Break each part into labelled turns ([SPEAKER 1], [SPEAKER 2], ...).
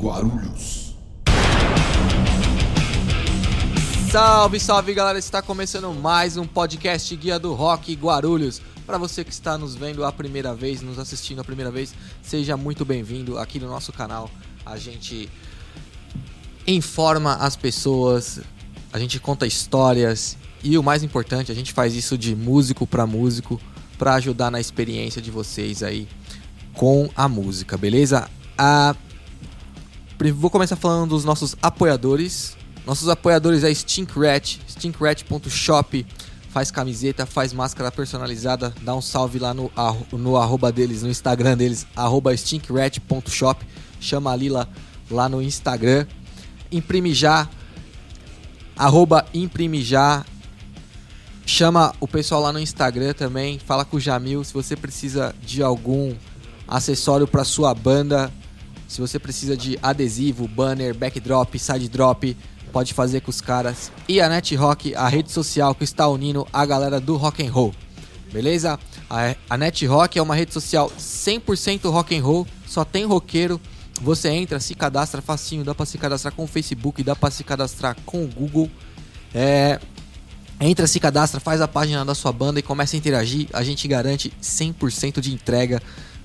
[SPEAKER 1] Guarulhos.
[SPEAKER 2] Salve, salve galera! Está começando mais um podcast Guia do Rock Guarulhos. Para você que está nos vendo a primeira vez, nos assistindo a primeira vez, seja muito bem-vindo aqui no nosso canal. A gente informa as pessoas, a gente conta histórias e o mais importante, a gente faz isso de músico para músico para ajudar na experiência de vocês aí com a música, beleza? Ah, A Pri- Vou começar falando dos nossos apoiadores. Nossos apoiadores é Stinkrat, stinkrat.shop. Faz camiseta, faz máscara personalizada. Dá um salve lá no, arro- no arroba deles, no Instagram deles, arroba stinkrat.shop. Chama a Lila lá no Instagram. Imprime já, arroba imprime já. Chama o pessoal lá no Instagram também. Fala com o Jamil se você precisa de algum acessório para sua banda. Se você precisa de adesivo, banner, backdrop, side drop, pode fazer com os caras. E a Net Rock, a rede social que está unindo a galera do rock and roll. Beleza? A, a Net Rock é uma rede social 100% rock and roll, só tem roqueiro. Você entra, se cadastra facinho, dá para se cadastrar com o Facebook, dá para se cadastrar com o Google. É, Entra, se cadastra, faz a página da sua banda e começa a interagir. A gente garante 100% de entrega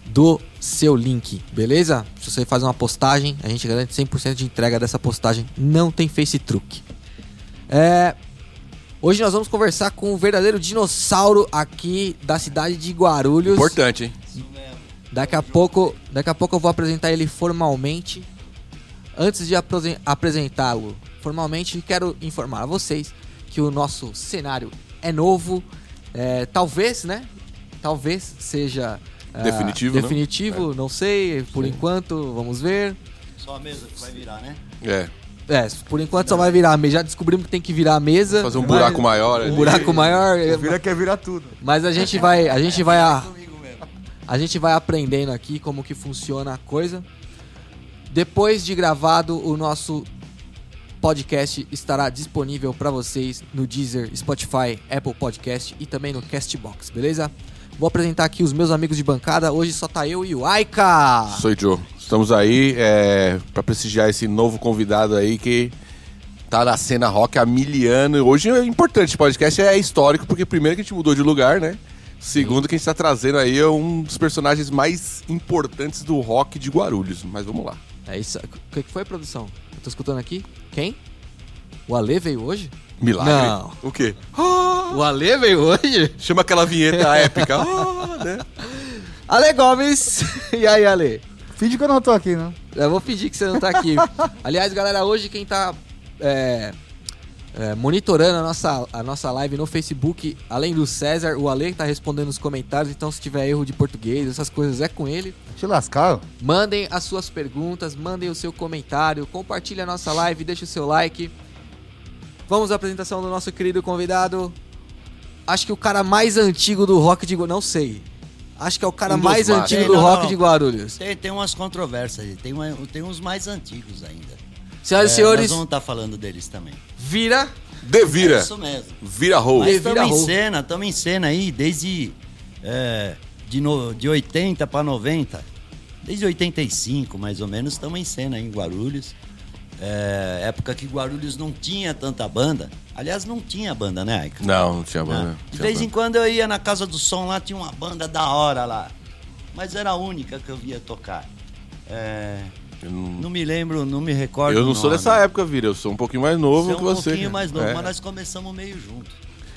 [SPEAKER 2] do seu link, beleza? Se você faz uma postagem, a gente garante 100% de entrega dessa postagem. Não tem face truque. É, Hoje nós vamos conversar com um verdadeiro dinossauro aqui da cidade de Guarulhos.
[SPEAKER 3] Importante, hein?
[SPEAKER 2] Daqui a pouco, daqui a pouco eu vou apresentar ele formalmente. Antes de apresen- apresentá-lo formalmente, quero informar a vocês que o nosso cenário é novo. É, talvez, né? Talvez seja ah,
[SPEAKER 3] Definitivo, né?
[SPEAKER 2] definitivo, não sei. Por enquanto, vamos ver.
[SPEAKER 4] Só a mesa que vai virar, né?
[SPEAKER 3] É.
[SPEAKER 2] É, por enquanto só vai virar a mesa. Já descobrimos que tem que virar a mesa.
[SPEAKER 3] Fazer um buraco
[SPEAKER 2] mas-
[SPEAKER 3] maior. ali.
[SPEAKER 2] Um buraco maior.
[SPEAKER 5] Vira quer virar tudo.
[SPEAKER 2] Mas a gente vai, a gente vai a,
[SPEAKER 4] Comigo mesmo.
[SPEAKER 2] A gente vai aprendendo aqui como que funciona a coisa. Depois de gravado, o nosso podcast estará disponível para vocês no Deezer, Spotify, Apple Podcast e também no Castbox, beleza? Vou apresentar aqui os meus amigos de bancada. Hoje só tá eu e o Aika.
[SPEAKER 3] Sou o Joe. Estamos aí é, pra prestigiar esse novo convidado aí que tá na cena rock há mil anos. Hoje é importante, esse podcast é histórico, porque primeiro que a gente mudou de lugar, né? Segundo que a gente tá trazendo aí é um dos personagens mais importantes do rock de Guarulhos. Mas vamos lá.
[SPEAKER 2] É isso. O que que foi, produção? Eu tô escutando aqui. Quem? O Ale veio hoje?
[SPEAKER 3] Milagre.
[SPEAKER 2] Não.
[SPEAKER 3] O quê?
[SPEAKER 2] O Ale veio hoje?
[SPEAKER 3] Chama aquela vinheta épica. Ah, né?
[SPEAKER 2] Ale Gomes. e aí, Ale?
[SPEAKER 5] Finge que eu não tô aqui, né?
[SPEAKER 2] Eu vou fingir que você não tá aqui. Aliás, galera, hoje quem tá é, é, monitorando a nossa, a nossa live no Facebook, além do César, o Ale tá respondendo os comentários, então se tiver erro de português, essas coisas é com ele.
[SPEAKER 5] Te lascar, ó.
[SPEAKER 2] Mandem as suas perguntas, mandem o seu comentário, compartilhe a nossa live, deixe o seu like. Vamos à apresentação do nosso querido convidado. Acho que o cara mais antigo do rock de Guarulhos. Não sei. Acho que é o cara
[SPEAKER 3] Um dos
[SPEAKER 2] mais
[SPEAKER 3] mais.
[SPEAKER 2] antigo
[SPEAKER 4] Tem,
[SPEAKER 2] do
[SPEAKER 4] não,
[SPEAKER 2] rock
[SPEAKER 4] não.
[SPEAKER 2] de Guarulhos.
[SPEAKER 4] Tem, tem umas controvérsias aí, tem, uma- tem uns mais antigos ainda.
[SPEAKER 2] Senhoras
[SPEAKER 4] É,
[SPEAKER 2] e senhores,
[SPEAKER 4] Nós vamos estar falando deles também.
[SPEAKER 2] vira.
[SPEAKER 4] É
[SPEAKER 3] Devira.
[SPEAKER 4] isso mesmo.
[SPEAKER 3] Vira roll.
[SPEAKER 4] Mas
[SPEAKER 2] vira
[SPEAKER 4] estamos em
[SPEAKER 2] roupa.
[SPEAKER 4] cena, estamos em cena aí desde é, de, no- de 80 para 90. Desde 85, mais ou menos, estamos em cena aí em Guarulhos. É, época que Guarulhos não tinha tanta banda. Aliás, não tinha banda, né, Aika?
[SPEAKER 3] Não, não tinha
[SPEAKER 4] né?
[SPEAKER 3] banda.
[SPEAKER 4] De
[SPEAKER 3] Tinha
[SPEAKER 4] vez em
[SPEAKER 3] banda.
[SPEAKER 4] quando eu ia na casa do som lá, tinha uma banda da hora lá. Mas era a única que eu via tocar. É,
[SPEAKER 3] Eu não-
[SPEAKER 4] não me lembro, não me recordo.
[SPEAKER 3] Eu não sou
[SPEAKER 4] o nome.
[SPEAKER 3] dessa época, Vira. Eu sou um pouquinho mais novo
[SPEAKER 4] Você é um
[SPEAKER 3] que você.
[SPEAKER 4] pouquinho mais novo,
[SPEAKER 3] É.
[SPEAKER 4] mas nós começamos meio junto.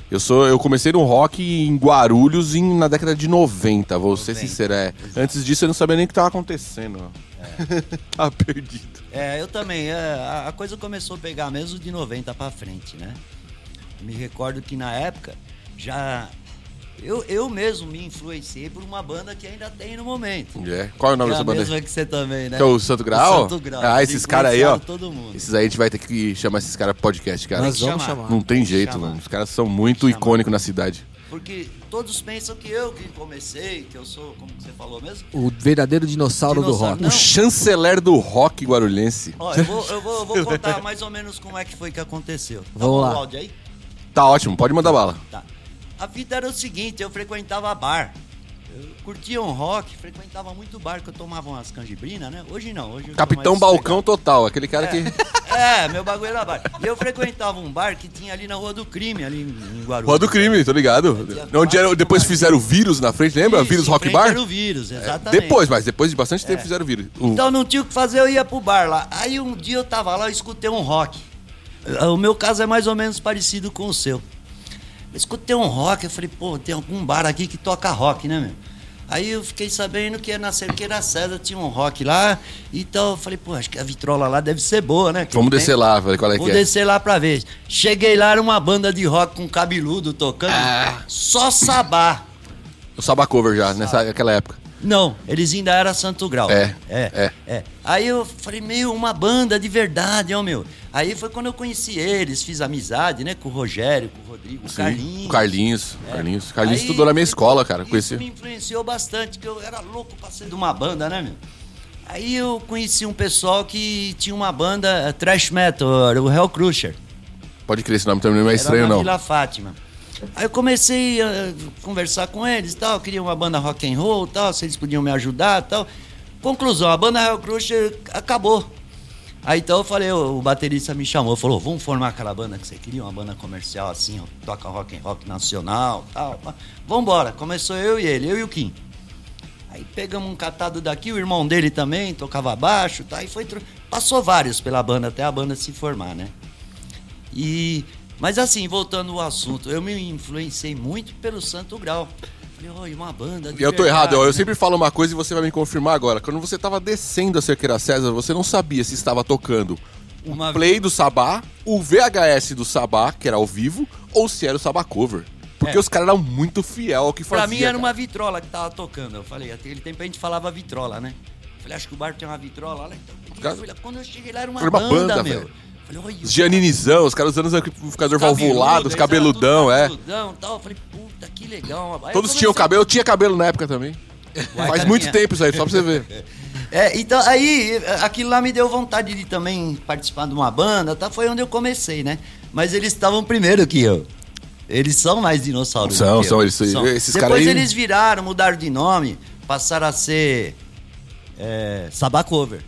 [SPEAKER 3] Eu, sou, eu comecei no rock em Guarulhos em- na década de 90, vou ser
[SPEAKER 4] 90,
[SPEAKER 3] sincero. É. Antes disso eu não sabia nem o que estava acontecendo. tava perdido.
[SPEAKER 4] É, eu também. é, a, a coisa começou a pegar mesmo de 90 pra frente, né? Me recordo que na época já. Eu, eu mesmo me influenciei por uma banda que ainda tem no momento.
[SPEAKER 3] É. Qual é o nome
[SPEAKER 4] que é
[SPEAKER 3] dessa
[SPEAKER 4] a
[SPEAKER 3] banda?
[SPEAKER 4] mesma que você também, né?
[SPEAKER 3] Que é o Santo Graal?
[SPEAKER 4] Santo Graal.
[SPEAKER 3] Ah, esses caras aí, ó.
[SPEAKER 4] Influenciaram todo mundo.
[SPEAKER 3] Esses aí a gente vai ter que chamar esses caras pro podcast, cara.
[SPEAKER 2] Nós vamos
[SPEAKER 4] chamar.
[SPEAKER 2] chamar.
[SPEAKER 3] Não tem jeito,
[SPEAKER 4] Chamar.
[SPEAKER 3] mano. Os caras são muito
[SPEAKER 4] Chamar.
[SPEAKER 3] icônicos na cidade.
[SPEAKER 4] Porque todos pensam que eu que comecei, que eu sou, como que você falou mesmo?
[SPEAKER 2] O verdadeiro dinossauro,
[SPEAKER 4] Dinossauro.
[SPEAKER 2] do rock.
[SPEAKER 4] Não.
[SPEAKER 3] O chanceler do rock guarulhense.
[SPEAKER 4] Ó, eu vou, eu vou- eu vou contar mais ou menos como é que foi que aconteceu. Tá
[SPEAKER 2] Vamos
[SPEAKER 4] bom
[SPEAKER 2] lá.
[SPEAKER 4] o áudio aí?
[SPEAKER 3] Tá ótimo, pode mandar bala.
[SPEAKER 4] Tá. A vida era o seguinte, eu frequentava bar. Eu curtia um rock, frequentava muito bar que eu tomava umas canjibrinas, né? Hoje não, hoje eu tô
[SPEAKER 3] Capitão
[SPEAKER 4] mais
[SPEAKER 3] Balcão total, aquele cara que.
[SPEAKER 4] sossegado. É, meu bagulho era bar. E eu frequentava um bar que tinha ali na Rua do Crime, ali em em Guarulhos.
[SPEAKER 3] Rua é do crime, tô ligado.
[SPEAKER 4] Tinha
[SPEAKER 3] Onde era,
[SPEAKER 4] vários
[SPEAKER 3] depois
[SPEAKER 4] lugares.
[SPEAKER 3] fizeram o vírus na frente, lembra?
[SPEAKER 4] Isso,
[SPEAKER 3] vírus
[SPEAKER 4] em
[SPEAKER 3] Rock
[SPEAKER 4] frente
[SPEAKER 3] Bar? É,
[SPEAKER 4] Era o vírus, exatamente.
[SPEAKER 3] Depois, mas depois de bastante tempo fizeram o vírus. O-
[SPEAKER 4] Então não tinha o que fazer, eu ia pro bar lá. Aí um dia eu tava lá, eu escutei um rock. O meu caso é mais ou menos parecido com o seu. Eu escutei um rock, eu falei, pô, tem algum bar aqui que toca rock, né, meu? Aí eu fiquei sabendo que é na Cerqueira César tinha um rock lá, então eu falei, pô, acho que a vitrola lá deve ser boa, né?
[SPEAKER 3] Vamos descer lá, ver qual é
[SPEAKER 4] Vou
[SPEAKER 3] que é.
[SPEAKER 4] descer lá pra ver. Cheguei lá, era uma banda de rock com cabeludo tocando,
[SPEAKER 3] Ah.
[SPEAKER 4] só sabá.
[SPEAKER 3] O Saba Cover já, nessa, naquela época.
[SPEAKER 4] Não, eles ainda eram Santo Grau.
[SPEAKER 3] É,
[SPEAKER 4] é, é. Aí eu falei, meio uma banda de verdade, ó, meu. Aí foi quando eu conheci eles, fiz amizade, né, com o Rogério, com o Rodrigo, com o
[SPEAKER 3] Sim.
[SPEAKER 4] Carlinhos. É.
[SPEAKER 3] O Carlinhos. Carlinhos. Carlinhos
[SPEAKER 4] Aí,
[SPEAKER 3] estudou na minha
[SPEAKER 4] isso-
[SPEAKER 3] escola, cara.
[SPEAKER 4] Isso
[SPEAKER 3] Conheci.
[SPEAKER 4] me influenciou bastante, que eu era louco pra ser de uma banda, né, meu? Aí eu conheci um pessoal que tinha uma banda eh, thrash metal, era o Hell Crusher.
[SPEAKER 3] Pode crer, esse nome também não é estranho,
[SPEAKER 4] Era na
[SPEAKER 3] não.
[SPEAKER 4] Vila Fátima. Aí eu comecei a conversar com eles e tal, eu queria uma banda rock and roll e tal, se eles podiam me ajudar e tal. Conclusão, a banda Hell Crusher acabou. Aí então eu falei, o o baterista me chamou, falou, vamos formar aquela banda que você queria, uma banda comercial assim, ó, toca rock and rock nacional e tal. pá. Vambora, começou eu e ele, eu e o Kim. Aí pegamos um catado daqui, o irmão dele também tocava baixo, tá? E foi tro- passou vários pela banda até a banda se formar, né? E mas assim, voltando ao assunto, eu me influenciei muito pelo Santo Grau. Falei, "Ó, e uma banda de
[SPEAKER 3] Eu tô
[SPEAKER 4] verdade,
[SPEAKER 3] errado, eu, eu
[SPEAKER 4] né?"
[SPEAKER 3] sempre falo uma coisa e você vai me confirmar agora. Quando você tava descendo a Cerqueira César, você não sabia se estava tocando o
[SPEAKER 4] né?" Uma-
[SPEAKER 3] play do Sabá, o VHS do Sabá, que era ao vivo, ou se era o Sabá cover. Porque
[SPEAKER 4] É.
[SPEAKER 3] os caras eram muito fiel ao que
[SPEAKER 4] Pra
[SPEAKER 3] faziam.
[SPEAKER 4] mim era uma vitrola que tava tocando. Eu falei, aquele tempo a gente falava vitrola, né? Eu Falei, acho que o bar tem uma vitrola lá. Então, eu
[SPEAKER 3] Cara-
[SPEAKER 4] fui lá. Quando eu cheguei lá era uma,
[SPEAKER 3] Era uma
[SPEAKER 4] banda,
[SPEAKER 3] banda,
[SPEAKER 4] meu.
[SPEAKER 3] velho.
[SPEAKER 4] Falei, olha,
[SPEAKER 3] Os Gianinizão, os caras usando os amplificadores valvulados, cabeludão, é.
[SPEAKER 4] Cabeludão e tal. Eu falei, puta, que legal. Aí eu
[SPEAKER 3] Todos tinham
[SPEAKER 4] comecei-
[SPEAKER 3] cabelo, eu tinha cabelo na época também. Faz
[SPEAKER 4] cara,
[SPEAKER 3] muito
[SPEAKER 4] tinha.
[SPEAKER 3] tempo isso aí, só pra você ver.
[SPEAKER 4] É, então aí eh, aquilo lá me deu vontade de também participar de uma banda, tá? Foi onde eu comecei, né? Mas eles estavam primeiro que eu. Eles são mais dinossauros.
[SPEAKER 3] São,
[SPEAKER 4] do que
[SPEAKER 3] são,
[SPEAKER 4] eu.
[SPEAKER 3] eles- esses
[SPEAKER 4] Depois
[SPEAKER 3] caras aí-
[SPEAKER 4] eles viraram, mudaram de nome, passaram a ser é, Sabacover.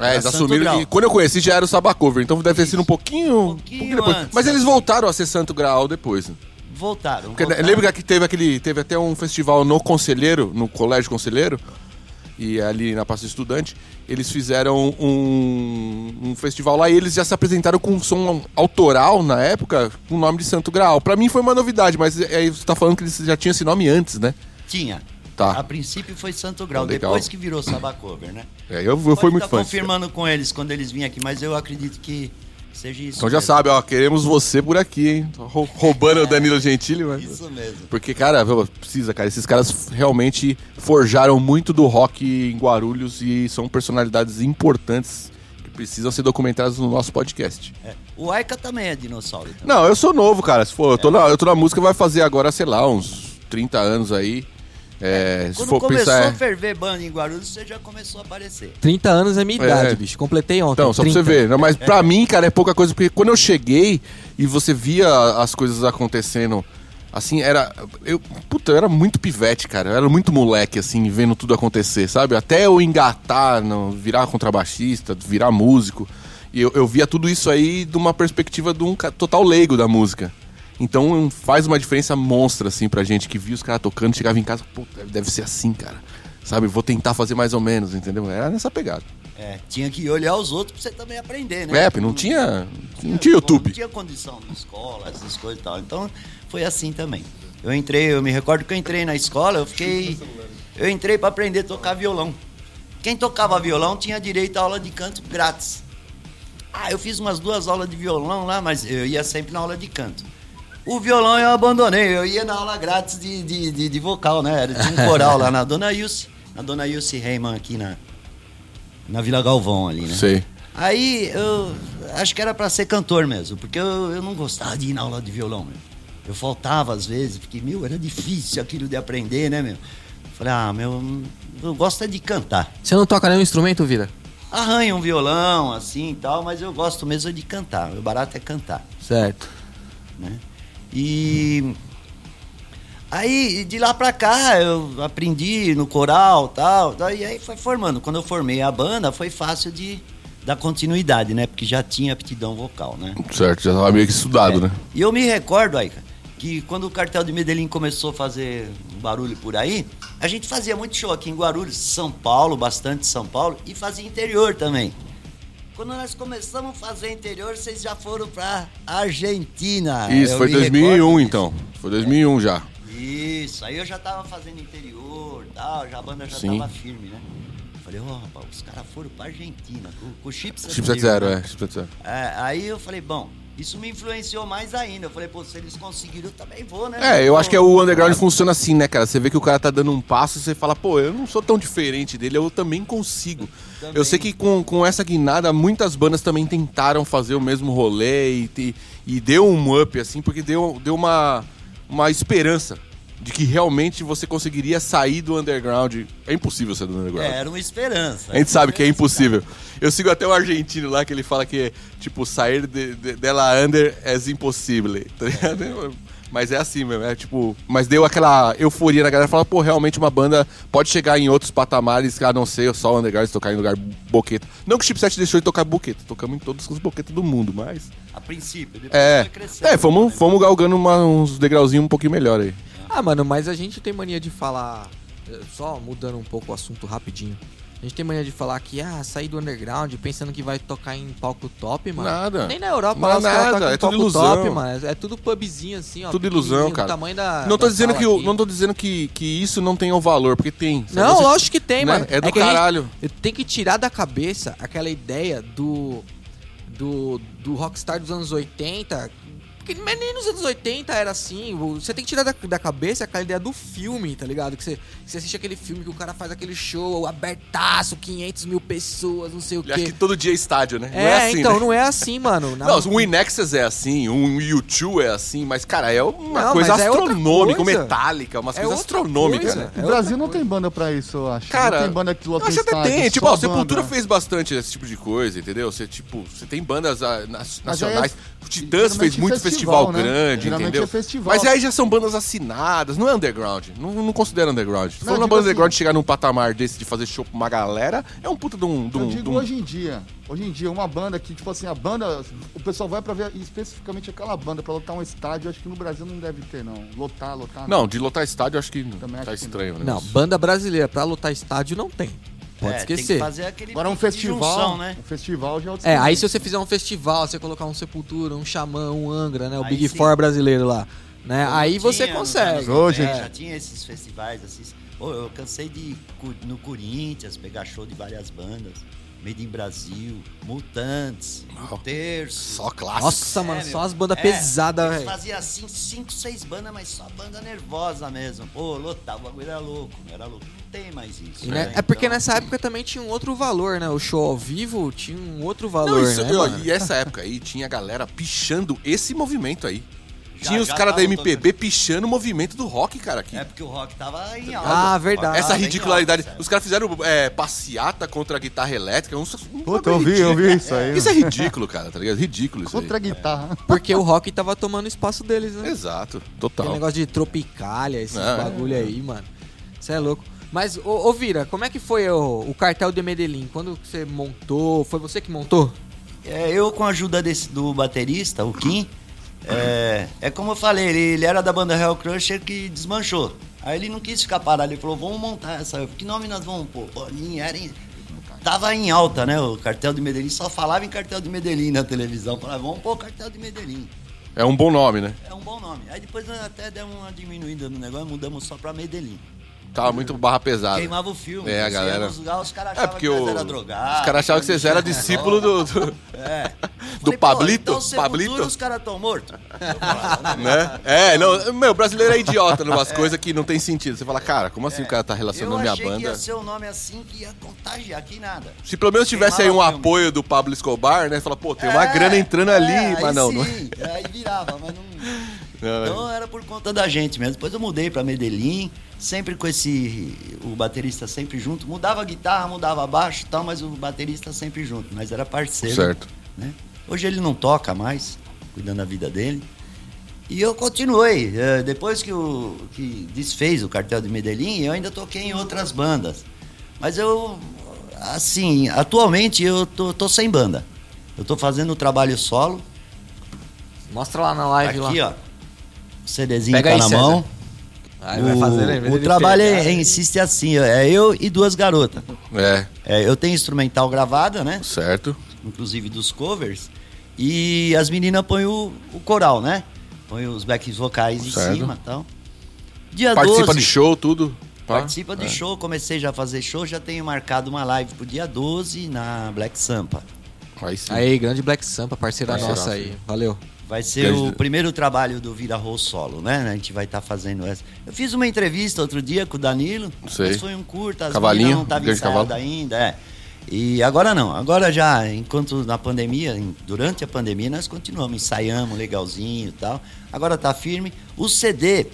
[SPEAKER 3] É, eles
[SPEAKER 4] Santo
[SPEAKER 3] assumiram.
[SPEAKER 4] Grau.
[SPEAKER 3] que quando eu conheci já era o Sabá Cover, então deve ter sido um pouquinho.
[SPEAKER 4] Um pouquinho antes,
[SPEAKER 3] Mas
[SPEAKER 4] né?
[SPEAKER 3] eles voltaram a ser Santo Graal depois. né?
[SPEAKER 4] Voltaram.
[SPEAKER 3] Porque
[SPEAKER 4] voltaram.
[SPEAKER 3] lembra que teve aquele. Teve até um festival no Conselheiro, no Colégio Conselheiro, e ali na Praça do Estudante, eles fizeram um, um festival lá e eles já se apresentaram com um som autoral na época, com o nome de Santo Graal. Pra mim foi uma novidade, mas aí você tá falando que eles já tinham esse nome antes, né?
[SPEAKER 4] Tinha.
[SPEAKER 3] Tá.
[SPEAKER 4] A princípio foi Santo Grau,
[SPEAKER 3] Então, legal.
[SPEAKER 4] depois que virou Sabacover, né?
[SPEAKER 3] É, eu, eu fui
[SPEAKER 4] Pode
[SPEAKER 3] muito
[SPEAKER 4] tá
[SPEAKER 3] fã.
[SPEAKER 4] confirmando com eles quando eles vêm aqui, mas eu acredito que seja isso.
[SPEAKER 3] Então já
[SPEAKER 4] mesmo.
[SPEAKER 3] sabe, ó, queremos você por aqui, hein? Tô rou- Roubando o Danilo Gentili, mas.
[SPEAKER 4] Isso mesmo.
[SPEAKER 3] Porque, cara, viu, precisa, cara. Esses caras realmente forjaram muito do rock em Guarulhos e são personalidades importantes que precisam ser documentadas no nosso podcast.
[SPEAKER 4] É. O Aika também é dinossauro. Também.
[SPEAKER 3] Não, eu sou novo, cara. Se for, eu, tô na, eu tô na música, vai fazer agora, sei lá, uns 30 anos aí. É, se
[SPEAKER 4] Quando
[SPEAKER 3] for
[SPEAKER 4] começou
[SPEAKER 3] pensar.
[SPEAKER 4] a ferver banda em Guarulhos, você já começou a aparecer.
[SPEAKER 2] 30 anos é minha
[SPEAKER 3] É.
[SPEAKER 2] idade, bicho. Completei ontem.
[SPEAKER 3] Então, só
[SPEAKER 2] 30.
[SPEAKER 3] pra você ver. Não, mas pra mim, cara, é pouca coisa, porque quando eu cheguei e você via as coisas acontecendo, assim, era. Eu, puta, eu era muito pivete, cara. Eu era muito moleque, assim, vendo tudo acontecer, sabe? Até eu engatar, não, virar contrabaixista, virar músico. E eu, eu via tudo isso aí de uma perspectiva de um ca- total leigo da música. Então faz uma diferença monstra, assim, pra gente que via os caras tocando, chegava em casa, puta, deve ser assim, cara. Sabe, vou tentar fazer mais ou menos, entendeu? Era nessa pegada.
[SPEAKER 4] É, tinha que olhar os outros pra você também aprender, né?
[SPEAKER 3] É, porque não tinha. Não tinha
[SPEAKER 4] Não
[SPEAKER 3] YouTube.
[SPEAKER 4] tinha condição de escola, essas coisas e tal. Então, foi assim também. Eu entrei, eu me recordo que eu entrei na escola, eu fiquei. Eu entrei pra aprender a tocar violão. Quem tocava violão tinha direito a aula de canto grátis. Ah, eu fiz umas duas aulas de violão lá, mas eu ia sempre na aula de canto. O violão eu abandonei, eu ia na aula grátis de, de, de, de vocal, né? Era, tinha um coral lá na Dona Ilse, na Dona Ilse Reimann aqui na, na Vila Galvão ali, né?
[SPEAKER 3] Sei.
[SPEAKER 4] Aí eu acho que era pra ser cantor mesmo, porque eu, eu não gostava de ir na aula de violão, meu. Eu faltava às vezes, porque, meu, era difícil aquilo de aprender, né, meu? Falei, ah, meu, eu gosto é de cantar.
[SPEAKER 2] Você não toca nenhum instrumento, Vira?
[SPEAKER 4] Arranha um violão, assim e tal, mas eu gosto mesmo é de cantar. Meu barato é cantar
[SPEAKER 2] Certo.
[SPEAKER 4] né? E Aí, e de lá pra cá, eu aprendi no coral tal, tal, e aí foi formando. Quando eu formei a banda, foi fácil de dar continuidade, né? Porque já tinha aptidão vocal, né?
[SPEAKER 3] Certo, já tava meio que estudado, né?
[SPEAKER 4] E eu me recordo, Aika, que quando o cartel de Medellín começou a fazer um barulho por aí, a gente fazia muito show aqui em Guarulhos, São Paulo, bastante São Paulo, e fazia interior também. Quando nós começamos a fazer interior, vocês já foram pra Argentina.
[SPEAKER 3] Isso,
[SPEAKER 4] Eu
[SPEAKER 3] foi
[SPEAKER 4] me recordo
[SPEAKER 3] 2001
[SPEAKER 4] disso.
[SPEAKER 3] então. Foi 2001 já.
[SPEAKER 4] Isso, aí eu já tava fazendo interior e tal, já a banda já
[SPEAKER 3] Sim.
[SPEAKER 4] tava firme, né? Falei, ô rapaz, os caras foram pra Argentina, com, com o Chips
[SPEAKER 3] Chipset zero, é. Chipset zero.
[SPEAKER 4] é, aí eu falei, bom, isso me influenciou mais ainda. Eu falei, pô, se eles conseguiram, eu também vou, né?
[SPEAKER 3] É, eu acho que o underground funciona assim, né, cara? Você vê que o cara tá dando um passo e você fala, pô, eu não sou tão diferente dele, eu também consigo.
[SPEAKER 4] Também.
[SPEAKER 3] Eu sei que com, com essa guinada, muitas bandas também tentaram fazer o mesmo rolê e, te- e deu um up, assim, porque deu, deu uma, uma esperança de que realmente você conseguiria sair do underground. É impossível sair do underground.
[SPEAKER 4] Era uma esperança.
[SPEAKER 3] A gente sabe que é impossível. Eu sigo até o argentino lá que ele fala que, tipo, sair de, de- dela under é impossível. Tá ligado? Mas é assim mesmo, é tipo. Mas deu aquela euforia na galera fala, pô, realmente uma banda pode chegar em outros patamares, a não ser só o underground se tocar em lugar boqueta. Não que o Chipset deixou de tocar boqueta, tocamos em todos os boquetas do mundo, mas.
[SPEAKER 4] A princípio, depois
[SPEAKER 3] É.
[SPEAKER 4] foi crescendo.
[SPEAKER 3] É, fomos,
[SPEAKER 4] né?
[SPEAKER 3] fomos galgando uma- uns degrauzinhos um pouquinho melhor aí.
[SPEAKER 2] Ah, mano, mas a gente tem mania de falar. eh, Só mudando um pouco o assunto rapidinho. A gente tem mania de falar que, ah, sair do underground pensando que vai tocar em palco top, mano.
[SPEAKER 3] Nada.
[SPEAKER 2] Nem na Europa,
[SPEAKER 3] Não
[SPEAKER 2] lá os
[SPEAKER 3] é
[SPEAKER 2] caras
[SPEAKER 3] nada,
[SPEAKER 2] tocam em
[SPEAKER 3] é tudo
[SPEAKER 2] palco
[SPEAKER 3] ilusão.
[SPEAKER 2] top, mano. É tudo pubzinho assim, ó.
[SPEAKER 3] Tudo ilusão,
[SPEAKER 2] pequenininho, do
[SPEAKER 3] cara.
[SPEAKER 2] tamanho da.
[SPEAKER 3] Não tô
[SPEAKER 2] da
[SPEAKER 3] dizendo
[SPEAKER 2] sala
[SPEAKER 3] que o-
[SPEAKER 2] Ah, então aqui.
[SPEAKER 3] não tô dizendo que, que isso não tem o valor, porque tem. Se
[SPEAKER 2] Não,
[SPEAKER 3] você-
[SPEAKER 2] lógico que tem,
[SPEAKER 3] né?
[SPEAKER 2] mano.
[SPEAKER 3] É do
[SPEAKER 2] que a gente
[SPEAKER 3] caralho.
[SPEAKER 2] tem que tirar da cabeça aquela ideia do. do. do rockstar dos anos 80. Porque mas nem nos anos 80 era assim. o- Você tem que tirar da, da cabeça aquela ideia do filme, tá ligado? Que você, que você assiste aquele filme que o cara faz aquele show abertaço, 500 mil pessoas, não sei o
[SPEAKER 3] Ele acha que
[SPEAKER 2] quê.
[SPEAKER 3] todo dia é estádio, né?
[SPEAKER 2] É, então, não é assim, mano. Na-
[SPEAKER 3] Não, um Inexus é assim, um U2 é assim, mas, cara, é uma
[SPEAKER 2] Não,
[SPEAKER 3] coisa
[SPEAKER 2] mas é outra
[SPEAKER 3] astronômica,
[SPEAKER 2] coisa.
[SPEAKER 3] metálica, umas
[SPEAKER 2] É
[SPEAKER 3] coisas
[SPEAKER 2] outra
[SPEAKER 3] astronômicas,
[SPEAKER 2] coisa.
[SPEAKER 3] né?
[SPEAKER 2] É
[SPEAKER 5] O Brasil
[SPEAKER 2] outra
[SPEAKER 5] não
[SPEAKER 2] coisa.
[SPEAKER 5] tem banda pra isso, eu acho.
[SPEAKER 3] Cara,
[SPEAKER 5] não tem banda que
[SPEAKER 3] eu
[SPEAKER 5] lota
[SPEAKER 3] acho até
[SPEAKER 5] estádio,
[SPEAKER 3] tem. Tipo,
[SPEAKER 5] só
[SPEAKER 3] ó,
[SPEAKER 5] banda.
[SPEAKER 3] Sepultura fez bastante esse tipo de coisa, entendeu? Você, tipo, você tem bandas ah, na- nacionais. o Titãs
[SPEAKER 5] é geralmente
[SPEAKER 3] fez muito
[SPEAKER 5] festival,
[SPEAKER 3] festival,
[SPEAKER 5] né?
[SPEAKER 3] grande,
[SPEAKER 5] Geralmente
[SPEAKER 3] entendeu?
[SPEAKER 5] é festival.
[SPEAKER 3] Mas aí já são bandas assinadas, não é underground. Não, não considero underground. Se for uma
[SPEAKER 5] Não, eu digo
[SPEAKER 3] banda
[SPEAKER 5] assim-
[SPEAKER 3] underground chegar num patamar desse de fazer show pra uma galera, é um puta de um. De
[SPEAKER 5] Eu
[SPEAKER 3] um, de
[SPEAKER 5] digo
[SPEAKER 3] um-
[SPEAKER 5] hoje em dia. Hoje em dia, uma banda que, tipo assim, a banda. O pessoal vai pra ver especificamente aquela banda, pra lotar um estádio, eu acho que no Brasil não deve ter, não. Lotar, lotar.
[SPEAKER 3] Não, de lotar estádio, eu acho que
[SPEAKER 5] Ah. Também
[SPEAKER 3] tá
[SPEAKER 5] acho que não.
[SPEAKER 3] estranho, né?
[SPEAKER 2] Não, banda brasileira pra lutar estádio não tem. Pode
[SPEAKER 4] É, Tem
[SPEAKER 2] esquecer.
[SPEAKER 4] que fazer aquele
[SPEAKER 5] Agora um
[SPEAKER 4] pique de
[SPEAKER 5] festival.
[SPEAKER 4] junção, né?
[SPEAKER 5] Um festival já
[SPEAKER 2] É, aí se você fizer um festival, você colocar um Sepultura, um Xamã, um Angra, né? O
[SPEAKER 4] Aí
[SPEAKER 2] Big
[SPEAKER 4] sim.
[SPEAKER 2] Four brasileiro lá. Né?
[SPEAKER 4] Como
[SPEAKER 2] Aí você
[SPEAKER 4] tinha nos
[SPEAKER 2] consegue.
[SPEAKER 4] anos
[SPEAKER 5] Hoje,
[SPEAKER 4] 90,
[SPEAKER 5] é.
[SPEAKER 4] Já tinha esses festivais assim. Pô, eu cansei de ir cu- no Corinthians pegar show de várias bandas. Made in Brasil, Mutantes,
[SPEAKER 3] Uau.
[SPEAKER 4] O Terço.
[SPEAKER 3] Só clássico.
[SPEAKER 2] Nossa, mano,
[SPEAKER 4] meu.
[SPEAKER 2] só as bandas
[SPEAKER 4] É,
[SPEAKER 2] pesadas,
[SPEAKER 4] eles
[SPEAKER 2] velho.
[SPEAKER 4] Fazia assim, cinco, seis bandas, mas só banda nervosa mesmo. Pô, lotava, o bagulho era louco, era louco. Não tem mais isso.
[SPEAKER 2] E, né,
[SPEAKER 4] né?
[SPEAKER 2] É porque
[SPEAKER 4] Então,
[SPEAKER 2] nessa época também tinha um outro valor, né? O show ao vivo tinha um outro valor,
[SPEAKER 3] Não, isso-
[SPEAKER 2] né,
[SPEAKER 3] e, ó,
[SPEAKER 2] mano?
[SPEAKER 3] e essa época aí tinha a galera pichando esse movimento aí.
[SPEAKER 4] Já-
[SPEAKER 3] tinha os
[SPEAKER 4] já
[SPEAKER 3] caras da
[SPEAKER 4] tava
[SPEAKER 3] MPB pichando o movimento do rock, cara, aqui.
[SPEAKER 4] É porque o rock tava em alta.
[SPEAKER 2] Ah,
[SPEAKER 4] O rock
[SPEAKER 2] verdade.
[SPEAKER 3] essa
[SPEAKER 4] tava em
[SPEAKER 3] ridicularidade.
[SPEAKER 4] alta, sabe?
[SPEAKER 3] os caras fizeram é, passeata contra a guitarra elétrica. Um, um
[SPEAKER 5] Puta,
[SPEAKER 3] bagulho
[SPEAKER 5] eu vi,
[SPEAKER 3] ridículo.
[SPEAKER 5] eu vi isso aí.
[SPEAKER 3] Isso é ridículo, cara, tá ligado? Ridículo isso É.
[SPEAKER 5] Contra a guitarra.
[SPEAKER 2] Porque o rock tava tomando espaço deles, né?
[SPEAKER 3] aí. Exato,
[SPEAKER 4] Então.
[SPEAKER 2] Aquele
[SPEAKER 3] total.
[SPEAKER 2] negócio de tropicalha, esses
[SPEAKER 3] Ah, é.
[SPEAKER 2] bagulho aí, mano. Você é louco. Mas, ô, ô, Vira, como é que foi ô, o, cartel de Medellín? Quando você montou? Foi você que montou?
[SPEAKER 4] É, eu com a ajuda desse, do baterista, o Kim, é, é como eu falei, ele, ele era da banda Hell Crusher que desmanchou. Aí ele não quis ficar parado, ele falou, vamos montar essa. Que nome nós vamos pôr? Bolinha, era em- Tava em alta, né? O cartel de Medellín só falava em cartel de Medellín na televisão. Falava, vamos pôr cartel de Medellín.
[SPEAKER 3] É um bom nome, né?
[SPEAKER 4] É um bom nome. Aí depois nós até demos uma diminuída no negócio, mudamos só pra Medellín.
[SPEAKER 3] Tava Tá muito barra pesada.
[SPEAKER 4] Hum. Queimava o filme.
[SPEAKER 3] É, a
[SPEAKER 4] você ia
[SPEAKER 3] galera-
[SPEAKER 4] nos lugar, os caras
[SPEAKER 3] É
[SPEAKER 4] achavam
[SPEAKER 3] porque
[SPEAKER 4] que nós
[SPEAKER 3] o-
[SPEAKER 4] era drogado. né?
[SPEAKER 3] os caras achavam que vocês eram discípulo do, do-
[SPEAKER 4] É.
[SPEAKER 3] do
[SPEAKER 4] Falei, pô,
[SPEAKER 3] Pablito.
[SPEAKER 4] Então, Sepultura,
[SPEAKER 3] Pablito.
[SPEAKER 4] os caras tão mortos.
[SPEAKER 3] né? É, não, meu, brasileiro é idiota numas coisas que não tem sentido. Você fala, cara, como assim o cara tá
[SPEAKER 4] É, Eu
[SPEAKER 3] relacionando minha
[SPEAKER 4] achei que
[SPEAKER 3] banda?
[SPEAKER 4] ia ser um nome assim que ia contagiar, que nada.
[SPEAKER 3] Se pelo menos tivesse aí um
[SPEAKER 4] Queimava filme.
[SPEAKER 3] apoio do Pablo Escobar, né? Fala, pô, tem uma
[SPEAKER 4] É,
[SPEAKER 3] grana entrando
[SPEAKER 4] é,
[SPEAKER 3] ali, mas não,
[SPEAKER 4] Aí
[SPEAKER 3] não é.
[SPEAKER 4] sim, aí virava, mas não...
[SPEAKER 3] Não, é.
[SPEAKER 4] Então era por conta da gente mesmo. Depois eu mudei pra Medellín, sempre com esse... O baterista sempre junto. Mudava a guitarra, mudava baixo e tal, mas o baterista sempre junto. Mas era parceiro.
[SPEAKER 3] Certo.
[SPEAKER 4] né? Hoje ele não toca mais, cuidando da vida dele. E eu continuei. eh, Depois que, o, que desfez o cartel de Medellín, eu ainda toquei em outras bandas. Mas eu, assim, atualmente eu tô, tô sem banda. Eu tô fazendo o trabalho solo.
[SPEAKER 2] Mostra lá na live
[SPEAKER 4] Aqui,
[SPEAKER 2] lá.
[SPEAKER 4] ó. O CDzinho
[SPEAKER 2] Pega
[SPEAKER 4] tá
[SPEAKER 2] aí,
[SPEAKER 4] na
[SPEAKER 2] César.
[SPEAKER 4] mão.
[SPEAKER 2] Aí
[SPEAKER 4] o
[SPEAKER 2] vai fazer, né? lembra?
[SPEAKER 4] o
[SPEAKER 2] Ele
[SPEAKER 4] trabalho
[SPEAKER 2] pega.
[SPEAKER 4] é- insiste assim, ó, é eu e duas garotas.
[SPEAKER 3] É,
[SPEAKER 4] É, eu tenho instrumental gravada, né?
[SPEAKER 3] certo.
[SPEAKER 4] inclusive dos covers, e as meninas põem o, o coral, né? Põem os backs vocais
[SPEAKER 3] Certo.
[SPEAKER 4] em cima e tal. Dia
[SPEAKER 3] Participa
[SPEAKER 4] 12,
[SPEAKER 3] de show, tudo. pá.
[SPEAKER 4] participa de
[SPEAKER 3] É.
[SPEAKER 4] show, comecei já a fazer show, já tenho marcado uma live pro dia 12 na Black Sampa.
[SPEAKER 3] Aí sim.
[SPEAKER 2] Aí, grande Black Sampa, parceira
[SPEAKER 3] Parceiraço,
[SPEAKER 2] nossa aí. Valeu.
[SPEAKER 4] Vai ser
[SPEAKER 3] Grande-
[SPEAKER 4] o primeiro trabalho do Vira Roll solo, né? A gente vai estar fazendo essa. Eu fiz uma entrevista outro dia com o Danilo,
[SPEAKER 3] Sei.
[SPEAKER 4] mas foi um curta, as
[SPEAKER 3] Cavalinho,
[SPEAKER 4] meninas não estavam
[SPEAKER 3] grande
[SPEAKER 4] ensaiadas
[SPEAKER 3] cavalo.
[SPEAKER 4] ainda, é. E agora não, agora já, enquanto na pandemia, em- durante a pandemia, nós continuamos, ensaiamos legalzinho e tal. Agora tá firme. O CD, o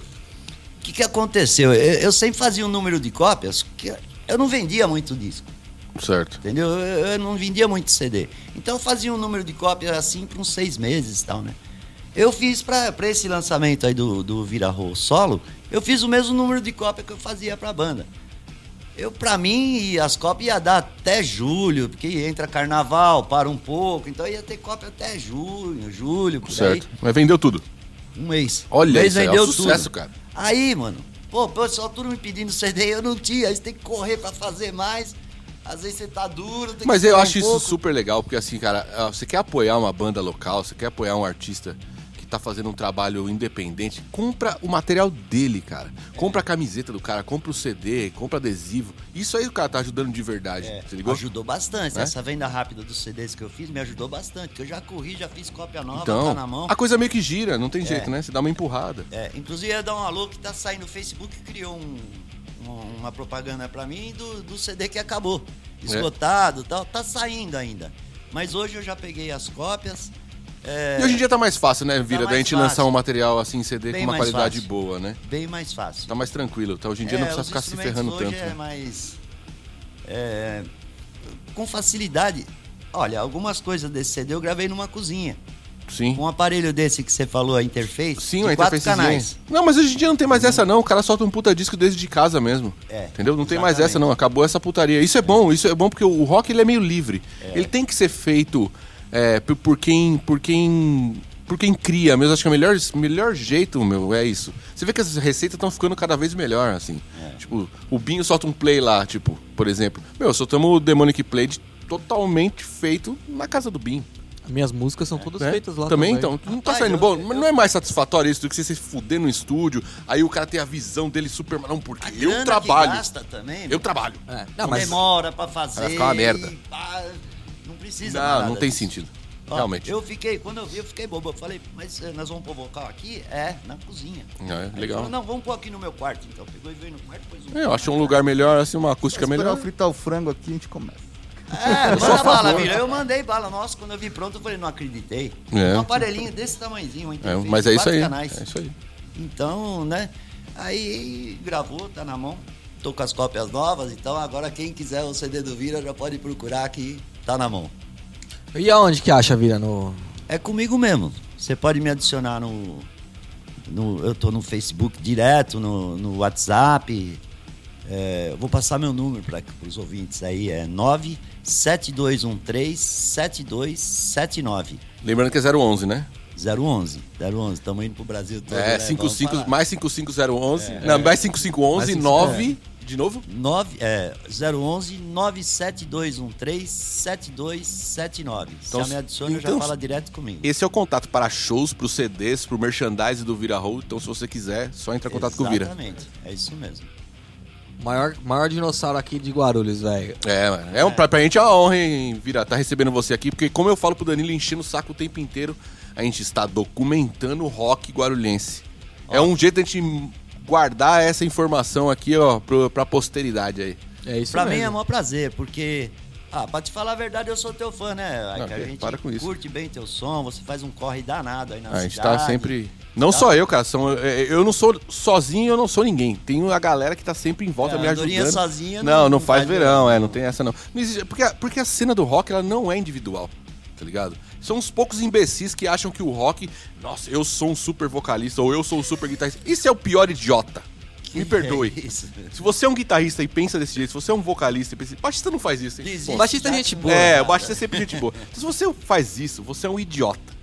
[SPEAKER 4] que, que aconteceu? Eu, eu sempre fazia um número de cópias, que eu não vendia muito disco.
[SPEAKER 3] Certo.
[SPEAKER 4] Entendeu? Eu, eu não vendia muito CD. Então eu fazia um número de cópias assim por uns seis meses e tal, né? Eu fiz pra pra esse lançamento aí do, do Vira Roll solo, eu fiz o mesmo número de cópia que eu fazia pra banda. Eu, pra mim, e as cópias ia dar até julho, porque entra carnaval, para um pouco, então ia ter cópia até junho, julho, por
[SPEAKER 3] Certo.
[SPEAKER 4] aí.
[SPEAKER 3] Mas vendeu tudo.
[SPEAKER 4] Um mês. um
[SPEAKER 3] Olha,
[SPEAKER 4] mês
[SPEAKER 3] isso aí, é
[SPEAKER 4] vendeu
[SPEAKER 3] um sucesso, cara.
[SPEAKER 4] Aí, mano, pô, o pessoal tudo me pedindo CD, eu não tinha, aí você tem que correr pra fazer mais. Às vezes você tá duro, tem que
[SPEAKER 3] Mas eu
[SPEAKER 4] esperar um
[SPEAKER 3] acho isso
[SPEAKER 4] pouco.
[SPEAKER 3] super legal, porque assim, cara, ah, você quer apoiar uma banda local, você quer apoiar um artista que tá fazendo um trabalho independente, compra o material dele, cara. Compra a camiseta do cara, compra o CD, compra adesivo. Isso aí o cara tá ajudando de verdade.
[SPEAKER 4] É,
[SPEAKER 3] Você ligou?
[SPEAKER 4] Ajudou bastante.
[SPEAKER 3] Né?
[SPEAKER 4] Essa venda rápida dos CDs que eu fiz me ajudou bastante. Porque eu já corri, já fiz cópia nova, tá
[SPEAKER 3] Então,
[SPEAKER 4] na mão.
[SPEAKER 3] a coisa meio que gira, não tem jeito, né? Você dá uma empurrada.
[SPEAKER 4] É, inclusive, eu ia dar um alô que tá saindo no Facebook que criou um- um- uma propaganda pra mim do, do CD que acabou.
[SPEAKER 3] É.
[SPEAKER 4] Esgotado e tal. Tá saindo ainda. Mas hoje eu já peguei as cópias. é,
[SPEAKER 3] E hoje em dia tá mais fácil, né, Vira, da
[SPEAKER 4] mais
[SPEAKER 3] gente
[SPEAKER 4] fácil.
[SPEAKER 3] lançar um material assim, CD
[SPEAKER 4] Bem
[SPEAKER 3] com uma
[SPEAKER 4] mais
[SPEAKER 3] qualidade
[SPEAKER 4] fácil.
[SPEAKER 3] boa, né?
[SPEAKER 4] Bem mais fácil.
[SPEAKER 3] Tá mais tranquilo, tá? Hoje em dia não
[SPEAKER 4] É,
[SPEAKER 3] precisa
[SPEAKER 4] os
[SPEAKER 3] ficar se
[SPEAKER 4] instrumentos
[SPEAKER 3] ferrando
[SPEAKER 4] hoje
[SPEAKER 3] tanto.
[SPEAKER 4] É
[SPEAKER 3] né?
[SPEAKER 4] mais. é, com facilidade. Olha, algumas coisas desse CD eu gravei numa cozinha.
[SPEAKER 3] Sim.
[SPEAKER 4] Um aparelho desse que você falou, a interface,
[SPEAKER 3] Sim,
[SPEAKER 4] de
[SPEAKER 3] a
[SPEAKER 4] quatro
[SPEAKER 3] interfacezinha.
[SPEAKER 4] canais.
[SPEAKER 3] Não, mas hoje em dia não tem mais essa não. O cara solta um puta disco desde de casa mesmo.
[SPEAKER 4] É,
[SPEAKER 3] Entendeu? Não tem mais
[SPEAKER 4] exatamente.
[SPEAKER 3] essa não. Acabou essa putaria. Isso é bom. Isso é bom porque o rock ele é meio livre. Ele tem que ser feito é, por, por quem, por quem, por quem cria. Mesmo acho que é o melhor, melhor jeito meu é isso. Você vê que as receitas estão ficando cada vez melhor assim.
[SPEAKER 4] É.
[SPEAKER 3] Tipo, o Binho solta um play lá, tipo, por exemplo. Meu, soltamos o Demonic Play de- totalmente feito na casa do Binho.
[SPEAKER 2] Minhas músicas são todas
[SPEAKER 3] Né?
[SPEAKER 2] feitas lá
[SPEAKER 3] também, então. Não tá
[SPEAKER 4] Rapaz,
[SPEAKER 3] saindo
[SPEAKER 4] eu-
[SPEAKER 3] bom, mas não é mais satisfatório isso do que você se fuder no estúdio, aí o cara tem a visão dele super não, porque
[SPEAKER 4] A grana
[SPEAKER 3] eu
[SPEAKER 4] que
[SPEAKER 3] trabalho.
[SPEAKER 4] gasta também,
[SPEAKER 3] Eu trabalho.
[SPEAKER 2] É, não, mas
[SPEAKER 4] demora pra fazer.
[SPEAKER 3] Vai ficar uma merda.
[SPEAKER 4] e pá, não precisa
[SPEAKER 3] Não,
[SPEAKER 4] nada
[SPEAKER 3] não tem
[SPEAKER 4] disso.
[SPEAKER 3] sentido.
[SPEAKER 4] Ó,
[SPEAKER 3] Realmente.
[SPEAKER 4] Eu fiquei, quando eu vi, eu fiquei bobo. Eu falei, mas eh, nós vamos pôr vocal aqui? É, na cozinha.
[SPEAKER 3] É,
[SPEAKER 4] Aí
[SPEAKER 3] legal.
[SPEAKER 4] falou, não, vamos pôr aqui no meu quarto. Então pegou e veio no quarto, pôs um.
[SPEAKER 3] É, Eu achei um lugar melhor, assim, uma acústica
[SPEAKER 5] Esperar eu
[SPEAKER 3] melhor.
[SPEAKER 5] fritar o frango aqui, a gente começa.
[SPEAKER 4] É,
[SPEAKER 3] Só
[SPEAKER 4] manda bala,
[SPEAKER 3] favor.
[SPEAKER 4] vira. Eu mandei bala. Nossa, quando eu vi pronto, eu falei, não acreditei.
[SPEAKER 3] É.
[SPEAKER 4] Um aparelhinho desse tamanhozinho, uma
[SPEAKER 3] É,
[SPEAKER 4] interface,
[SPEAKER 3] mas é isso
[SPEAKER 4] quatro
[SPEAKER 3] aí.
[SPEAKER 4] canais.
[SPEAKER 3] É isso aí.
[SPEAKER 4] Então, né? Aí gravou, tá na mão. Tô com as cópias novas, então agora quem quiser o CD do Vira já pode procurar que tá na mão.
[SPEAKER 2] E aonde que acha, Vira? No...
[SPEAKER 4] É comigo mesmo. Você pode me adicionar no. no- eu tô no Facebook direto, no, no WhatsApp. É, eu vou passar meu número para os ouvintes aí. É 97213-7279.
[SPEAKER 3] Lembrando que é 011, né?
[SPEAKER 4] 011. 011. Estamos indo pro Brasil todo.
[SPEAKER 3] É,
[SPEAKER 4] né? Vamos
[SPEAKER 3] 55,
[SPEAKER 4] falar.
[SPEAKER 3] mais 55011. Não, mais 5511,
[SPEAKER 4] Mais
[SPEAKER 3] 9. De novo?
[SPEAKER 4] 9, é, 011 97213 7279.
[SPEAKER 3] Então,
[SPEAKER 4] Se já me adiciona,
[SPEAKER 3] então-
[SPEAKER 4] já fala direto comigo.
[SPEAKER 3] Esse é o contato para shows, para os CDs, para o merchandise do Vira Roll. Então, se você quiser, só entra em contato com o Vira.
[SPEAKER 4] Exatamente, é isso mesmo.
[SPEAKER 2] Maior, maior dinossauro aqui de Guarulhos, velho.
[SPEAKER 3] É, mano. É um, pra, pra gente é uma honra, hein, Vira, tá recebendo você aqui, porque como eu falo pro Danilo, enchendo o saco o tempo inteiro, a gente está documentando o rock guarulhense. É um jeito da gente guardar essa informação aqui, ó, pro, pra posteridade aí.
[SPEAKER 2] É isso
[SPEAKER 4] Pra mim é
[SPEAKER 2] mesmo.
[SPEAKER 4] um maior prazer, porque. Ah, pra te falar a verdade, eu sou teu fã, né? Aí
[SPEAKER 3] Não,
[SPEAKER 4] que a
[SPEAKER 3] que-
[SPEAKER 4] gente
[SPEAKER 3] para com isso.
[SPEAKER 4] curte bem teu som, você faz um corre danado aí na
[SPEAKER 3] a
[SPEAKER 4] cidade.
[SPEAKER 3] gente tá sempre. Não só eu, cara. São, é, eu não sou sozinho, eu não sou ninguém. Tem a galera que tá sempre em volta
[SPEAKER 4] É,
[SPEAKER 3] me
[SPEAKER 4] a andorinha
[SPEAKER 3] ajudando.
[SPEAKER 4] sozinha
[SPEAKER 3] não, não, faz verão, é, não tem essa não. Não existe- porque, a- porque a cena do rock ela não é individual, tá ligado? São uns poucos imbecis que acham que o rock, nossa, eu sou um super vocalista ou eu sou um super guitarrista. Isso é o pior idiota. Me perdoe.
[SPEAKER 4] É isso.
[SPEAKER 3] Se você é um guitarrista e pensa desse jeito, se você é um vocalista e pensa. Baixista não faz isso, hein?
[SPEAKER 4] Desiste, né?
[SPEAKER 3] Pô,
[SPEAKER 2] Baixista é
[SPEAKER 4] já
[SPEAKER 2] gente
[SPEAKER 4] que-
[SPEAKER 2] boa.
[SPEAKER 3] é, o baixista é sempre gente boa. Então, se você faz isso, você é um idiota.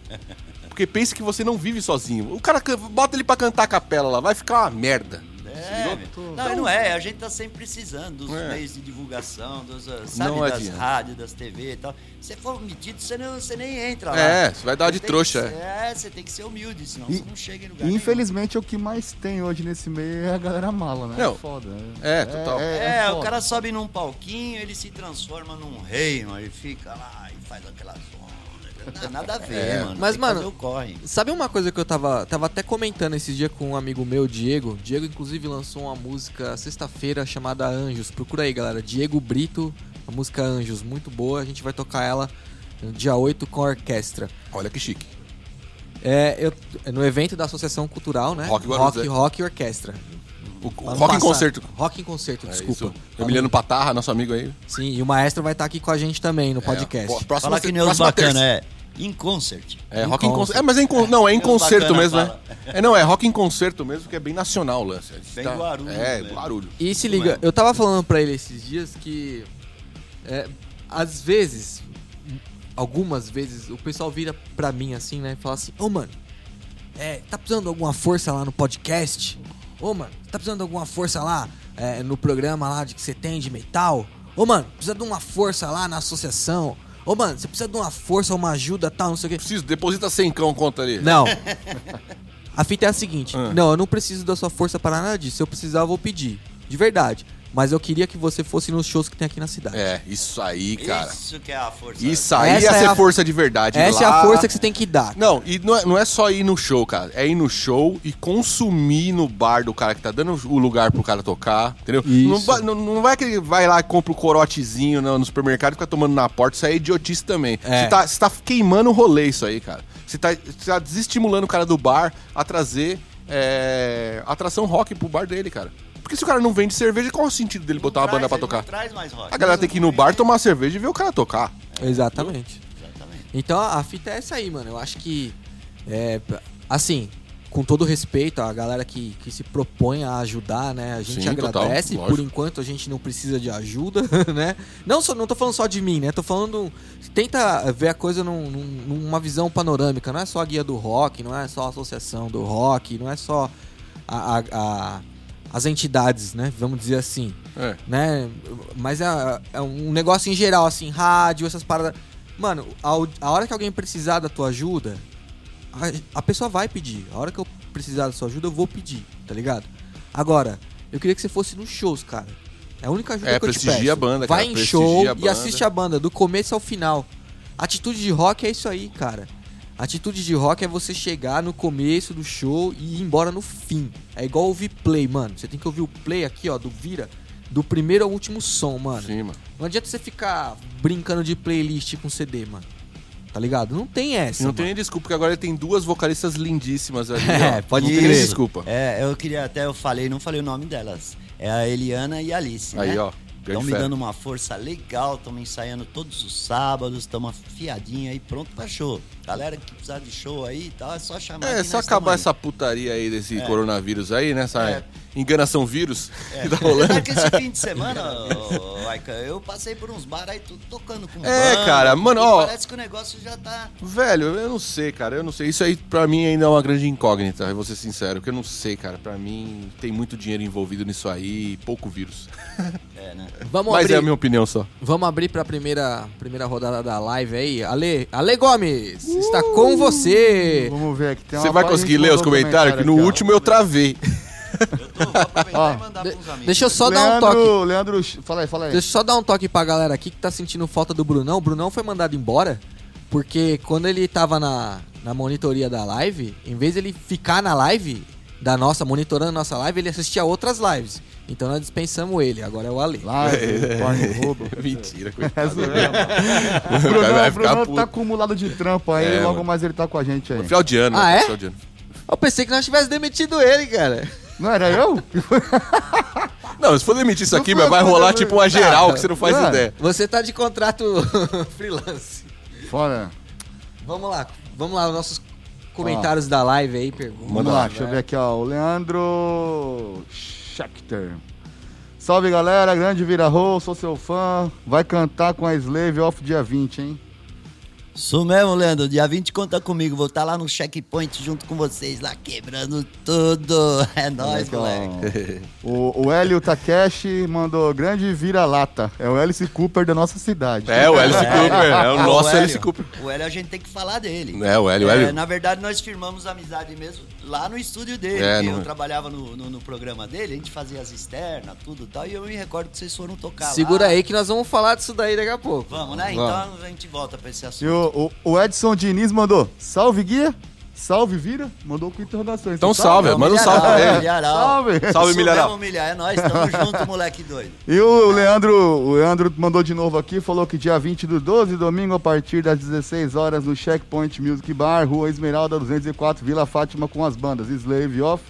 [SPEAKER 3] Porque pensa que você não vive sozinho. O cara can- bota ele pra cantar a capela lá, vai ficar uma merda.
[SPEAKER 4] É, meu. não, não é, a gente tá sempre precisando dos
[SPEAKER 3] É.
[SPEAKER 4] meios de divulgação, dos, uh, sabe,
[SPEAKER 3] Não
[SPEAKER 4] das
[SPEAKER 3] adianta.
[SPEAKER 4] rádios, das TV e tal. Você for metido, você, não, você nem entra lá.
[SPEAKER 3] É, você vai dar de
[SPEAKER 4] tem
[SPEAKER 3] trouxa,
[SPEAKER 4] que ser- É, você tem que ser humilde, senão
[SPEAKER 5] E-
[SPEAKER 4] você não chega em lugar
[SPEAKER 5] E,
[SPEAKER 4] nenhum.
[SPEAKER 5] infelizmente, é o que mais tem hoje nesse meio é a galera mala, né?
[SPEAKER 3] Não.
[SPEAKER 5] É foda.
[SPEAKER 3] É, total.
[SPEAKER 4] É, o
[SPEAKER 5] foda.
[SPEAKER 4] cara sobe num palquinho, ele se transforma num rei, mano, ele fica lá e faz aquela zona. Não, nada a ver,
[SPEAKER 3] É.
[SPEAKER 4] mano.
[SPEAKER 2] Mas,
[SPEAKER 4] tem que
[SPEAKER 2] mano,
[SPEAKER 4] fazer o corre.
[SPEAKER 2] Sabe uma coisa que eu tava, tava até comentando esse dia com um amigo meu, Diego? Diego, inclusive, lançou uma música sexta-feira chamada Anjos. Procura aí, galera. Diego Brito, a música Anjos, muito boa. A gente vai tocar ela no dia 8 com a orquestra.
[SPEAKER 3] Olha que chique.
[SPEAKER 2] É, eu, é no evento da Associação Cultural, né?
[SPEAKER 3] Rock Guarulhos,
[SPEAKER 2] Rock,
[SPEAKER 3] é.
[SPEAKER 2] Rock e Orquestra.
[SPEAKER 3] O, o rock em
[SPEAKER 2] Ano passado-
[SPEAKER 3] concerto. É
[SPEAKER 2] Rock em concerto,
[SPEAKER 4] É
[SPEAKER 2] desculpa.
[SPEAKER 3] Desculpa. Emiliano Patarra, nosso amigo aí.
[SPEAKER 2] Sim, e o maestro vai estar aqui com a gente também
[SPEAKER 3] É,
[SPEAKER 2] no podcast.
[SPEAKER 3] Pô, próxima,
[SPEAKER 4] Fala que nem os
[SPEAKER 3] próxima
[SPEAKER 4] bacana,
[SPEAKER 3] terça.
[SPEAKER 4] é. In concert.
[SPEAKER 3] É,
[SPEAKER 2] Em
[SPEAKER 3] rock em
[SPEAKER 2] concert.
[SPEAKER 3] concerto. É, mas é em, con- não, é em
[SPEAKER 4] Os
[SPEAKER 3] concerto
[SPEAKER 4] bacana
[SPEAKER 3] mesmo, né?
[SPEAKER 4] fala.
[SPEAKER 3] É, não, é rock em concerto mesmo, que é bem nacional o lance.
[SPEAKER 4] Bem Guarulhos,
[SPEAKER 3] É,
[SPEAKER 4] né?
[SPEAKER 3] Guarulhos.
[SPEAKER 2] E se liga, eu tava falando pra ele esses dias que é, às vezes, algumas vezes, o pessoal vira pra mim assim, né? E fala assim, ô mano, é, tá precisando de alguma força lá no podcast? Ô mano, tá precisando de alguma força lá é, no programa lá de que você tem de metal? Ô mano, precisa de uma força lá na associação? Ô mano, você precisa de uma força, uma ajuda tal, não sei o quê.
[SPEAKER 3] Preciso, deposita 100 cão, conta ali.
[SPEAKER 2] Não. A fita é a seguinte:
[SPEAKER 3] Ah.
[SPEAKER 2] não, eu não preciso da sua força para nada disso. Se eu precisar, eu vou pedir. De verdade. Mas eu queria que você fosse nos shows que tem aqui na cidade.
[SPEAKER 3] É, isso aí, cara.
[SPEAKER 4] Isso que é a força.
[SPEAKER 3] Isso aí
[SPEAKER 2] Essa
[SPEAKER 3] é
[SPEAKER 2] é
[SPEAKER 3] ser
[SPEAKER 2] a-
[SPEAKER 3] força de verdade.
[SPEAKER 2] Essa é
[SPEAKER 3] Lá-
[SPEAKER 2] a força que você tem que dar.
[SPEAKER 3] Não, e não é, não é só ir no show, cara. É ir no show e consumir no bar do cara que tá dando o lugar pro cara tocar, entendeu?
[SPEAKER 2] Isso.
[SPEAKER 3] Não, vai- não, não vai que ele vai lá e compra o corotezinho no, no supermercado e fica tomando na porta. Isso aí é idiotice também.
[SPEAKER 2] É.
[SPEAKER 3] Você tá, você tá queimando o rolê isso aí, cara. Você tá, você tá desestimulando o cara do bar a trazer é, atração rock pro bar dele, cara. Porque se o cara não vende cerveja, qual o sentido dele botar uma banda pra tocar?
[SPEAKER 4] Traz mais rock.
[SPEAKER 3] A galera tem que ir no bar, tomar cerveja e ver o cara tocar.
[SPEAKER 2] Exatamente.
[SPEAKER 4] Exatamente.
[SPEAKER 2] Então a a fita é essa aí, mano. Eu acho que. é, p- assim, com todo respeito à galera que, que se propõe a ajudar, né? A gente
[SPEAKER 3] Sim, total,
[SPEAKER 2] agradece. por
[SPEAKER 3] lógico.
[SPEAKER 2] enquanto a gente não precisa de ajuda, né? Não, só, não tô falando só de mim, né? Tô falando. Tenta ver a coisa num- num- numa visão panorâmica. Não é só a guia do rock, não é só a associação do rock, não é só a- a- a- as entidades, né? Vamos dizer assim
[SPEAKER 3] É.
[SPEAKER 2] né? Mas é, é um negócio em geral, assim, rádio, essas paradas. Mano, a, o- a hora que alguém precisar da tua ajuda, a, a pessoa vai pedir. A hora que eu precisar da sua ajuda, eu vou pedir, tá ligado? Agora, eu queria que você fosse nos shows, cara. É a única ajuda
[SPEAKER 3] É,
[SPEAKER 2] que eu te
[SPEAKER 3] prestigia
[SPEAKER 2] peço.
[SPEAKER 3] a banda,
[SPEAKER 2] Vai
[SPEAKER 3] cara,
[SPEAKER 2] em
[SPEAKER 3] prestigia
[SPEAKER 2] show
[SPEAKER 3] a
[SPEAKER 2] e
[SPEAKER 3] banda.
[SPEAKER 2] assiste a banda, do começo ao final. Atitude de rock é isso aí, cara. Atitude de rock é você chegar no começo do show e ir embora no fim. É igual ouvir play, mano. Você tem que ouvir o play aqui, ó, do vira, do primeiro ao último som, mano.
[SPEAKER 3] Sim, mano.
[SPEAKER 2] Não adianta você ficar brincando de playlist com CD, mano. Tá ligado? Não tem essa.
[SPEAKER 3] Não
[SPEAKER 2] mano.
[SPEAKER 3] tem nem desculpa, porque agora ele tem duas vocalistas lindíssimas ali.
[SPEAKER 2] É,
[SPEAKER 3] ó.
[SPEAKER 2] pode
[SPEAKER 3] não tem
[SPEAKER 2] crer.
[SPEAKER 3] nem desculpa.
[SPEAKER 4] É, eu queria até, eu falei, não falei o nome delas. É a Eliana e a Alice.
[SPEAKER 3] Aí,
[SPEAKER 4] né?
[SPEAKER 3] ó.
[SPEAKER 4] Estão
[SPEAKER 3] Grande
[SPEAKER 4] me
[SPEAKER 3] fera.
[SPEAKER 4] dando uma força legal, estão me ensaiando todos os sábados, estamos afiadinha aí, pronto pra show. Galera que precisar de show aí e tal, é só chamar.
[SPEAKER 3] É,
[SPEAKER 4] que
[SPEAKER 3] só
[SPEAKER 4] nós
[SPEAKER 3] acabar
[SPEAKER 4] tamo
[SPEAKER 3] essa putaria aí desse
[SPEAKER 2] É.
[SPEAKER 3] coronavírus aí, né? Essa enganação vírus
[SPEAKER 4] aí.
[SPEAKER 3] que tá
[SPEAKER 4] É.
[SPEAKER 3] rolando.
[SPEAKER 4] Apesar que esse fim de semana, ô, Aika, eu passei por uns bar aí, tudo tocando com
[SPEAKER 3] É,
[SPEAKER 4] banda,
[SPEAKER 3] cara, mano,
[SPEAKER 4] tudo,
[SPEAKER 3] ó.
[SPEAKER 4] Parece que o negócio já tá...
[SPEAKER 3] Velho, eu não sei, cara. Eu não sei. Isso aí, pra mim, ainda é uma grande incógnita, eu vou ser sincero. Porque eu não sei, cara. Pra mim, tem muito dinheiro envolvido nisso aí e pouco vírus.
[SPEAKER 4] É, né?
[SPEAKER 2] Vamos
[SPEAKER 3] Mas
[SPEAKER 2] abrir,
[SPEAKER 3] é a minha opinião só.
[SPEAKER 2] vamos abrir pra primeira, primeira rodada da live aí. Ale, Ale Gomes, está com você.
[SPEAKER 5] Vamos ver aqui. Tem
[SPEAKER 3] Você
[SPEAKER 5] uma
[SPEAKER 3] vai
[SPEAKER 5] parte que
[SPEAKER 3] conseguir
[SPEAKER 5] a gente
[SPEAKER 3] ler os
[SPEAKER 5] mandou
[SPEAKER 3] comentários? Que no
[SPEAKER 5] aqui, ó.
[SPEAKER 3] último eu travei.
[SPEAKER 4] Eu tô, vou aproveitar
[SPEAKER 5] Ó,
[SPEAKER 4] e mandar
[SPEAKER 2] De-
[SPEAKER 4] pros amigos.
[SPEAKER 2] deixa eu só dar um
[SPEAKER 5] Leandro,
[SPEAKER 2] toque.
[SPEAKER 5] Leandro, fala aí, fala aí.
[SPEAKER 2] Deixa eu só dar um toque pra galera aqui que tá sentindo falta do Brunão. O Brunão foi mandado embora porque quando ele tava na, na monitoria da live, em vez de ele ficar na live da nossa, monitorando a nossa live, ele assistia outras lives. Então nós dispensamos ele, agora é o Ale.
[SPEAKER 5] Live, Pornhub.
[SPEAKER 3] Mentira, coitado.
[SPEAKER 5] Essa mesmo.
[SPEAKER 3] O
[SPEAKER 5] Bruno,
[SPEAKER 3] cara vai ficar
[SPEAKER 5] Bruno
[SPEAKER 3] puto.
[SPEAKER 5] tá acumulado de trampo aí,
[SPEAKER 3] É,
[SPEAKER 5] logo
[SPEAKER 3] mano.
[SPEAKER 5] mais ele tá com a gente aí.
[SPEAKER 3] Final de ano,
[SPEAKER 2] Ah,
[SPEAKER 3] né?
[SPEAKER 2] é?
[SPEAKER 3] Final de ano.
[SPEAKER 2] Eu pensei que nós tivesse demitido ele, cara.
[SPEAKER 5] Não era eu?
[SPEAKER 3] Não, se for demitir isso
[SPEAKER 5] Não
[SPEAKER 3] aqui,
[SPEAKER 5] foi,
[SPEAKER 3] meu, vai
[SPEAKER 5] não
[SPEAKER 3] rolar
[SPEAKER 5] foi.
[SPEAKER 3] tipo uma geral
[SPEAKER 5] Cara,
[SPEAKER 2] tá
[SPEAKER 3] que você não faz
[SPEAKER 5] mano.
[SPEAKER 3] ideia.
[SPEAKER 2] Você tá de contrato freelance.
[SPEAKER 5] Fora.
[SPEAKER 2] Vamos lá, vamos lá, os nossos comentários da live aí, pergunta.
[SPEAKER 5] Vamos
[SPEAKER 3] Manda
[SPEAKER 5] lá,
[SPEAKER 3] lá,
[SPEAKER 5] deixa eu ver aqui, ó. O Leandro Schecter. Salve galera, grande vira roll sou seu fã. Vai cantar com a Slave Off dia 20, hein?
[SPEAKER 4] Isso mesmo, Leandro. Dia 20 conta comigo. Vou estar lá no checkpoint junto com vocês, lá quebrando tudo. É nóis,
[SPEAKER 5] Então,
[SPEAKER 4] moleque.
[SPEAKER 5] O, o Hélio Takeshi mandou grande vira-lata. É o Alice Cooper da nossa cidade.
[SPEAKER 3] É, o Alice Cooper. É o nosso
[SPEAKER 4] Hélio.
[SPEAKER 3] Alice Cooper.
[SPEAKER 4] O Hélio a gente tem que falar dele.
[SPEAKER 3] É, o Hélio, o
[SPEAKER 4] É,
[SPEAKER 3] Hélio.
[SPEAKER 4] na verdade, nós firmamos amizade mesmo lá no estúdio dele.
[SPEAKER 3] É,
[SPEAKER 4] que
[SPEAKER 3] não-
[SPEAKER 4] Eu trabalhava no, no- no programa dele, a gente fazia as externas, tudo e tal. E eu me recordo que vocês foram tocar lá.
[SPEAKER 2] Segura aí que nós vamos falar disso daí daqui a pouco.
[SPEAKER 4] Vamos, né?
[SPEAKER 2] Vamos.
[SPEAKER 4] Então a gente volta pra esse
[SPEAKER 5] E
[SPEAKER 4] assunto.
[SPEAKER 5] o, o- o Edson Diniz mandou salve guia, salve vira, mandou com interrogações.
[SPEAKER 3] Então
[SPEAKER 5] Você
[SPEAKER 3] salve, manda um salve pra
[SPEAKER 4] Milharal,
[SPEAKER 3] ele.
[SPEAKER 4] Milharal.
[SPEAKER 5] Salve.
[SPEAKER 3] Salve,
[SPEAKER 4] Isso
[SPEAKER 3] Milharal.
[SPEAKER 4] mesmo, Milhar. É nóis, tamo junto, moleque doido.
[SPEAKER 5] E o Leandro, o Leandro mandou de novo aqui, falou que dia 20 do 12, domingo, a partir das 16 horas, no Checkpoint Music Bar, Rua Esmeralda 204, Vila Fátima, com as bandas Slave Off,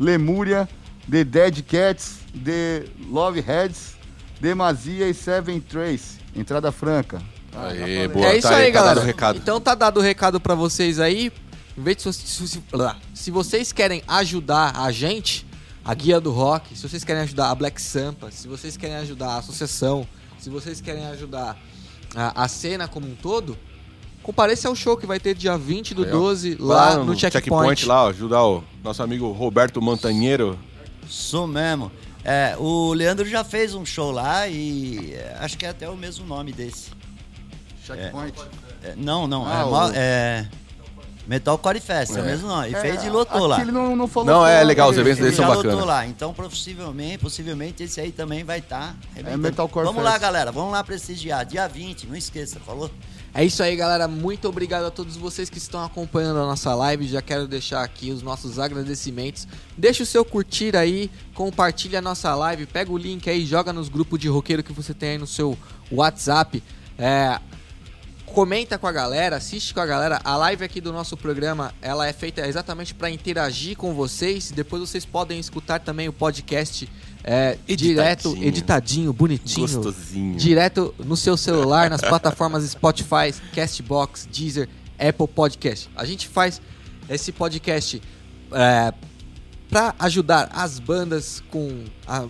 [SPEAKER 5] Lemúria, The Dead Cats, The Love Heads, Demasia e Seven Trace. Entrada franca.
[SPEAKER 3] Aê,
[SPEAKER 2] É
[SPEAKER 3] boa.
[SPEAKER 2] isso
[SPEAKER 3] tá
[SPEAKER 2] aí,
[SPEAKER 3] tá
[SPEAKER 2] galera.
[SPEAKER 3] dado o recado.
[SPEAKER 2] Então tá dado o recado pra vocês aí. Em vez de so- se, se- lá. se vocês querem ajudar a gente, a Guia do Rock, se vocês querem ajudar a Black Sampa, se vocês querem ajudar a associação, se vocês querem ajudar a, a cena como um todo, compareça ao show que vai ter dia 20 do
[SPEAKER 3] Aí, ó.
[SPEAKER 2] 12 lá no, Checkpoint.
[SPEAKER 3] lá, ó, ajudar o nosso amigo Roberto Montanheiro.
[SPEAKER 4] Isso mesmo. É, o Leandro já fez um show lá e é, acho que é até o mesmo nome desse.
[SPEAKER 5] Checkpoint.
[SPEAKER 4] É, não, não.
[SPEAKER 5] Ah,
[SPEAKER 4] é,
[SPEAKER 5] o-
[SPEAKER 4] mo- é Metalcore Fest, é o mesmo nome. E fez e lotou lá.
[SPEAKER 5] Ele É, não, não falou.
[SPEAKER 3] Não, é
[SPEAKER 5] nada,
[SPEAKER 3] legal, os
[SPEAKER 5] ele-
[SPEAKER 3] eventos
[SPEAKER 4] Ele
[SPEAKER 3] dele
[SPEAKER 4] já
[SPEAKER 3] são
[SPEAKER 4] lotou
[SPEAKER 3] bacanas.
[SPEAKER 4] lá. Então, possivelmente, possivelmente esse aí também vai estar.
[SPEAKER 5] Metalcore
[SPEAKER 4] Vamos
[SPEAKER 5] Fest.
[SPEAKER 4] lá, galera. Vamos lá prestigiar. Dia 20, não esqueça, falou?
[SPEAKER 2] É isso aí, galera. Muito obrigado a todos vocês que estão acompanhando a nossa live. Já quero deixar aqui os nossos agradecimentos. Deixa o seu curtir aí, compartilha a nossa live, pega o link aí, joga nos grupos de roqueiro que você tem aí no seu WhatsApp. É, comenta com a galera, assiste com a galera. A live aqui do nosso programa, ela é feita exatamente para interagir com vocês. Depois vocês podem escutar também o podcast é, direto,
[SPEAKER 3] Editadinho.
[SPEAKER 2] editadinho, bonitinho.
[SPEAKER 3] Gostosinho.
[SPEAKER 2] Direto no seu celular, nas plataformas Spotify, Castbox, Deezer, Apple Podcast. A gente faz esse podcast é, para ajudar as bandas com. a-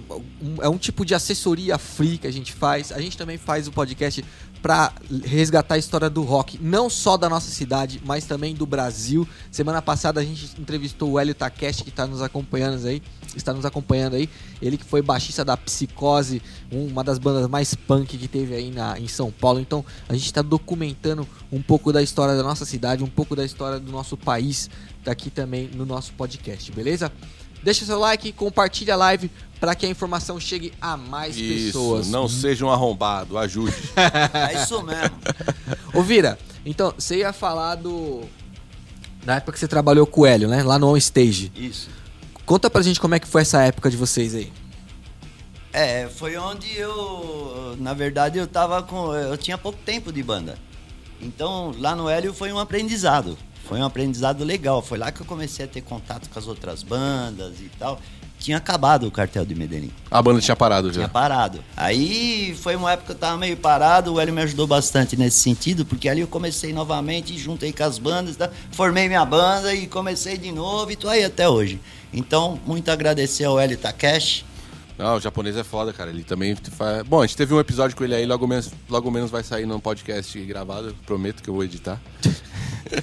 [SPEAKER 2] um- é um tipo de assessoria free que a gente faz. A gente também faz o podcast para resgatar a história do rock, não só da nossa cidade, mas também do Brasil. Semana passada a gente entrevistou o Hélio Takeshi, que está nos acompanhando aí. Está nos acompanhando aí. Ele que foi baixista da Psicose, um, uma das bandas mais punk que teve aí na, em São Paulo. Então a gente está documentando um pouco da história da nossa cidade, um pouco da história do nosso país, daqui também no nosso podcast, beleza? Deixa seu like, compartilha a live para que a informação chegue a mais
[SPEAKER 3] Isso,
[SPEAKER 2] pessoas.
[SPEAKER 3] não seja um arrombado, ajude.
[SPEAKER 4] É isso mesmo.
[SPEAKER 2] Ô Vira, então, você ia falar do. Da época que você trabalhou com o Hélio, né? Lá no On Stage.
[SPEAKER 4] Isso.
[SPEAKER 2] Conta pra gente como é que foi essa época de vocês aí.
[SPEAKER 4] É, foi onde eu, na verdade, eu tava com, eu tinha pouco tempo de banda. Então, lá no Hélio foi um aprendizado. Foi um aprendizado legal. Foi lá que eu comecei a ter contato com as outras bandas e tal. Tinha acabado o cartel de Medellín.
[SPEAKER 3] A banda tinha parado
[SPEAKER 4] Tinha
[SPEAKER 3] já.
[SPEAKER 4] parado. Aí foi uma época que eu tava meio parado, o Hélio me ajudou bastante nesse sentido, porque ali eu comecei novamente, juntei com as bandas, tá? formei minha banda e comecei de novo e tô aí até hoje. Então, muito agradecer ao Hélio Takeshi.
[SPEAKER 3] Não, o japonês é foda, cara. Ele também faz. Bom, a gente teve um episódio com ele aí, logo menos, logo menos vai sair num podcast gravado. Prometo que eu vou editar.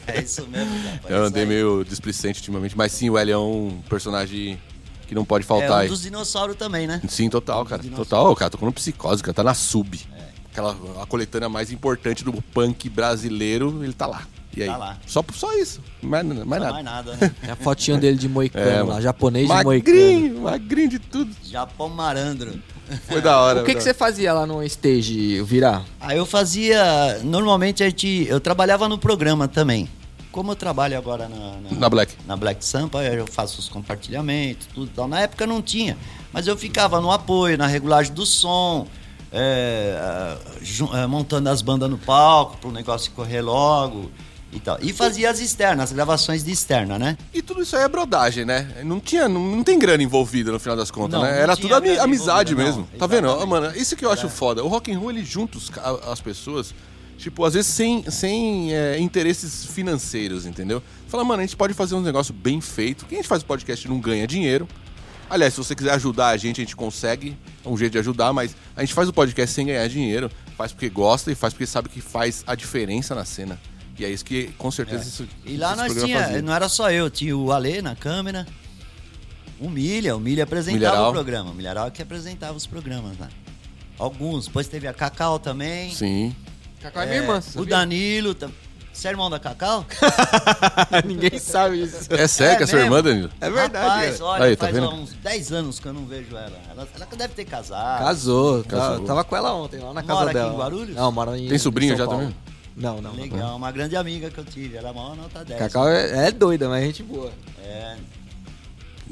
[SPEAKER 4] É isso mesmo, rapaz.
[SPEAKER 3] Eu andei
[SPEAKER 4] Isso aí.
[SPEAKER 3] meio displicente ultimamente, mas sim, o Hélio é um personagem que não pode
[SPEAKER 4] É
[SPEAKER 3] faltar
[SPEAKER 4] um
[SPEAKER 3] aí.
[SPEAKER 4] dos dinossauros também, né?
[SPEAKER 3] Sim, total, cara. Total, cara, tô com psicose, cara. Tá na sub.
[SPEAKER 4] É.
[SPEAKER 3] Aquela a coletânea mais importante do punk brasileiro, ele tá lá. E aí?
[SPEAKER 4] Tá lá.
[SPEAKER 3] Só, só isso. Mais, mais
[SPEAKER 4] Não é
[SPEAKER 3] nada.
[SPEAKER 4] mais nada, né?
[SPEAKER 2] Tem a fotinha dele de moicano
[SPEAKER 3] É,
[SPEAKER 2] lá,
[SPEAKER 3] mano.
[SPEAKER 2] japonês de moicano.
[SPEAKER 3] Magrinho, magrinho de tudo.
[SPEAKER 4] Japão marandro.
[SPEAKER 3] Foi da hora.
[SPEAKER 2] O que,
[SPEAKER 3] da
[SPEAKER 2] que
[SPEAKER 3] hora.
[SPEAKER 2] você fazia lá no On Stage, Vira?
[SPEAKER 4] Aí eu fazia. Normalmente a gente, eu trabalhava no programa também. Como eu trabalho agora na, na,
[SPEAKER 3] Na Black.
[SPEAKER 4] na Black Sampa, eu faço os compartilhamentos, tudo e tal. Na época não tinha, mas eu ficava no apoio, na regulagem do som, é, ah, ju- eh, montando as bandas no palco para o negócio correr logo e tal. E fazia as externas, as gravações de externa, né?
[SPEAKER 3] E tudo isso aí é brodagem, né? Não, tinha, não, não tem grana envolvida no final das contas,
[SPEAKER 4] Não,
[SPEAKER 3] né?
[SPEAKER 4] não
[SPEAKER 3] Era
[SPEAKER 4] tinha
[SPEAKER 3] tudo ami-
[SPEAKER 4] grana
[SPEAKER 3] amizade
[SPEAKER 4] envolvida,
[SPEAKER 3] mesmo.
[SPEAKER 4] não.
[SPEAKER 3] Tá vendo?
[SPEAKER 4] Exatamente. É.
[SPEAKER 3] Ó, Mano, isso que eu acho foda. O rock and roll, ele junta os ca- as pessoas Tipo, às vezes sem, sem é, interesses financeiros, entendeu? Fala, mano, a gente pode fazer um negócio bem feito. Quem a gente faz o podcast não ganha dinheiro. Aliás, se você quiser ajudar a gente, a gente consegue. É um jeito de ajudar, mas a gente faz o podcast sem ganhar dinheiro. Faz porque gosta e faz porque sabe que faz a diferença na cena. E é isso que, com certeza, isso.
[SPEAKER 4] E lá
[SPEAKER 3] esse
[SPEAKER 4] nós
[SPEAKER 3] programa
[SPEAKER 4] tinha,
[SPEAKER 3] fazia.
[SPEAKER 4] não era só eu, tinha o Ale na câmera, o Milha, o Milha apresentava
[SPEAKER 3] Milharal.
[SPEAKER 4] o programa, o Milharal que apresentava os programas lá. Alguns, depois teve a Cacau também.
[SPEAKER 3] Sim.
[SPEAKER 2] Cacau é, minha irmã.
[SPEAKER 4] o
[SPEAKER 2] sabia?
[SPEAKER 4] Danilo, tam- você é irmão da Cacau?
[SPEAKER 2] Ninguém sabe isso.
[SPEAKER 3] É sério que é sua
[SPEAKER 4] mesmo?
[SPEAKER 3] irmã, Danilo?
[SPEAKER 2] É verdade,
[SPEAKER 4] Rapaz,
[SPEAKER 2] é.
[SPEAKER 4] olha,
[SPEAKER 3] Aí, tá
[SPEAKER 4] faz
[SPEAKER 3] vendo?
[SPEAKER 4] ó, uns 10 anos que eu não vejo ela. Ela, ela deve ter casado.
[SPEAKER 2] Casou, tá-
[SPEAKER 3] Casou.
[SPEAKER 2] tava com ela ontem lá na casa
[SPEAKER 4] Mora aqui
[SPEAKER 2] dela.
[SPEAKER 4] em Guarulhos?
[SPEAKER 2] Não, mora em
[SPEAKER 3] Tem sobrinho
[SPEAKER 2] em São
[SPEAKER 3] já
[SPEAKER 2] Paulo.
[SPEAKER 3] também?
[SPEAKER 2] Não, não.
[SPEAKER 4] Legal, um uma grande amiga que eu tive. Ela é a maior nota 10.
[SPEAKER 2] Cacau é, é doida, mas é gente boa.
[SPEAKER 4] É.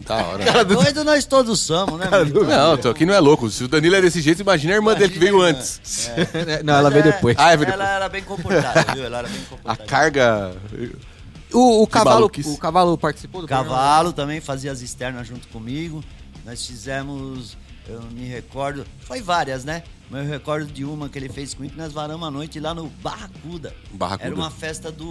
[SPEAKER 3] Da hora.
[SPEAKER 4] Doido nós todos somos, né, Milton?
[SPEAKER 3] Não, tô aqui não é louco. Se o Danilo é desse jeito, imagina a irmã dele que veio antes.
[SPEAKER 2] não, ela
[SPEAKER 4] Mas
[SPEAKER 2] veio
[SPEAKER 4] é-
[SPEAKER 2] depois.
[SPEAKER 3] Ah, é, veio
[SPEAKER 4] Ela era bem comportada, viu? Ela era bem
[SPEAKER 3] A
[SPEAKER 4] comportada.
[SPEAKER 3] carga.
[SPEAKER 2] O, o cavalo,
[SPEAKER 3] maluquice.
[SPEAKER 2] o cavalo participou do programa?
[SPEAKER 4] Cavalo também fazia as externas junto comigo. Nós fizemos, eu me recordo, foi várias, né? Mas eu recordo de uma que ele fez comigo, que nós varamos a noite lá no Barracuda.
[SPEAKER 3] Barracuda.
[SPEAKER 4] Era uma festa do,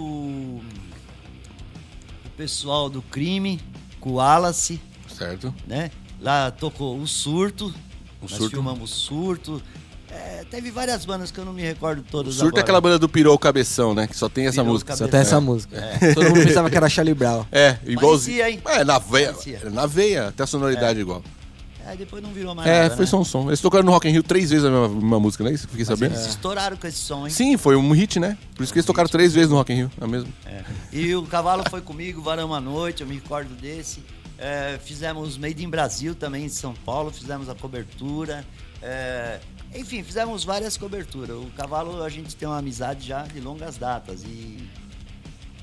[SPEAKER 4] do pessoal do crime, com o Wallace,
[SPEAKER 3] Certo?
[SPEAKER 4] né? Lá tocou o Surto, nós
[SPEAKER 3] Surto.
[SPEAKER 4] filmamos o Surto. É, teve várias bandas que eu não me recordo
[SPEAKER 3] O
[SPEAKER 4] todas
[SPEAKER 3] surto é
[SPEAKER 4] agora.
[SPEAKER 3] aquela banda do Pirou Cabeção, né? Que só tem essa
[SPEAKER 4] Pirou
[SPEAKER 3] música.
[SPEAKER 2] Só tem
[SPEAKER 4] É.
[SPEAKER 2] essa música. Todo mundo pensava que era Charlie Brown.
[SPEAKER 3] É, igualzinho.
[SPEAKER 4] Parecia, hein?
[SPEAKER 3] É, na veia.
[SPEAKER 4] Parecia.
[SPEAKER 3] Na veia, até a sonoridade igual.
[SPEAKER 4] É, depois não virou mais
[SPEAKER 3] É,
[SPEAKER 4] nada,
[SPEAKER 3] foi
[SPEAKER 4] né?
[SPEAKER 3] só um som. Eles tocaram no Rock in Rio três vezes a mesma, mesma música, não é isso? que eu Fiquei
[SPEAKER 4] Mas
[SPEAKER 3] sabendo.
[SPEAKER 4] eles estouraram com esse som, hein?
[SPEAKER 3] Sim, foi um hit, né? Por isso que eles tocaram três vezes no Rock in Rio, a mesma.
[SPEAKER 4] É. E o cavalo foi comigo, varamos a noite, eu me recordo desse. É, fizemos Made in Brasil também em São Paulo, fizemos a cobertura. É, enfim, fizemos várias coberturas. O cavalo a gente tem uma amizade já de longas datas. E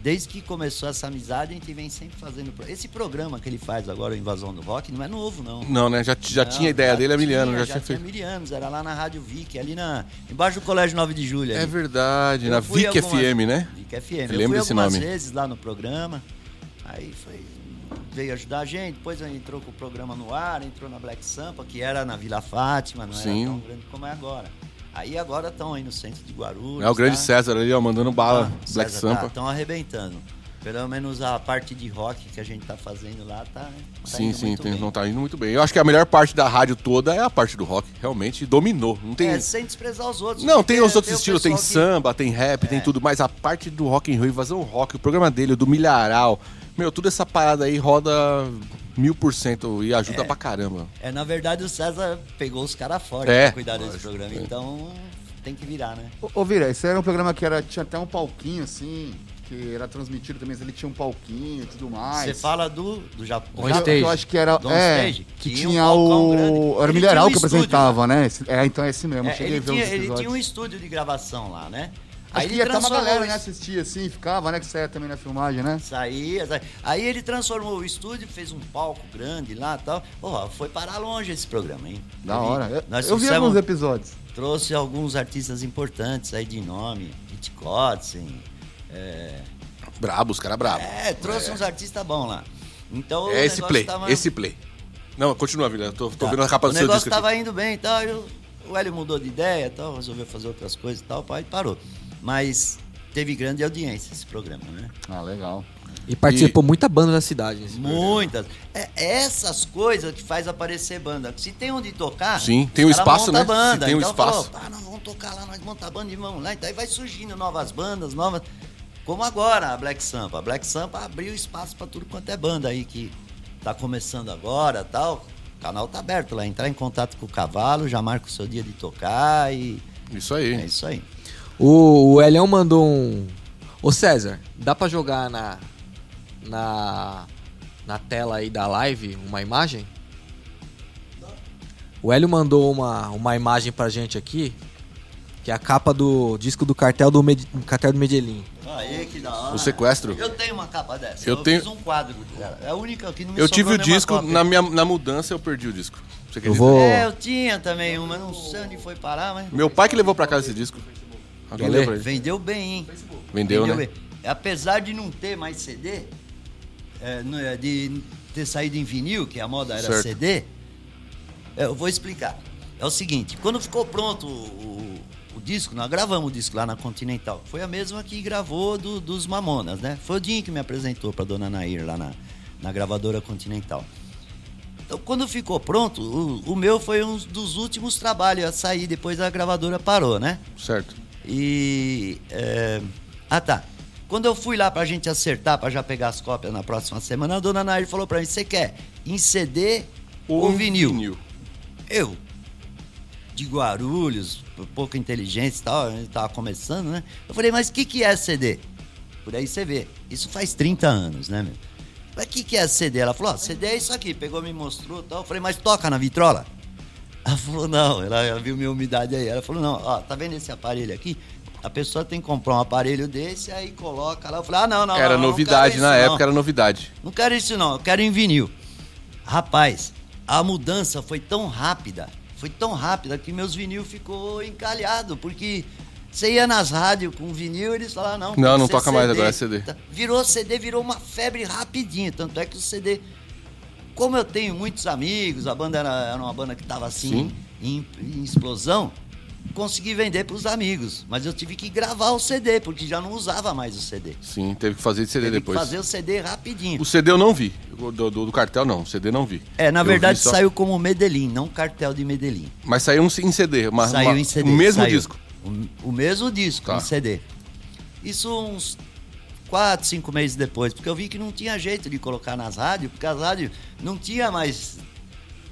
[SPEAKER 4] desde que começou essa amizade, a gente vem sempre fazendo. pro- Esse programa que ele faz agora, o Invasão do Rock, não é novo, não.
[SPEAKER 3] Não, né? Já, já
[SPEAKER 4] Não,
[SPEAKER 3] tinha ideia dele há mil anos, já,
[SPEAKER 4] já
[SPEAKER 3] tinha
[SPEAKER 4] tinha
[SPEAKER 3] feito.
[SPEAKER 4] mil anos, era lá na Rádio Vic, ali na, embaixo do Colégio 9 de Julho.
[SPEAKER 3] É
[SPEAKER 4] ali.
[SPEAKER 3] verdade,
[SPEAKER 4] Eu
[SPEAKER 3] na
[SPEAKER 4] fui
[SPEAKER 3] Vic
[SPEAKER 4] algumas-
[SPEAKER 3] FM, né?
[SPEAKER 4] Vic FM.
[SPEAKER 3] Eu
[SPEAKER 4] Eu,
[SPEAKER 3] lembro
[SPEAKER 4] fui
[SPEAKER 3] desse
[SPEAKER 4] algumas
[SPEAKER 3] nome.
[SPEAKER 4] vezes lá no programa, aí foi, veio ajudar a gente, depois entrou com o programa no ar, entrou na Black Sampa, que era na Vila Fátima, não
[SPEAKER 3] Sim.
[SPEAKER 4] era tão grande como é agora. Aí agora estão aí no centro de Guarulhos.
[SPEAKER 3] É o grande
[SPEAKER 4] tá?
[SPEAKER 3] César ali, ó, mandando bala,
[SPEAKER 4] Ah,
[SPEAKER 3] Black
[SPEAKER 4] César,
[SPEAKER 3] Sampa.
[SPEAKER 4] Estão arrebentando. Pelo menos a parte de rock que a gente tá fazendo lá tá. tá
[SPEAKER 3] Sim,
[SPEAKER 4] indo
[SPEAKER 3] sim,
[SPEAKER 4] muito
[SPEAKER 3] tem-
[SPEAKER 4] bem.
[SPEAKER 3] não tá indo muito bem. Eu acho que a melhor parte da rádio toda é a parte do rock. Realmente dominou. Não tem.
[SPEAKER 4] É, sem desprezar os outros.
[SPEAKER 3] Não, tem
[SPEAKER 4] porque
[SPEAKER 3] os outros
[SPEAKER 4] o
[SPEAKER 3] estilos, tem
[SPEAKER 4] pessoal que- É.
[SPEAKER 3] samba, tem rap, tem tudo, mas a parte do rock in Rio, invasão rock, o programa dele, o do milharal, meu, tudo essa parada aí roda mil por cento e ajuda pra caramba.
[SPEAKER 4] É, na verdade o César pegou os caras fora
[SPEAKER 3] É,
[SPEAKER 4] pra cuidar desse
[SPEAKER 3] lógico,
[SPEAKER 4] programa,
[SPEAKER 3] é.
[SPEAKER 4] então tem que virar, né?
[SPEAKER 5] Ô, ô Vira, esse era um programa que era, tinha até um palquinho, assim, que era transmitido também, mas ele tinha um palquinho e tudo mais.
[SPEAKER 4] Você fala do, do Japão.
[SPEAKER 2] On
[SPEAKER 5] Já-
[SPEAKER 2] stage.
[SPEAKER 5] Eu acho que era.
[SPEAKER 4] Do on
[SPEAKER 5] É,
[SPEAKER 4] stage.
[SPEAKER 5] que
[SPEAKER 4] Tinha
[SPEAKER 5] tinha,
[SPEAKER 4] um balcão
[SPEAKER 5] o.
[SPEAKER 4] grande.
[SPEAKER 5] Era
[SPEAKER 4] Ele
[SPEAKER 5] o Milharal
[SPEAKER 4] tinha um
[SPEAKER 5] que
[SPEAKER 4] estúdio,
[SPEAKER 5] apresentava, né? Esse- É, então é esse mesmo. eu
[SPEAKER 4] É,
[SPEAKER 5] cheguei a
[SPEAKER 4] ele,
[SPEAKER 5] ver os
[SPEAKER 4] tinha, ele
[SPEAKER 5] episódios.
[SPEAKER 4] tinha um estúdio de gravação lá, né?
[SPEAKER 5] Acho que
[SPEAKER 4] ele
[SPEAKER 5] ia até uma
[SPEAKER 4] transformou
[SPEAKER 5] galera,
[SPEAKER 4] o
[SPEAKER 5] né?
[SPEAKER 4] es-
[SPEAKER 5] Assistia assim, ficava, né? Que saia também na filmagem, né?
[SPEAKER 4] Saía, saía. Aí ele transformou o estúdio, fez um palco grande lá e tal. Porra, foi parar longe esse programa, hein?
[SPEAKER 5] Da
[SPEAKER 4] Ele-
[SPEAKER 5] hora. Eu,
[SPEAKER 4] Nós
[SPEAKER 5] eu vi
[SPEAKER 4] trouxemos-
[SPEAKER 5] alguns episódios.
[SPEAKER 4] trouxe alguns artistas importantes aí de nome, Pete Codson, é,
[SPEAKER 3] Brabo, os caras
[SPEAKER 5] Ah,
[SPEAKER 3] brabo. É,
[SPEAKER 4] é, trouxe uns artistas bons lá. Então
[SPEAKER 5] É
[SPEAKER 4] o
[SPEAKER 3] esse
[SPEAKER 4] negócio
[SPEAKER 3] play,
[SPEAKER 4] tava-
[SPEAKER 3] esse play. Não, continua, Vila, eu tô, tô
[SPEAKER 4] Tá.
[SPEAKER 3] vendo a capa
[SPEAKER 4] o
[SPEAKER 3] do seu
[SPEAKER 4] negócio
[SPEAKER 3] disco
[SPEAKER 4] estava
[SPEAKER 3] aqui.
[SPEAKER 4] indo bem e tal. eu- o Hélio mudou de ideia e tal, resolveu fazer outras coisas e tal, pai parou. Mas teve grande audiência esse programa, né?
[SPEAKER 5] Ah, legal.
[SPEAKER 2] E participou muita banda da cidade. assim. nesse programa.
[SPEAKER 4] Muitas. É essas coisas que faz aparecer banda. Se tem onde tocar,
[SPEAKER 3] Sim, tem um
[SPEAKER 4] os caras
[SPEAKER 3] espaço,
[SPEAKER 4] montam
[SPEAKER 3] né?
[SPEAKER 4] a
[SPEAKER 3] Se
[SPEAKER 4] Banda.
[SPEAKER 3] tem um
[SPEAKER 4] então
[SPEAKER 3] espaço.
[SPEAKER 4] falou, ah, nós vamos tocar lá, nós montamos a banda e vamos lá. Então aí vai surgindo novas bandas, novas. Como agora a Black Sampa. A Black Sampa abriu espaço pra tudo quanto é banda aí que tá começando agora tal. O canal tá aberto lá. Entrar em contato com o cavalo, já marca o seu dia de tocar e.
[SPEAKER 3] Isso aí.
[SPEAKER 4] É isso aí.
[SPEAKER 2] O, o Elião mandou um. Ô César, dá pra jogar na. Na. Na tela aí da live uma imagem? O Hélio mandou uma, uma imagem pra gente aqui, que é a capa do disco do cartel do, Med, cartel do Medellín.
[SPEAKER 4] Aí, que da hora.
[SPEAKER 3] O Um sequestro.
[SPEAKER 4] Eu tenho uma capa dessa.
[SPEAKER 3] Eu
[SPEAKER 4] Eu,
[SPEAKER 3] tenho-
[SPEAKER 4] fiz um quadro dela. É a única que não me
[SPEAKER 3] Eu
[SPEAKER 4] sobrou
[SPEAKER 3] tive o
[SPEAKER 4] nenhuma
[SPEAKER 3] disco,
[SPEAKER 4] cópia.
[SPEAKER 3] na minha na mudança eu perdi o disco. Você acredita?
[SPEAKER 2] vou- Pô.
[SPEAKER 4] É, eu tinha também uma, não sei onde foi parar, mas.
[SPEAKER 3] Meu pai que levou pra casa esse disco. Alguém
[SPEAKER 2] Lê.
[SPEAKER 3] leu pra ele?
[SPEAKER 4] Vendeu bem, hein?
[SPEAKER 3] Vendeu, né?
[SPEAKER 4] bem. Apesar de não ter mais CD, é, não é, de ter saído em vinil, que a moda era
[SPEAKER 3] Certo.
[SPEAKER 4] CD, é, eu vou explicar. É o seguinte, quando ficou pronto o, o disco, nós gravamos o disco lá na Continental. Foi a mesma que gravou do- dos Mamonas, né? Foi o Dinho que me apresentou pra Dona Nair lá na, na gravadora Continental. Então, quando ficou pronto, o, o meu foi um dos últimos trabalhos a sair, depois a gravadora parou, né?
[SPEAKER 3] Certo.
[SPEAKER 4] E. é, Ah, tá. Quando eu fui lá pra gente acertar, pra já pegar as cópias na próxima semana, a dona Nair falou pra mim: você quer em CD ou
[SPEAKER 3] Um
[SPEAKER 4] vinil? Eu, de Guarulhos, p- pouca inteligência e tal, a gente tava começando, né? Eu falei: mas o que, que é CD? Por aí você vê. Isso faz 30 anos, né, meu? Mas o que, que é CD? Ela falou: ó, CD é isso aqui. Pegou, me mostrou e tal. Eu falei: mas toca na vitrola? Ela falou, não, ela, ela viu minha umidade aí. Ela falou, não, ó, tá vendo esse aparelho aqui? A pessoa tem que comprar um aparelho desse, aí coloca lá. Eu falei, ah, é não, não.
[SPEAKER 3] Era
[SPEAKER 4] não, não
[SPEAKER 3] novidade,
[SPEAKER 4] quero
[SPEAKER 3] na
[SPEAKER 4] isso,
[SPEAKER 3] época
[SPEAKER 4] Não.
[SPEAKER 3] era novidade.
[SPEAKER 4] não quero isso, não, eu quero em vinil. Rapaz, a mudança foi tão rápida, foi tão rápida que meus vinil ficou encalhado, porque você ia nas rádios com vinil, eles falavam, não. tem
[SPEAKER 3] Não,
[SPEAKER 4] que
[SPEAKER 3] não
[SPEAKER 4] ser
[SPEAKER 3] toca mais agora, é CD.
[SPEAKER 4] Tá. Virou CD, virou uma febre rapidinho, tanto é que o CD como eu tenho muitos amigos, a banda era, era uma banda que estava assim, em, em explosão, consegui vender para os amigos. Mas eu tive que gravar o CD, porque já não usava mais o CD.
[SPEAKER 3] Sim, teve que fazer de CD
[SPEAKER 4] Teve
[SPEAKER 3] depois.
[SPEAKER 4] que fazer o CD rapidinho.
[SPEAKER 3] O CD eu não vi. O Do, do, do cartel não, o CD não vi.
[SPEAKER 4] É, na
[SPEAKER 3] Eu
[SPEAKER 4] verdade
[SPEAKER 3] vi só-
[SPEAKER 4] saiu como Medellín, não cartel de Medellín.
[SPEAKER 3] Mas saiu um em CD. Uma,
[SPEAKER 4] saiu
[SPEAKER 3] uma-
[SPEAKER 4] em CD.
[SPEAKER 3] O mesmo
[SPEAKER 4] saiu.
[SPEAKER 3] disco.
[SPEAKER 4] O, o mesmo disco,
[SPEAKER 3] Tá.
[SPEAKER 4] em CD. Isso uns 4, 5 meses depois, porque eu vi que não tinha jeito de colocar nas rádios, porque as rádios não tinha mais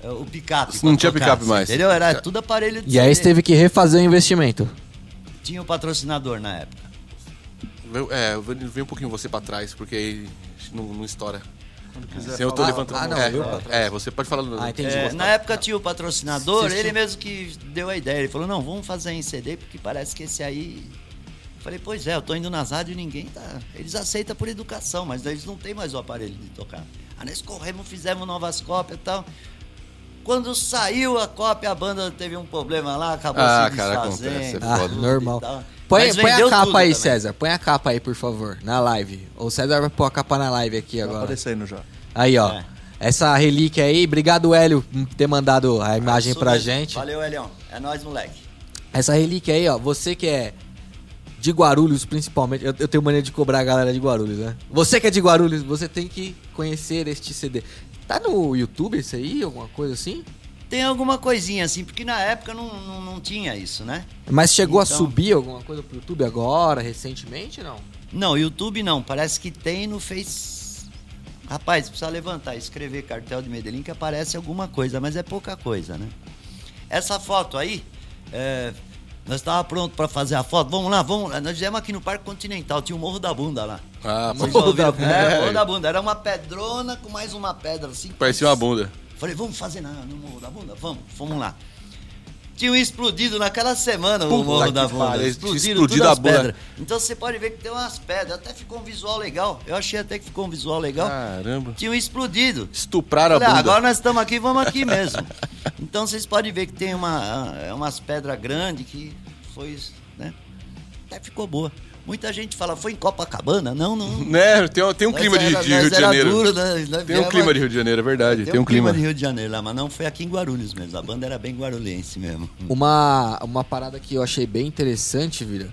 [SPEAKER 4] eh, o picape. pra
[SPEAKER 3] Não tinha
[SPEAKER 4] tocar,
[SPEAKER 3] picape
[SPEAKER 4] assim,
[SPEAKER 3] mais.
[SPEAKER 4] Entendeu? Era
[SPEAKER 3] Tá.
[SPEAKER 4] tudo aparelho de
[SPEAKER 2] E aí você
[SPEAKER 4] CD.
[SPEAKER 2] teve que refazer o investimento.
[SPEAKER 4] Tinha o patrocinador na época.
[SPEAKER 3] Eu- é, eu venho venho um pouquinho você pra trás, porque aí não, não estoura.
[SPEAKER 5] quiser
[SPEAKER 3] Assim, eu tô
[SPEAKER 2] falar-
[SPEAKER 3] levantando.
[SPEAKER 2] Ah, não,
[SPEAKER 3] é,
[SPEAKER 2] eu pra
[SPEAKER 3] é, você pode falar.
[SPEAKER 2] Ah, entendi.
[SPEAKER 4] É,
[SPEAKER 2] Gostava.
[SPEAKER 4] na época tinha o patrocinador,
[SPEAKER 2] Sim, sim.
[SPEAKER 4] ele mesmo que deu a ideia. Ele falou, não, vamos fazer em CD, porque parece que esse aí... Eu falei, pois é, eu tô indo nas rádios e ninguém tá... Eles aceitam por educação, mas eles não têm mais o aparelho de tocar. Aí nós corremos, fizemos novas cópias e tal. Quando saiu a cópia, a banda teve um problema lá, acabou
[SPEAKER 3] Ah,
[SPEAKER 4] se
[SPEAKER 3] cara,
[SPEAKER 4] desfazendo.
[SPEAKER 3] acontece, é
[SPEAKER 2] Ah,
[SPEAKER 3] foda.
[SPEAKER 4] tudo e
[SPEAKER 2] normal.
[SPEAKER 4] tal.
[SPEAKER 2] Põe,
[SPEAKER 4] né? Então, Mas
[SPEAKER 2] põe a
[SPEAKER 4] vendeu
[SPEAKER 2] capa
[SPEAKER 4] tudo
[SPEAKER 2] aí,
[SPEAKER 4] também.
[SPEAKER 2] César. Põe a capa aí, por favor, na live. O César vai pôr a capa na live aqui
[SPEAKER 5] Tá
[SPEAKER 2] agora.
[SPEAKER 5] aparecendo já.
[SPEAKER 2] Aí, ó.
[SPEAKER 4] É.
[SPEAKER 2] Essa relíquia aí. Obrigado, Hélio, por ter mandado a imagem
[SPEAKER 4] Isso
[SPEAKER 2] pra
[SPEAKER 4] mesmo.
[SPEAKER 2] gente.
[SPEAKER 4] Valeu, Elião. É nóis, moleque.
[SPEAKER 2] Essa relíquia aí, ó. Você que é de Guarulhos, principalmente. Eu, eu tenho mania de cobrar a galera de Guarulhos, né? Você que é de Guarulhos, você tem que conhecer este CD. Tá no YouTube esse aí? Alguma coisa assim?
[SPEAKER 4] Tem alguma coisinha assim, porque na época não, não, não tinha isso, né?
[SPEAKER 2] Mas chegou a
[SPEAKER 4] Então.
[SPEAKER 2] subir alguma coisa pro YouTube agora, recentemente, não?
[SPEAKER 4] Não, YouTube não. Parece que tem no Face. Rapaz, precisa levantar, escrever cartel de Medellín que aparece alguma coisa, mas é pouca coisa, né? Essa foto aí, é, nós estávamos prontos para fazer a foto. Vamos lá, vamos lá. Nós viemos aqui no Parque Continental, tinha o Morro da Bunda lá.
[SPEAKER 3] Ah,
[SPEAKER 4] Vocês
[SPEAKER 3] pô,
[SPEAKER 4] já ouviram?
[SPEAKER 3] bunda.
[SPEAKER 4] É, Morro da Bunda. Era uma pedrona com mais uma pedra assim.
[SPEAKER 3] Parecia uma bunda.
[SPEAKER 4] Falei, vamos fazer na, no Morro da Bunda? Vamos, vamos lá. Tinham explodido naquela semana o
[SPEAKER 3] Puta
[SPEAKER 4] Morro
[SPEAKER 3] que
[SPEAKER 4] da Bunda.
[SPEAKER 3] pariu, tinha
[SPEAKER 4] explodiram
[SPEAKER 3] explodido
[SPEAKER 4] todas as
[SPEAKER 3] a bunda.
[SPEAKER 4] pedras. Então você pode ver que tem umas pedras. Até ficou um visual legal. Eu achei até que ficou um visual legal.
[SPEAKER 3] Caramba.
[SPEAKER 4] Tinham explodido.
[SPEAKER 3] Estupraram Ah. a
[SPEAKER 4] Falei, ah,
[SPEAKER 3] bunda.
[SPEAKER 4] agora nós estamos aqui, vamos aqui mesmo. Então vocês podem ver que tem uma, ah, umas pedras grandes que foi. né? Até ficou boa. Muita gente fala, foi em Copacabana? Não, não.
[SPEAKER 3] Né, tem, um- tem um
[SPEAKER 4] Nós
[SPEAKER 3] clima de,
[SPEAKER 4] era-
[SPEAKER 3] de
[SPEAKER 4] nós
[SPEAKER 3] Rio de
[SPEAKER 4] era
[SPEAKER 3] Janeiro.
[SPEAKER 4] duro, né? Nós
[SPEAKER 3] Tem um
[SPEAKER 4] viemos
[SPEAKER 3] clima
[SPEAKER 4] aqui.
[SPEAKER 3] de Rio de Janeiro, é verdade. Tem, um clima.
[SPEAKER 4] de Rio de Janeiro lá, mas não foi aqui em Guarulhos mesmo. A banda era bem guarulhense mesmo.
[SPEAKER 3] Hum.
[SPEAKER 2] Uma, uma parada que eu achei bem interessante, Vira,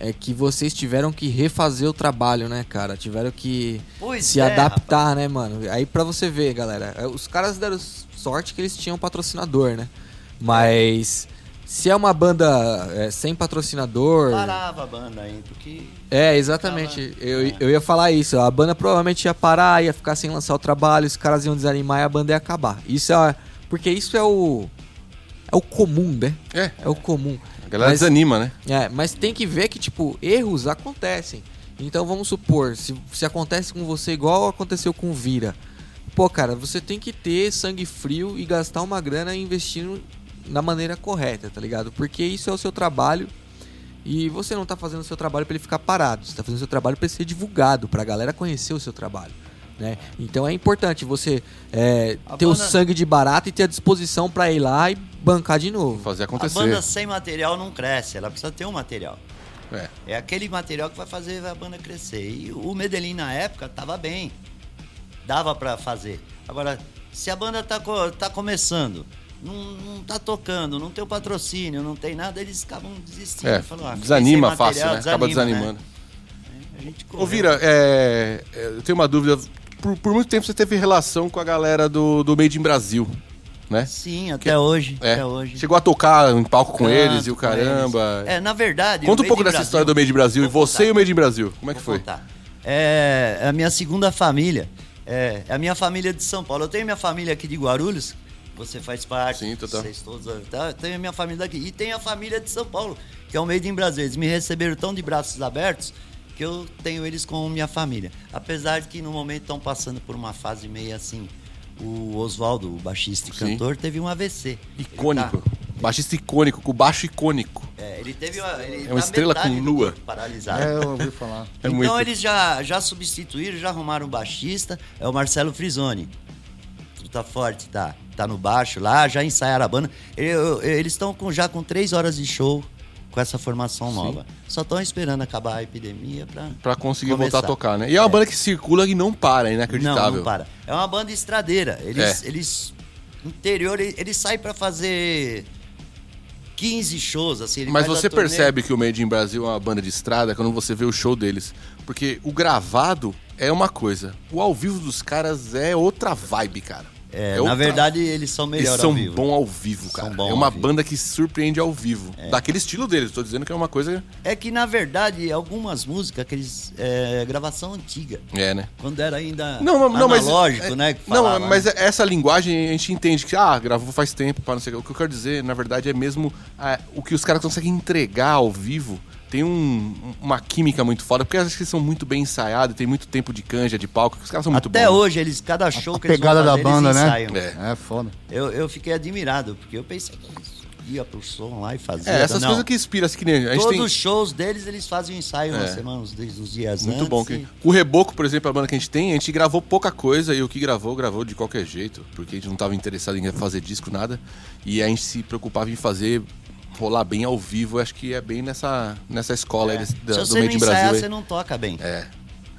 [SPEAKER 2] é que vocês tiveram que refazer o trabalho, né, cara? Tiveram que
[SPEAKER 4] Pois
[SPEAKER 2] se
[SPEAKER 4] é,
[SPEAKER 2] adaptar, né, mano? Aí pra você ver, galera, é, os caras deram sorte que eles tinham patrocinador, né? Mas se é uma banda é, sem patrocinador.
[SPEAKER 4] Parava a banda aí, porque.
[SPEAKER 2] É, exatamente.
[SPEAKER 4] Ficava-
[SPEAKER 2] Eu,
[SPEAKER 4] É.
[SPEAKER 2] eu ia falar isso. A banda provavelmente ia parar, ia ficar sem lançar o trabalho, os caras iam desanimar e a banda ia acabar. Isso é. Porque isso é o. É o comum, né?
[SPEAKER 3] É,
[SPEAKER 2] É o comum.
[SPEAKER 3] a galera
[SPEAKER 2] Mas-
[SPEAKER 3] desanima, né?
[SPEAKER 2] É, mas tem que ver que, tipo, erros acontecem. Então vamos supor, se, se acontece com você igual aconteceu com o Vira. Pô, cara, você tem que ter sangue frio e gastar uma grana investindo na maneira correta, tá ligado? Porque isso é o seu trabalho e você não tá fazendo o seu trabalho pra ele ficar parado. Você tá fazendo o seu trabalho pra ele ser divulgado, pra galera conhecer o seu trabalho. Né? Então é importante você é,
[SPEAKER 4] A
[SPEAKER 2] ter o
[SPEAKER 4] banda-
[SPEAKER 2] sangue de barato e ter a disposição pra ir lá e bancar de novo.
[SPEAKER 3] Fazer
[SPEAKER 4] A
[SPEAKER 3] acontecer.
[SPEAKER 4] banda sem material não cresce, ela precisa ter um material.
[SPEAKER 3] É.
[SPEAKER 4] É aquele material que vai fazer a banda crescer. E o Medellín na época tava bem. Dava pra fazer. Agora, se a banda tá, co- tá começando não, não tá tocando, não tem o patrocínio, não tem nada, eles acabam desistindo.
[SPEAKER 3] É,
[SPEAKER 4] Falam, ah, fiquei
[SPEAKER 3] desanima
[SPEAKER 4] sem
[SPEAKER 3] fácil,
[SPEAKER 4] material,
[SPEAKER 3] né? Acaba
[SPEAKER 4] desanima,
[SPEAKER 3] desanimando.
[SPEAKER 4] né? A gente
[SPEAKER 3] Ô,
[SPEAKER 4] correu.
[SPEAKER 3] Vira, é, é, eu tenho uma dúvida. Por, por muito tempo você teve relação com a galera do, do Made in Brasil, né?
[SPEAKER 4] Sim, até hoje.
[SPEAKER 3] É.
[SPEAKER 4] Até hoje.
[SPEAKER 3] Chegou a tocar em palco com
[SPEAKER 4] Canto
[SPEAKER 3] eles e o
[SPEAKER 4] com
[SPEAKER 3] caramba.
[SPEAKER 4] eles. É, na verdade.
[SPEAKER 3] Conta um pouco dessa história do Made in Brasil. e você e o
[SPEAKER 4] Made
[SPEAKER 3] Made in Brasil. Como é que
[SPEAKER 4] Vou
[SPEAKER 3] foi?
[SPEAKER 4] contar. É, é a minha segunda família. É, é a minha família de São Paulo. Eu tenho minha família aqui de Guarulhos. Você faz parte.
[SPEAKER 3] Sim, total.
[SPEAKER 4] Vocês todos. Tá? Eu tenho a minha família daqui. E tem a família de São Paulo, que é o Made in Brasil. Eles me receberam tão de braços abertos que eu tenho eles como minha família. Apesar de que no momento estão passando por uma fase meio assim. O Oswaldo, o baixista e
[SPEAKER 3] Sim.
[SPEAKER 4] cantor, teve um AVC. Ele
[SPEAKER 3] Icônico.
[SPEAKER 4] tá-
[SPEAKER 3] Baixista icônico, com baixo icônico.
[SPEAKER 4] é, ele teve uma, ele
[SPEAKER 3] É
[SPEAKER 4] tá
[SPEAKER 3] uma estrela
[SPEAKER 4] metade
[SPEAKER 3] com
[SPEAKER 4] do
[SPEAKER 3] lua.
[SPEAKER 4] corpo Paralisado.
[SPEAKER 5] É, eu ouvi falar.
[SPEAKER 3] É
[SPEAKER 4] então
[SPEAKER 3] muito.
[SPEAKER 4] eles já, já substituíram, já arrumaram o baixista, é o Marcelo Frisoni. Tá forte, tá, tá no baixo lá, já ensaiaram a banda. Eu- eu- eles estão com, já com três horas de show com essa formação nova. Só estão esperando acabar a epidemia pra.
[SPEAKER 3] Pra conseguir
[SPEAKER 4] começar.
[SPEAKER 3] voltar a tocar, né? E é uma banda que circula e não para, é inacreditável. É.
[SPEAKER 4] Não, não para. É uma banda estradeira. Eles, eles interior, ele- eles saem pra fazer 15 shows assim. ele
[SPEAKER 3] Mas
[SPEAKER 4] faz a
[SPEAKER 3] você
[SPEAKER 4] turnê-
[SPEAKER 3] percebe que o Made in Brasil é uma banda de estrada quando você vê o show deles. Porque o gravado é uma coisa, o ao vivo dos caras é outra vibe, cara.
[SPEAKER 4] É, na
[SPEAKER 3] outra-
[SPEAKER 4] verdade, eles são melhor
[SPEAKER 3] Eles são
[SPEAKER 4] ao vivo.
[SPEAKER 3] bom ao vivo,
[SPEAKER 4] São
[SPEAKER 3] cara.
[SPEAKER 4] bom
[SPEAKER 3] é uma
[SPEAKER 4] ao vivo.
[SPEAKER 3] banda que surpreende ao vivo. Daquele estilo deles, tô dizendo que é uma coisa.
[SPEAKER 4] É que, na verdade, algumas músicas, aqueles. É, gravação antiga.
[SPEAKER 3] É, né?
[SPEAKER 4] Quando era ainda
[SPEAKER 3] Não, mas- não, mas.
[SPEAKER 4] analógico,
[SPEAKER 3] é-
[SPEAKER 4] né? que
[SPEAKER 3] Não,
[SPEAKER 4] falava,
[SPEAKER 3] mas
[SPEAKER 4] né?
[SPEAKER 3] essa linguagem a gente entende que, ah, gravou faz tempo, pá, não sei o que. O que eu quero dizer, na verdade, é mesmo ah, o que os caras conseguem entregar ao vivo. Tem um- uma química muito foda, porque acho que eles são muito bem ensaiados, tem muito tempo de canja, de palco, que os caras são muito
[SPEAKER 4] Até
[SPEAKER 3] bons.
[SPEAKER 4] hoje, eles, cada show
[SPEAKER 5] A
[SPEAKER 4] que eles vão
[SPEAKER 5] pegada da
[SPEAKER 4] fazer,
[SPEAKER 5] banda,
[SPEAKER 4] eles
[SPEAKER 5] né?
[SPEAKER 4] ensaiam.
[SPEAKER 3] É.
[SPEAKER 5] É, foda.
[SPEAKER 4] Eu, eu fiquei admirado, porque eu pensei que eles ia pro som lá e fazia.
[SPEAKER 3] É, essas
[SPEAKER 4] Não.
[SPEAKER 3] coisas que inspiram, assim, que nem a gente
[SPEAKER 4] Todos
[SPEAKER 3] tem...
[SPEAKER 4] os shows deles, eles fazem o ensaio umas
[SPEAKER 3] É.
[SPEAKER 4] semanas, desde os dias
[SPEAKER 3] Muito
[SPEAKER 4] antes.
[SPEAKER 3] bom. Que... O Reboco, por exemplo, a banda que a gente tem, a gente gravou pouca coisa e o que gravou, gravou de qualquer jeito, porque a gente não estava interessado em fazer disco, nada. E a gente se preocupava em fazer rolar bem ao vivo. Acho que é bem nessa, nessa escola aí desse-
[SPEAKER 4] É. Se
[SPEAKER 3] da, do
[SPEAKER 4] você não
[SPEAKER 3] meio de
[SPEAKER 4] ensaiar,
[SPEAKER 3] Brasil.
[SPEAKER 4] você
[SPEAKER 3] aí.
[SPEAKER 4] não toca bem.
[SPEAKER 3] É.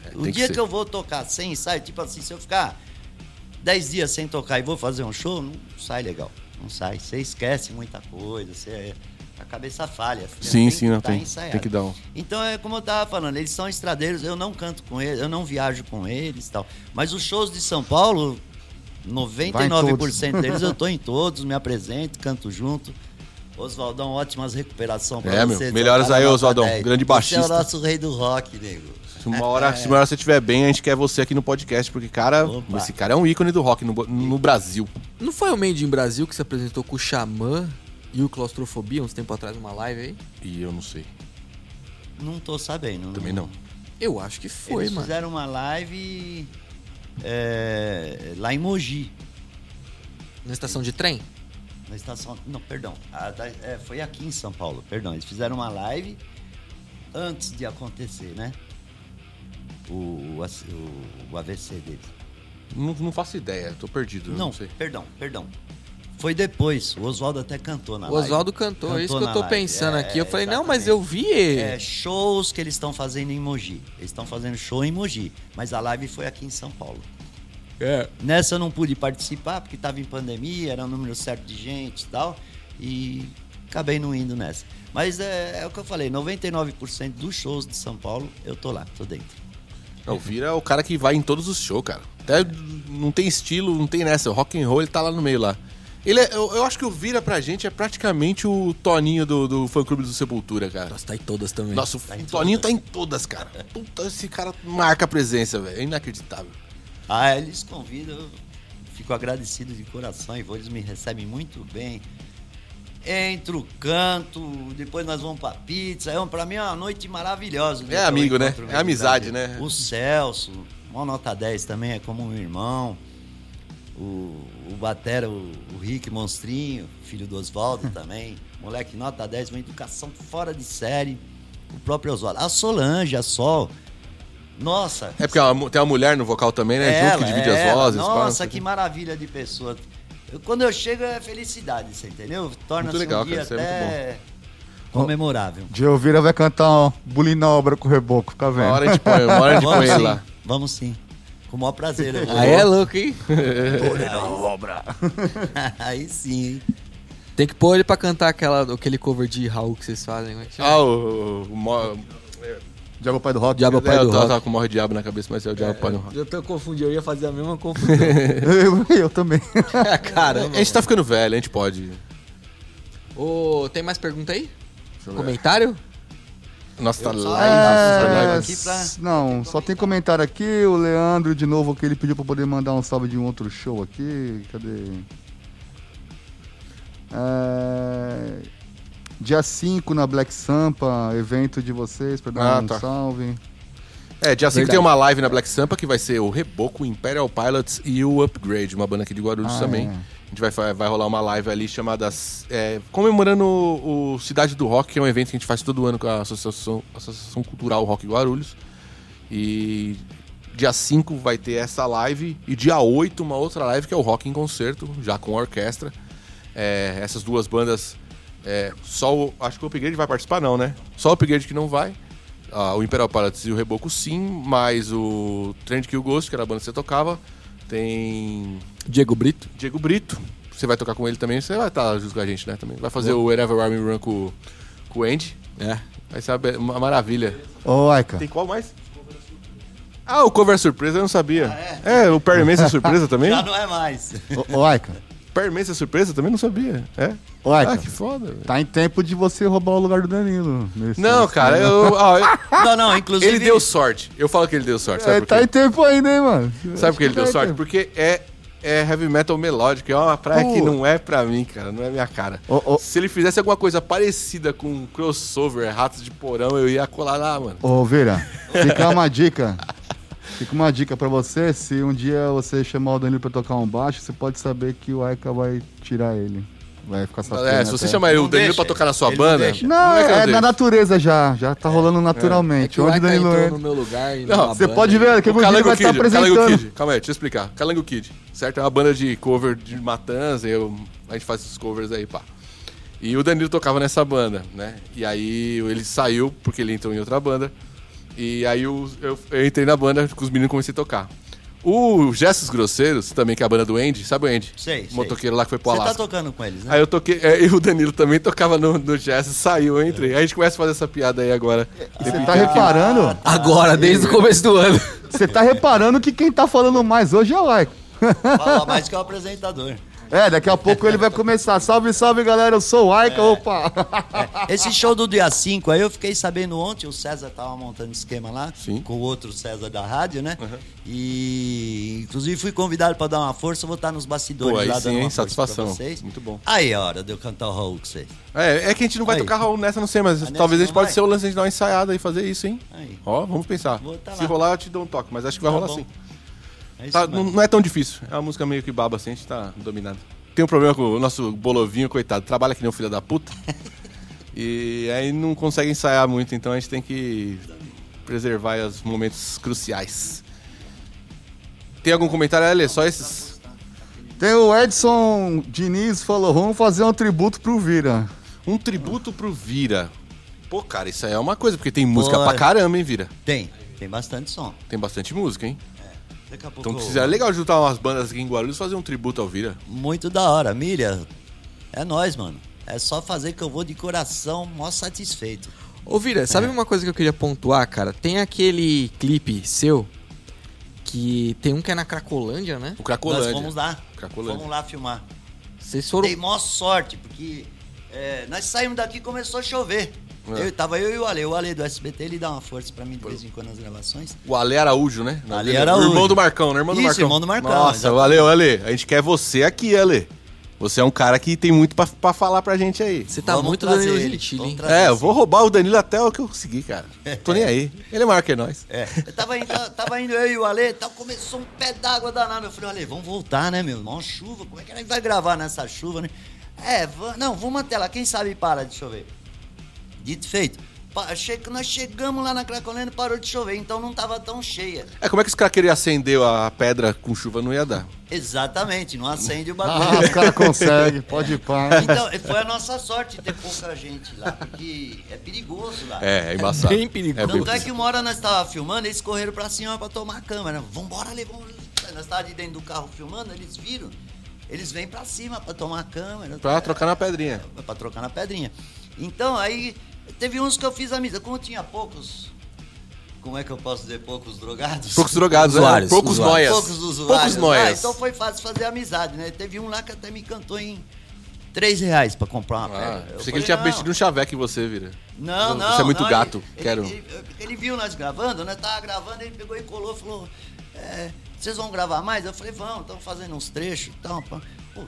[SPEAKER 3] É,
[SPEAKER 4] O
[SPEAKER 3] tem
[SPEAKER 4] dia
[SPEAKER 3] ser.
[SPEAKER 4] que, eu vou tocar sem ensaio, tipo assim, se eu ficar 10 dias sem tocar e vou fazer um show, não sai legal. Não sai. Você esquece muita coisa, você, a cabeça falha. você
[SPEAKER 3] Sim, sim, não,
[SPEAKER 4] tá
[SPEAKER 3] tem,
[SPEAKER 4] ensaiado.
[SPEAKER 3] tem que dar um.
[SPEAKER 4] Então é como eu tava falando, eles são estradeiros, eu não canto com eles, eu não viajo com eles e tal. Mas os shows de São Paulo, 99% deles eu tô em todos, me apresento, canto junto. Oswaldão, ótimas recuperação pra
[SPEAKER 3] É, meu,
[SPEAKER 4] vocês. tá
[SPEAKER 3] melhoras
[SPEAKER 4] cara
[SPEAKER 3] aí,
[SPEAKER 4] nota
[SPEAKER 3] Oswaldão,
[SPEAKER 4] 10.
[SPEAKER 3] grande
[SPEAKER 4] Você é
[SPEAKER 3] baixista.
[SPEAKER 4] o nosso rei do rock, nego.
[SPEAKER 3] Se uma hora, se uma hora você estiver bem, a gente quer você aqui no podcast, porque, cara,
[SPEAKER 4] Opa.
[SPEAKER 3] esse cara é um ícone do rock no, no Brasil.
[SPEAKER 2] Não foi o Made in Brasil que se apresentou com o Xamã e o Claustrofobia uns tempo atrás numa live aí?
[SPEAKER 3] E eu não sei.
[SPEAKER 4] Não tô sabendo. né?
[SPEAKER 3] Também não.
[SPEAKER 2] Eu acho que foi,
[SPEAKER 4] Eles
[SPEAKER 2] mano.
[SPEAKER 4] fizeram uma live é, lá em Mogi,
[SPEAKER 2] Na estação de trem?
[SPEAKER 4] na estação. Não, perdão. a da- é, foi aqui em São Paulo, perdão. Eles fizeram uma live antes de acontecer, né? O, o, ac- o- o AVC deles.
[SPEAKER 3] Não, não faço ideia, tô perdido.
[SPEAKER 4] Não,
[SPEAKER 3] Não, sei.
[SPEAKER 4] perdão, perdão. Foi depois. O Oswaldo até cantou na
[SPEAKER 2] O
[SPEAKER 4] live.
[SPEAKER 2] Oswaldo cantou, é isso que eu
[SPEAKER 4] na
[SPEAKER 2] tô
[SPEAKER 4] live,
[SPEAKER 2] pensando
[SPEAKER 4] é,
[SPEAKER 2] aqui. Eu falei, não, mas
[SPEAKER 4] exatamente.
[SPEAKER 2] eu vi ele.
[SPEAKER 4] É, shows que eles estão fazendo em Mogi. Eles estão fazendo show em Mogi, mas a live foi aqui em São Paulo.
[SPEAKER 2] É.
[SPEAKER 4] Nessa eu não pude participar porque estava em pandemia, era um número certo de gente e tal, e acabei não indo nessa. Mas é, é o que eu falei, 99% dos shows de São Paulo eu tô lá, tô dentro.
[SPEAKER 3] Não, o Vira é o cara que vai em todos os shows, cara. Até não tem estilo, não tem nessa. O rock and roll ele tá lá no meio lá. Ele é- eu, eu acho que o Vira pra gente é praticamente o Toninho do, do fã clube do Sepultura, cara.
[SPEAKER 2] Nossa, tá em todas também.
[SPEAKER 3] É. Nossa, o
[SPEAKER 4] Tá em
[SPEAKER 3] Toninho tá em todas, cara. Puta, esse cara marca a presença, velho. É inacreditável.
[SPEAKER 4] Ah, eles convidam, eu fico agradecido de coração e vou, eles me recebem muito bem. Entro, canto, depois nós vamos pra pizza. É, um- pra mim é uma noite maravilhosa. o dia
[SPEAKER 3] É
[SPEAKER 4] que eu
[SPEAKER 3] amigo, né?
[SPEAKER 4] encontro o
[SPEAKER 3] É
[SPEAKER 4] meu
[SPEAKER 3] amizade,
[SPEAKER 4] brother.
[SPEAKER 3] né?
[SPEAKER 4] O Celso, uma nota 10 também, é como um irmão. O, o Batera, o, o Rick Monstrinho, filho do Oswaldo também. Moleque, nota 10, uma educação fora de série. O próprio Oswaldo. A Solange, a Sol. Nossa,
[SPEAKER 3] É porque é uma- tem uma mulher no vocal também, né? Junto que divide as
[SPEAKER 4] ela.
[SPEAKER 3] vozes. né? pá, não
[SPEAKER 4] Nossa,
[SPEAKER 3] sei o
[SPEAKER 4] que
[SPEAKER 3] quê.
[SPEAKER 4] maravilha de pessoa. Eu- quando eu chego é felicidade, você entendeu? Torna-se
[SPEAKER 3] Muito legal,
[SPEAKER 4] um dia
[SPEAKER 3] cara, isso é
[SPEAKER 4] até comemorável.
[SPEAKER 5] Geovira vai cantar um Bullying na Obra com o Reboco, fica
[SPEAKER 3] Uma
[SPEAKER 5] vendo?
[SPEAKER 3] hora a gente põe, uma hora a gente põe ele
[SPEAKER 4] sim,
[SPEAKER 3] lá. Ah,
[SPEAKER 4] vamos sim. Com o maior prazer. eu vou.
[SPEAKER 2] Aí é louco, hein?
[SPEAKER 4] Aí sim, hein?
[SPEAKER 2] Tem que pôr ele pra cantar aquela, aquele cover de Raul que vocês fazem. como é que chama?
[SPEAKER 3] Ah, o. o, mo-
[SPEAKER 5] Diabo Pai do Rock.
[SPEAKER 2] Diabo Pai
[SPEAKER 3] é,
[SPEAKER 2] do
[SPEAKER 3] eu tava,
[SPEAKER 2] Rock.
[SPEAKER 3] tava com o Morre Diabo na cabeça, mas é o Diabo Pai do Rock.
[SPEAKER 2] Eu tô confundindo, eu ia fazer a mesma confusão.
[SPEAKER 5] Eu, eu também.
[SPEAKER 2] Caramba.
[SPEAKER 3] A gente tá ficando velho, a gente pode.
[SPEAKER 2] Ô, tem mais pergunta aí? Comentário?
[SPEAKER 3] Nossa, tá
[SPEAKER 4] Eu-
[SPEAKER 3] lá. né?
[SPEAKER 5] É,
[SPEAKER 4] aqui pra-
[SPEAKER 5] s- Não, só tem comentário aqui. O Leandro, de novo, que ele pediu pra poder mandar um salve de um outro show aqui. Cadê? É, Dia 5 na Black Sampa, evento de vocês, pra dar
[SPEAKER 3] Ah,
[SPEAKER 5] um
[SPEAKER 3] tá.
[SPEAKER 5] salve.
[SPEAKER 3] É, dia 5
[SPEAKER 2] Verdade.
[SPEAKER 3] tem uma live na Black Sampa que vai ser o Reboco, o Imperial Pilots e o Upgrade, uma banda aqui de Guarulhos
[SPEAKER 5] Ah,
[SPEAKER 3] também.
[SPEAKER 5] é.
[SPEAKER 3] A gente vai, fa- vai rolar uma live ali chamada é, Comemorando o, o Cidade do Rock, que é um evento que a gente faz todo ano com a Associação, Associação Cultural Rock Guarulhos. E dia 5 vai ter essa live e dia 8 uma outra live que é o Rock em Concerto, já com a orquestra. É, essas duas bandas, é, só o, acho que o Upgrade vai participar não, né? Só o Upgrade que não vai. Ah, o Imperial Pilots e o Reboco sim, mas o Trend Kill Ghost, que era a banda que você tocava, tem
[SPEAKER 2] Diego Brito.
[SPEAKER 3] Diego Brito. Você vai tocar com ele também, você vai estar junto com a gente, né? Também. Vai fazer o Wherever Army Run com, com o Andy.
[SPEAKER 2] É.
[SPEAKER 3] Vai ser uma be- uma maravilha.
[SPEAKER 5] Ô, Aika.
[SPEAKER 3] Tem qual mais? Ah, o cover surpresa eu não sabia. é? o Perry Mason é surpresa também?
[SPEAKER 4] Já não é mais.
[SPEAKER 5] Ô, ô, Aika.
[SPEAKER 3] Perry Mason é surpresa também não sabia. É?
[SPEAKER 5] Ô, Aika.
[SPEAKER 3] Ah, que foda, velho.
[SPEAKER 5] Tá em tempo de você roubar o lugar do Danilo. nesse-
[SPEAKER 3] Não, cara, eu, ó, eu-
[SPEAKER 4] Não, não, inclusive.
[SPEAKER 3] ele deu sorte. Eu falo que ele deu sorte. Sabe
[SPEAKER 5] É,
[SPEAKER 3] por
[SPEAKER 5] tá
[SPEAKER 3] quê?
[SPEAKER 5] em tempo ainda, hein, mano?
[SPEAKER 3] Sabe por que ele deu
[SPEAKER 5] Tá em
[SPEAKER 3] sorte?
[SPEAKER 5] tempo.
[SPEAKER 3] Porque é, é heavy metal melódico, é uma praia que não é pra mim, cara, não é minha cara.
[SPEAKER 5] Ô, ô.
[SPEAKER 3] Se ele fizesse alguma coisa parecida com um crossover, Ratos de Porão, eu ia colar lá, mano.
[SPEAKER 5] Ô, Vira, fica uma dica. Fica uma dica pra você. Se um dia você chamar o Danilo pra tocar um baixo, você pode saber que o Aika vai tirar ele. Vai ficar sabendo.
[SPEAKER 3] É, se você chamar
[SPEAKER 4] Não
[SPEAKER 3] o Danilo
[SPEAKER 4] deixa,
[SPEAKER 3] pra tocar na sua
[SPEAKER 4] ele não
[SPEAKER 3] banda...
[SPEAKER 4] deixa.
[SPEAKER 5] Não,
[SPEAKER 3] que eu
[SPEAKER 5] é, na
[SPEAKER 3] deixo.
[SPEAKER 5] natureza já. Já tá rolando
[SPEAKER 2] É
[SPEAKER 5] naturalmente.
[SPEAKER 2] que o
[SPEAKER 5] Onde o
[SPEAKER 2] Aika
[SPEAKER 5] Danilo
[SPEAKER 2] entrou
[SPEAKER 5] entra.
[SPEAKER 2] no meu lugar e
[SPEAKER 3] Não,
[SPEAKER 2] numa
[SPEAKER 5] Você
[SPEAKER 2] banda né?
[SPEAKER 5] pode
[SPEAKER 2] aí.
[SPEAKER 5] ver que o
[SPEAKER 3] O
[SPEAKER 5] Danilo vai
[SPEAKER 3] Calango
[SPEAKER 5] estar
[SPEAKER 3] Kid, Calango Kid.
[SPEAKER 5] apresentando.
[SPEAKER 3] Calma aí, deixa eu explicar. Calango Kid, certo? É uma banda de cover de Matanza, eu, a gente faz esses covers aí, pá. E o Danilo tocava nessa banda, né? E aí ele saiu, porque ele entrou em outra banda. E aí eu, eu- eu entrei na banda com os meninos e comecei a tocar. O Gestos Grosseiros, também que é a banda do Andy, sabe o Andy?
[SPEAKER 4] Sei,
[SPEAKER 3] O
[SPEAKER 4] sei.
[SPEAKER 3] motoqueiro lá que foi pro
[SPEAKER 4] Você tá
[SPEAKER 3] Alasca.
[SPEAKER 4] tocando com eles, né?
[SPEAKER 3] Aí eu toquei, é, e o Danilo também tocava no, no jazz, saiu, eu entrei. Aí a gente começa a fazer essa piada aí agora.
[SPEAKER 5] E Você tá reparando?
[SPEAKER 2] Agora, desde o começo do ano.
[SPEAKER 5] Você tá reparando que quem tá falando mais hoje é o Aika.
[SPEAKER 4] Fala mais que é o apresentador.
[SPEAKER 5] É, daqui a pouco ele vai começar. Salve, salve, galera. Eu sou o Aika. Opa!
[SPEAKER 4] Esse show do dia 5 aí eu fiquei sabendo ontem, o César tava montando esquema lá
[SPEAKER 3] Sim.
[SPEAKER 4] com o outro César da rádio, né? E inclusive fui convidado para dar uma força, eu vou estar nos bastidores
[SPEAKER 3] Pô, aí
[SPEAKER 4] lá
[SPEAKER 3] sim,
[SPEAKER 4] dando uma
[SPEAKER 3] hein?
[SPEAKER 4] força
[SPEAKER 3] Satisfação.
[SPEAKER 4] pra vocês.
[SPEAKER 3] Muito bom.
[SPEAKER 4] Aí é a hora de eu cantar o Raul com vocês.
[SPEAKER 3] É, é que a gente não vai
[SPEAKER 4] Aí.
[SPEAKER 3] tocar Raul nessa, não sei, mas
[SPEAKER 4] nessa
[SPEAKER 3] talvez a gente
[SPEAKER 4] não
[SPEAKER 3] pode
[SPEAKER 4] vai?
[SPEAKER 3] ser o lance de dar uma ensaiada e fazer isso, hein?
[SPEAKER 4] Aí.
[SPEAKER 3] Ó, vamos pensar.
[SPEAKER 4] Vou tá
[SPEAKER 3] Se
[SPEAKER 4] lá.
[SPEAKER 3] rolar, eu te dou um toque, mas acho que vai
[SPEAKER 4] Tá
[SPEAKER 3] rolar
[SPEAKER 4] bom.
[SPEAKER 3] sim.
[SPEAKER 4] É isso
[SPEAKER 3] Tá, não,
[SPEAKER 4] mesmo.
[SPEAKER 3] não é tão difícil. É uma música meio que baba assim, a gente tá dominado. Tem um problema com o nosso bolovinho, coitado. Trabalha que nem um filho da puta. e aí não consegue ensaiar muito, então a gente tem que preservar os momentos cruciais. Tem algum comentário, Ale? Só esses?
[SPEAKER 5] Tem o Edson Diniz falou: vamos fazer um tributo pro Vira.
[SPEAKER 3] Um tributo pro Vira. Pô, cara, isso aí é uma coisa, porque tem música
[SPEAKER 4] Pô,
[SPEAKER 3] pra
[SPEAKER 4] é.
[SPEAKER 3] caramba, hein, Vira?
[SPEAKER 4] Tem, tem bastante som.
[SPEAKER 3] Tem bastante música, hein?
[SPEAKER 4] Daqui a pouco.
[SPEAKER 3] Então
[SPEAKER 4] eu-
[SPEAKER 3] precisa, é legal juntar umas bandas aqui em Guarulhos e fazer um tributo ao Vira.
[SPEAKER 4] Muito da hora, Miriam. É nós, mano. É só fazer que eu vou de coração mó satisfeito.
[SPEAKER 2] Ô, Vira, sabe uma coisa que eu queria pontuar, cara? Tem aquele clipe seu que tem um que é na Cracolândia, né?
[SPEAKER 3] O Cracolândia.
[SPEAKER 4] Nós fomos lá.
[SPEAKER 3] Cracolândia.
[SPEAKER 4] Fomos lá filmar.
[SPEAKER 2] Vocês foram.
[SPEAKER 4] Dei maior sorte, porque é, nós saímos daqui e começou a chover.
[SPEAKER 2] É.
[SPEAKER 4] Eu, tava eu e o Ale. O Ale do SBT, ele dá uma força pra mim de vez em quando nas gravações.
[SPEAKER 3] O Ale Araújo, né?
[SPEAKER 4] Ale
[SPEAKER 3] O
[SPEAKER 4] Araújo.
[SPEAKER 3] Irmão do Marcão, né? Irmão do
[SPEAKER 4] Isso,
[SPEAKER 3] Marcão.
[SPEAKER 4] irmão do Marcão,
[SPEAKER 3] Nossa,
[SPEAKER 4] exatamente.
[SPEAKER 3] valeu, Ale. A gente quer você aqui, Ale. Você é um cara que tem muito pra, pra falar pra gente aí.
[SPEAKER 2] Você tá
[SPEAKER 4] Vamos
[SPEAKER 2] muito
[SPEAKER 4] trazer
[SPEAKER 2] Danilo
[SPEAKER 4] ele,
[SPEAKER 2] Gentili,
[SPEAKER 4] vamos
[SPEAKER 2] hein?
[SPEAKER 4] trazer.
[SPEAKER 3] É, eu vou roubar o Danilo até o que eu conseguir, cara. Tô nem aí. Ele é maior que nós.
[SPEAKER 4] É, eu tava, indo, tava indo eu e o Ale, tal, começou um pé d'água danado. Eu falei, Ale, vamos voltar, né, meu? Mó chuva, como é que a gente vai gravar nessa chuva, né? É, va- não, vamos até lá, quem sabe para de chover. Dito e feito, Pa- che- Nós chegamos lá na Cracolândia e parou de chover, então não tava tão cheia.
[SPEAKER 3] É, como é que os craqueiros iam acender a pedra com chuva? Não ia dar.
[SPEAKER 4] Exatamente, não acende o
[SPEAKER 5] Ah,
[SPEAKER 4] bagulho.
[SPEAKER 5] os caras conseguem, pode ir pá.
[SPEAKER 3] É.
[SPEAKER 4] Então, foi a nossa sorte ter pouca gente lá, porque é perigoso lá.
[SPEAKER 3] É, é embaçado.
[SPEAKER 2] bem perigoso.
[SPEAKER 3] bem
[SPEAKER 4] Tanto é que uma hora nós tava filmando, eles correram pra cima pra tomar a câmera. Vambora, Ale, vamos. Nós tava de dentro do carro filmando, eles viram. Eles vêm pra cima pra tomar a câmera. É,
[SPEAKER 3] Pra trocar na pedrinha.
[SPEAKER 4] Pra trocar na pedrinha. Então, aí teve uns que eu fiz amizade. Como tinha poucos. Como é que eu posso dizer poucos drogados?
[SPEAKER 3] Poucos drogados,
[SPEAKER 2] Usuários,
[SPEAKER 3] né? Poucos
[SPEAKER 2] usuários.
[SPEAKER 3] noias.
[SPEAKER 4] Poucos usuários.
[SPEAKER 3] Poucos
[SPEAKER 4] Ah,
[SPEAKER 3] noias.
[SPEAKER 4] então foi fácil fazer amizade, né? Teve um lá que até me cantou em 3 reais pra comprar uma pedra.
[SPEAKER 3] Ah,
[SPEAKER 4] Eu
[SPEAKER 3] pensei que
[SPEAKER 4] falei,
[SPEAKER 3] ele tinha
[SPEAKER 4] "Não,
[SPEAKER 3] vestido um chaveco em você, vira.
[SPEAKER 4] não, não.
[SPEAKER 3] Você é muito
[SPEAKER 4] não,
[SPEAKER 3] gato.
[SPEAKER 4] ele- ele-
[SPEAKER 3] Quero.
[SPEAKER 4] Ele, ele viu nós gravando, né? Tava gravando, ele pegou e colou, falou: é, vocês vão gravar mais? Eu falei: vamos, estamos fazendo uns trechos e tal. pá." Pô,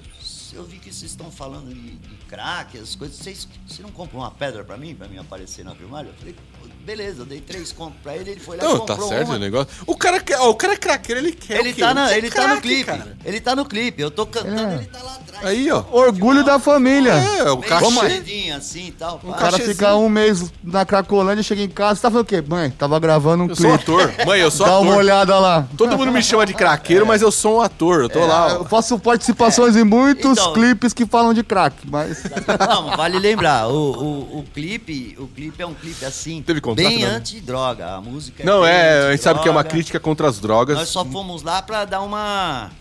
[SPEAKER 4] eu vi que vocês estão falando de, de crack, as coisas. Vocês, você não compra uma pedra pra mim, pra mim aparecer na filmagem? Eu falei: "Pô, beleza, eu dei três contos pra ele, ele foi lá e
[SPEAKER 3] Não, tá
[SPEAKER 4] comprou
[SPEAKER 3] certo
[SPEAKER 4] uma.
[SPEAKER 3] o negócio. O cara, quer, ó, o cara é craqueiro, ele quer o
[SPEAKER 4] Ele,
[SPEAKER 3] quê?
[SPEAKER 4] tá, na,
[SPEAKER 3] Quer
[SPEAKER 4] ele tá no
[SPEAKER 3] craque,
[SPEAKER 4] clipe.
[SPEAKER 3] cara.
[SPEAKER 4] Ele tá no clipe. Eu tô cantando,
[SPEAKER 5] É.
[SPEAKER 4] ele tá lá atrás.
[SPEAKER 3] Aí, ó.
[SPEAKER 5] Orgulho da família.
[SPEAKER 3] É, o
[SPEAKER 4] Bem
[SPEAKER 3] cachê.
[SPEAKER 4] escondidinho assim e tal. pá.
[SPEAKER 5] O cara
[SPEAKER 3] Cachezinho.
[SPEAKER 5] fica um mês na Cracolândia, chega em casa, tá falando o quê? Mãe, tava gravando um
[SPEAKER 3] Eu sou
[SPEAKER 5] clipe.
[SPEAKER 3] ator. Mãe, eu sou
[SPEAKER 5] Dá uma
[SPEAKER 3] ator.
[SPEAKER 5] olhada É. lá. É,
[SPEAKER 3] Todo mundo me chama de craqueiro, mas eu sou um ator. Eu tô lá,
[SPEAKER 5] Eu
[SPEAKER 3] ó.
[SPEAKER 5] faço participações em muitos
[SPEAKER 4] Então-
[SPEAKER 5] clipes que falam de crack, mas.
[SPEAKER 4] Não, vale lembrar, o, o, o clipe, o clipe é um clipe assim,
[SPEAKER 3] Teve contrato,
[SPEAKER 4] bem
[SPEAKER 3] não, né?
[SPEAKER 4] anti-droga. A música é
[SPEAKER 3] Não,
[SPEAKER 4] bem
[SPEAKER 3] é, a gente sabe que é uma
[SPEAKER 4] anti-droga.
[SPEAKER 3] crítica contra as drogas.
[SPEAKER 4] Nós só fomos lá pra dar uma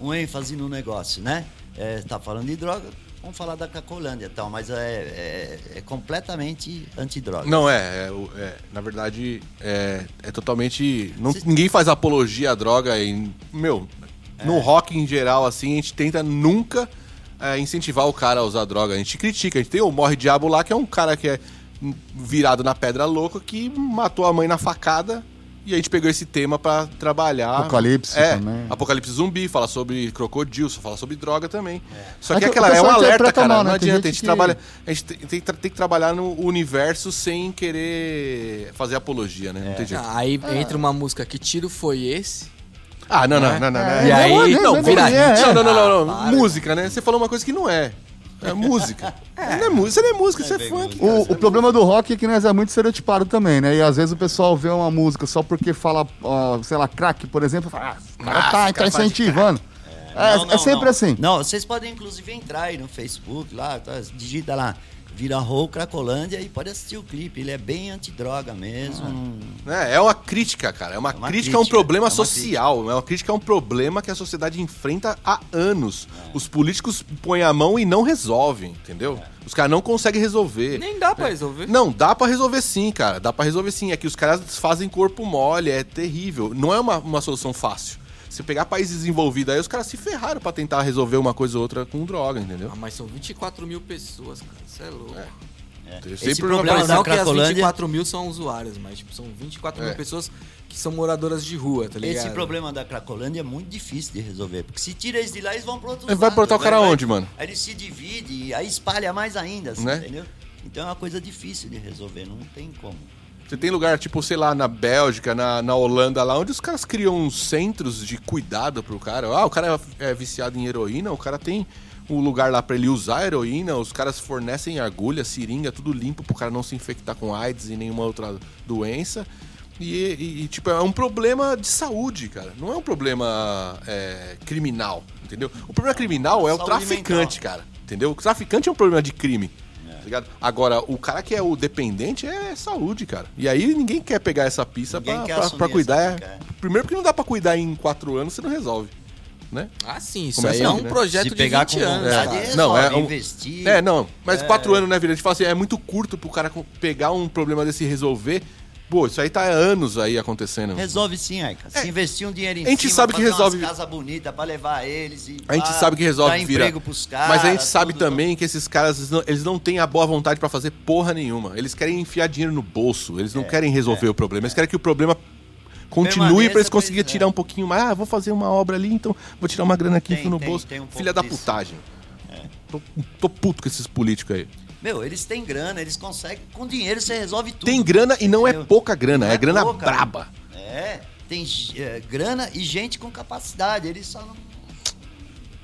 [SPEAKER 4] um ênfase no negócio, né? É, tá falando de droga, vamos falar da Cacolândia e tal, mas é, é, é completamente anti-droga.
[SPEAKER 3] Não, é, é, o- é, Na verdade, é, é totalmente. não- ninguém faz apologia à droga. Em, meu,
[SPEAKER 5] É.
[SPEAKER 3] no rock em geral, assim, a gente tenta nunca é, incentivar o cara a usar droga. A gente critica. A gente tem o Morre Diabo lá, que é um cara que é hum, virado na pedra louca, que matou a mãe na facada. E a gente pegou esse tema pra trabalhar.
[SPEAKER 5] Apocalipse
[SPEAKER 3] é,
[SPEAKER 5] também.
[SPEAKER 3] Apocalipse zumbi, fala sobre crocodilo, só fala sobre droga também. Só
[SPEAKER 5] É
[SPEAKER 3] que,
[SPEAKER 5] que o
[SPEAKER 3] aquela é um
[SPEAKER 5] pessoal
[SPEAKER 3] alerta,
[SPEAKER 5] interpreta
[SPEAKER 3] cara.
[SPEAKER 5] mal,
[SPEAKER 3] Não
[SPEAKER 5] né? Tem
[SPEAKER 3] adianta, a
[SPEAKER 5] gente
[SPEAKER 3] gente
[SPEAKER 5] que-
[SPEAKER 3] trabalha. A gente tem, tem que tra- tem que trabalhar no universo sem querer fazer apologia, né? Não tem jeito.
[SPEAKER 2] Ah, aí entra uma música que tiro foi esse?
[SPEAKER 3] Ah, não, não, não, não. não.
[SPEAKER 5] É,
[SPEAKER 2] e aí,
[SPEAKER 5] não, nem-
[SPEAKER 2] não,
[SPEAKER 5] nem-
[SPEAKER 2] vira
[SPEAKER 5] nem-
[SPEAKER 2] hit.
[SPEAKER 5] é.
[SPEAKER 3] Não, não, não, não, não.
[SPEAKER 2] Ah, para.
[SPEAKER 3] música, né? Você falou uma coisa que não é. É música. Não é música, isso não é música, isso é, funk. cara.
[SPEAKER 5] O, o problema do rock é que nós é muito estereotipado também, né? E às vezes o pessoal vê uma música só porque fala, ó, sei lá, crack, por exemplo, e fala, ah, o cara
[SPEAKER 3] Ah,
[SPEAKER 5] tá,
[SPEAKER 3] esse
[SPEAKER 5] tá
[SPEAKER 3] cara fala de
[SPEAKER 5] incentivando. É,
[SPEAKER 4] Não,
[SPEAKER 5] é
[SPEAKER 4] não,
[SPEAKER 5] sempre
[SPEAKER 4] não.
[SPEAKER 5] assim.
[SPEAKER 4] Não, vocês podem inclusive entrar aí no Facebook, lá, tá, digita lá, vira Roll Cracolândia e pode assistir o clipe. Ele é bem anti-droga mesmo.
[SPEAKER 5] Ah,
[SPEAKER 4] não-
[SPEAKER 3] É, é uma crítica, cara. É uma,
[SPEAKER 4] uma
[SPEAKER 3] crítica a um
[SPEAKER 4] crítica,
[SPEAKER 3] problema
[SPEAKER 4] é uma
[SPEAKER 3] social. É uma crítica a um problema que a sociedade enfrenta há anos. Os políticos põem a mão e não resolvem, entendeu? Os caras não conseguem resolver.
[SPEAKER 2] Nem dá pra resolver.
[SPEAKER 3] Não, dá pra resolver sim, cara. Dá pra resolver sim. É que os caras fazem corpo mole, é terrível. Não é uma, uma solução fácil. Se pegar países desenvolvidos aí, os caras se ferraram pra tentar resolver uma coisa ou outra com droga, entendeu?
[SPEAKER 2] Ah, mas são 24 mil pessoas, cara. Isso é louco.
[SPEAKER 3] Eu problema
[SPEAKER 4] Esse problema
[SPEAKER 3] pra-
[SPEAKER 4] da
[SPEAKER 2] Não que as
[SPEAKER 4] Cracolândia-
[SPEAKER 2] 24 mil são usuários, mas tipo, são 24
[SPEAKER 3] É.
[SPEAKER 2] mil pessoas que são moradoras de rua, tá ligado?
[SPEAKER 4] Esse problema da Cracolândia é muito difícil de resolver, porque se tira eles de lá, eles vão pro outro né?
[SPEAKER 3] Ele vai botar o cara
[SPEAKER 4] Vai-
[SPEAKER 3] onde, mano?
[SPEAKER 4] Aí eles se dividem, aí espalha mais ainda, assim,
[SPEAKER 3] Né?
[SPEAKER 4] entendeu? Então é uma coisa difícil de resolver, não tem como.
[SPEAKER 3] Você tem lugar, tipo, sei lá, na Bélgica, na, na Holanda, lá, onde os caras criam uns centros de cuidado pro cara. Ah, o cara é viciado em heroína, o cara tem um lugar lá pra ele usar a heroína, os caras fornecem agulha, seringa, tudo limpo pro cara não se infectar com AIDS e nenhuma outra doença. E, e- e, tipo, é um problema de saúde, cara. Não é um problema é, criminal, entendeu? O problema criminal é o
[SPEAKER 4] Saúde
[SPEAKER 3] traficante, cara. Entendeu? O traficante é um problema de crime.
[SPEAKER 4] É.
[SPEAKER 3] tá ligado? Agora, o cara que é o dependente é saúde, cara. E aí ninguém quer pegar essa pista
[SPEAKER 4] Ninguém
[SPEAKER 3] pra,
[SPEAKER 4] quer
[SPEAKER 3] pra,
[SPEAKER 4] assumir
[SPEAKER 3] pra cuidar.
[SPEAKER 4] essa pica, é.
[SPEAKER 3] Primeiro porque não dá pra cuidar em quatro anos, você não resolve. Né?
[SPEAKER 2] Ah, sim, isso
[SPEAKER 3] Começa
[SPEAKER 2] aí é
[SPEAKER 3] aí,
[SPEAKER 2] um
[SPEAKER 3] né?
[SPEAKER 2] projeto
[SPEAKER 4] Se
[SPEAKER 2] de
[SPEAKER 4] pegar
[SPEAKER 2] 20
[SPEAKER 4] com
[SPEAKER 2] anos,
[SPEAKER 4] vontade,
[SPEAKER 2] cara.
[SPEAKER 4] é.
[SPEAKER 3] não,
[SPEAKER 4] resolve,
[SPEAKER 3] é um...
[SPEAKER 4] investir.
[SPEAKER 3] É, não, mas quatro anos, né, Virante? Fala assim, é muito curto pro cara co- pegar um problema desse e resolver. Pô, isso aí tá há anos aí acontecendo.
[SPEAKER 4] Resolve sim, Aica. Se investir um dinheiro em
[SPEAKER 3] É. A gente
[SPEAKER 4] cima,
[SPEAKER 3] sabe que
[SPEAKER 4] fazer umas
[SPEAKER 3] resolve.
[SPEAKER 4] casa bonita pra levar eles e
[SPEAKER 3] A gente
[SPEAKER 4] pá,
[SPEAKER 3] sabe que resolve
[SPEAKER 4] Ah, dar
[SPEAKER 3] virar.
[SPEAKER 4] emprego pros caras.
[SPEAKER 3] Mas a gente sabe
[SPEAKER 4] tudo,
[SPEAKER 3] também que esses caras, eles não, eles não têm a boa vontade pra fazer porra nenhuma. Eles querem enfiar dinheiro no bolso. Eles não querem resolver o problema. Eles querem que o problema continue
[SPEAKER 4] Permaneça,
[SPEAKER 3] pra eles conseguirem
[SPEAKER 4] pois é.
[SPEAKER 3] tirar um pouquinho mais. Ah, vou fazer uma obra ali, então vou tirar uma grana aqui
[SPEAKER 4] Tem,
[SPEAKER 3] enfio no
[SPEAKER 4] tem,
[SPEAKER 3] bolso.
[SPEAKER 4] tem um pouco
[SPEAKER 3] Filha da
[SPEAKER 4] disso.
[SPEAKER 3] putagem. Tô, tô puto com esses políticos aí.
[SPEAKER 4] então. Meu, eles têm grana, eles conseguem. Com dinheiro você resolve tudo.
[SPEAKER 3] Tem grana e não é
[SPEAKER 4] Entendeu?
[SPEAKER 3] pouca grana,
[SPEAKER 4] Não
[SPEAKER 3] é grana
[SPEAKER 4] pouca.
[SPEAKER 3] braba.
[SPEAKER 4] É, tem eh, grana e gente com capacidade. Eles só não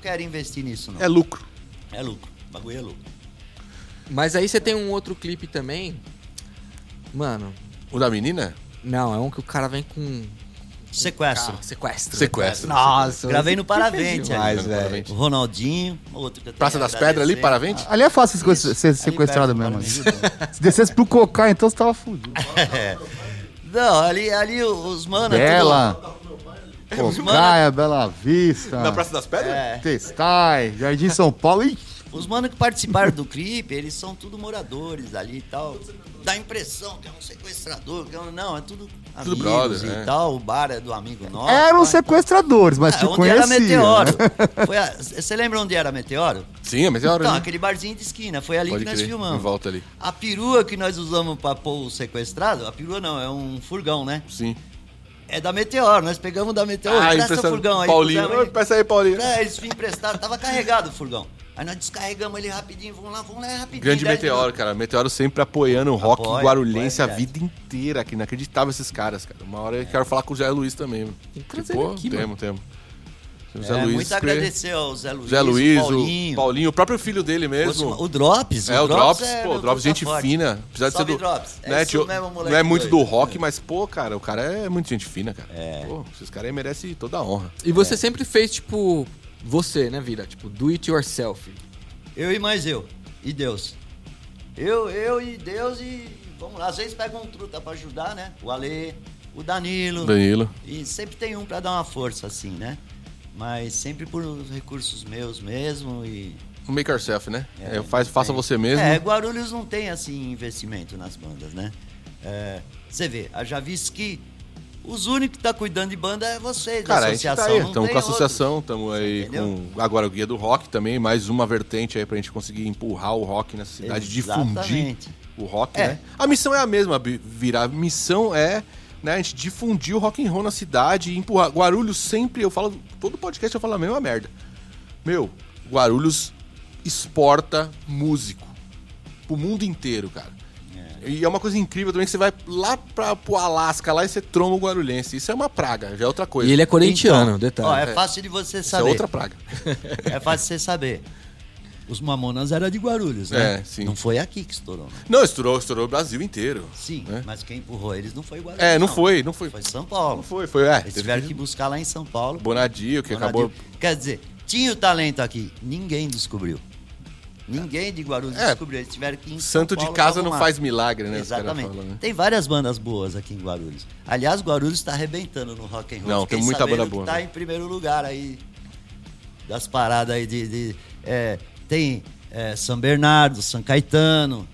[SPEAKER 4] querem investir nisso, não.
[SPEAKER 3] É lucro.
[SPEAKER 4] É, lucro. O bagulho é lucro.
[SPEAKER 2] Mas aí você tem um outro clipe também Mano,
[SPEAKER 3] O da menina?
[SPEAKER 2] não, é um que o cara vem com.
[SPEAKER 4] Sequestro.
[SPEAKER 2] Ah, sequestro.
[SPEAKER 3] Sequestro.
[SPEAKER 2] Nossa.
[SPEAKER 4] Gravei no
[SPEAKER 2] esse filme é
[SPEAKER 4] Paravente
[SPEAKER 2] demais,
[SPEAKER 3] ali.
[SPEAKER 2] velho.
[SPEAKER 4] O Ronaldinho, outro que eu tenho
[SPEAKER 3] Praça
[SPEAKER 4] a
[SPEAKER 3] das
[SPEAKER 4] agradecer.
[SPEAKER 3] Pedras ali, Paravente?
[SPEAKER 5] Ali é fácil sequ- ser
[SPEAKER 4] Ali
[SPEAKER 5] sequestrado
[SPEAKER 4] perto do
[SPEAKER 5] mesmo. né?
[SPEAKER 4] Paravente.
[SPEAKER 5] Se descesse pro Cocá, então você tava fudido.
[SPEAKER 4] Não, ali, ali os manos.
[SPEAKER 5] Bela,
[SPEAKER 4] Os
[SPEAKER 5] Cocaia, Bela Vista,
[SPEAKER 3] Na Praça das Pedras?
[SPEAKER 4] É,
[SPEAKER 5] Testai, Jardim São Paulo. Ih,
[SPEAKER 4] os manos que participaram do clipe, eles são tudo moradores ali e tal. Dá a impressão que é um sequestrador, que é um- não, é tudo amigos
[SPEAKER 3] brother,
[SPEAKER 4] e
[SPEAKER 3] né?
[SPEAKER 4] tal. O bar é do amigo nosso.
[SPEAKER 5] eram
[SPEAKER 4] tá?
[SPEAKER 5] sequestradores, mas
[SPEAKER 4] Ah,
[SPEAKER 5] te
[SPEAKER 4] onde era
[SPEAKER 5] conheciam.
[SPEAKER 4] Meteoro?
[SPEAKER 5] né?
[SPEAKER 4] Foi a- Você lembra onde era Meteoro?
[SPEAKER 3] Sim, mas é hora.
[SPEAKER 4] Então,
[SPEAKER 3] né?
[SPEAKER 4] aquele barzinho de esquina, foi ali
[SPEAKER 3] Pode
[SPEAKER 4] que nós
[SPEAKER 3] crer, em
[SPEAKER 4] filmamos.
[SPEAKER 3] volta ali.
[SPEAKER 4] A perua que nós usamos pra pôr o sequestrado, a perua não, é um furgão, né?
[SPEAKER 3] Sim.
[SPEAKER 4] É da Meteoro, nós pegamos da Meteoro. Ah, presta o
[SPEAKER 3] emprestado.
[SPEAKER 4] furgão aí.
[SPEAKER 3] é Paulinho.
[SPEAKER 4] pusemos
[SPEAKER 3] Ô, Peça aí, Paulinho.
[SPEAKER 4] é, eles me emprestaram, tava carregado o furgão. Aí nós descarregamos ele rapidinho, vamos lá, vamos lá, é rapidinho.
[SPEAKER 3] Grande
[SPEAKER 4] dez
[SPEAKER 3] Meteoro,
[SPEAKER 4] minutos.
[SPEAKER 3] cara. Meteoro sempre apoiando o rock
[SPEAKER 4] Apoia,
[SPEAKER 3] guarulhense
[SPEAKER 4] apoia,
[SPEAKER 3] a
[SPEAKER 4] cara.
[SPEAKER 3] vida inteira, que inacreditável esses caras, cara. Uma hora eu quero falar com o Zé Luiz também. mano. Tipo,
[SPEAKER 2] Tem que
[SPEAKER 3] Porque,
[SPEAKER 2] trazer ele aqui,
[SPEAKER 3] temo,
[SPEAKER 2] mano.
[SPEAKER 3] temo. O
[SPEAKER 4] É, muito agradecer ao Zé Luiz,
[SPEAKER 3] Zé Luiz,
[SPEAKER 4] o
[SPEAKER 3] o
[SPEAKER 4] Paulinho.
[SPEAKER 3] Paulinho. o próprio filho dele mesmo.
[SPEAKER 4] O, o Drops,
[SPEAKER 3] é, o Drops, pô,
[SPEAKER 4] meu
[SPEAKER 3] o Drops,
[SPEAKER 4] puta
[SPEAKER 3] gente
[SPEAKER 4] forte.
[SPEAKER 3] fina. Apesar de ser
[SPEAKER 4] Salve,
[SPEAKER 3] do.
[SPEAKER 4] Drops. É
[SPEAKER 3] né,
[SPEAKER 4] isso
[SPEAKER 3] tio-
[SPEAKER 4] mesmo, moleque
[SPEAKER 3] não é muito
[SPEAKER 4] doido. É.
[SPEAKER 3] do rock, mas, pô, cara, o cara é muito gente fina, cara. Pô, esses caras aí merecem toda a honra.
[SPEAKER 2] E você sempre fez, tipo, você, né, Vira? Tipo, do it yourself.
[SPEAKER 4] Eu e mais eu. E Deus. Eu, eu e Deus e. Vamos lá, às vezes pega um truta pra ajudar, né? O Ale, o Danilo.
[SPEAKER 3] Danilo.
[SPEAKER 4] E sempre tem um pra dar uma força, assim, né? Mas sempre por recursos meus mesmo e.
[SPEAKER 3] O Make Yourself, né?
[SPEAKER 4] É,
[SPEAKER 3] É, faz, faça
[SPEAKER 4] tem.
[SPEAKER 3] você mesmo.
[SPEAKER 4] É, Guarulhos não tem assim investimento nas bandas, né? É, Você vê, a Javis que os únicos que tá cuidando de banda é vocês, da
[SPEAKER 3] Cara, a gente tá
[SPEAKER 4] associação.
[SPEAKER 3] aí,
[SPEAKER 4] não
[SPEAKER 3] estamos
[SPEAKER 4] tem
[SPEAKER 3] com a associação, estamos aí
[SPEAKER 4] entendeu?
[SPEAKER 3] com agora o Guia do Rock também, mais uma vertente aí pra gente conseguir empurrar o rock nessa cidade, difundir
[SPEAKER 4] Exatamente.
[SPEAKER 3] o rock,
[SPEAKER 4] É.
[SPEAKER 3] né? A missão é a mesma, Bi- Vira, a missão é né, a gente difundir o rock and roll na cidade e empurrar. Guarulhos sempre, eu falo, todo podcast eu falo a mesma merda. Meu, Guarulhos exporta músico pro mundo inteiro, cara. E é uma coisa incrível também que você vai lá pra, pro Alasca lá e você tromba o guarulhense. Isso é uma praga, já é outra coisa.
[SPEAKER 2] E ele é corintiano,
[SPEAKER 4] Então, Ó,
[SPEAKER 2] detalhe.
[SPEAKER 4] é fácil de
[SPEAKER 3] Tá.
[SPEAKER 4] você
[SPEAKER 3] Isso é
[SPEAKER 4] saber.
[SPEAKER 3] outra praga.
[SPEAKER 4] É fácil você saber. Os Mamonas era de Guarulhos, né?
[SPEAKER 3] É, sim.
[SPEAKER 4] Não foi aqui que estourou. não.
[SPEAKER 3] Não, estourou, estourou o Brasil inteiro.
[SPEAKER 4] Sim,
[SPEAKER 3] É.
[SPEAKER 4] mas quem empurrou eles não foi Guarulhos.
[SPEAKER 3] É, não, foi, não foi.
[SPEAKER 4] Foi São Paulo.
[SPEAKER 3] Não foi, foi. É,
[SPEAKER 4] Eles
[SPEAKER 3] teve
[SPEAKER 4] tiveram que buscar lá em São Paulo.
[SPEAKER 3] Bonadio, que acabou.
[SPEAKER 4] Ronaldinho. Quer dizer, tinha o talento aqui, ninguém descobriu. Ninguém de Guarulhos
[SPEAKER 3] É.
[SPEAKER 4] descobriu. Eles tiveram que ir em São
[SPEAKER 3] Santo de
[SPEAKER 4] Paulo
[SPEAKER 3] casa não
[SPEAKER 4] arrumar.
[SPEAKER 3] faz milagre, né? os caras
[SPEAKER 4] Exatamente.
[SPEAKER 3] falam, né?
[SPEAKER 4] Tem várias bandas boas aqui em Guarulhos. Aliás, Guarulhos está arrebentando no rock and roll.
[SPEAKER 3] Não,
[SPEAKER 4] Fiquei
[SPEAKER 3] tem muita
[SPEAKER 4] sabendo
[SPEAKER 3] banda
[SPEAKER 4] que
[SPEAKER 3] boa,
[SPEAKER 4] Tá
[SPEAKER 3] né?
[SPEAKER 4] em primeiro lugar aí das paradas aí de, de, é, tem é, São Bernardo, São Caetano.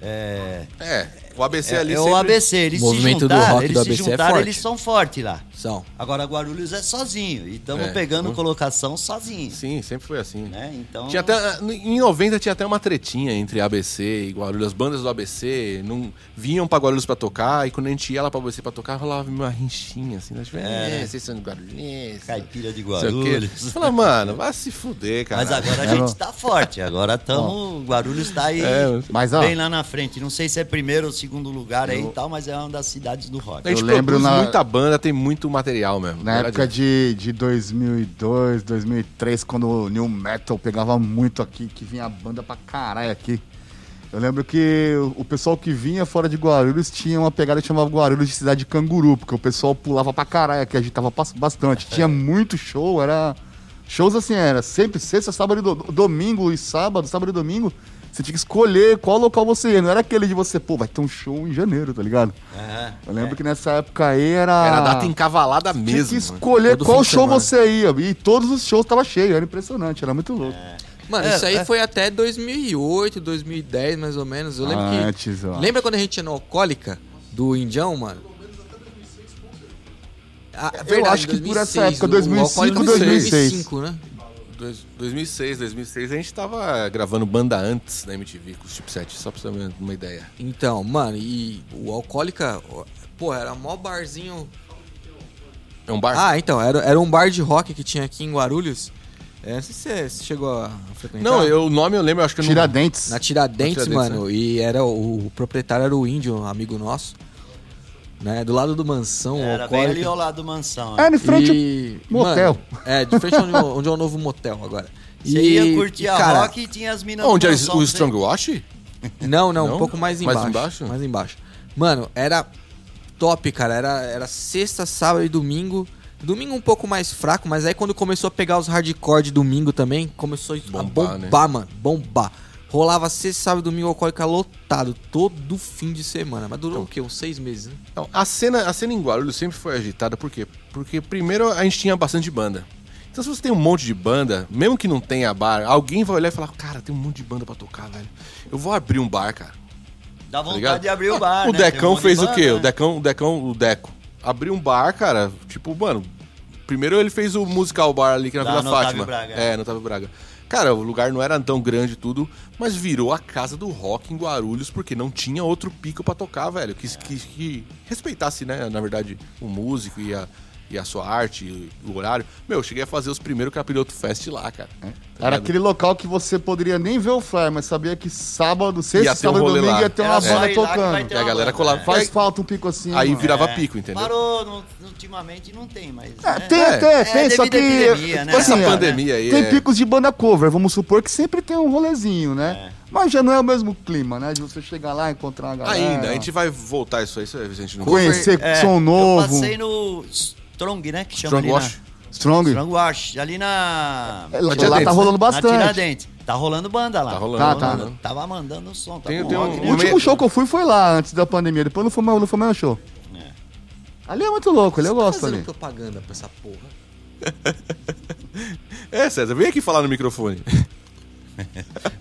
[SPEAKER 4] É,
[SPEAKER 3] É, o ABC
[SPEAKER 4] é,
[SPEAKER 3] ali
[SPEAKER 4] é
[SPEAKER 3] sempre...
[SPEAKER 4] o ABC. Eles
[SPEAKER 2] O movimento
[SPEAKER 4] se
[SPEAKER 2] do
[SPEAKER 4] juntaram,
[SPEAKER 2] rock
[SPEAKER 4] eles
[SPEAKER 2] do
[SPEAKER 4] se
[SPEAKER 2] ABC é
[SPEAKER 4] juntaram,
[SPEAKER 2] forte.
[SPEAKER 4] eles são fortes lá.
[SPEAKER 2] São.
[SPEAKER 4] Agora Guarulhos é sozinho e estamos
[SPEAKER 3] É,
[SPEAKER 4] pegando
[SPEAKER 3] muito.
[SPEAKER 4] colocação sozinho,
[SPEAKER 3] Sim, sempre foi assim.
[SPEAKER 4] né? Então
[SPEAKER 3] Tinha até, em 90 tinha até uma tretinha entre ABC e Guarulhos. As bandas do ABC não vinham pra Guarulhos pra tocar, e quando a gente ia lá pra ABC pra tocar, rolava uma rinchinha, assim. Nós, é, vocês são de Guarulhos.
[SPEAKER 4] caipira de
[SPEAKER 3] não sei o quê."
[SPEAKER 4] Guarulhos.
[SPEAKER 3] Fala, mano, vai se fuder, cara.
[SPEAKER 4] Mas
[SPEAKER 5] É,
[SPEAKER 4] agora a gente tá forte, agora estamos, Guarulhos tá aí
[SPEAKER 3] É,
[SPEAKER 5] mas, ó.
[SPEAKER 4] bem lá na frente. Não sei se é primeiro ou segundo lugar aí e tal, mas é uma das cidades do rock.
[SPEAKER 3] A gente
[SPEAKER 5] Eu lembro
[SPEAKER 3] produz
[SPEAKER 5] na-
[SPEAKER 3] muita banda, tem muito material mesmo.
[SPEAKER 5] Na
[SPEAKER 3] verdade.
[SPEAKER 5] época de, de 2002, 2003, quando o New Metal pegava muito aqui, que vinha banda pra caralho aqui. Eu lembro que o- o pessoal que vinha fora de Guarulhos tinha uma pegada que chamava Guarulhos de cidade de canguru, porque o pessoal pulava pra caralho aqui, agitava pas- bastante. Tinha muito show, era. Shows assim, era sempre sexta, sábado e do- domingo e sábado, sábado e domingo. Você tinha que escolher qual local você ia. Não era aquele de você, pô, vai ter um show em janeiro, tá ligado?
[SPEAKER 4] É,
[SPEAKER 5] Eu lembro que nessa época aí era.
[SPEAKER 3] Era a data encavalada
[SPEAKER 5] Tinha
[SPEAKER 3] mesmo.
[SPEAKER 5] que
[SPEAKER 3] né?
[SPEAKER 5] escolher
[SPEAKER 2] Todo fim
[SPEAKER 5] qual
[SPEAKER 2] de
[SPEAKER 5] show
[SPEAKER 2] semana.
[SPEAKER 5] você ia. E todos os shows tava cheio, era impressionante, era muito louco.
[SPEAKER 2] Mano,
[SPEAKER 4] É,
[SPEAKER 2] isso aí
[SPEAKER 4] é.
[SPEAKER 2] foi até 2008, 2010, mais ou menos. Eu lembro
[SPEAKER 5] Antes,
[SPEAKER 2] que...
[SPEAKER 5] ó.
[SPEAKER 2] Lembra quando a gente ia no Alcoólica, do Indião, mano? Ah,
[SPEAKER 5] Eu acho que por essa época,
[SPEAKER 2] o
[SPEAKER 5] 2005,
[SPEAKER 2] Alcoólica
[SPEAKER 5] 2005,
[SPEAKER 2] né?
[SPEAKER 3] Dois- 2006, 2006, a gente tava gravando banda antes na MTV com os chipset, só pra você ter uma ideia.
[SPEAKER 2] Então, mano, e o Alcoólica... Pô, era mó barzinho...
[SPEAKER 3] É um bar?
[SPEAKER 2] Ah, então, era, era um bar de rock que tinha aqui em Guarulhos. É, não sei se você- você chegou a frequentar.
[SPEAKER 3] não, eu, o nome eu lembro, eu acho que eu não...
[SPEAKER 5] Tiradentes.
[SPEAKER 2] Na então. Tiradentes,
[SPEAKER 3] Na Tiradentes,
[SPEAKER 2] mano. E era o, o proprietário era o índio, um amigo nosso. Né? Do lado do mansão,
[SPEAKER 3] um
[SPEAKER 4] era bem
[SPEAKER 2] alcoólica.
[SPEAKER 4] ali ao lado do mansão. né?
[SPEAKER 5] É, em frente.
[SPEAKER 2] E, tá
[SPEAKER 5] motel.
[SPEAKER 2] mano, é, de frente onde, onde é o novo motel agora.
[SPEAKER 4] Você
[SPEAKER 2] E-
[SPEAKER 4] ia curtir
[SPEAKER 2] e,
[SPEAKER 4] a
[SPEAKER 2] cara,
[SPEAKER 4] rock e tinha as minas
[SPEAKER 3] Onde
[SPEAKER 4] do
[SPEAKER 3] era
[SPEAKER 4] mansão,
[SPEAKER 3] o
[SPEAKER 4] você-
[SPEAKER 3] Strong Wash?
[SPEAKER 2] Não, não,
[SPEAKER 3] Não?
[SPEAKER 2] um pouco mais
[SPEAKER 3] Mais
[SPEAKER 2] embaixo.
[SPEAKER 3] embaixo?
[SPEAKER 2] Mais embaixo. Mano, era top, cara. Era, era sexta, sábado e domingo. Domingo um pouco mais fraco, mas aí quando começou a pegar os hardcore de domingo também, começou a
[SPEAKER 3] Bombar,
[SPEAKER 2] bombar,
[SPEAKER 3] né?
[SPEAKER 2] mano. Bombar. Rolava sexta, sábado e domingo alcoólica lotado, todo fim de semana. Mas durou o quê? Uns seis meses, né?
[SPEAKER 3] Então, a cena, a cena em Guarulhos sempre foi agitada, por quê? Porque primeiro a gente tinha bastante banda. Então se você tem um monte de banda, mesmo que não tenha bar, alguém vai olhar e falar, cara, tem um monte de banda pra tocar, velho. Eu vou abrir um bar, cara.
[SPEAKER 4] Dá
[SPEAKER 3] Tá
[SPEAKER 4] vontade
[SPEAKER 3] ligado?
[SPEAKER 4] de abrir o bar.
[SPEAKER 3] O
[SPEAKER 4] né? Tem um
[SPEAKER 3] Decão
[SPEAKER 4] monte de
[SPEAKER 3] fez o
[SPEAKER 4] bar,
[SPEAKER 3] quê?
[SPEAKER 4] né?
[SPEAKER 3] O Decão, o Decão, o Deco. Abriu um bar, cara, tipo, mano. Primeiro ele fez o musical bar ali que na
[SPEAKER 4] Lá
[SPEAKER 3] Vila
[SPEAKER 4] no
[SPEAKER 3] Fátima.
[SPEAKER 4] Otávio Braga. né?
[SPEAKER 3] É, no Otávio Braga. Cara, o lugar não era tão grande e tudo, mas virou a casa do rock em Guarulhos porque não tinha outro pico pra tocar, velho.
[SPEAKER 4] É.
[SPEAKER 3] Que, que- que respeitasse, né, na verdade, o músico e a, e a sua arte, e o horário. Meu, eu cheguei a fazer os primeiros Capiloto Fest lá, cara. Tá
[SPEAKER 5] Era
[SPEAKER 3] ligado?
[SPEAKER 5] aquele local que você poderia nem ver o flyer, mas sabia que sábado,
[SPEAKER 3] Ia
[SPEAKER 5] sexta,
[SPEAKER 3] ter um
[SPEAKER 5] sábado e
[SPEAKER 3] rolê
[SPEAKER 5] domingo
[SPEAKER 3] lá.
[SPEAKER 5] ia ter uma
[SPEAKER 4] Era só
[SPEAKER 5] banda
[SPEAKER 4] ir lá que É, vai
[SPEAKER 5] tocando.
[SPEAKER 4] ter
[SPEAKER 3] E a
[SPEAKER 4] uma
[SPEAKER 3] galera
[SPEAKER 4] banda,
[SPEAKER 3] colava-
[SPEAKER 4] né?
[SPEAKER 5] Faz falta um pico assim.
[SPEAKER 3] Aí
[SPEAKER 5] mano.
[SPEAKER 3] virava
[SPEAKER 4] É.
[SPEAKER 3] pico, entendeu?
[SPEAKER 4] Parou, não- ultimamente não tem mais.
[SPEAKER 5] É,
[SPEAKER 4] né?
[SPEAKER 5] tem
[SPEAKER 3] É.
[SPEAKER 5] até,
[SPEAKER 4] É,
[SPEAKER 5] tem, só
[SPEAKER 4] devido
[SPEAKER 5] que.
[SPEAKER 4] à epidemia, né?
[SPEAKER 5] tipo
[SPEAKER 3] Essa
[SPEAKER 5] assim,
[SPEAKER 4] É,
[SPEAKER 3] pandemia aí.
[SPEAKER 5] Tem
[SPEAKER 3] é-
[SPEAKER 5] picos de banda cover, vamos supor que sempre tem um rolezinho, né? Mas já não é o mesmo clima, né? De você chegar lá e encontrar a galera.
[SPEAKER 3] Ainda, tipo, a gente vai voltar isso aí, isso aí, a gente não
[SPEAKER 5] Conhecer
[SPEAKER 4] É,
[SPEAKER 5] som
[SPEAKER 4] Eu
[SPEAKER 5] novo.
[SPEAKER 4] passei no Strong, né? Que chama
[SPEAKER 3] Strong
[SPEAKER 4] ali
[SPEAKER 3] Wash.
[SPEAKER 5] Strong.
[SPEAKER 4] Na... Strong Wash. Ali na.
[SPEAKER 5] É, lá- lá
[SPEAKER 3] Tiradentes,
[SPEAKER 5] tá
[SPEAKER 3] né?
[SPEAKER 5] rolando
[SPEAKER 4] Na
[SPEAKER 5] bastante.
[SPEAKER 4] Tiradentes. Tá rolando banda lá.
[SPEAKER 3] Tá rolando,
[SPEAKER 5] Tá, tá.
[SPEAKER 3] rolando.
[SPEAKER 4] Tava mandando o som. Tá
[SPEAKER 3] Tem-
[SPEAKER 4] bom,
[SPEAKER 3] tem um-
[SPEAKER 4] rock,
[SPEAKER 5] O
[SPEAKER 4] né?
[SPEAKER 3] Não
[SPEAKER 5] último
[SPEAKER 3] é-
[SPEAKER 5] show que eu fui foi lá, antes da pandemia. Depois não foi mais, não foi mais show.
[SPEAKER 4] É.
[SPEAKER 5] Ali é muito louco, ali eu
[SPEAKER 2] Você tá
[SPEAKER 5] gosto
[SPEAKER 2] fazendo
[SPEAKER 5] ali.
[SPEAKER 2] propaganda pra essa porra.
[SPEAKER 3] É, César, vem aqui falar no microfone.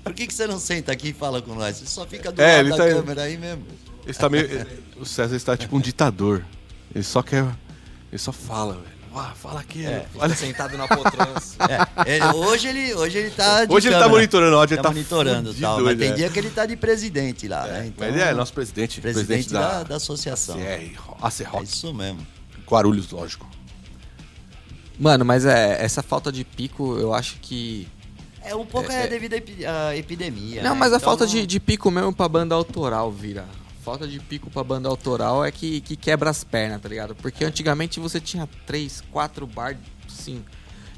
[SPEAKER 4] Por que, que você não senta aqui e fala com nós? Você só fica do
[SPEAKER 3] É,
[SPEAKER 4] lado
[SPEAKER 3] ele
[SPEAKER 4] da
[SPEAKER 3] tá-
[SPEAKER 4] câmera aí mesmo.
[SPEAKER 3] Ele tá meio. O César está tipo um ditador. Ele só quer. Ele só fala, velho. Ah, fala aqui.
[SPEAKER 2] Olha.
[SPEAKER 3] Olha.
[SPEAKER 2] Sentado na poltrona. assim.
[SPEAKER 4] É, ele- hoje ele, hoje ele tá. de
[SPEAKER 3] Hoje ele tá
[SPEAKER 4] câmera.
[SPEAKER 3] monitorando, hoje ele
[SPEAKER 4] tá
[SPEAKER 3] tá
[SPEAKER 4] monitorando e
[SPEAKER 3] fudido
[SPEAKER 4] tal. Mas
[SPEAKER 3] hoje,
[SPEAKER 4] tem
[SPEAKER 3] é.
[SPEAKER 4] dia que ele tá de presidente lá, né? Então,
[SPEAKER 3] Mas ele é nosso presidente.
[SPEAKER 4] presidente,
[SPEAKER 3] Presidente,
[SPEAKER 4] da,
[SPEAKER 3] da.
[SPEAKER 4] da associação.
[SPEAKER 3] CR, AC
[SPEAKER 4] É
[SPEAKER 3] Rock.
[SPEAKER 4] isso mesmo.
[SPEAKER 3] Guarulhos, lógico.
[SPEAKER 2] Mano, mas é, essa falta de pico, eu acho que.
[SPEAKER 4] É um pouco é, devido à epi- à epidemia.
[SPEAKER 2] Não,
[SPEAKER 4] né?
[SPEAKER 5] é
[SPEAKER 2] mas a
[SPEAKER 4] Então,
[SPEAKER 2] falta de, de pico mesmo pra banda autoral, vira. Falta de pico pra banda autoral é que, que quebra as pernas, tá ligado? Porque antigamente você tinha três, quatro bar, sim.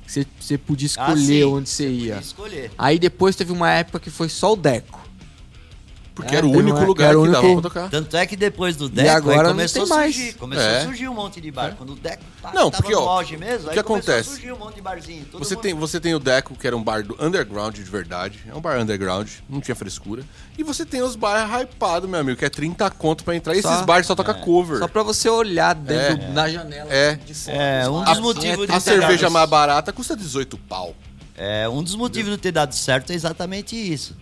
[SPEAKER 2] que Você, você podia
[SPEAKER 4] Ah,
[SPEAKER 2] escolher
[SPEAKER 4] sim,
[SPEAKER 2] onde você ia.
[SPEAKER 4] podia Escolher.
[SPEAKER 2] Aí depois teve uma época que foi só o Deco.
[SPEAKER 3] Porque
[SPEAKER 2] É,
[SPEAKER 3] era o
[SPEAKER 2] tem
[SPEAKER 3] único
[SPEAKER 2] uma-
[SPEAKER 3] lugar
[SPEAKER 2] era o
[SPEAKER 3] que dava pra
[SPEAKER 2] único-
[SPEAKER 3] tocar.
[SPEAKER 4] Tanto é que depois do Deco aí
[SPEAKER 2] agora não
[SPEAKER 4] começou
[SPEAKER 2] tem
[SPEAKER 4] a surgir.
[SPEAKER 2] mais.
[SPEAKER 4] Começou
[SPEAKER 3] É.
[SPEAKER 4] a surgir um monte de bar. Quando o Deco tá,
[SPEAKER 3] Não,
[SPEAKER 4] tava
[SPEAKER 3] porque,
[SPEAKER 4] no
[SPEAKER 3] ó,
[SPEAKER 4] auge mesmo,
[SPEAKER 3] o
[SPEAKER 4] aí
[SPEAKER 3] que
[SPEAKER 4] começou
[SPEAKER 3] acontece?
[SPEAKER 4] A surgir um monte de barzinho. Todo
[SPEAKER 3] Você
[SPEAKER 4] mundo-
[SPEAKER 3] tem, você tem o Deco, que era um bar do underground de verdade. É um bar underground, não tinha frescura. E você tem os bares hypados, meu amigo, que é 30 conto pra entrar. E
[SPEAKER 2] Só-
[SPEAKER 3] esses bares só
[SPEAKER 4] é,
[SPEAKER 3] toca cover.
[SPEAKER 2] Só pra você olhar dentro,
[SPEAKER 3] É.
[SPEAKER 2] na janela.
[SPEAKER 3] É.
[SPEAKER 2] de fora.
[SPEAKER 4] É, um
[SPEAKER 2] Ah,
[SPEAKER 4] dos motivos de
[SPEAKER 3] A
[SPEAKER 4] ter
[SPEAKER 3] cerveja
[SPEAKER 4] dado-
[SPEAKER 3] mais barata custa 18 pau.
[SPEAKER 4] É, um dos motivos de ter dado certo é exatamente isso.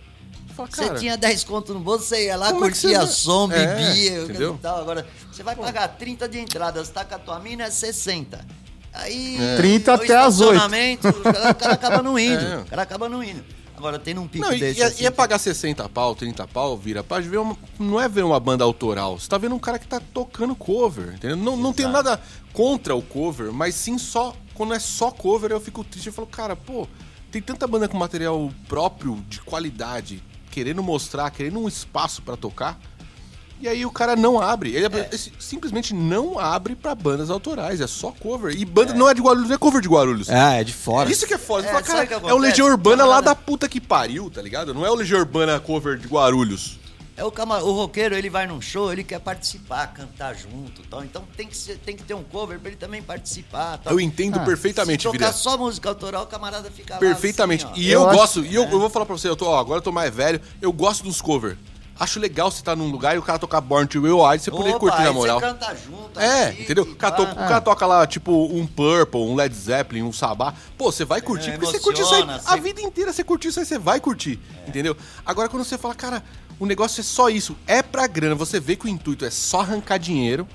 [SPEAKER 3] Fala,
[SPEAKER 4] Você
[SPEAKER 3] cara,
[SPEAKER 4] tinha 10 conto no bolso, você ia lá,
[SPEAKER 3] Como é que
[SPEAKER 4] curtia
[SPEAKER 3] você-
[SPEAKER 4] som,
[SPEAKER 3] É,
[SPEAKER 4] bebia,
[SPEAKER 3] entendeu?
[SPEAKER 4] e tal. Agora, você vai pagar 30 de entrada, você tá com a tua mina, é 60. Aí.
[SPEAKER 5] 30
[SPEAKER 4] o
[SPEAKER 5] até as oito.
[SPEAKER 4] estacionamento, O cara, o cara acaba não indo.
[SPEAKER 3] É.
[SPEAKER 4] O cara acaba não indo. Agora, tem um pico
[SPEAKER 3] Não, e,
[SPEAKER 4] desse.
[SPEAKER 3] e-
[SPEAKER 4] assim,
[SPEAKER 3] e é pagar 60 pau, 30 pau, vira pra ver uma, não é ver uma banda autoral. Você tá vendo um cara que tá tocando cover, entendeu? Não, não tenho nada contra o cover, mas sim só. Quando é só cover, eu fico triste. Eu falo, cara, pô, tem tanta banda com material próprio, de qualidade, querendo mostrar, querendo um espaço pra tocar. E aí o cara não abre. Ele ele simplesmente não abre pra bandas autorais. É só cover. E banda não é de Guarulhos, não é cover de Guarulhos.
[SPEAKER 2] É, é de fora.
[SPEAKER 3] Isso que é foda. Você
[SPEAKER 4] É,
[SPEAKER 3] fala,
[SPEAKER 4] sabe
[SPEAKER 3] cara,
[SPEAKER 4] o que
[SPEAKER 3] é o
[SPEAKER 4] acontece?
[SPEAKER 3] Legião Urbana lá
[SPEAKER 4] Camarada-
[SPEAKER 3] da puta que pariu, tá ligado? Não é o Legião Urbana cover de Guarulhos.
[SPEAKER 4] É o, cama- o roqueiro, ele vai num show, ele quer participar, cantar junto e tal. Então tem que, ser- tem que ter um cover pra ele também participar. Tal.
[SPEAKER 3] Eu entendo
[SPEAKER 5] Ah,
[SPEAKER 3] perfeitamente,
[SPEAKER 4] Se tocar
[SPEAKER 3] Vira.
[SPEAKER 4] só música autoral, o camarada fica lá
[SPEAKER 3] Perfeitamente.
[SPEAKER 4] assim, ó.
[SPEAKER 3] e
[SPEAKER 5] Eu
[SPEAKER 3] eu,
[SPEAKER 5] acho-
[SPEAKER 3] gosto, e eu, eu vou falar pra você, eu tô, ó, agora eu tô mais velho, eu gosto dos cover. Acho legal você tá num lugar e o cara tocar Born to Will Wild, você poder
[SPEAKER 4] Opa,
[SPEAKER 3] é curtir na
[SPEAKER 4] aí
[SPEAKER 3] moral.
[SPEAKER 4] Você canta junto,
[SPEAKER 3] É,
[SPEAKER 4] assiste,
[SPEAKER 3] entendeu? O cara, to-
[SPEAKER 4] pá. Ah,
[SPEAKER 3] o cara toca lá, tipo, um Purple, um Led Zeppelin, um Sabá. Pô, você vai curtir,
[SPEAKER 4] É,
[SPEAKER 3] porque você curtiu isso aí.
[SPEAKER 4] emociona,
[SPEAKER 3] A
[SPEAKER 4] você-
[SPEAKER 3] vida inteira você curtiu isso aí, você vai curtir.
[SPEAKER 2] É.
[SPEAKER 3] Entendeu? Agora, quando você fala, cara, o negócio é só isso, é pra grana, você vê que o intuito é só arrancar dinheiro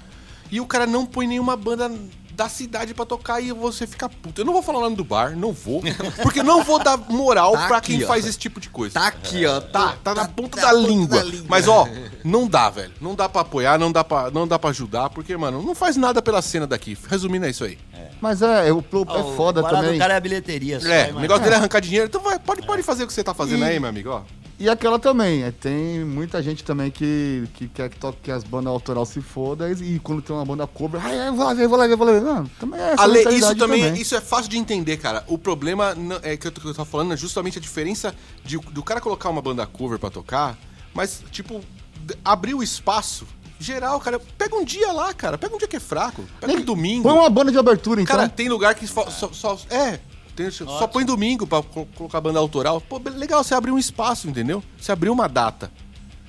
[SPEAKER 3] e o cara não põe nenhuma banda da cidade pra tocar e você fica puto. Eu não vou falar o nome do bar, não vou, porque eu não vou dar moral
[SPEAKER 2] Tá
[SPEAKER 3] pra
[SPEAKER 2] aqui,
[SPEAKER 3] quem
[SPEAKER 2] ó.
[SPEAKER 3] faz esse tipo de coisa.
[SPEAKER 2] Tá aqui, ó. Tá,
[SPEAKER 3] Tá, tá na ponta da língua. Mas, ó, não dá, velho. Não dá pra apoiar, não dá pra, não dá pra ajudar, porque, mano, não faz nada pela cena daqui. Resumindo, é isso aí.
[SPEAKER 5] Mas é, o pro-
[SPEAKER 4] Ó,
[SPEAKER 5] é foda
[SPEAKER 4] Ah, o barato
[SPEAKER 5] também.
[SPEAKER 4] do cara é a bilheteria. só,
[SPEAKER 3] É,
[SPEAKER 4] hein,
[SPEAKER 3] o
[SPEAKER 4] mano?
[SPEAKER 3] negócio dele é arrancar dinheiro. Então, vai, pode, pode fazer o que você tá fazendo
[SPEAKER 5] E-
[SPEAKER 3] aí, meu amigo, ó.
[SPEAKER 5] E aquela também, é, tem muita gente também que, que quer que toque que as bandas autoral se foda e, e quando tem uma banda cobra, ah, eu vou lá ver, vou lá ver, vou lá ver. Não, também é essa
[SPEAKER 3] Ale, isso
[SPEAKER 5] mentalidade
[SPEAKER 3] também, isso é fácil de entender, cara. O problema não- é que eu, tô- que eu tô falando é justamente a diferença de- do cara colocar uma banda cover pra tocar, mas, tipo, d- abrir o espaço Geral, cara, pega um dia lá, cara. Pega um dia que é fraco. Pega um domingo.
[SPEAKER 5] Põe uma banda de abertura, então.
[SPEAKER 3] Cara, tem lugar que fo- só, só- É, tem- só põe domingo pra co- colocar banda autoral. Pô, be- legal, você abriu um espaço, entendeu? Você abriu uma data.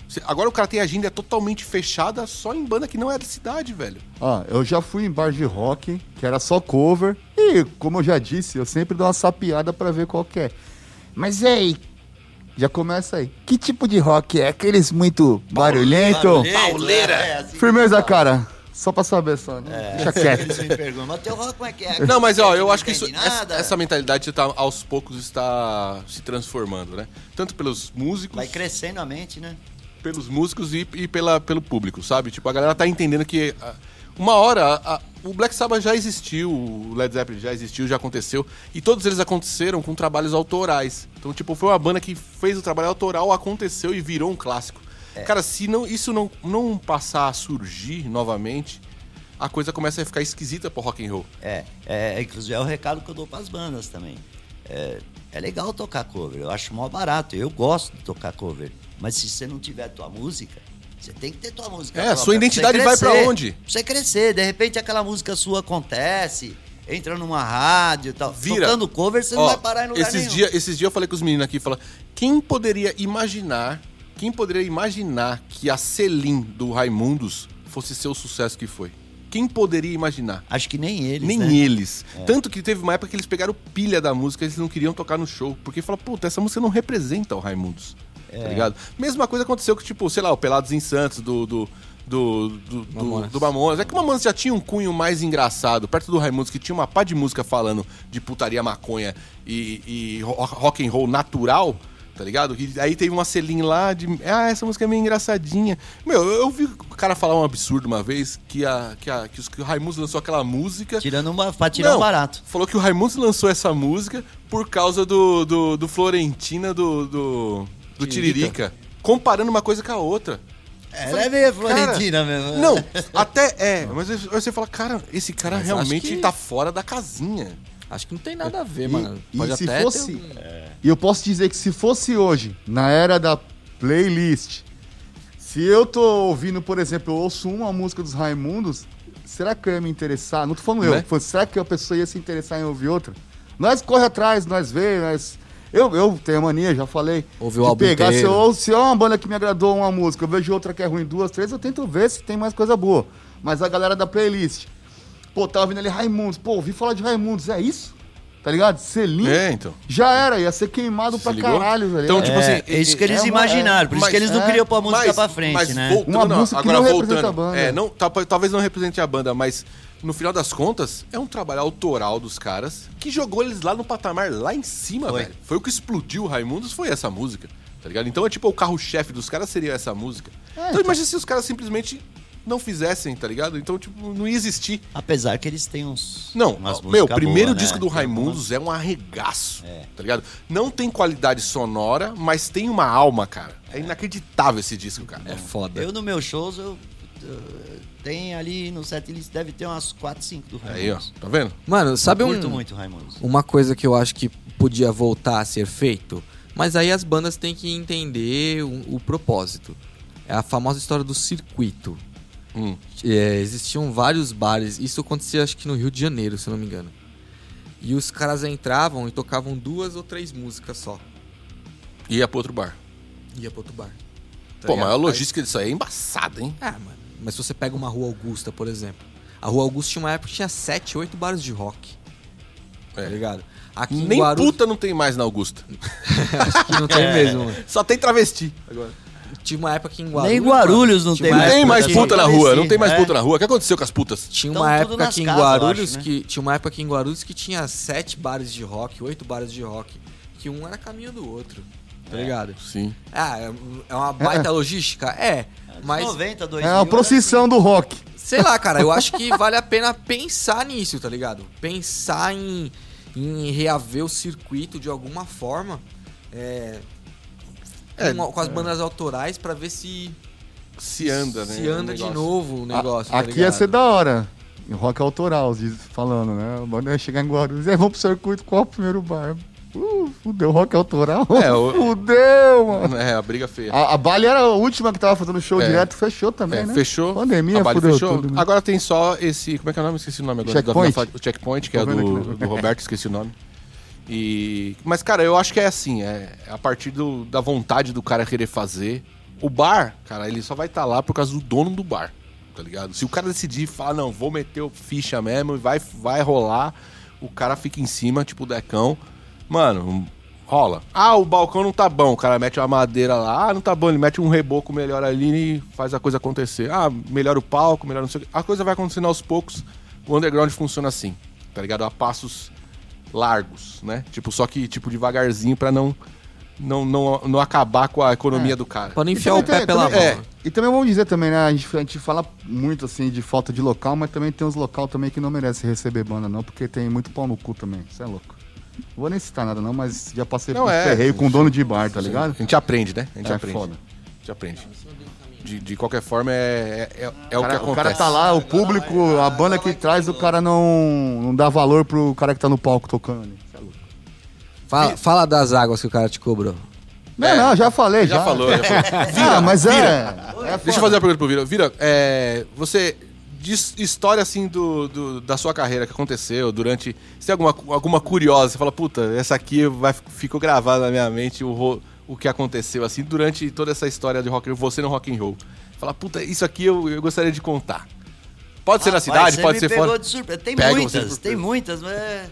[SPEAKER 3] Você- agora o cara tem agenda totalmente fechada só em banda que não é da cidade, velho.
[SPEAKER 5] Ó, eu já fui em bar de rock, que era só cover. E, como eu já disse, eu sempre dou uma sapiada pra ver qual que é. Mas e aí? Já começa aí. Que tipo de rock é? Aqueles muito barulhento?
[SPEAKER 4] Pauleira! É, assim,
[SPEAKER 5] Firmeza, cara. Só pra saber só, né? Deixa
[SPEAKER 4] Eles
[SPEAKER 5] quieto.
[SPEAKER 4] me perguntam, mas teu rock como é que é?
[SPEAKER 3] Não, mas ó, eu
[SPEAKER 4] Não
[SPEAKER 3] acho que isso,
[SPEAKER 4] entende
[SPEAKER 3] essa,
[SPEAKER 4] nada.
[SPEAKER 3] essa mentalidade tá, aos poucos está se transformando, né? Tanto pelos músicos,
[SPEAKER 4] Vai crescendo a mente, né?
[SPEAKER 3] pelos músicos e, e pela, pelo público, sabe? Tipo, a galera tá entendendo que ah, uma hora a- a- o Black Sabbath já existiu, o Led Zeppelin já existiu, já aconteceu, e todos eles aconteceram com trabalhos autorais. Então, tipo, foi uma banda que fez o trabalho autoral, aconteceu e virou um clássico. Cara, se não, isso não, não passar a surgir novamente, a coisa começa a ficar esquisita pro rock and roll.
[SPEAKER 4] É, é, inclusive é o recado que eu dou pras bandas também. É, é legal tocar cover, eu acho mó barato, eu gosto de tocar cover. Mas se você não tiver tua música, você tem que ter tua música.
[SPEAKER 3] É,
[SPEAKER 4] própria,
[SPEAKER 3] sua
[SPEAKER 4] pra
[SPEAKER 3] identidade
[SPEAKER 4] você
[SPEAKER 3] vai pra
[SPEAKER 4] crescer,
[SPEAKER 3] onde?
[SPEAKER 4] Pra você crescer, de repente aquela música sua acontece, entra numa rádio e tal.
[SPEAKER 3] Vira.
[SPEAKER 4] Tocando cover, você
[SPEAKER 3] Ó,
[SPEAKER 4] não vai parar em lugar
[SPEAKER 3] esses
[SPEAKER 4] nenhum.
[SPEAKER 3] Dia, esses dias eu falei com os meninos aqui, fala, quem poderia imaginar, quem poderia imaginar que a Selim do Raimundos fosse ser o sucesso que foi? Quem poderia imaginar?
[SPEAKER 4] Acho que nem eles,
[SPEAKER 3] Nem
[SPEAKER 4] né?
[SPEAKER 3] eles. Tanto que teve uma época que eles pegaram pilha da música, eles não queriam tocar no show. Porque falaram, puta, essa música não representa o Raimundos.
[SPEAKER 4] É.
[SPEAKER 3] Tá ligado? Mesma coisa aconteceu que, tipo, sei lá, o Pelados em Santos, do. do do, do, do-
[SPEAKER 2] Mamonas.
[SPEAKER 3] do Mamonas. É que o Mamonas já tinha um cunho mais engraçado, perto do Raimundos, que tinha uma pá de música falando de putaria maconha e, e ro- rock and roll natural, tá ligado? E aí teve uma selinha lá de. Ah, essa música é meio engraçadinha. Meu, eu, eu vi o cara falar um absurdo uma vez que, a, que, a, que, os, que o Raimundos lançou aquela música
[SPEAKER 4] Tirando uma, pra tirar
[SPEAKER 3] não,
[SPEAKER 4] um barato.
[SPEAKER 3] Falou que o Raimundo lançou essa música por causa do, do, do Florentina do, do, do Tiririca. Comparando uma coisa com a outra.
[SPEAKER 4] É,
[SPEAKER 3] Falei,
[SPEAKER 4] leve a
[SPEAKER 3] cara,
[SPEAKER 4] Florentina mesmo. né?
[SPEAKER 3] Não, até é. Mas aí você fala, cara, esse cara
[SPEAKER 2] Mas acho
[SPEAKER 3] realmente
[SPEAKER 2] que-
[SPEAKER 3] tá fora da casinha.
[SPEAKER 2] Acho que não tem nada a ver,
[SPEAKER 5] E-
[SPEAKER 2] mano.
[SPEAKER 5] E,
[SPEAKER 2] Pode
[SPEAKER 5] se
[SPEAKER 2] até
[SPEAKER 5] fosse.
[SPEAKER 2] ter um-
[SPEAKER 5] E eu posso dizer que se fosse hoje, na era da playlist, se eu tô ouvindo, por exemplo, eu ouço uma música dos Raimundos, será que eu ia me interessar? Não tô falando
[SPEAKER 3] Né?
[SPEAKER 5] eu, tô falando, será que a pessoa ia se interessar em ouvir outra? Nós corre atrás, nós vê, nós. Eu, eu tenho mania, já falei.
[SPEAKER 2] Ouve o
[SPEAKER 5] de
[SPEAKER 2] álbum
[SPEAKER 5] pegar, se,
[SPEAKER 2] inteiro.
[SPEAKER 5] eu, ou- se é uma banda que me agradou uma música, eu vejo outra que é ruim, duas, três, eu tento ver se tem mais coisa boa. Mas a galera da playlist. Pô, tava ouvindo ali Raimundos. Pô, ouvi falar de Raimundos, é isso? Tá ligado? Selinho.
[SPEAKER 3] É, então.
[SPEAKER 5] Já era, ia ser queimado pra
[SPEAKER 3] ligou?
[SPEAKER 5] caralho, velho.
[SPEAKER 3] Então,
[SPEAKER 5] É.
[SPEAKER 3] tipo assim,
[SPEAKER 4] é isso que
[SPEAKER 3] é-
[SPEAKER 4] eles
[SPEAKER 5] é uma-
[SPEAKER 4] imaginaram, por isso
[SPEAKER 3] mas-
[SPEAKER 4] que eles não
[SPEAKER 5] é,
[SPEAKER 4] queriam pôr a música pra frente,
[SPEAKER 3] mas
[SPEAKER 4] né?
[SPEAKER 3] voltando,
[SPEAKER 5] Uma música que
[SPEAKER 3] agora
[SPEAKER 5] não representa
[SPEAKER 3] voltando.
[SPEAKER 5] a banda.
[SPEAKER 3] É, não, tal- talvez não represente a banda, mas no final das contas, é um trabalho autoral dos caras que jogou eles lá no patamar, lá em cima,
[SPEAKER 4] Foi.
[SPEAKER 3] velho. Foi o que explodiu o Raimundos, foi essa música, tá ligado? Então é tipo, o carro-chefe dos caras seria essa música. então,
[SPEAKER 5] então.
[SPEAKER 3] imagina se os caras simplesmente não fizessem, tá ligado? Então, tipo, não ia existir.
[SPEAKER 4] Apesar que eles têm uns.
[SPEAKER 3] Não,
[SPEAKER 4] umas
[SPEAKER 3] meu, o
[SPEAKER 4] músicas
[SPEAKER 3] primeiro
[SPEAKER 4] boas, né?
[SPEAKER 3] disco do
[SPEAKER 4] Tem É.
[SPEAKER 3] Raimundos é um arregaço, tá ligado? Não tem qualidade sonora, mas tem uma alma, cara. É inacreditável esse disco, cara.
[SPEAKER 2] É foda.
[SPEAKER 4] Eu no meu shows, eu, eu- tem ali no setlist deve ter umas 4, 5 do
[SPEAKER 3] Aí, ó,
[SPEAKER 4] Raimundos.
[SPEAKER 3] tá vendo?
[SPEAKER 2] Mano, sabe
[SPEAKER 4] eu
[SPEAKER 2] um,
[SPEAKER 4] curto muito Raimundos.
[SPEAKER 2] uma coisa que eu acho que podia voltar a ser feito? Mas aí as bandas têm que entender um, o, o propósito. É a famosa história do circuito.
[SPEAKER 3] Hum.
[SPEAKER 2] É, existiam vários bares, isso acontecia acho que no Rio de Janeiro, se eu não me engano. E os caras entravam e tocavam duas ou três músicas só.
[SPEAKER 3] E ia pro outro bar.
[SPEAKER 2] Ia pro outro bar. Tá
[SPEAKER 3] Pô,
[SPEAKER 2] ligado?
[SPEAKER 3] mas a
[SPEAKER 2] Aí-
[SPEAKER 3] logística disso aí é embaçada, hein?
[SPEAKER 2] Ah, mano. Mas se você pega uma Rua Augusta, por exemplo. A Rua Augusta tinha uma época que tinha 7, 8 bares de rock.
[SPEAKER 3] É.
[SPEAKER 2] Tá ligado? Aqui
[SPEAKER 3] Nem É.
[SPEAKER 2] em Guarulhos
[SPEAKER 3] puta não tem mais na Augusta.
[SPEAKER 2] acho que não tem mesmo, mano.
[SPEAKER 3] Só tem travesti.
[SPEAKER 2] Tinha uma época que em Guarulhos.
[SPEAKER 4] Nem Guarulhos
[SPEAKER 2] mano,
[SPEAKER 4] não
[SPEAKER 2] tinha uma
[SPEAKER 4] tem
[SPEAKER 3] Não
[SPEAKER 4] mais
[SPEAKER 2] época
[SPEAKER 3] tem mais
[SPEAKER 2] que-
[SPEAKER 4] puta
[SPEAKER 3] puta na rua, não tem mais
[SPEAKER 4] É.
[SPEAKER 3] puta na rua. O que aconteceu com as putas?
[SPEAKER 2] Tinha
[SPEAKER 4] Então,
[SPEAKER 2] uma
[SPEAKER 4] tudo
[SPEAKER 2] época
[SPEAKER 4] nas
[SPEAKER 2] aqui em
[SPEAKER 4] casas, eu
[SPEAKER 2] Guarulhos
[SPEAKER 4] acho, né?
[SPEAKER 2] que tinha uma época aqui em Guarulhos que tinha sete bares de rock, oito bares de rock, que um era caminho do outro. Tá ligado?
[SPEAKER 3] Sim.
[SPEAKER 2] Ah, é- é uma baita logística, é, mas
[SPEAKER 4] 90, 2000,
[SPEAKER 5] É uma procissão do rock.
[SPEAKER 2] sei lá, cara, eu acho que vale a pena pensar nisso, tá ligado? Pensar em, em reaver o circuito de alguma forma. É,
[SPEAKER 3] É,
[SPEAKER 2] com, com as bandas autorais pra ver se
[SPEAKER 3] Se anda, né?
[SPEAKER 2] se anda
[SPEAKER 3] o
[SPEAKER 2] de
[SPEAKER 3] negócio.
[SPEAKER 2] novo o negócio.
[SPEAKER 5] A-
[SPEAKER 2] tá
[SPEAKER 5] aqui ia
[SPEAKER 2] ligado?
[SPEAKER 5] ser da hora. é Em rock autoral, diz- falando, né? O banda ia chegar em Guarulhos. E aí, vamos pro circuito, qual é o é primeiro bar? Uh, fudeu, rock autoral.
[SPEAKER 3] É, o-
[SPEAKER 5] Fudeu, mano.
[SPEAKER 3] É, a briga feia.
[SPEAKER 5] A, a Bali era a última que tava fazendo show
[SPEAKER 3] É.
[SPEAKER 5] direto, fechou também,
[SPEAKER 3] É,
[SPEAKER 5] Ah, né?
[SPEAKER 3] Fechou.
[SPEAKER 5] Pandemia,
[SPEAKER 3] a Bali
[SPEAKER 5] fudeu
[SPEAKER 3] fechou.
[SPEAKER 5] tudo. né?
[SPEAKER 3] Agora tem só esse. Como é que é o nome? Esqueci o nome agora.
[SPEAKER 5] Checkpoint?
[SPEAKER 3] Da- da- o checkpoint, que é
[SPEAKER 5] Tô vendo
[SPEAKER 3] do,
[SPEAKER 5] aqui.
[SPEAKER 3] do Roberto, esqueci o nome. E, mas, cara, eu acho que é assim, é a partir do- da vontade do cara querer fazer. O bar, cara, ele só vai estar lá por causa do dono do bar, tá ligado? Se o cara decidir falar, não, vou meter o ficha mesmo e vai, vai rolar, o cara fica em cima, tipo o decão. Mano, rola. Ah, o balcão não tá bom, o cara mete uma madeira lá. Ah, não tá bom, ele mete um reboco melhor ali e faz a coisa acontecer. Ah, melhora o palco, melhora não sei o quê. A coisa vai acontecendo aos poucos. O underground funciona assim, tá ligado? A passos largos, né? Tipo, só que tipo devagarzinho pra não não, não, não acabar com a economia
[SPEAKER 5] É.
[SPEAKER 3] do cara.
[SPEAKER 2] Pra não
[SPEAKER 5] E
[SPEAKER 2] enfiar o
[SPEAKER 5] também
[SPEAKER 2] pé
[SPEAKER 5] tem-
[SPEAKER 2] pela
[SPEAKER 5] também-
[SPEAKER 3] né?
[SPEAKER 2] mão.
[SPEAKER 5] Então é, E também vamos dizer também, né? A gente, a gente fala muito assim de falta de local, mas também tem uns local também que não merece receber banda, não, porque tem muito pau no cu também. Isso é louco. Não vou nem citar nada, não, mas já passei
[SPEAKER 3] Não,
[SPEAKER 5] por
[SPEAKER 3] é,
[SPEAKER 5] ferreio
[SPEAKER 3] sim,
[SPEAKER 5] com dono de bar, tá
[SPEAKER 3] A
[SPEAKER 5] ligado?
[SPEAKER 3] gente aprende, né? A gente
[SPEAKER 5] É,
[SPEAKER 3] aprende.
[SPEAKER 5] foda.
[SPEAKER 3] A gente aprende. De, de qualquer forma, é, é, é- é o que
[SPEAKER 5] Cara,
[SPEAKER 3] acontece.
[SPEAKER 5] o cara tá lá, o público, a banda que traz, o cara não, não dá valor pro cara que tá no palco tocando ali. Isso é louco.
[SPEAKER 2] Fala, fala das águas que o cara te cobrou.
[SPEAKER 5] Não,
[SPEAKER 3] É.
[SPEAKER 5] não, já falei, já.
[SPEAKER 3] Já falou, já falou.
[SPEAKER 5] Vira, mas é. é
[SPEAKER 3] Deixa eu fazer uma pergunta pro Vira. Vira, é, você diz história assim do, do- da sua carreira que aconteceu durante. Você tem alguma, alguma curiosa? Você fala, puta, essa aqui vai, ficou gravada na minha mente o, ro- o que aconteceu assim durante toda essa história de rock, você no rock and roll. Fala, puta, isso aqui eu, eu gostaria de contar. Pode ser na
[SPEAKER 4] Rapaz,
[SPEAKER 3] cidade,
[SPEAKER 4] Ah, você
[SPEAKER 3] pode
[SPEAKER 4] me
[SPEAKER 3] ser
[SPEAKER 4] pegou
[SPEAKER 3] fora.
[SPEAKER 4] de surpresa. Tem
[SPEAKER 3] Pega você de
[SPEAKER 4] muitas,
[SPEAKER 3] surpresa.
[SPEAKER 4] tem muitas, mas é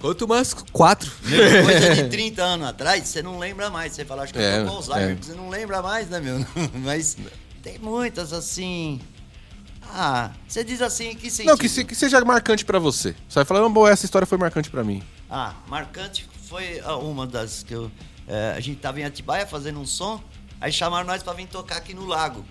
[SPEAKER 2] Quanto mais? Quatro.
[SPEAKER 4] coisa de 30 anos atrás, você não lembra mais. Você fala, acho que
[SPEAKER 3] É,
[SPEAKER 4] eu tô com Alzheimer,
[SPEAKER 3] é.
[SPEAKER 4] porque você não lembra mais, né, meu? Mas tem muitas, assim... Ah, você diz assim, em que sentido?
[SPEAKER 3] Não, que, se- que seja marcante pra você. Você vai falar, não, boa, essa história foi marcante pra mim.
[SPEAKER 4] Ah, marcante foi ah, uma das que eu. eh, a gente tava em Atibaia fazendo um som, aí chamaram nós pra vir tocar aqui no lago.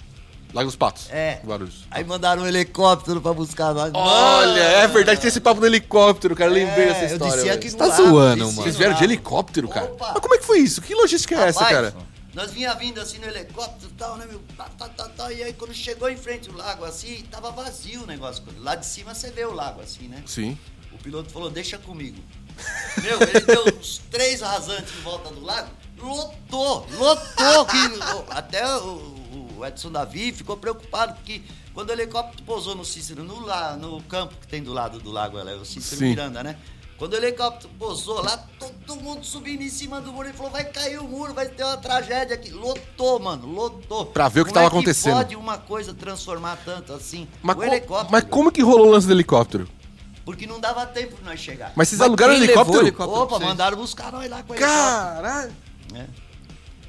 [SPEAKER 3] Lago dos Patos.
[SPEAKER 4] É.
[SPEAKER 3] Guarulhos.
[SPEAKER 4] Aí mandaram um helicóptero pra buscar nós.
[SPEAKER 3] Olha, é verdade, tem esse papo do helicóptero, cara. Eu lembrei dessa
[SPEAKER 4] É, eu
[SPEAKER 3] história.
[SPEAKER 4] desci
[SPEAKER 3] velho.
[SPEAKER 4] aqui no
[SPEAKER 2] Tá
[SPEAKER 4] lago,
[SPEAKER 2] zoando,
[SPEAKER 4] desci
[SPEAKER 2] mano.
[SPEAKER 3] Vocês
[SPEAKER 4] no
[SPEAKER 3] vieram de
[SPEAKER 4] lago.
[SPEAKER 3] helicóptero, cara?
[SPEAKER 4] Opa!
[SPEAKER 3] Mas como é que foi isso? Que logística é essa,
[SPEAKER 4] Rapaz,
[SPEAKER 3] cara?
[SPEAKER 4] Nós vinha vindo assim no helicóptero e tal, né, meu? Tá, tá, tá, tá, e aí quando chegou em frente o lago assim, tava vazio o negócio. Lá de cima você vê o lago assim, né?
[SPEAKER 3] Sim.
[SPEAKER 4] O piloto falou, deixa comigo. Meu, ele deu uns três rasantes em volta do lago, lotou, lotou. que- até o, o Edson Davi ficou preocupado, porque quando o helicóptero pousou no Cícero, no, la- no campo que tem do lado do lago, ela é o Cícero
[SPEAKER 3] Sim.
[SPEAKER 4] Miranda, né? Quando o helicóptero pousou lá, todo mundo subindo em cima do muro, ele falou, vai cair o muro, vai ter uma tragédia aqui. Lotou, mano, lotou.
[SPEAKER 3] Pra ver o que
[SPEAKER 4] Como
[SPEAKER 3] tava
[SPEAKER 4] é
[SPEAKER 3] acontecendo.
[SPEAKER 4] pode uma coisa transformar tanto assim?
[SPEAKER 3] Mas,
[SPEAKER 4] o
[SPEAKER 3] co-
[SPEAKER 4] helicóptero,
[SPEAKER 3] mas como que rolou o lance do helicóptero?
[SPEAKER 4] porque não dava tempo de nós chegar.
[SPEAKER 3] Mas vocês
[SPEAKER 2] Mas
[SPEAKER 3] alugaram o
[SPEAKER 2] quem
[SPEAKER 3] helicóptero?
[SPEAKER 2] levou o helicóptero?
[SPEAKER 4] Opa, mandaram buscar nós lá com ele.
[SPEAKER 3] Caralho! É,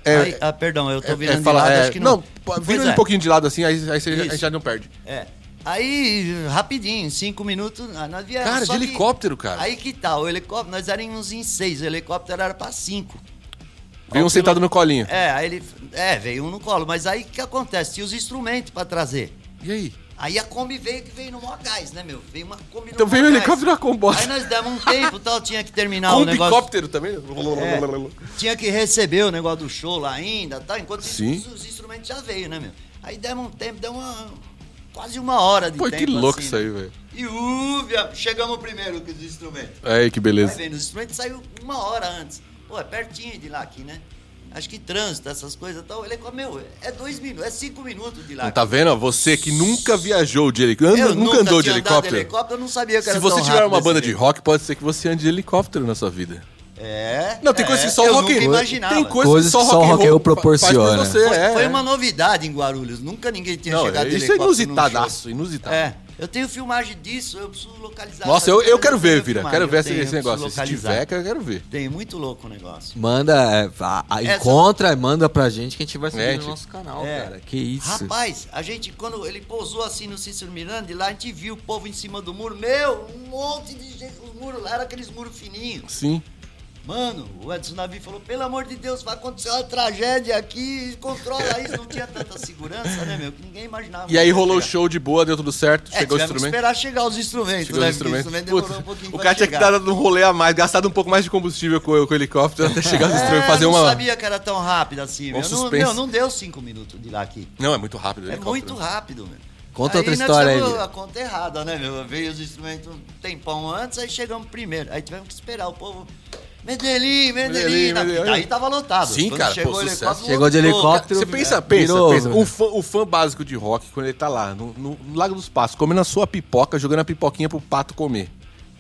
[SPEAKER 4] É, Aí- ah, perdão, eu tô
[SPEAKER 3] é-
[SPEAKER 4] virando
[SPEAKER 3] é falar-
[SPEAKER 4] de lado,
[SPEAKER 3] é,
[SPEAKER 4] acho que não.
[SPEAKER 3] pô,
[SPEAKER 4] Pois
[SPEAKER 3] Vira ele
[SPEAKER 4] é,
[SPEAKER 3] um pouquinho de lado assim, aí, aí você já-
[SPEAKER 4] Isso.
[SPEAKER 3] aí já não perde.
[SPEAKER 4] É. Aí, rapidinho, em cinco minutos, ah, nós viemos.
[SPEAKER 3] Cara,
[SPEAKER 4] só
[SPEAKER 3] de
[SPEAKER 4] que-
[SPEAKER 3] helicóptero, cara.
[SPEAKER 4] Aí que tal? O helicóptero, nós éramos em seis, o helicóptero era pra cinco.
[SPEAKER 3] Veio um sentado no colinho.
[SPEAKER 4] É, aí ele. É, veio um no colo, mas aí o que acontece? Tinha os instrumentos pra trazer.
[SPEAKER 3] E aí?
[SPEAKER 4] Aí a Kombi veio que veio no maior gás, né, meu? Veio uma Kombi no
[SPEAKER 3] Então
[SPEAKER 4] maior
[SPEAKER 3] veio o
[SPEAKER 4] gás.
[SPEAKER 3] helicóptero na
[SPEAKER 4] é Aí
[SPEAKER 3] combosta.
[SPEAKER 4] nós demos um tempo tal, tinha que terminar o negócio. É.
[SPEAKER 3] Combicóptero também?
[SPEAKER 4] Tinha que receber o negócio do show lá ainda, tá? Enquanto isso,
[SPEAKER 3] Sim.
[SPEAKER 4] os, os instrumentos já veio, né, meu? Aí demos um tempo, deu uma. quase uma hora de
[SPEAKER 3] Pô,
[SPEAKER 4] tempo.
[SPEAKER 3] que louco
[SPEAKER 4] assim,
[SPEAKER 3] isso
[SPEAKER 4] né?
[SPEAKER 3] aí, velho.
[SPEAKER 4] E uvia, chegamos primeiro com os instrumentos.
[SPEAKER 3] Aí, que
[SPEAKER 4] Aí
[SPEAKER 3] beleza.
[SPEAKER 4] vem, os instrumentos saiu uma hora antes. Pô, é pertinho de lá aqui, né? Acho que trânsito, essas coisas e tal. Ele é, meu, é dois minutos, é cinco minutos de lá.
[SPEAKER 3] Não tá vendo? ó? Você que nunca viajou de helicóptero,
[SPEAKER 4] Eu
[SPEAKER 3] nunca, andou de
[SPEAKER 4] tinha andado
[SPEAKER 3] helicóptero.
[SPEAKER 4] helicóptero. Eu não sabia que era
[SPEAKER 3] Se você
[SPEAKER 4] tão
[SPEAKER 3] tiver
[SPEAKER 4] rápido
[SPEAKER 3] uma banda
[SPEAKER 4] assim.
[SPEAKER 3] de rock, pode ser que você ande de helicóptero na sua vida.
[SPEAKER 4] É.
[SPEAKER 3] Não, tem
[SPEAKER 4] é,
[SPEAKER 3] coisa que só
[SPEAKER 4] eu
[SPEAKER 3] o rock
[SPEAKER 4] nunca
[SPEAKER 3] and roll.
[SPEAKER 4] imaginava.
[SPEAKER 3] Tem coisa que
[SPEAKER 2] Coisas
[SPEAKER 3] só o rock and roll fa-
[SPEAKER 2] proporciona.
[SPEAKER 3] Faz pra você,
[SPEAKER 4] Foi,
[SPEAKER 3] é,
[SPEAKER 4] foi
[SPEAKER 3] é.
[SPEAKER 4] uma novidade em Guarulhos. Nunca ninguém tinha
[SPEAKER 3] Não,
[SPEAKER 4] chegado de
[SPEAKER 3] isso é
[SPEAKER 4] helicóptero num
[SPEAKER 3] inusitadaço,
[SPEAKER 4] show.
[SPEAKER 3] inusitado.
[SPEAKER 4] É. Eu tenho filmagem disso, eu preciso localizar.
[SPEAKER 3] Nossa,
[SPEAKER 4] essas
[SPEAKER 3] eu, eu
[SPEAKER 4] coisas,
[SPEAKER 3] quero ver,
[SPEAKER 4] tenho
[SPEAKER 3] Vira.
[SPEAKER 4] filmagem,
[SPEAKER 3] Quero ver
[SPEAKER 4] eu
[SPEAKER 3] esse,
[SPEAKER 4] tenho,
[SPEAKER 3] esse
[SPEAKER 4] eu preciso
[SPEAKER 3] negócio. Se
[SPEAKER 4] localizar.
[SPEAKER 3] tiver, eu quero ver.
[SPEAKER 4] Tem muito louco o negócio.
[SPEAKER 2] Manda, é, a- a-
[SPEAKER 4] Essa-
[SPEAKER 2] encontra, manda pra gente que a gente vai subir
[SPEAKER 3] É,
[SPEAKER 2] no
[SPEAKER 3] gente.
[SPEAKER 2] nosso canal,
[SPEAKER 4] É.
[SPEAKER 2] cara. Que isso.
[SPEAKER 4] Rapaz, a gente, quando ele pousou assim no Cícero Miranda, e lá a gente viu o povo em cima do muro. Meu, um monte de gente. Os muros lá eram aqueles muros fininhos.
[SPEAKER 3] Sim.
[SPEAKER 4] Mano, o Edson Navi falou, pelo amor de Deus, vai acontecer uma tragédia aqui, controla isso, não tinha tanta segurança, né, meu? Que ninguém imaginava.
[SPEAKER 3] E aí
[SPEAKER 4] que ia
[SPEAKER 3] rolou o
[SPEAKER 4] chegar.
[SPEAKER 3] show de boa, deu tudo certo,
[SPEAKER 4] É,
[SPEAKER 3] chegou o
[SPEAKER 4] tivemos que
[SPEAKER 3] instrumento.
[SPEAKER 4] esperar chegar os instrumentos,
[SPEAKER 3] Chegou o
[SPEAKER 4] né? Porque
[SPEAKER 3] instrumento.
[SPEAKER 4] O instrumento demorou
[SPEAKER 3] Puta,
[SPEAKER 4] um pouquinho
[SPEAKER 3] o
[SPEAKER 4] pra
[SPEAKER 3] cara tinha que
[SPEAKER 4] chegar.
[SPEAKER 3] dar um rolê a mais, gastado um pouco mais de combustível com, com o helicóptero até chegar no
[SPEAKER 4] É,
[SPEAKER 3] instrumento, fazer
[SPEAKER 4] não
[SPEAKER 3] uma.
[SPEAKER 4] sabia que era tão rápido assim,
[SPEAKER 3] Um
[SPEAKER 4] meu. Não,
[SPEAKER 3] suspense.
[SPEAKER 4] meu, não deu cinco minutos de lá aqui.
[SPEAKER 3] Não, é muito rápido. o
[SPEAKER 4] É
[SPEAKER 3] helicóptero.
[SPEAKER 4] muito rápido, meu.
[SPEAKER 2] Conta outra
[SPEAKER 4] nós
[SPEAKER 2] história aí,
[SPEAKER 4] fizemos
[SPEAKER 2] Vila.
[SPEAKER 4] a conta errada, né, meu? Veio os instrumentos um tempão antes, aí chegamos primeiro. Aí tivemos que esperar o povo. Medellín,
[SPEAKER 3] Medellín,
[SPEAKER 4] Medellín. na-
[SPEAKER 3] Medellín.
[SPEAKER 4] Aí tava lotado.
[SPEAKER 3] Sim, cara,
[SPEAKER 4] Chegou,
[SPEAKER 3] pô,
[SPEAKER 4] o
[SPEAKER 3] sucesso.
[SPEAKER 4] helicóptero,
[SPEAKER 2] Chegou de
[SPEAKER 4] lotou,
[SPEAKER 2] helicóptero.
[SPEAKER 3] Você pensa, pensa,
[SPEAKER 2] Virou-
[SPEAKER 3] pensa. O fã, o fã básico de rock, quando ele tá lá, no, no- no Lago dos Passos, comendo a sua pipoca, jogando a pipoquinha pro pato comer,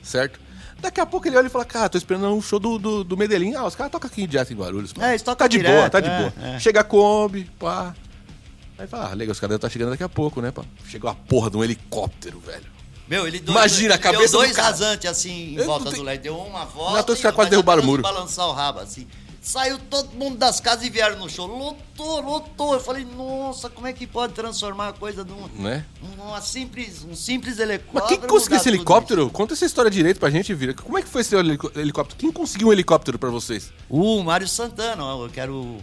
[SPEAKER 3] certo? Daqui a pouco ele olha e fala, cara, tô esperando um show do, do, do Medellín. Ah, os caras tocam aqui direto em Guarulhos. pô.
[SPEAKER 4] É, eles tocam
[SPEAKER 3] Tá de
[SPEAKER 4] direto,
[SPEAKER 3] boa, tá de
[SPEAKER 4] é,
[SPEAKER 3] boa.
[SPEAKER 4] é.
[SPEAKER 3] Chega a Kombi, pá. Aí fala, ah, legal, os caras devem estar chegando daqui a pouco, né, pá? Chegou a porra de um helicóptero, velho.
[SPEAKER 4] Meu, ele deu,
[SPEAKER 3] Imagina, a
[SPEAKER 4] ele deu
[SPEAKER 3] cabeça do
[SPEAKER 4] dois
[SPEAKER 3] cara.
[SPEAKER 4] rasantes assim em
[SPEAKER 3] Eu não
[SPEAKER 4] volta
[SPEAKER 3] tenho-
[SPEAKER 4] do leite. Deu uma volta.
[SPEAKER 3] Não, todos
[SPEAKER 4] e-
[SPEAKER 3] ficaram quase
[SPEAKER 4] mas
[SPEAKER 3] derrubaram o
[SPEAKER 4] tentando
[SPEAKER 3] muro.
[SPEAKER 4] balançar o rabo assim. Saiu todo mundo das casas e vieram no show. Lotou, lotou. Eu falei, nossa, como é que pode transformar a coisa num.
[SPEAKER 3] Né?
[SPEAKER 4] um- Uma simples, um simples helicóptero.
[SPEAKER 3] Mas quem
[SPEAKER 4] mudar
[SPEAKER 3] conseguiu esse
[SPEAKER 4] um tudo
[SPEAKER 3] helicóptero? Conta essa história direito pra gente, Vira. Como é que foi esse helico- helicóptero? Quem conseguiu um helicóptero pra vocês?
[SPEAKER 4] isso. O Mário Santana, ó, que era o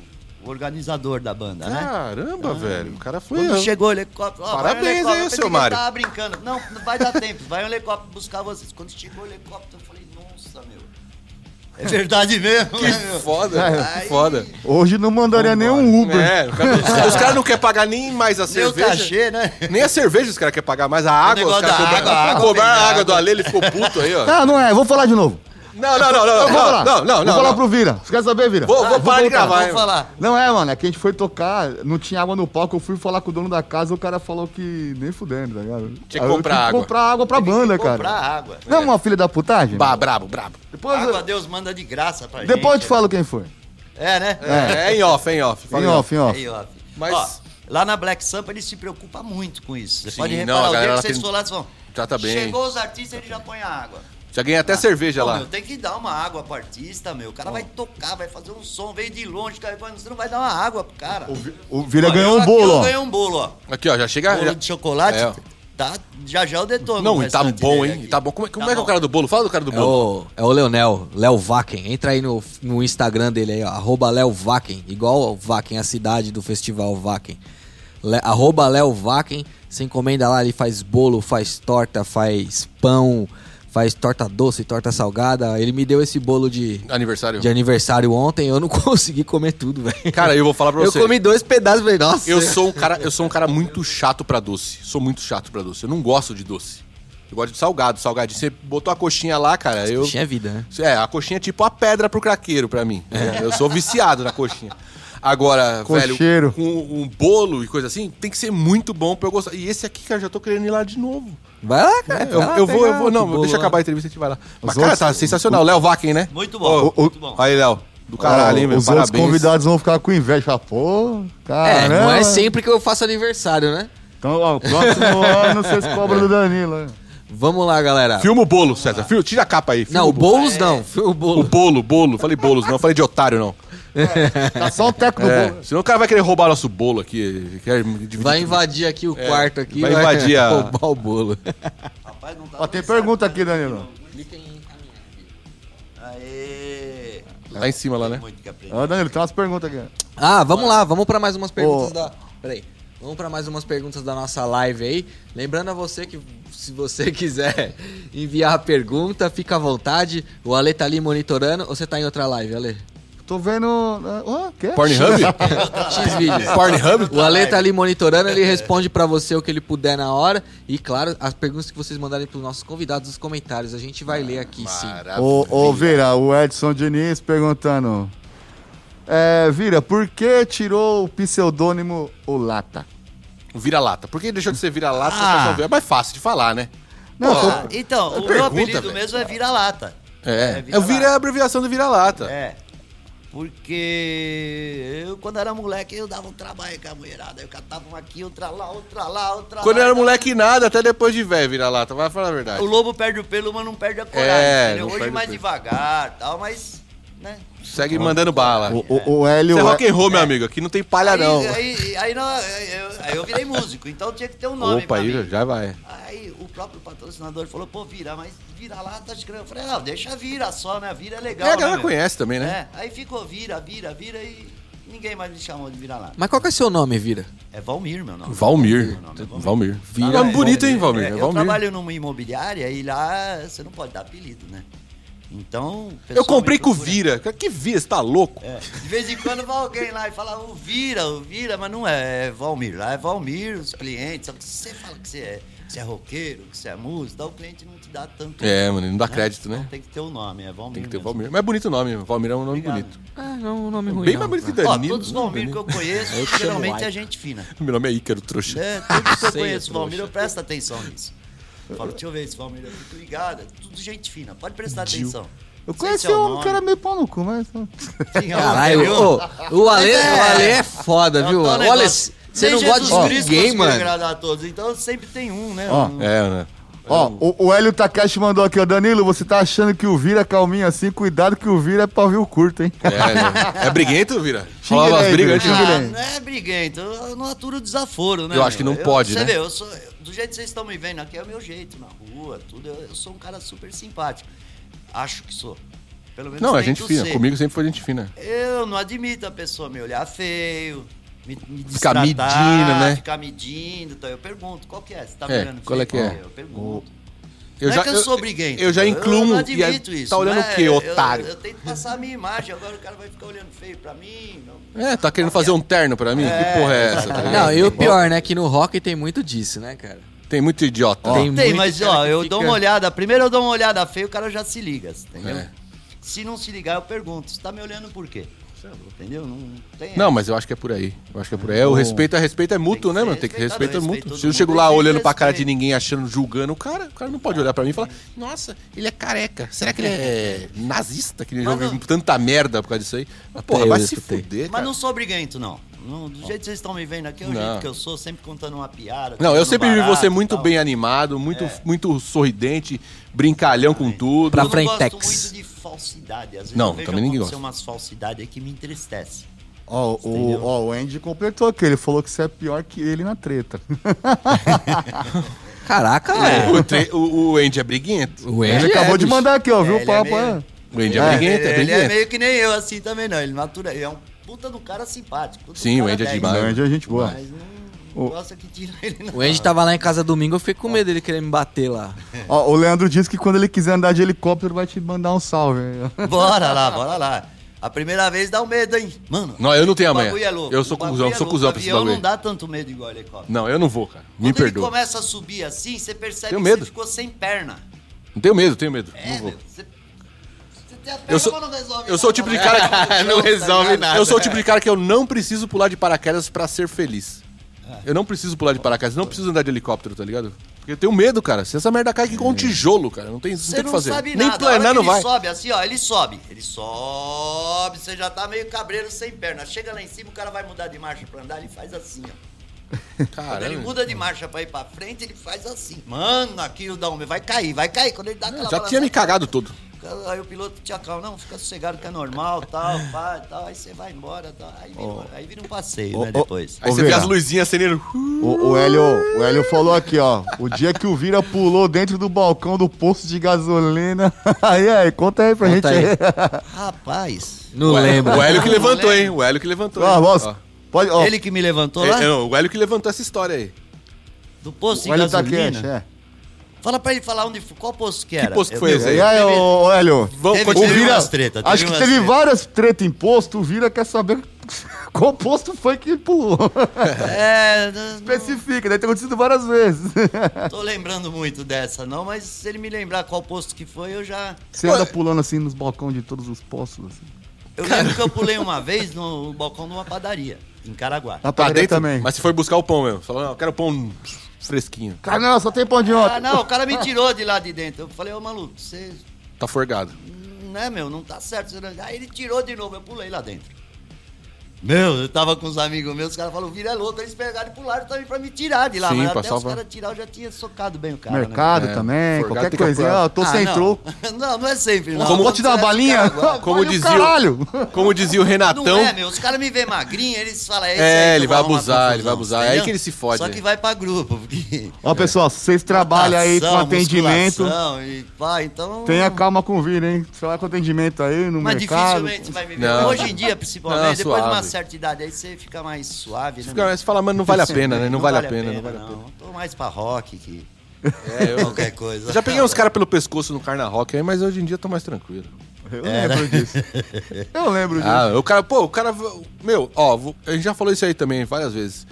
[SPEAKER 4] o organizador da banda, né?
[SPEAKER 3] Caramba, velho. O cara foi...
[SPEAKER 4] Quando chegou o helicóptero. ó, vai um
[SPEAKER 3] Parabéns aí,
[SPEAKER 4] helicóptero.
[SPEAKER 3] seu
[SPEAKER 4] Eu pensei que
[SPEAKER 3] Mário.
[SPEAKER 4] ele Tava brincando. Não, não vai dar tempo. Vai um helicóptero buscar vocês. Quando chegou o helicóptero, eu falei, nossa, meu. É verdade mesmo, né, meu?
[SPEAKER 3] É Foda,
[SPEAKER 4] Aí,
[SPEAKER 3] que foda.
[SPEAKER 5] Hoje não mandaria nem um Uber.
[SPEAKER 3] É, o cara- os caras não querem pagar nem mais a
[SPEAKER 4] Meu
[SPEAKER 3] cerveja.
[SPEAKER 4] cachê, né?
[SPEAKER 3] Nem a cerveja os caras querem pagar mais, a água. Os
[SPEAKER 4] negócio
[SPEAKER 3] caras
[SPEAKER 4] da
[SPEAKER 3] cobraram-
[SPEAKER 4] água, tá a água,
[SPEAKER 3] cobraram a
[SPEAKER 4] vem da
[SPEAKER 3] água do
[SPEAKER 4] água.
[SPEAKER 3] Ale, ele ficou puto aí, ó.
[SPEAKER 5] Ah, não é, vou falar de novo.
[SPEAKER 3] Não, não, não, não, não,
[SPEAKER 5] Eu vou
[SPEAKER 3] não,
[SPEAKER 5] falar.
[SPEAKER 3] não, não,
[SPEAKER 5] vou
[SPEAKER 3] não,
[SPEAKER 5] falar
[SPEAKER 3] não.
[SPEAKER 5] pro Vira. Você quer saber, Vira?
[SPEAKER 3] Vou, vou parar de
[SPEAKER 5] voltar.
[SPEAKER 3] gravar,
[SPEAKER 4] Vamos
[SPEAKER 3] hein.
[SPEAKER 4] falar.
[SPEAKER 5] Não é, mano, é que a gente foi tocar, não tinha água no palco, eu fui falar com o dono da casa, o cara falou que nem fudendo, tá ligado?
[SPEAKER 3] Tinha que
[SPEAKER 5] Aí eu
[SPEAKER 3] comprar água.
[SPEAKER 5] comprar água pra banda, cara.
[SPEAKER 4] Comprar água.
[SPEAKER 5] Não é uma filha da putagem?
[SPEAKER 3] Bah, brabo, brabo.
[SPEAKER 5] Depois, eu-
[SPEAKER 4] Água Deus manda de graça pra
[SPEAKER 5] depois eu
[SPEAKER 4] gente.
[SPEAKER 5] te falo quem foi.
[SPEAKER 4] É, né?
[SPEAKER 3] É, em off, é em off. Fala
[SPEAKER 5] Em off, em off.
[SPEAKER 4] Aí, ó. É
[SPEAKER 3] Mas-
[SPEAKER 4] Ó, lá na Black Sampa eles se preocupam muito com isso. Você
[SPEAKER 3] Sim,
[SPEAKER 4] pode
[SPEAKER 3] não, a
[SPEAKER 4] reparar, o dia
[SPEAKER 3] galera
[SPEAKER 4] que vocês
[SPEAKER 3] tem-
[SPEAKER 4] for lá, eles vão...
[SPEAKER 3] Trata bem.
[SPEAKER 4] Chegou os artistas, ele já põe a água.
[SPEAKER 3] Já ganhei até cerveja
[SPEAKER 4] Pô,
[SPEAKER 3] lá.
[SPEAKER 4] meu, tem que dar uma água pro artista, meu. O cara vai tocar, vai fazer um som, veio de longe, cara, você não vai dar uma água pro cara.
[SPEAKER 5] O Vira
[SPEAKER 4] Ó,
[SPEAKER 5] ganhou
[SPEAKER 4] eu
[SPEAKER 5] um
[SPEAKER 4] aqui,
[SPEAKER 5] bolo,
[SPEAKER 4] eu
[SPEAKER 5] ó.
[SPEAKER 4] ganhei um bolo, ó.
[SPEAKER 3] Aqui, ó, já chega...
[SPEAKER 4] Bolo
[SPEAKER 3] já-
[SPEAKER 4] de chocolate,
[SPEAKER 3] É.
[SPEAKER 4] tá, já já eu detono.
[SPEAKER 3] Não,
[SPEAKER 4] o
[SPEAKER 3] e tá
[SPEAKER 4] restante
[SPEAKER 3] bom,
[SPEAKER 4] dele
[SPEAKER 3] hein?
[SPEAKER 4] aqui.
[SPEAKER 3] Tá bom. Como é, como
[SPEAKER 4] Tá
[SPEAKER 3] é que é o cara do bolo? Fala do cara do
[SPEAKER 2] É
[SPEAKER 3] bolo.
[SPEAKER 2] o, é o Leonel, Léo Vaken. Entra aí no, no Instagram dele aí, ó, arroba Léo Vaken, igual ao Vaken, a cidade do festival Vaken. Le, arroba Léo Vaken, você encomenda lá, ele faz bolo, faz torta, faz pão, faz torta doce, torta salgada. Ele me deu esse bolo de,
[SPEAKER 3] Aniversário.
[SPEAKER 2] de aniversário ontem, eu não consegui comer tudo, velho.
[SPEAKER 3] Cara, eu vou falar pra
[SPEAKER 2] Eu
[SPEAKER 3] você.
[SPEAKER 2] comi dois pedaços, velho, nossa.
[SPEAKER 3] Eu sou um cara, eu sou um cara muito chato pra doce. Sou muito chato pra doce. Eu não gosto de doce. Eu gosto de salgado, salgadinho. Você botou a coxinha lá, cara, eu
[SPEAKER 2] Tinha vida, né?
[SPEAKER 3] É, a coxinha é tipo a pedra pro craqueiro pra mim. É, Eu sou viciado na coxinha. Agora, velho,
[SPEAKER 5] Cocheiro.
[SPEAKER 3] com um bolo e coisa assim, tem que ser muito bom pra eu gostar. E esse aqui, cara, eu já tô querendo ir lá de novo.
[SPEAKER 2] Vai lá, cara.
[SPEAKER 3] Eu,
[SPEAKER 2] É, vai lá
[SPEAKER 3] eu vou, eu
[SPEAKER 2] pegar
[SPEAKER 3] vou.
[SPEAKER 2] outro
[SPEAKER 3] Não,
[SPEAKER 2] bolo
[SPEAKER 3] deixa
[SPEAKER 2] lá.
[SPEAKER 3] acabar a entrevista e a gente vai lá. Mas,
[SPEAKER 5] Os
[SPEAKER 3] cara,
[SPEAKER 5] outros-
[SPEAKER 3] tá sensacional. Léo Vaken, né?
[SPEAKER 4] Muito bom,
[SPEAKER 5] Ô, ô,
[SPEAKER 4] muito bom.
[SPEAKER 3] Aí, Léo. Do caralho,
[SPEAKER 5] Ó,
[SPEAKER 3] hein, meu?
[SPEAKER 5] Os outros
[SPEAKER 3] Parabéns.
[SPEAKER 5] convidados vão ficar com inveja. Falar, Pô,
[SPEAKER 2] É,
[SPEAKER 5] caramba.
[SPEAKER 2] não é sempre que eu faço aniversário, né?
[SPEAKER 5] Então, ó, próximo ano vocês cobram do Danilo. hein?
[SPEAKER 2] Vamos lá, galera.
[SPEAKER 3] Filma o bolo, César. Filma- tira a capa aí. filma
[SPEAKER 2] Não, o
[SPEAKER 3] o bolo. É.
[SPEAKER 2] bolos não. Foi o
[SPEAKER 3] O
[SPEAKER 2] bolo.
[SPEAKER 3] bolo, bolo. Falei bolos, não. Falei de otário, não.
[SPEAKER 5] Tá só o teco do
[SPEAKER 3] É,
[SPEAKER 5] bolo.
[SPEAKER 3] senão o cara vai querer roubar nosso bolo aqui. ele Quer dividir
[SPEAKER 2] Vai
[SPEAKER 3] tudo.
[SPEAKER 2] invadir aqui o quarto aqui.
[SPEAKER 3] É, vai invadir a-
[SPEAKER 2] roubar o bolo.
[SPEAKER 4] Rapaz, não tá
[SPEAKER 5] Ó, tem pergunta aqui, Danilo.
[SPEAKER 4] né? Aê!
[SPEAKER 3] Lá em cima, lá, né?
[SPEAKER 4] Muito que aprender.
[SPEAKER 5] Ó, Danilo, tem umas perguntas aqui.
[SPEAKER 2] Ah, vamos lá, vamos pra mais umas perguntas
[SPEAKER 5] Ô.
[SPEAKER 2] da. Peraí. Vamos pra mais umas perguntas da nossa live aí. Lembrando a você que se você quiser enviar a pergunta, fica à vontade. O Ale tá ali monitorando. Ou você tá em outra live, Ale?
[SPEAKER 5] Tô vendo. né? Ó, quê?
[SPEAKER 3] Pornhub?
[SPEAKER 2] X vídeos.
[SPEAKER 3] Pornhub?
[SPEAKER 2] O Ale tá ali monitorando, ele responde pra você o que ele puder na hora. E claro, as perguntas que vocês mandarem pros nossos convidados nos comentários, a gente vai ler aqui sim.
[SPEAKER 5] Ô, ô, Vira, o Edson Diniz perguntando. É, Vira, por que tirou o pseudônimo O Lata?
[SPEAKER 3] Vira-lata. Por que deixou de ser vira-lata?
[SPEAKER 4] Ah.
[SPEAKER 3] só pra saber? É mais fácil de falar, né?
[SPEAKER 5] Não,
[SPEAKER 3] Pô,
[SPEAKER 5] tô-
[SPEAKER 4] Então, o meu
[SPEAKER 3] pergunta,
[SPEAKER 4] apelido
[SPEAKER 3] velho.
[SPEAKER 4] mesmo é vira-lata.
[SPEAKER 3] É.
[SPEAKER 4] É,
[SPEAKER 3] É,
[SPEAKER 4] vira-lata.
[SPEAKER 3] vira a abreviação do vira-lata.
[SPEAKER 4] É. Porque eu, quando era moleque, eu dava um trabalho com a mulherada. Eu catava uma aqui, outra lá, outra lá, outra
[SPEAKER 3] Quando eu
[SPEAKER 4] lá.
[SPEAKER 3] era moleque, nada. Até depois de velho, vira-lata. Vai falar a
[SPEAKER 4] O
[SPEAKER 3] verdade.
[SPEAKER 4] lobo perde o pelo, mas não perde a coragem.
[SPEAKER 3] É,
[SPEAKER 4] entendeu?
[SPEAKER 3] não
[SPEAKER 4] Hoje
[SPEAKER 3] perde o
[SPEAKER 4] mais
[SPEAKER 3] pelo.
[SPEAKER 4] devagar tal, mas. Né?
[SPEAKER 3] Segue mandando bala.
[SPEAKER 5] o, o, o Hélio.
[SPEAKER 3] Você é rock and roll, meu amigo. Aqui não tem palha,
[SPEAKER 4] Aí,
[SPEAKER 3] não.
[SPEAKER 4] aí, aí, não, aí eu, aí eu virei músico, então tinha que ter um nome.
[SPEAKER 3] Opa,
[SPEAKER 4] pra mim.
[SPEAKER 3] aí já vai.
[SPEAKER 4] Aí o próprio patrocinador falou, pô, vira, mas vira lá, tá escravo. Eu falei, não, deixa vira só, né? Vira é legal.
[SPEAKER 3] É, a
[SPEAKER 4] né,
[SPEAKER 3] galera
[SPEAKER 4] meu?
[SPEAKER 3] conhece também, né?
[SPEAKER 4] É, aí ficou vira, vira, vira e ninguém mais me chamou de vira lá.
[SPEAKER 2] Mas qual que é seu nome, Vira?
[SPEAKER 4] É Valmir, meu nome.
[SPEAKER 3] Valmir.
[SPEAKER 4] Meu nome é Valmir.
[SPEAKER 3] Valmir.
[SPEAKER 4] Tá,
[SPEAKER 3] Vira.
[SPEAKER 4] é,
[SPEAKER 3] Nome bonito, hein, Valmir?
[SPEAKER 4] É,
[SPEAKER 3] É
[SPEAKER 4] eu
[SPEAKER 3] Valmir.
[SPEAKER 4] trabalho numa imobiliária e lá você não pode dar apelido, né? Então. o pessoal
[SPEAKER 3] Eu comprei
[SPEAKER 4] me
[SPEAKER 3] com o
[SPEAKER 4] procura.
[SPEAKER 3] Vira. Que Vira? Você tá louco?
[SPEAKER 4] É, De vez em quando vai alguém lá e fala, o Vira, o Vira, mas não é, é Valmir. Lá é Valmir, os clientes, sabe? Você fala que você é. que você é roqueiro, que você é músico, tal, o cliente não te dá tanto.
[SPEAKER 3] É, mano, não dá crédito,
[SPEAKER 4] Então
[SPEAKER 3] né?
[SPEAKER 4] tem que ter o nome, é Valmir.
[SPEAKER 3] Tem que ter o
[SPEAKER 4] mesmo.
[SPEAKER 3] Valmir. Mas é bonito o nome, Valmir é um nome
[SPEAKER 4] Obrigado.
[SPEAKER 3] bonito.
[SPEAKER 2] É, não é um nome ruim.
[SPEAKER 3] Bem
[SPEAKER 2] não,
[SPEAKER 3] mais bonito que
[SPEAKER 2] cara.
[SPEAKER 4] Ó,
[SPEAKER 3] Danilo.
[SPEAKER 4] todos os Valmir que eu conheço,
[SPEAKER 1] Eu chamo
[SPEAKER 4] geralmente é
[SPEAKER 1] Ike.
[SPEAKER 4] gente fina.
[SPEAKER 3] Meu nome é Ícaro, trouxa.
[SPEAKER 4] É, todos que eu
[SPEAKER 2] Sei,
[SPEAKER 4] conheço,
[SPEAKER 2] trouxa.
[SPEAKER 4] Valmir, eu presto atenção nisso. Eu Falo, deixa eu ver esse Valmir aqui, tô ligado, é tudo gente fina, pode prestar atenção.
[SPEAKER 5] Eu
[SPEAKER 4] Sei
[SPEAKER 5] conheci
[SPEAKER 4] seu
[SPEAKER 5] um
[SPEAKER 4] nome.
[SPEAKER 5] cara meio pau no cu, mas.
[SPEAKER 4] Quem é o
[SPEAKER 2] Caralho,
[SPEAKER 4] Valmir?
[SPEAKER 2] ô, o Ale,
[SPEAKER 4] Mas é.
[SPEAKER 2] o Ale é foda,
[SPEAKER 4] É um
[SPEAKER 2] viu?
[SPEAKER 4] tal
[SPEAKER 2] Olha,
[SPEAKER 4] negócio.
[SPEAKER 2] você
[SPEAKER 4] Nem
[SPEAKER 2] não
[SPEAKER 4] Jesus
[SPEAKER 2] gosta de
[SPEAKER 4] Cristo
[SPEAKER 2] ninguém,
[SPEAKER 4] conseguiu
[SPEAKER 2] mano.
[SPEAKER 4] agradar a todos, então sempre tem um, né?
[SPEAKER 5] Ó,
[SPEAKER 4] Um-
[SPEAKER 3] É, né?
[SPEAKER 5] Ó, o, o Hélio Takashi mandou aqui, ó. Danilo, você tá achando que o Vira é calminho assim? Cuidado que o Vira é pavio curto, hein?
[SPEAKER 3] É, né? é briguento, vira?
[SPEAKER 5] Xinga
[SPEAKER 3] Falava
[SPEAKER 5] ele
[SPEAKER 3] umas
[SPEAKER 5] aí,
[SPEAKER 3] brigas
[SPEAKER 5] Vira.
[SPEAKER 3] antes.
[SPEAKER 5] Xinga
[SPEAKER 4] Ah,
[SPEAKER 5] ele aí.
[SPEAKER 4] não é briguento, eu não aturo desaforo, né?
[SPEAKER 3] Eu acho que
[SPEAKER 4] meu?
[SPEAKER 3] não pode,
[SPEAKER 4] você
[SPEAKER 3] né?
[SPEAKER 4] Vê, eu sou, do jeito que vocês estão me vendo aqui, é o meu jeito, na rua, tudo. Eu, eu sou um cara super simpático. Acho que sou. Pelo menos
[SPEAKER 3] Não, é
[SPEAKER 4] tento
[SPEAKER 3] gente fina.
[SPEAKER 4] ser.
[SPEAKER 3] Comigo sempre foi gente fina.
[SPEAKER 4] Eu não admito a pessoa me olhar feio, me, me
[SPEAKER 3] Ficar
[SPEAKER 4] destratar,
[SPEAKER 3] medindo, né?
[SPEAKER 4] Ficar medindo, então eu pergunto, qual que é? Você tá
[SPEAKER 3] É,
[SPEAKER 4] me olhando
[SPEAKER 3] qual
[SPEAKER 4] feio?
[SPEAKER 3] é que é?
[SPEAKER 4] Eu pergunto.
[SPEAKER 3] Eu
[SPEAKER 4] não
[SPEAKER 3] já,
[SPEAKER 4] é que eu, sou briguento.
[SPEAKER 3] Eu já incluo.
[SPEAKER 4] Eu não
[SPEAKER 3] e aí,
[SPEAKER 4] admito isso.
[SPEAKER 3] Tá olhando
[SPEAKER 4] né?
[SPEAKER 3] o quê,
[SPEAKER 4] Eu-
[SPEAKER 3] otário?
[SPEAKER 4] Eu, eu tenho que passar a minha imagem, agora o cara vai ficar olhando feio pra mim. Não.
[SPEAKER 3] É, tá querendo fazer um terno pra mim? Que porra é essa? tá ligado?
[SPEAKER 2] Não, e o pior, né? Que no rock tem muito disso, né, cara?
[SPEAKER 3] Tem muito idiota.
[SPEAKER 2] Tem
[SPEAKER 4] Tem,
[SPEAKER 2] muito
[SPEAKER 4] mas
[SPEAKER 2] cara
[SPEAKER 4] ó,
[SPEAKER 2] que
[SPEAKER 4] eu
[SPEAKER 2] fica-
[SPEAKER 4] dou uma olhada. Primeiro eu dou uma olhada feia, o cara já se liga, entendeu?
[SPEAKER 3] É.
[SPEAKER 4] Se não se ligar, eu pergunto, você tá me olhando por quê? Entendeu? Não, não tem
[SPEAKER 3] Não, mas eu acho que é por aí. Eu acho que é por aí. O respeito, a respeito é mútuo,
[SPEAKER 4] Tem que
[SPEAKER 3] né,
[SPEAKER 4] ser
[SPEAKER 3] mano? Tem que
[SPEAKER 4] respeitado,
[SPEAKER 3] respeitar é
[SPEAKER 4] respeito
[SPEAKER 3] mútuo.
[SPEAKER 4] todo
[SPEAKER 3] Se eu
[SPEAKER 4] mundo.
[SPEAKER 3] chego lá
[SPEAKER 4] Tem que
[SPEAKER 3] olhando pra cara de
[SPEAKER 4] respeito.
[SPEAKER 3] ninguém, achando, julgando o cara, o cara não pode olhar pra mim e falar, nossa, ele é careca. Será que ele é nazista? Que ele já
[SPEAKER 4] Mas
[SPEAKER 3] ouviu
[SPEAKER 4] não-
[SPEAKER 3] tanta merda por causa disso aí. Mas, porra,
[SPEAKER 1] eu
[SPEAKER 3] vai se
[SPEAKER 1] escutei.
[SPEAKER 3] fuder,
[SPEAKER 4] Mas
[SPEAKER 3] cara.
[SPEAKER 4] não sou briguento, não. Não, do jeito que vocês estão me vendo aqui, é o
[SPEAKER 3] Não.
[SPEAKER 4] jeito que eu sou, sempre contando uma piada.
[SPEAKER 3] Não, eu
[SPEAKER 4] contando
[SPEAKER 3] sempre vi
[SPEAKER 4] barato
[SPEAKER 3] você
[SPEAKER 4] e
[SPEAKER 3] muito
[SPEAKER 4] tal. É.
[SPEAKER 3] bem animado, muito, muito sorridente, brincalhão com tudo.
[SPEAKER 2] Pra
[SPEAKER 4] eu não gosto
[SPEAKER 2] frentex.
[SPEAKER 4] muito de falsidade. Às vezes
[SPEAKER 3] Não,
[SPEAKER 4] eu vejo
[SPEAKER 3] também ninguém
[SPEAKER 4] acontecer
[SPEAKER 3] gosta.
[SPEAKER 4] umas falsidades aí que me entristece.
[SPEAKER 5] Ó, o,
[SPEAKER 4] Entendeu?
[SPEAKER 5] ó, o Andy completou aqui, ele falou que você é pior que ele na treta.
[SPEAKER 2] Caraca, velho.
[SPEAKER 3] O, tre- o- o Andy é briguento.
[SPEAKER 2] O
[SPEAKER 5] Ele
[SPEAKER 2] Andy
[SPEAKER 5] acabou
[SPEAKER 2] é,
[SPEAKER 5] de
[SPEAKER 2] bicho.
[SPEAKER 5] mandar aqui, ó, viu
[SPEAKER 4] ele
[SPEAKER 5] o
[SPEAKER 4] é
[SPEAKER 5] papo?
[SPEAKER 4] meio-
[SPEAKER 5] é?
[SPEAKER 3] O Andy é,
[SPEAKER 5] É,
[SPEAKER 3] briguento, é
[SPEAKER 4] ele
[SPEAKER 3] briguento.
[SPEAKER 4] é meio que nem eu, assim também, não. Ele natura, ele é um puta do cara simpático. puta do
[SPEAKER 3] Sim, o
[SPEAKER 4] cara
[SPEAKER 3] Andy é
[SPEAKER 4] 10,
[SPEAKER 3] demais.
[SPEAKER 5] O Andy é gente boa.
[SPEAKER 4] Mas não
[SPEAKER 5] O-
[SPEAKER 4] gosta que tira ele, não.
[SPEAKER 2] O Andy tava lá em casa domingo, eu fiquei com medo dele querer me bater lá.
[SPEAKER 5] Ó, o Leandro disse que quando ele quiser andar de helicóptero vai te mandar um salve.
[SPEAKER 4] Bora lá, bora lá. A primeira vez dá um medo, hein? Mano,
[SPEAKER 3] Não, eu não tenho
[SPEAKER 4] o
[SPEAKER 3] amanhã.
[SPEAKER 4] bagulho é louco.
[SPEAKER 3] Eu sou
[SPEAKER 4] o bagulho
[SPEAKER 3] cuzão,
[SPEAKER 4] é
[SPEAKER 3] sou
[SPEAKER 4] louco.
[SPEAKER 3] cuzão
[SPEAKER 4] O
[SPEAKER 3] pra esse
[SPEAKER 4] avião
[SPEAKER 3] bagulho.
[SPEAKER 4] não dá tanto medo igual helicóptero.
[SPEAKER 3] Não, eu não vou, cara. Me
[SPEAKER 4] Quando
[SPEAKER 3] perdoa.
[SPEAKER 4] ele começa a subir assim, você percebe
[SPEAKER 3] Tenho
[SPEAKER 4] que
[SPEAKER 3] medo.
[SPEAKER 4] você ficou sem perna.
[SPEAKER 3] Não tenho medo, tenho medo.
[SPEAKER 4] É,
[SPEAKER 3] não vou.
[SPEAKER 4] meu. Você, você tem a perna,
[SPEAKER 3] Eu sou-
[SPEAKER 4] mas não resolve né?
[SPEAKER 3] eu sou o tipo de cara que-
[SPEAKER 4] não resolve nada.
[SPEAKER 3] Eu sou o tipo de cara que eu não preciso pular de paraquedas pra ser feliz. Eu não preciso pular de paraquedas, não preciso andar de helicóptero, tá ligado? Porque eu tenho medo, cara. Se essa merda cai aqui com um tijolo, cara, não tem, não tem
[SPEAKER 4] É. Você
[SPEAKER 3] o que
[SPEAKER 4] não
[SPEAKER 3] fazer.
[SPEAKER 4] sabe
[SPEAKER 3] Nem
[SPEAKER 4] nada. A hora
[SPEAKER 3] planar
[SPEAKER 4] que
[SPEAKER 3] não
[SPEAKER 4] ele
[SPEAKER 3] vai.
[SPEAKER 4] sobe assim, ó. Ele sobe. Ele sobe. Você já tá meio cabreiro sem perna. Chega lá em cima, o cara vai mudar de marcha pra andar. Ele faz assim, ó. Quando ele
[SPEAKER 3] Caramba.
[SPEAKER 4] muda de marcha pra ir pra frente, ele faz assim. Mano, aquilo dá um... Vai cair, vai cair. Quando ele dá aquela
[SPEAKER 3] Já tinha me cagado todo.
[SPEAKER 4] balançada, Aí o piloto te acalma. Não, fica sossegado que é normal, tal, pá, tal. Aí você vai embora, tal. Aí vira, aí vira um passeio,
[SPEAKER 5] Ó,
[SPEAKER 4] né,
[SPEAKER 5] ó,
[SPEAKER 4] depois.
[SPEAKER 3] Aí
[SPEAKER 5] Ô,
[SPEAKER 3] você vê
[SPEAKER 5] Vera.
[SPEAKER 3] as luzinhas acendendo. Uh,
[SPEAKER 5] O, o, Hélio, o Hélio falou aqui, ó. O dia que o Vira pulou dentro do balcão do posto de gasolina. Aí, aí, conta aí pra
[SPEAKER 2] Conta
[SPEAKER 5] gente.
[SPEAKER 4] Rapaz...
[SPEAKER 2] Não lembro.
[SPEAKER 3] O Hélio que
[SPEAKER 4] Não
[SPEAKER 3] levantou,
[SPEAKER 4] lembro.
[SPEAKER 3] hein? O Hélio que levantou.
[SPEAKER 5] Ó,
[SPEAKER 3] hein?
[SPEAKER 5] ó,
[SPEAKER 3] Ó.
[SPEAKER 5] pode, ó,
[SPEAKER 4] Ele que me levantou lá?
[SPEAKER 3] É, é, não, o Hélio que levantou essa história aí.
[SPEAKER 4] Do posto de
[SPEAKER 5] o Hélio Takashi,
[SPEAKER 4] gasolina?
[SPEAKER 5] é.
[SPEAKER 4] Fala pra ele falar onde, qual posto que era.
[SPEAKER 3] posto que
[SPEAKER 4] Eu-
[SPEAKER 3] foi
[SPEAKER 4] eu-
[SPEAKER 3] esse
[SPEAKER 5] E aí,
[SPEAKER 4] teve-
[SPEAKER 5] ô, ô, Hélio?
[SPEAKER 3] Vamos,
[SPEAKER 4] Teve-
[SPEAKER 3] continua.
[SPEAKER 5] O
[SPEAKER 4] teve-
[SPEAKER 5] Vira,
[SPEAKER 4] é. umas treta, teve
[SPEAKER 5] acho que
[SPEAKER 4] umas
[SPEAKER 5] teve
[SPEAKER 4] treta.
[SPEAKER 5] várias treta em posto, o Vira quer saber qual posto foi que pulou.
[SPEAKER 4] É, n-
[SPEAKER 5] Especifica, deve ter acontecido várias vezes.
[SPEAKER 4] não tô lembrando muito dessa, não, mas se ele me lembrar qual posto que foi, eu já.
[SPEAKER 5] Você anda pulando assim nos balcões de todos os postos. Assim.
[SPEAKER 4] Eu lembro que eu pulei uma vez no balcão de uma padaria, em Caraguá.
[SPEAKER 5] Na
[SPEAKER 3] Pra
[SPEAKER 5] padaria
[SPEAKER 3] Tá dentro,
[SPEAKER 5] também.
[SPEAKER 3] mas se foi buscar o pão mesmo. Falou, não, eu quero pão fresquinho.
[SPEAKER 5] Cara, não, só tem pão de ontem.
[SPEAKER 4] Ah, não, o cara me tirou de lá de dentro. Eu falei, ô maluco, você.
[SPEAKER 3] Tá forgado.
[SPEAKER 4] Né, meu, não tá certo. você não- Aí ele tirou de novo, eu pulei lá dentro. Meu, eu tava com uns amigos meus, os caras falaram, vira louco, eles pegaram e pularam também pra me tirar de lá.
[SPEAKER 3] Sim,
[SPEAKER 4] mas
[SPEAKER 3] pra
[SPEAKER 4] até
[SPEAKER 3] salvar.
[SPEAKER 4] os caras tirar, eu já tinha socado bem o cara. né?
[SPEAKER 5] Mercado
[SPEAKER 3] É,
[SPEAKER 5] também,
[SPEAKER 3] forgado
[SPEAKER 5] qualquer
[SPEAKER 3] tem que
[SPEAKER 5] coisinha.
[SPEAKER 3] apurar.
[SPEAKER 5] Ó, tô
[SPEAKER 4] Ah,
[SPEAKER 5] sem
[SPEAKER 4] não.
[SPEAKER 5] troco.
[SPEAKER 4] Não, não é sempre. Não.
[SPEAKER 5] Como vou te dar uma balinha?
[SPEAKER 3] Como
[SPEAKER 5] Olha o
[SPEAKER 3] dizia o-
[SPEAKER 5] Caralho.
[SPEAKER 3] Como dizia o Renatão.
[SPEAKER 4] Não é, meu. Os caras me veem magrinho, eles falam... isso
[SPEAKER 3] É,
[SPEAKER 4] aí que eu
[SPEAKER 3] ele
[SPEAKER 4] vou
[SPEAKER 3] vai
[SPEAKER 4] arrumar
[SPEAKER 3] abusar, ele
[SPEAKER 4] confusão",
[SPEAKER 3] vai abusar. É aí que ele se fode,
[SPEAKER 4] Só
[SPEAKER 3] né?
[SPEAKER 4] que vai pra grupo, porque...
[SPEAKER 5] Ó, pessoal, se vocês trabalham aí com
[SPEAKER 4] Natação,
[SPEAKER 5] atendimento,
[SPEAKER 4] musculação E pá, então...
[SPEAKER 5] tenha calma com o Vira, hein? Trabalha com atendimento aí no
[SPEAKER 4] Mas
[SPEAKER 5] mercado.
[SPEAKER 4] dificilmente você vai me ver.
[SPEAKER 3] Não.
[SPEAKER 4] Hoje em dia, principalmente,
[SPEAKER 3] Não,
[SPEAKER 4] depois de uma
[SPEAKER 3] suave.
[SPEAKER 4] certa idade, aí você fica mais suave, né?
[SPEAKER 3] Fica- Você fala, mano, não vale a pena, né? Não, vale, a pena, não vale a pena.
[SPEAKER 4] não. Tô mais pra rock que
[SPEAKER 3] É, eu-
[SPEAKER 4] qualquer coisa.
[SPEAKER 3] Eu Já peguei uns caras pelo pescoço no Carna Rock aí, mas hoje em dia eu tô mais tranquilo.
[SPEAKER 5] Eu lembro disso. Eu lembro disso.
[SPEAKER 3] Ah, o cara, pô, o cara. Meu, ó, vo- a gente já falou isso aí também várias vezes.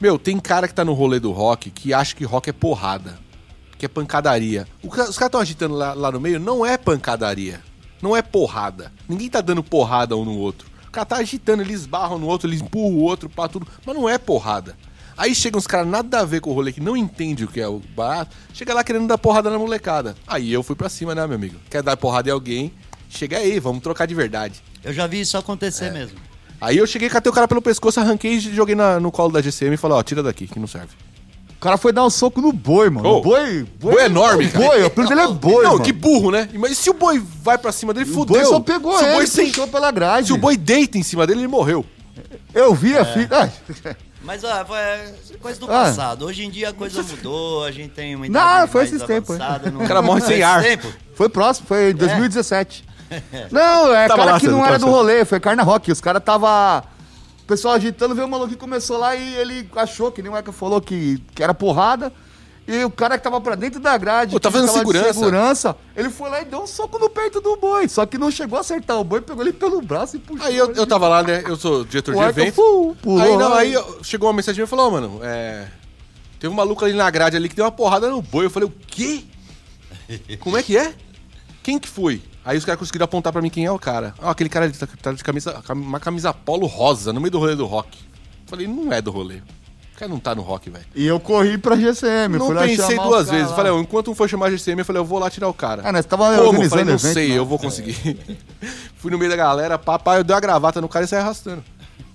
[SPEAKER 3] Meu, tem cara que tá no rolê do rock que acha que rock é porrada, que é pancadaria. O ca- os caras estão agitando lá, lá no meio, não é pancadaria, não é porrada. Ninguém tá dando porrada um no outro. O cara tá agitando, eles esbarram no outro, eles empurram o outro pra tudo, mas não é porrada. Aí chegam os caras nada a ver com o rolê que não entende o que é o barato, chega lá querendo dar porrada na molecada. Aí eu fui pra cima, né, meu amigo? Quer dar porrada em alguém? Chega aí, vamos trocar de verdade.
[SPEAKER 4] Eu já vi isso
[SPEAKER 3] É.
[SPEAKER 4] acontecer mesmo.
[SPEAKER 3] Aí eu cheguei, catei o cara pelo pescoço, arranquei e joguei na- no colo da GCM e falei, ó, tira daqui, que não serve.
[SPEAKER 5] O cara foi dar um soco no boi, mano.
[SPEAKER 3] Oh,
[SPEAKER 5] O boi, boi.
[SPEAKER 3] boi é enorme, cara.
[SPEAKER 5] Boi, o apelido dele é boi.
[SPEAKER 3] não,
[SPEAKER 5] mano.
[SPEAKER 3] que burro, né? Mas se o boi vai pra cima dele,
[SPEAKER 5] O
[SPEAKER 3] fudeu.
[SPEAKER 5] boi só pegou
[SPEAKER 3] se o
[SPEAKER 5] ele,
[SPEAKER 3] boi
[SPEAKER 5] boi
[SPEAKER 3] sem...
[SPEAKER 5] puxou pela grade.
[SPEAKER 3] Se o boi É. deita em cima dele, ele morreu.
[SPEAKER 5] Eu vi a fita. Ah,
[SPEAKER 4] Mas ó, foi é coisa do
[SPEAKER 5] Ah.
[SPEAKER 4] passado. Hoje em dia a coisa mudou, a gente tem uma
[SPEAKER 5] Não,
[SPEAKER 4] idade
[SPEAKER 5] foi
[SPEAKER 4] mais
[SPEAKER 5] esses tempos, hein?
[SPEAKER 4] avançada, não-
[SPEAKER 3] O cara morre sem
[SPEAKER 4] Esse
[SPEAKER 3] ar.
[SPEAKER 4] tempo?
[SPEAKER 5] foi próximo, foi em 2017. Não, é
[SPEAKER 3] É. Tava
[SPEAKER 5] cara
[SPEAKER 3] lá,
[SPEAKER 5] que
[SPEAKER 3] César,
[SPEAKER 5] não era
[SPEAKER 3] tava
[SPEAKER 5] do rolê, foi carna rock. Os caras tava. O pessoal agitando, veio o maluquinho começou lá e ele achou, que nem o Eka falou, que, que era porrada. E o cara que tava pra dentro da grade,
[SPEAKER 3] Pô, tá
[SPEAKER 5] que
[SPEAKER 3] fazendo
[SPEAKER 5] de
[SPEAKER 3] segurança.
[SPEAKER 5] segurança, ele foi lá e deu um soco no peito do boi. Só que não chegou a acertar o boi, pegou ele pelo braço e puxou.
[SPEAKER 3] Aí eu,
[SPEAKER 5] ele.
[SPEAKER 3] eu tava lá, né? Eu sou diretor de
[SPEAKER 5] O Arthur,
[SPEAKER 3] evento.
[SPEAKER 5] fu, pulou
[SPEAKER 3] aí não,
[SPEAKER 5] lá.
[SPEAKER 3] aí eu- chegou uma mensagem e falou, ó, mano, é. Teve um maluco ali na grade ali que deu uma porrada no boi. Eu falei, o quê? Como é que é? Quem que foi? Aí os caras conseguiram apontar pra mim quem é o cara. Ah, aquele cara ali tá, tá de camisa, cam- uma camisa polo rosa no meio do rolê do rock. Eu Falei, não é do rolê. O cara não tá no rock, velho.
[SPEAKER 5] E eu corri pra GCM.
[SPEAKER 3] Não
[SPEAKER 5] fui lá
[SPEAKER 3] pensei
[SPEAKER 5] chamar os
[SPEAKER 3] duas
[SPEAKER 5] cara
[SPEAKER 3] vezes.
[SPEAKER 5] lá.
[SPEAKER 3] Falei, ó, enquanto um foi chamar a GCM, eu falei, eu vou lá tirar o cara.
[SPEAKER 5] Ah, nós tava
[SPEAKER 3] Como? Eu
[SPEAKER 5] organizando
[SPEAKER 3] falei, não
[SPEAKER 5] evento, né?
[SPEAKER 3] sei,
[SPEAKER 5] não.
[SPEAKER 3] eu vou conseguir. Fui no meio da galera, papai, eu dei a gravata no cara e saí arrastando.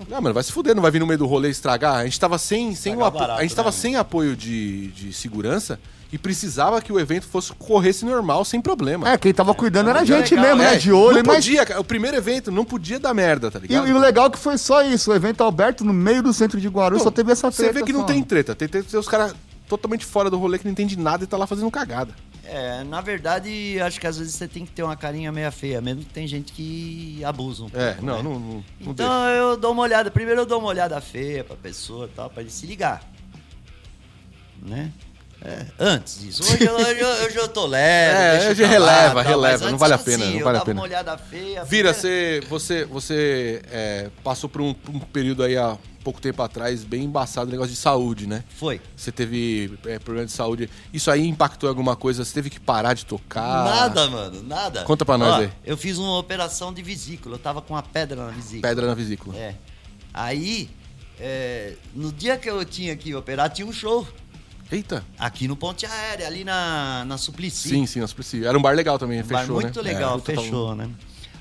[SPEAKER 3] Não, mano, vai se fuder, não vai vir no meio do rolê estragar. A gente tava sem, sem, o
[SPEAKER 4] Estragar
[SPEAKER 3] apo... a
[SPEAKER 4] barato,
[SPEAKER 3] gente tava
[SPEAKER 4] né,
[SPEAKER 3] sem apoio de, de segurança e precisava que o evento fosse corresse normal, sem problema.
[SPEAKER 5] É, quem tava cuidando era a
[SPEAKER 4] legal,
[SPEAKER 5] gente mesmo, né?
[SPEAKER 3] É,
[SPEAKER 5] De olho,
[SPEAKER 3] não
[SPEAKER 5] mas.
[SPEAKER 3] podia, cara. O primeiro evento não podia dar merda, tá
[SPEAKER 5] E,
[SPEAKER 3] ligado?
[SPEAKER 5] e o legal é que foi só isso. O evento Alberto, no meio do centro de Guarulhos,
[SPEAKER 3] Não,
[SPEAKER 5] só teve essa treta.
[SPEAKER 3] Então, Você vê que não
[SPEAKER 5] só.
[SPEAKER 3] tem treta. Tem, tem, tem os caras totalmente fora do rolê que não entende nada e tá lá fazendo cagada.
[SPEAKER 4] É, na verdade, acho que às vezes você tem que ter uma carinha meia feia, mesmo que tem gente que abusa um
[SPEAKER 3] É,
[SPEAKER 4] pouco,
[SPEAKER 3] não,
[SPEAKER 4] né?
[SPEAKER 3] não, não, não deixa.
[SPEAKER 4] Então eu dou uma olhada. Primeiro eu dou uma olhada feia pra pessoa e tal, pra ele se ligar. Né? É, antes disso. Hoje eu, hoje eu, hoje eu tô leve.
[SPEAKER 3] É,
[SPEAKER 4] deixa eu
[SPEAKER 3] hoje
[SPEAKER 4] pra lá,
[SPEAKER 3] releva,
[SPEAKER 4] tal, mas
[SPEAKER 3] releva,
[SPEAKER 4] antes
[SPEAKER 3] não vale a
[SPEAKER 4] era
[SPEAKER 3] pena, não
[SPEAKER 4] eu
[SPEAKER 3] vale a
[SPEAKER 4] dava
[SPEAKER 3] pena.
[SPEAKER 4] Uma olhada feia.
[SPEAKER 3] Vira, você,
[SPEAKER 4] primeiro-
[SPEAKER 3] você, você é, passou por um, por um período aí há pouco tempo atrás bem embaçado, negócio de saúde, né?
[SPEAKER 4] Foi.
[SPEAKER 3] Você teve é, problema de saúde. Isso aí impactou em alguma coisa? Você teve que parar de tocar?
[SPEAKER 4] Nada, mano, nada.
[SPEAKER 3] Ah. Conta pra nós
[SPEAKER 4] Ó,
[SPEAKER 3] aí.
[SPEAKER 4] Eu fiz uma operação de vesícula, eu tava com uma pedra na vesícula.
[SPEAKER 3] Pedra na vesícula.
[SPEAKER 4] É. Aí, é, no dia que eu tinha que operar, tinha um show.
[SPEAKER 3] Eita.
[SPEAKER 4] Aqui no Ponte Aérea, ali na, na Suplicy.
[SPEAKER 3] Sim, sim, nós precisamos. Era um bar legal também,
[SPEAKER 4] Um
[SPEAKER 3] fechou,
[SPEAKER 4] bar muito
[SPEAKER 3] né?
[SPEAKER 4] legal,
[SPEAKER 3] É, puta, tá
[SPEAKER 4] fechou, né?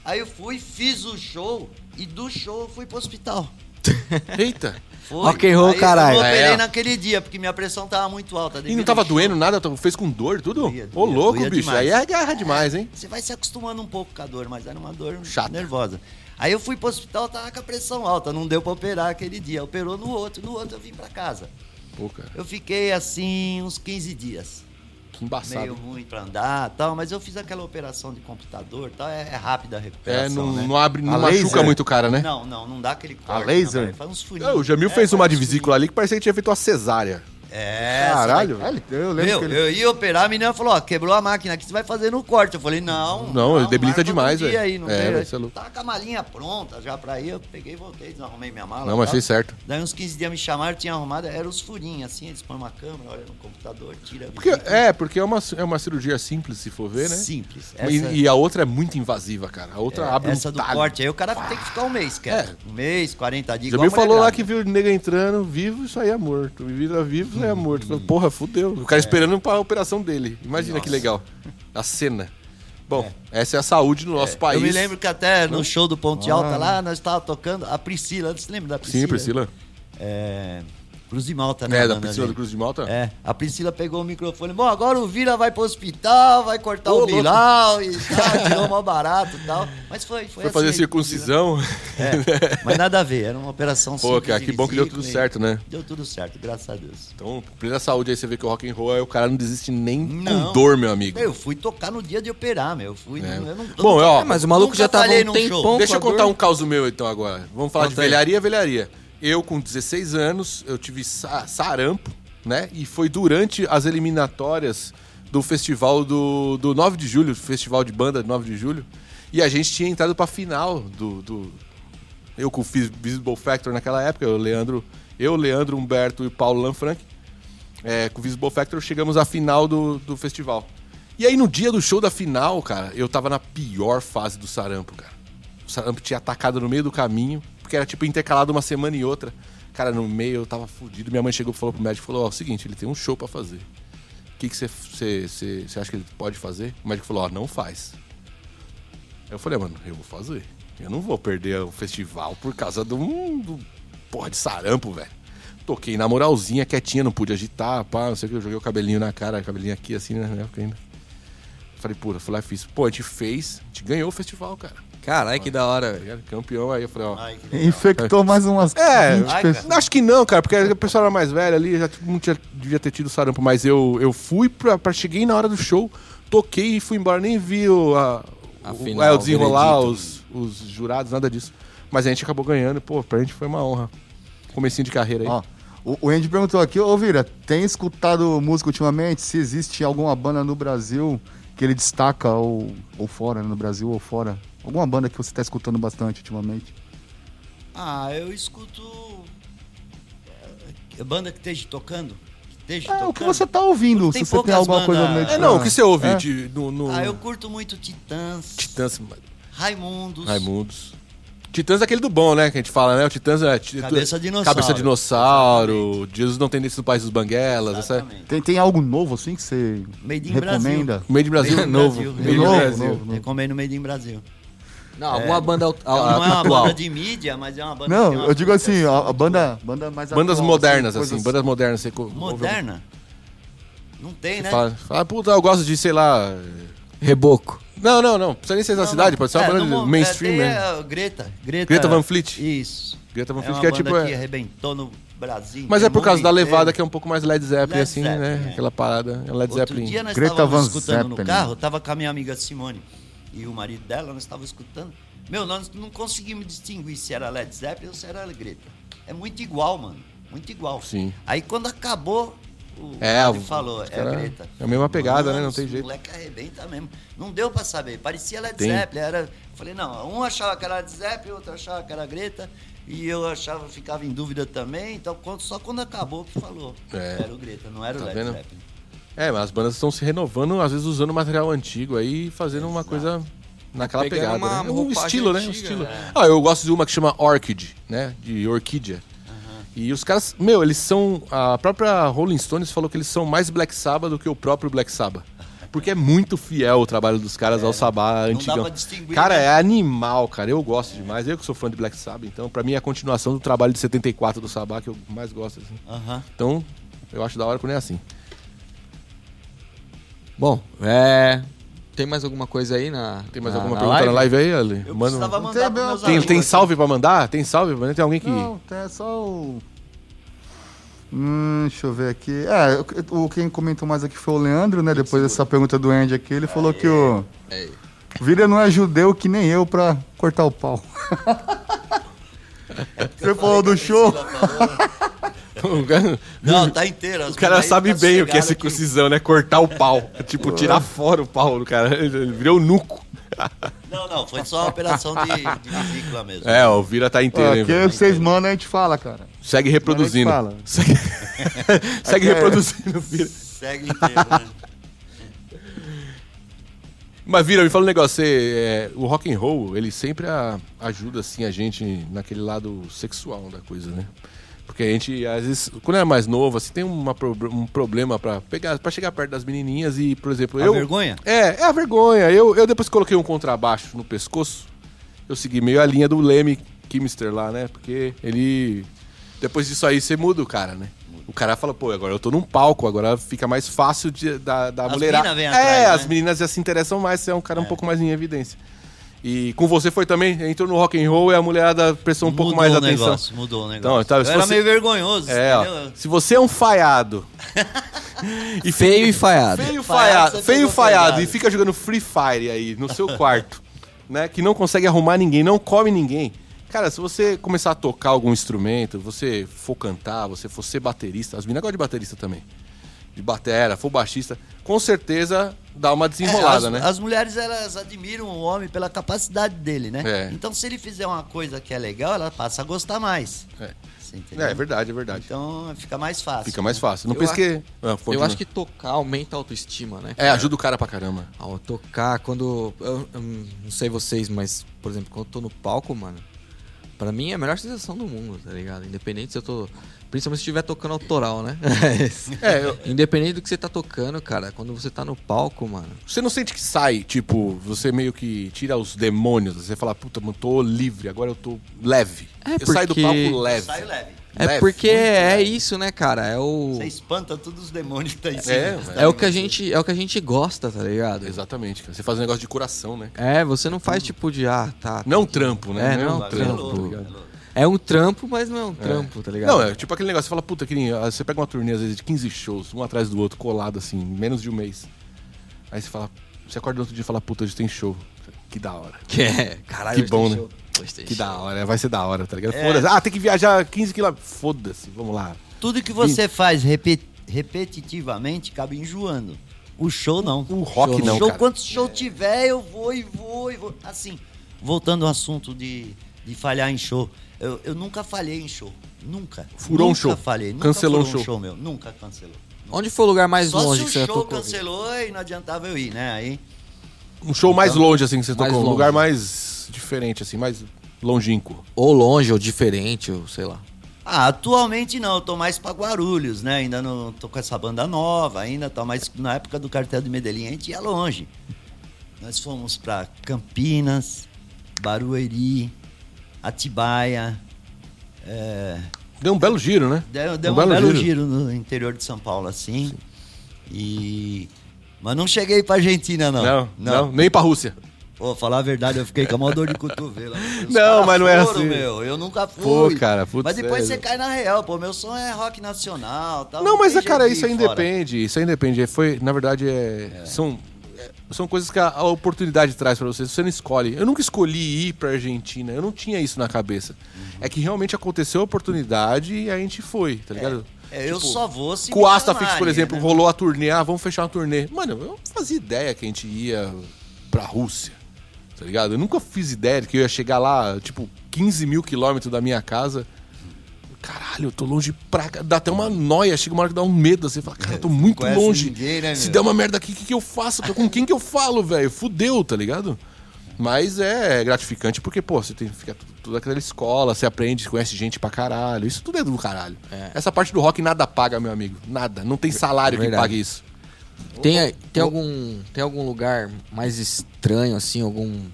[SPEAKER 4] Aí eu fui, fiz o show e do show eu fui pro hospital.
[SPEAKER 3] bom. Eita.
[SPEAKER 4] Foi.
[SPEAKER 2] Rock and roll,
[SPEAKER 4] Aí
[SPEAKER 2] caralho.
[SPEAKER 4] Eu não operei
[SPEAKER 3] É, ó.
[SPEAKER 4] naquele dia, porque minha pressão tava muito alta.
[SPEAKER 3] E
[SPEAKER 4] devido
[SPEAKER 3] não tava
[SPEAKER 4] ao show.
[SPEAKER 3] doendo nada? Tava- Fez com dor, tudo?
[SPEAKER 4] Doía,
[SPEAKER 3] Ô,
[SPEAKER 4] doía,
[SPEAKER 3] louco,
[SPEAKER 4] doía
[SPEAKER 3] bicho.
[SPEAKER 4] demais.
[SPEAKER 3] Aí é garra demais, hein?
[SPEAKER 4] Você vai se acostumando um pouco com a dor, mas era uma dor
[SPEAKER 3] Chata.
[SPEAKER 4] nervosa. Aí eu fui pro hospital, tava com a pressão alta, não deu pra operar aquele dia. Operou no outro, no outro eu vim pra casa.
[SPEAKER 3] Pô, cara,
[SPEAKER 4] Eu fiquei assim uns 15 dias.
[SPEAKER 3] que embaçado.
[SPEAKER 4] Meio ruim pra andar tal, mas eu fiz aquela operação de computador tal, é, é rápida a
[SPEAKER 3] É,
[SPEAKER 4] recuperação.
[SPEAKER 3] não,
[SPEAKER 4] né?
[SPEAKER 3] não abre, não
[SPEAKER 5] A
[SPEAKER 3] machuca
[SPEAKER 5] laser?
[SPEAKER 3] muito o cara, né?
[SPEAKER 4] Não, não, não dá aquele corte.
[SPEAKER 5] A
[SPEAKER 4] não,
[SPEAKER 5] laser?
[SPEAKER 4] velho. faz uns furinhos.
[SPEAKER 3] Não, o Jamil
[SPEAKER 4] É,
[SPEAKER 3] fez uma
[SPEAKER 4] faz
[SPEAKER 3] de
[SPEAKER 4] uns
[SPEAKER 3] vesícula ali que parecia que tinha feito uma cesárea.
[SPEAKER 4] furinhos. É, você
[SPEAKER 3] Caralho,
[SPEAKER 5] É,
[SPEAKER 3] velho.
[SPEAKER 5] ele- eu
[SPEAKER 4] vai-
[SPEAKER 5] lembro
[SPEAKER 4] Meu,
[SPEAKER 5] que ele...
[SPEAKER 4] eu ia operar, a menina falou, ó, quebrou a máquina aqui, você vai fazer no corte. Eu falei, não.
[SPEAKER 3] Não, ele debilita
[SPEAKER 4] marca outro
[SPEAKER 3] demais,
[SPEAKER 4] dia
[SPEAKER 3] velho.
[SPEAKER 4] aí, não
[SPEAKER 3] É,
[SPEAKER 4] tem-
[SPEAKER 3] velho, você é louco.
[SPEAKER 4] Tava com a malinha pronta já pra ir, eu peguei e voltei, desarrumei minha mala.
[SPEAKER 3] Não, mas
[SPEAKER 4] tal.
[SPEAKER 3] fez certo.
[SPEAKER 4] Daí uns 15 dias me chamaram, tinha arrumado, eram os furinhos, assim, eles põem uma câmera, olha no computador, tira a
[SPEAKER 3] Porque,
[SPEAKER 4] vesícula.
[SPEAKER 3] é, porque é uma, é uma cirurgia simples, se for ver, né?
[SPEAKER 4] Simples.
[SPEAKER 3] E- E, a outra é muito invasiva, cara. A outra abre
[SPEAKER 4] É, essa
[SPEAKER 3] um
[SPEAKER 4] do
[SPEAKER 3] talho. É.
[SPEAKER 4] corte aí, o cara tem que ficar um mês, cara. Um mês, 40 dias.
[SPEAKER 3] Já
[SPEAKER 4] igual
[SPEAKER 3] me
[SPEAKER 4] a mulher É.
[SPEAKER 3] falou lá
[SPEAKER 4] grávida.
[SPEAKER 3] que viu o nega entrando vivo, isso aí é morto. Vira vivo, isso aí é morto. Falei, Porra, fudeu. O
[SPEAKER 4] É.
[SPEAKER 3] cara esperando pra operação dele. Imagina que legal. A cena. Bom, essa é a saúde no nosso país.
[SPEAKER 4] Eu me lembro que até no show do Ponte
[SPEAKER 5] Ah.
[SPEAKER 4] Alta lá, nós estávamos tocando a Priscila. Você lembra da Priscila?
[SPEAKER 3] Sim, Priscila.
[SPEAKER 4] É, Cruz de Malta, né?
[SPEAKER 3] É,
[SPEAKER 4] a
[SPEAKER 3] da
[SPEAKER 4] banda
[SPEAKER 3] Priscila do
[SPEAKER 4] dele.
[SPEAKER 3] Cruz de Malta.
[SPEAKER 4] É, a Priscila pegou o microfone. Bom, agora o Vira vai pro hospital, vai cortar
[SPEAKER 3] Ô,
[SPEAKER 4] o
[SPEAKER 3] louco.
[SPEAKER 4] Bilal e tal, tirou mal barato e tal. Mas foi, foi,
[SPEAKER 3] Foi
[SPEAKER 4] assim
[SPEAKER 3] fazer
[SPEAKER 4] aí,
[SPEAKER 3] circuncisão. né?
[SPEAKER 4] Priscila. É, mas nada a ver, era uma operação
[SPEAKER 3] Pô,
[SPEAKER 4] simples
[SPEAKER 3] cara,
[SPEAKER 4] de
[SPEAKER 3] que bom que deu
[SPEAKER 4] vesícula
[SPEAKER 3] tudo
[SPEAKER 4] e-
[SPEAKER 3] certo, né?
[SPEAKER 4] Deu tudo certo, graças a Deus.
[SPEAKER 3] Então, primeira saúde aí, você vê que o rock and roll aí o cara não desiste nem com
[SPEAKER 4] Não.
[SPEAKER 3] dor, meu amigo.
[SPEAKER 4] Eu fui tocar no dia de operar, meu. Eu fui. não- eu não- eu
[SPEAKER 3] É. Bom,
[SPEAKER 4] não-
[SPEAKER 3] ó,
[SPEAKER 2] É, mas o maluco
[SPEAKER 4] nunca
[SPEAKER 2] já tava
[SPEAKER 4] falhei
[SPEAKER 2] um
[SPEAKER 4] num
[SPEAKER 2] tempão.
[SPEAKER 4] show.
[SPEAKER 2] com
[SPEAKER 3] Deixa
[SPEAKER 2] a
[SPEAKER 3] eu contar
[SPEAKER 2] dor.
[SPEAKER 3] um caos meu então agora. Vamos falar de
[SPEAKER 2] Conta aí.
[SPEAKER 3] velharia, velharia. Eu com 16 anos, eu tive sa- sarampo, né? E foi durante as eliminatórias do festival do, do 9 de julho, festival de banda de 9 de julho. E a gente tinha entrado pra final do... do- eu com o Fis- Visible Factor naquela época, o Leandro Eu, Leandro, Humberto e Paulo Lanfranc, é, com o Visible Factor, chegamos à final do, do festival. E aí, no dia do show da final, cara, eu tava na pior fase do sarampo, cara. O sarampo tinha atacado no meio do caminho, porque era tipo intercalado uma semana e outra. Cara, no meio eu tava fudido. Minha mãe chegou e falou pro médico: falou, ó, é o seguinte, ele tem um show pra fazer. O que você que você acha que ele pode fazer? O médico falou: ó, não faz. Aí Eu falei, "Ah, mano, eu vou fazer. Eu não vou perder o festival por causa do, do porra de sarampo, velho. Toquei na moralzinha, quietinha, não pude agitar, pá, não sei o que. Eu joguei o cabelinho na cara, cabelinho aqui, assim, né, na época ainda. Falei, pura, fui lá e fiz. Pô, a gente fez, a gente ganhou o festival, cara.
[SPEAKER 2] Caralho, que da hora.
[SPEAKER 3] Tá
[SPEAKER 2] velho.
[SPEAKER 3] ligado? Campeão, aí eu falei, ó.
[SPEAKER 4] Ai, que legal.
[SPEAKER 5] Infectou mais umas
[SPEAKER 3] É,
[SPEAKER 5] 20
[SPEAKER 4] ai,
[SPEAKER 5] pessoas.
[SPEAKER 3] Não, Acho que não, cara, porque a pessoa era mais velha ali, já t- não tinha, devia ter tido sarampo, mas eu, eu fui pra, pra- Cheguei na hora do show, toquei e fui embora, nem vi o, a,
[SPEAKER 2] A
[SPEAKER 3] o-
[SPEAKER 2] final,
[SPEAKER 3] é, o desenrolar,
[SPEAKER 2] veredito.
[SPEAKER 3] os, os jurados, nada disso. Mas a gente acabou ganhando, pô, pra gente foi uma honra. Comecinho de carreira aí.
[SPEAKER 5] Ó, o, o Andy perguntou aqui, ô Vira, tem escutado música ultimamente? Se existe alguma banda no Brasil que ele destaca ou, ou fora, né, no Brasil ou fora? Alguma banda que você tá escutando bastante ultimamente?
[SPEAKER 4] Ah, eu escuto. é, Banda que esteja tocando? Que esteja
[SPEAKER 5] É,
[SPEAKER 4] tocando.
[SPEAKER 5] o que você tá ouvindo,
[SPEAKER 4] Tem
[SPEAKER 5] se você tem
[SPEAKER 4] poucas
[SPEAKER 5] alguma coisa...
[SPEAKER 4] bandas-
[SPEAKER 5] meio-
[SPEAKER 3] é, não, o que você ouve
[SPEAKER 5] É.
[SPEAKER 3] de, no, no
[SPEAKER 4] Ah, eu curto muito Titãs,
[SPEAKER 3] Titãs,
[SPEAKER 4] Raimundos.
[SPEAKER 3] Raimundos. Titãs é aquele do bom, né? Que a gente fala, né? O Titãs é. ti-
[SPEAKER 4] Cabeça dinossauro.
[SPEAKER 3] Cabeça dinossauro. Jesus não tem nesse do País dos Banguelas. Essa... é
[SPEAKER 4] Exatamente.
[SPEAKER 5] Tem, tem algo novo, assim, que você
[SPEAKER 4] Made in
[SPEAKER 5] recomenda?
[SPEAKER 3] Meio de Brasil
[SPEAKER 4] Made
[SPEAKER 3] é
[SPEAKER 4] in
[SPEAKER 3] novo.
[SPEAKER 4] Brasil.
[SPEAKER 3] Made in
[SPEAKER 5] Novo,
[SPEAKER 3] Brasil. Ah,
[SPEAKER 5] novo.
[SPEAKER 4] Brasil. Recomendo Made in Brasil.
[SPEAKER 2] Não, alguma banda al-
[SPEAKER 4] Então, não é uma
[SPEAKER 2] atual.
[SPEAKER 4] banda de mídia, mas é uma banda. que tem
[SPEAKER 5] Não,
[SPEAKER 4] uma
[SPEAKER 5] eu digo
[SPEAKER 4] música
[SPEAKER 5] assim, a, a banda, banda mais
[SPEAKER 3] Bandas
[SPEAKER 5] atual,
[SPEAKER 3] modernas, assim,
[SPEAKER 5] coisas-
[SPEAKER 3] bandas modernas. Você co- ouve-
[SPEAKER 4] Moderna? Não tem,
[SPEAKER 3] você
[SPEAKER 4] né?
[SPEAKER 3] fala, fala, puta, eu gosto de, sei lá.
[SPEAKER 2] Reboco.
[SPEAKER 3] Não, não, não. não Precisa nem ser da
[SPEAKER 4] Não,
[SPEAKER 3] cidade,
[SPEAKER 4] não.
[SPEAKER 3] pode ser uma
[SPEAKER 4] É,
[SPEAKER 3] banda
[SPEAKER 4] no
[SPEAKER 3] de
[SPEAKER 4] mo-
[SPEAKER 3] mainstream,
[SPEAKER 4] é, tem
[SPEAKER 3] né?
[SPEAKER 4] a Greta, Greta.
[SPEAKER 3] Greta Van Fleet.
[SPEAKER 4] Isso.
[SPEAKER 3] Greta Van
[SPEAKER 4] É
[SPEAKER 3] Fleet,
[SPEAKER 4] uma
[SPEAKER 3] que é
[SPEAKER 4] banda
[SPEAKER 3] tipo, é-
[SPEAKER 4] que arrebentou no Brasil.
[SPEAKER 3] Mas é
[SPEAKER 4] inteiro,
[SPEAKER 3] por
[SPEAKER 4] no
[SPEAKER 3] causa
[SPEAKER 4] mundo
[SPEAKER 3] da
[SPEAKER 4] inteiro.
[SPEAKER 3] levada que é um pouco mais Led Zeppelin,
[SPEAKER 4] Led
[SPEAKER 3] assim, né?
[SPEAKER 4] Zeppelin, é.
[SPEAKER 3] Aquela parada. É Led
[SPEAKER 4] Outro
[SPEAKER 3] Zeppelin.
[SPEAKER 4] dia nós
[SPEAKER 5] Greta
[SPEAKER 4] estávamos
[SPEAKER 5] Van
[SPEAKER 4] escutando
[SPEAKER 5] Zeppelin.
[SPEAKER 4] no carro, tava com a minha amiga Simone e o marido dela, nós estávamos escutando. Meu, nós não conseguimos distinguir se era Led Zeppelin ou se era Greta. É muito igual, mano. Muito igual.
[SPEAKER 3] Sim.
[SPEAKER 4] Aí quando acabou, o
[SPEAKER 3] É,
[SPEAKER 4] Fábio
[SPEAKER 3] o-
[SPEAKER 4] falou,
[SPEAKER 3] os
[SPEAKER 4] é
[SPEAKER 3] cara-
[SPEAKER 4] Greta.
[SPEAKER 3] é a mesma pegada, né? Não
[SPEAKER 4] os
[SPEAKER 3] tem jeito.
[SPEAKER 4] moleque arrebenta mesmo. Não deu pra saber. Parecia Led
[SPEAKER 3] Tem.
[SPEAKER 4] Zeppelin. Era... eu Falei, não, um achava que era Led Zeppelin, outro achava que era Greta. E eu achava, ficava em dúvida também. Então quando- só quando acabou que falou.
[SPEAKER 3] É.
[SPEAKER 4] Era o Greta, não era o
[SPEAKER 3] Tá
[SPEAKER 4] Led
[SPEAKER 3] vendo?
[SPEAKER 4] Zeppelin.
[SPEAKER 3] É, mas as bandas estão se renovando, às vezes usando material antigo aí e fazendo uma coisa naquela
[SPEAKER 2] Pegando
[SPEAKER 3] pegada.
[SPEAKER 2] uma
[SPEAKER 3] né? É Um
[SPEAKER 2] roupagem
[SPEAKER 3] estilo, né? Um
[SPEAKER 2] antiga,
[SPEAKER 3] estilo.
[SPEAKER 2] né?
[SPEAKER 3] Ah, eu gosto de uma que chama Orchid, né? De Orquídea. E os caras, meu, eles são. A própria Rolling Stones falou que eles são mais Black Sabbath do que o próprio Black Sabbath. Porque é muito fiel o trabalho dos
[SPEAKER 2] É,
[SPEAKER 3] caras ao Sabá
[SPEAKER 4] dá
[SPEAKER 3] antigão.
[SPEAKER 4] pra distinguir,
[SPEAKER 3] cara,
[SPEAKER 4] né?
[SPEAKER 3] é animal, cara. Eu gosto demais. Eu que sou fã de Black Sabbath, então pra mim é a continuação do trabalho de 74 do Sabá que eu mais gosto. assim.
[SPEAKER 4] Aham.
[SPEAKER 3] Então, eu acho da hora quando é assim.
[SPEAKER 2] Bom, é. Tem mais alguma coisa aí na.
[SPEAKER 3] Tem mais
[SPEAKER 2] na-
[SPEAKER 3] alguma
[SPEAKER 2] na
[SPEAKER 3] pergunta na live aí, Ale? Manda-
[SPEAKER 4] Eu
[SPEAKER 3] um-
[SPEAKER 4] precisava
[SPEAKER 5] não
[SPEAKER 4] mandar
[SPEAKER 5] tem
[SPEAKER 4] pros meus
[SPEAKER 3] Tem,
[SPEAKER 4] amigos
[SPEAKER 3] tem
[SPEAKER 4] aqui.
[SPEAKER 3] salve pra mandar? Tem salve? pra mandar? Tem alguém que.
[SPEAKER 5] Não, é só o... Hum, deixa eu ver aqui. É, o, o- quem comentou mais aqui foi o Leandro, né? Depois dessa pergunta do Andy aqui, ele falou que o...
[SPEAKER 2] Aí.
[SPEAKER 5] Vira não é judeu que nem eu pra cortar o pau. Você falou do show?
[SPEAKER 3] o cara,
[SPEAKER 4] Não, tá inteira. as
[SPEAKER 3] o cara
[SPEAKER 4] mulheres
[SPEAKER 3] sabe
[SPEAKER 4] tá
[SPEAKER 3] bem o que é
[SPEAKER 4] sossegada
[SPEAKER 3] circuncisão, né? Cortar o pau. tipo, tirar fora o pau do cara. Ele virou o nuco.
[SPEAKER 4] Não, não, foi só uma operação de, de vesícula mesmo.
[SPEAKER 3] É, o Vira tá inteiro, hein,
[SPEAKER 5] Aqui
[SPEAKER 3] velho?
[SPEAKER 5] Ah, vocês mandam, a gente fala, cara.
[SPEAKER 3] Segue reproduzindo.
[SPEAKER 5] Mas é que fala.
[SPEAKER 3] Segue, Segue
[SPEAKER 5] Aqui é-
[SPEAKER 3] reproduzindo, Vira.
[SPEAKER 4] Segue inteiro, né?
[SPEAKER 3] Mas Vira, me fala um negócio, você, é, o rock and roll, ele sempre a- ajuda assim a gente naquele lado sexual da coisa, né? Porque a gente às vezes, quando é mais novo, assim, tem uma prob- um problema pra pegar, para chegar perto das menininhas e, por exemplo,
[SPEAKER 4] A
[SPEAKER 3] eu
[SPEAKER 4] vergonha?
[SPEAKER 3] É, é a vergonha. Eu, eu depois que coloquei um contrabaixo no pescoço, eu segui meio a linha do Leme Kimster lá, né? Porque ele depois disso aí você muda o cara, né? O cara fala, pô, agora eu tô num palco, agora fica mais fácil de, da, da
[SPEAKER 4] As
[SPEAKER 3] mulherada.
[SPEAKER 4] mina vem
[SPEAKER 3] é,
[SPEAKER 4] atrás, né?
[SPEAKER 3] as meninas já se interessam mais, você é um cara um pouco mais em evidência. E com você foi também, entrou no rock and roll e a mulherada prestou um pouco mais a
[SPEAKER 4] o
[SPEAKER 3] atenção.
[SPEAKER 4] negócio, mudou o negócio.
[SPEAKER 3] Não, então,
[SPEAKER 4] eu
[SPEAKER 3] se
[SPEAKER 4] era
[SPEAKER 3] você-
[SPEAKER 4] meio vergonhoso,
[SPEAKER 3] É, ó,
[SPEAKER 4] entendeu?
[SPEAKER 3] se você é um faiado,
[SPEAKER 2] E feio e falhado.
[SPEAKER 3] feio
[SPEAKER 4] Faiado,
[SPEAKER 3] faiado,
[SPEAKER 4] você
[SPEAKER 3] feio
[SPEAKER 4] pegou
[SPEAKER 3] faiado
[SPEAKER 4] pesado.
[SPEAKER 3] e fica jogando Free Fire aí no seu quarto, né? Que não consegue arrumar ninguém, não come ninguém. Cara, se você começar a tocar algum instrumento, você for cantar, você for ser baterista, as meninas gostam de baterista também. De batera, for baixista, com certeza dá uma desenrolada,
[SPEAKER 4] É, as,
[SPEAKER 3] né?
[SPEAKER 4] As mulheres, elas admiram o homem pela capacidade dele, né?
[SPEAKER 3] É.
[SPEAKER 4] Então, se ele fizer uma coisa que é legal, ela passa a gostar mais.
[SPEAKER 3] É.
[SPEAKER 4] você entendeu?
[SPEAKER 3] É, é verdade, é verdade.
[SPEAKER 4] Então fica mais fácil.
[SPEAKER 3] Fica mais
[SPEAKER 4] né?
[SPEAKER 3] fácil. Não
[SPEAKER 2] Eu
[SPEAKER 3] pense
[SPEAKER 2] acho-
[SPEAKER 3] que. Ah,
[SPEAKER 2] Eu
[SPEAKER 3] continua.
[SPEAKER 2] acho que tocar aumenta a autoestima, né?
[SPEAKER 3] É, ajuda o cara pra caramba.
[SPEAKER 2] Ao tocar, quando. Eu, eu não sei vocês, mas, por exemplo, quando eu tô no palco, mano, pra mim é a melhor sensação do mundo, tá ligado? Independente se eu tô. Principalmente se estiver tocando autoral, né?
[SPEAKER 3] É, eu-
[SPEAKER 2] Independente do que você tá tocando, cara, quando você tá no palco, mano.
[SPEAKER 3] você não sente que sai, tipo, você meio que tira os demônios. Você fala, puta, mano, tô livre, agora eu tô leve.
[SPEAKER 2] É,
[SPEAKER 3] eu saio do
[SPEAKER 2] porque-
[SPEAKER 3] palco leve.
[SPEAKER 4] Sai leve.
[SPEAKER 2] É
[SPEAKER 3] Leve,
[SPEAKER 2] porque
[SPEAKER 3] muito
[SPEAKER 2] é
[SPEAKER 3] leve.
[SPEAKER 2] isso, né, cara? É o.
[SPEAKER 4] Você espanta todos os demônios que tá em cima.
[SPEAKER 3] É,
[SPEAKER 4] Você
[SPEAKER 3] velho.
[SPEAKER 2] É o que a gente, é o que a gente gosta, tá ligado?
[SPEAKER 3] Exatamente, cara. Você faz um negócio de coração, né?
[SPEAKER 2] É, você não faz tipo de ah, tá.
[SPEAKER 3] Não trampo, né?
[SPEAKER 2] É,
[SPEAKER 3] é
[SPEAKER 2] não
[SPEAKER 3] um
[SPEAKER 4] tá
[SPEAKER 2] trampo.
[SPEAKER 4] louco,
[SPEAKER 2] tá
[SPEAKER 4] tá louco.
[SPEAKER 2] É um trampo, mas não é um trampo, tá ligado?
[SPEAKER 3] Não, é tipo aquele negócio, você fala, puta, que nem, ah, você pega uma turnê às vezes de 15 shows, um atrás do outro, colado assim, menos de um mês. Aí você fala, você acorda no outro dia e fala, puta, hoje tem show. Que da hora.
[SPEAKER 2] Que é, caralho,
[SPEAKER 3] Que
[SPEAKER 2] hoje tem
[SPEAKER 3] bom, né?
[SPEAKER 2] show. Hoje tem
[SPEAKER 3] Que
[SPEAKER 2] show.
[SPEAKER 3] da hora, vai ser da hora, tá ligado?
[SPEAKER 4] É.
[SPEAKER 3] Foda-se. Ah, tem que viajar 15 quilômetros. Foda-se, vamos lá.
[SPEAKER 4] Tudo que você faz repe- repetitivamente acaba enjoando. O show não.
[SPEAKER 3] O rock
[SPEAKER 4] show,
[SPEAKER 3] não,
[SPEAKER 4] show,
[SPEAKER 3] cara.
[SPEAKER 4] Quantos show tiver, eu vou e vou e vou. Assim, voltando ao assunto de, de falhar em show. Eu, eu nunca falhei em show. Nunca.
[SPEAKER 3] Furou um
[SPEAKER 4] Nunca
[SPEAKER 3] show.
[SPEAKER 4] falhei. Nunca
[SPEAKER 3] Cancelou
[SPEAKER 4] furou
[SPEAKER 3] um show.
[SPEAKER 4] meu. Nunca cancelou.
[SPEAKER 2] Onde foi o lugar mais
[SPEAKER 4] Só
[SPEAKER 2] longe que
[SPEAKER 4] se
[SPEAKER 2] você
[SPEAKER 4] o
[SPEAKER 2] já
[SPEAKER 4] show
[SPEAKER 2] tocou?
[SPEAKER 4] cancelou e não adiantava eu ir, né? Aí,
[SPEAKER 3] Um show mais
[SPEAKER 4] Então,
[SPEAKER 3] longe, assim, que você
[SPEAKER 2] Mais
[SPEAKER 3] tocou. Um
[SPEAKER 2] longe.
[SPEAKER 3] lugar mais diferente, assim, mais longínquo.
[SPEAKER 2] Ou longe, ou diferente, ou sei lá.
[SPEAKER 4] Ah, atualmente não, eu tô mais pra Guarulhos, né? Ainda não tô com essa banda nova, ainda tá mais na época do cartel de Medellín, a gente ia longe. Nós fomos pra Campinas, Barueri, Atibaia. É,
[SPEAKER 3] Deu um belo giro, né?
[SPEAKER 4] deu deu
[SPEAKER 3] Um
[SPEAKER 4] um,
[SPEAKER 3] belo
[SPEAKER 4] belo,
[SPEAKER 3] giro.
[SPEAKER 4] giro. no interior de São Paulo, assim. E. Mas não cheguei pra Argentina, não.
[SPEAKER 3] nem pra Rússia.
[SPEAKER 4] Pô, falar a verdade, eu fiquei com a maior dor de cotovelo. Os
[SPEAKER 3] Não,
[SPEAKER 4] caras
[SPEAKER 3] mas não é
[SPEAKER 4] foram,
[SPEAKER 3] assim.
[SPEAKER 4] Meu, eu nunca fui.
[SPEAKER 3] Pô, cara, putz,
[SPEAKER 4] Mas depois
[SPEAKER 3] sério.
[SPEAKER 4] você cai na real, pô. Meu som é rock nacional tal.
[SPEAKER 3] Não, mas é,
[SPEAKER 4] tem
[SPEAKER 3] cara,
[SPEAKER 4] jeito de
[SPEAKER 3] isso aí
[SPEAKER 4] ir fora.
[SPEAKER 3] independe. Isso aí independe. Foi, na verdade, é, são é, são coisas que a, a oportunidade traz pra você. Você não escolhe. Eu nunca escolhi ir pra Argentina. Eu não tinha isso na cabeça.
[SPEAKER 4] Uhum.
[SPEAKER 3] É que realmente aconteceu a oportunidade e a gente foi, tá ligado?
[SPEAKER 4] É, eu só vou se.
[SPEAKER 3] Com o
[SPEAKER 4] me
[SPEAKER 3] Astafix, por
[SPEAKER 4] chamarem,
[SPEAKER 3] exemplo,
[SPEAKER 4] né?
[SPEAKER 3] rolou a turnê. Ah, vamos fechar uma turnê. Mano, eu não fazia ideia que a gente ia pra Rússia, tá ligado? Eu nunca fiz ideia de que eu ia chegar lá, tipo, 15 mil quilômetros da minha casa. Caralho, eu tô longe pra... ca- Dá até uma noia, chega uma hora que dá um medo, assim. Fala, cara, eu tô muito
[SPEAKER 4] conhece
[SPEAKER 3] longe.
[SPEAKER 4] ninguém, né,
[SPEAKER 3] Se
[SPEAKER 4] meu?
[SPEAKER 3] der É uma merda aqui, o que, que eu faço? Com quem que eu falo, velho? Fudeu, tá ligado? Mas é gratificante porque, pô, você tem que ficar tudo- toda aquela escola, você aprende, conhece gente pra caralho. Isso tudo é do caralho. Essa parte do rock nada paga, meu amigo. Nada. Não
[SPEAKER 4] É
[SPEAKER 3] tem salário que
[SPEAKER 2] verdade.
[SPEAKER 3] pague isso.
[SPEAKER 2] Tem, tem, algum, tem algum lugar mais estranho, assim, algum.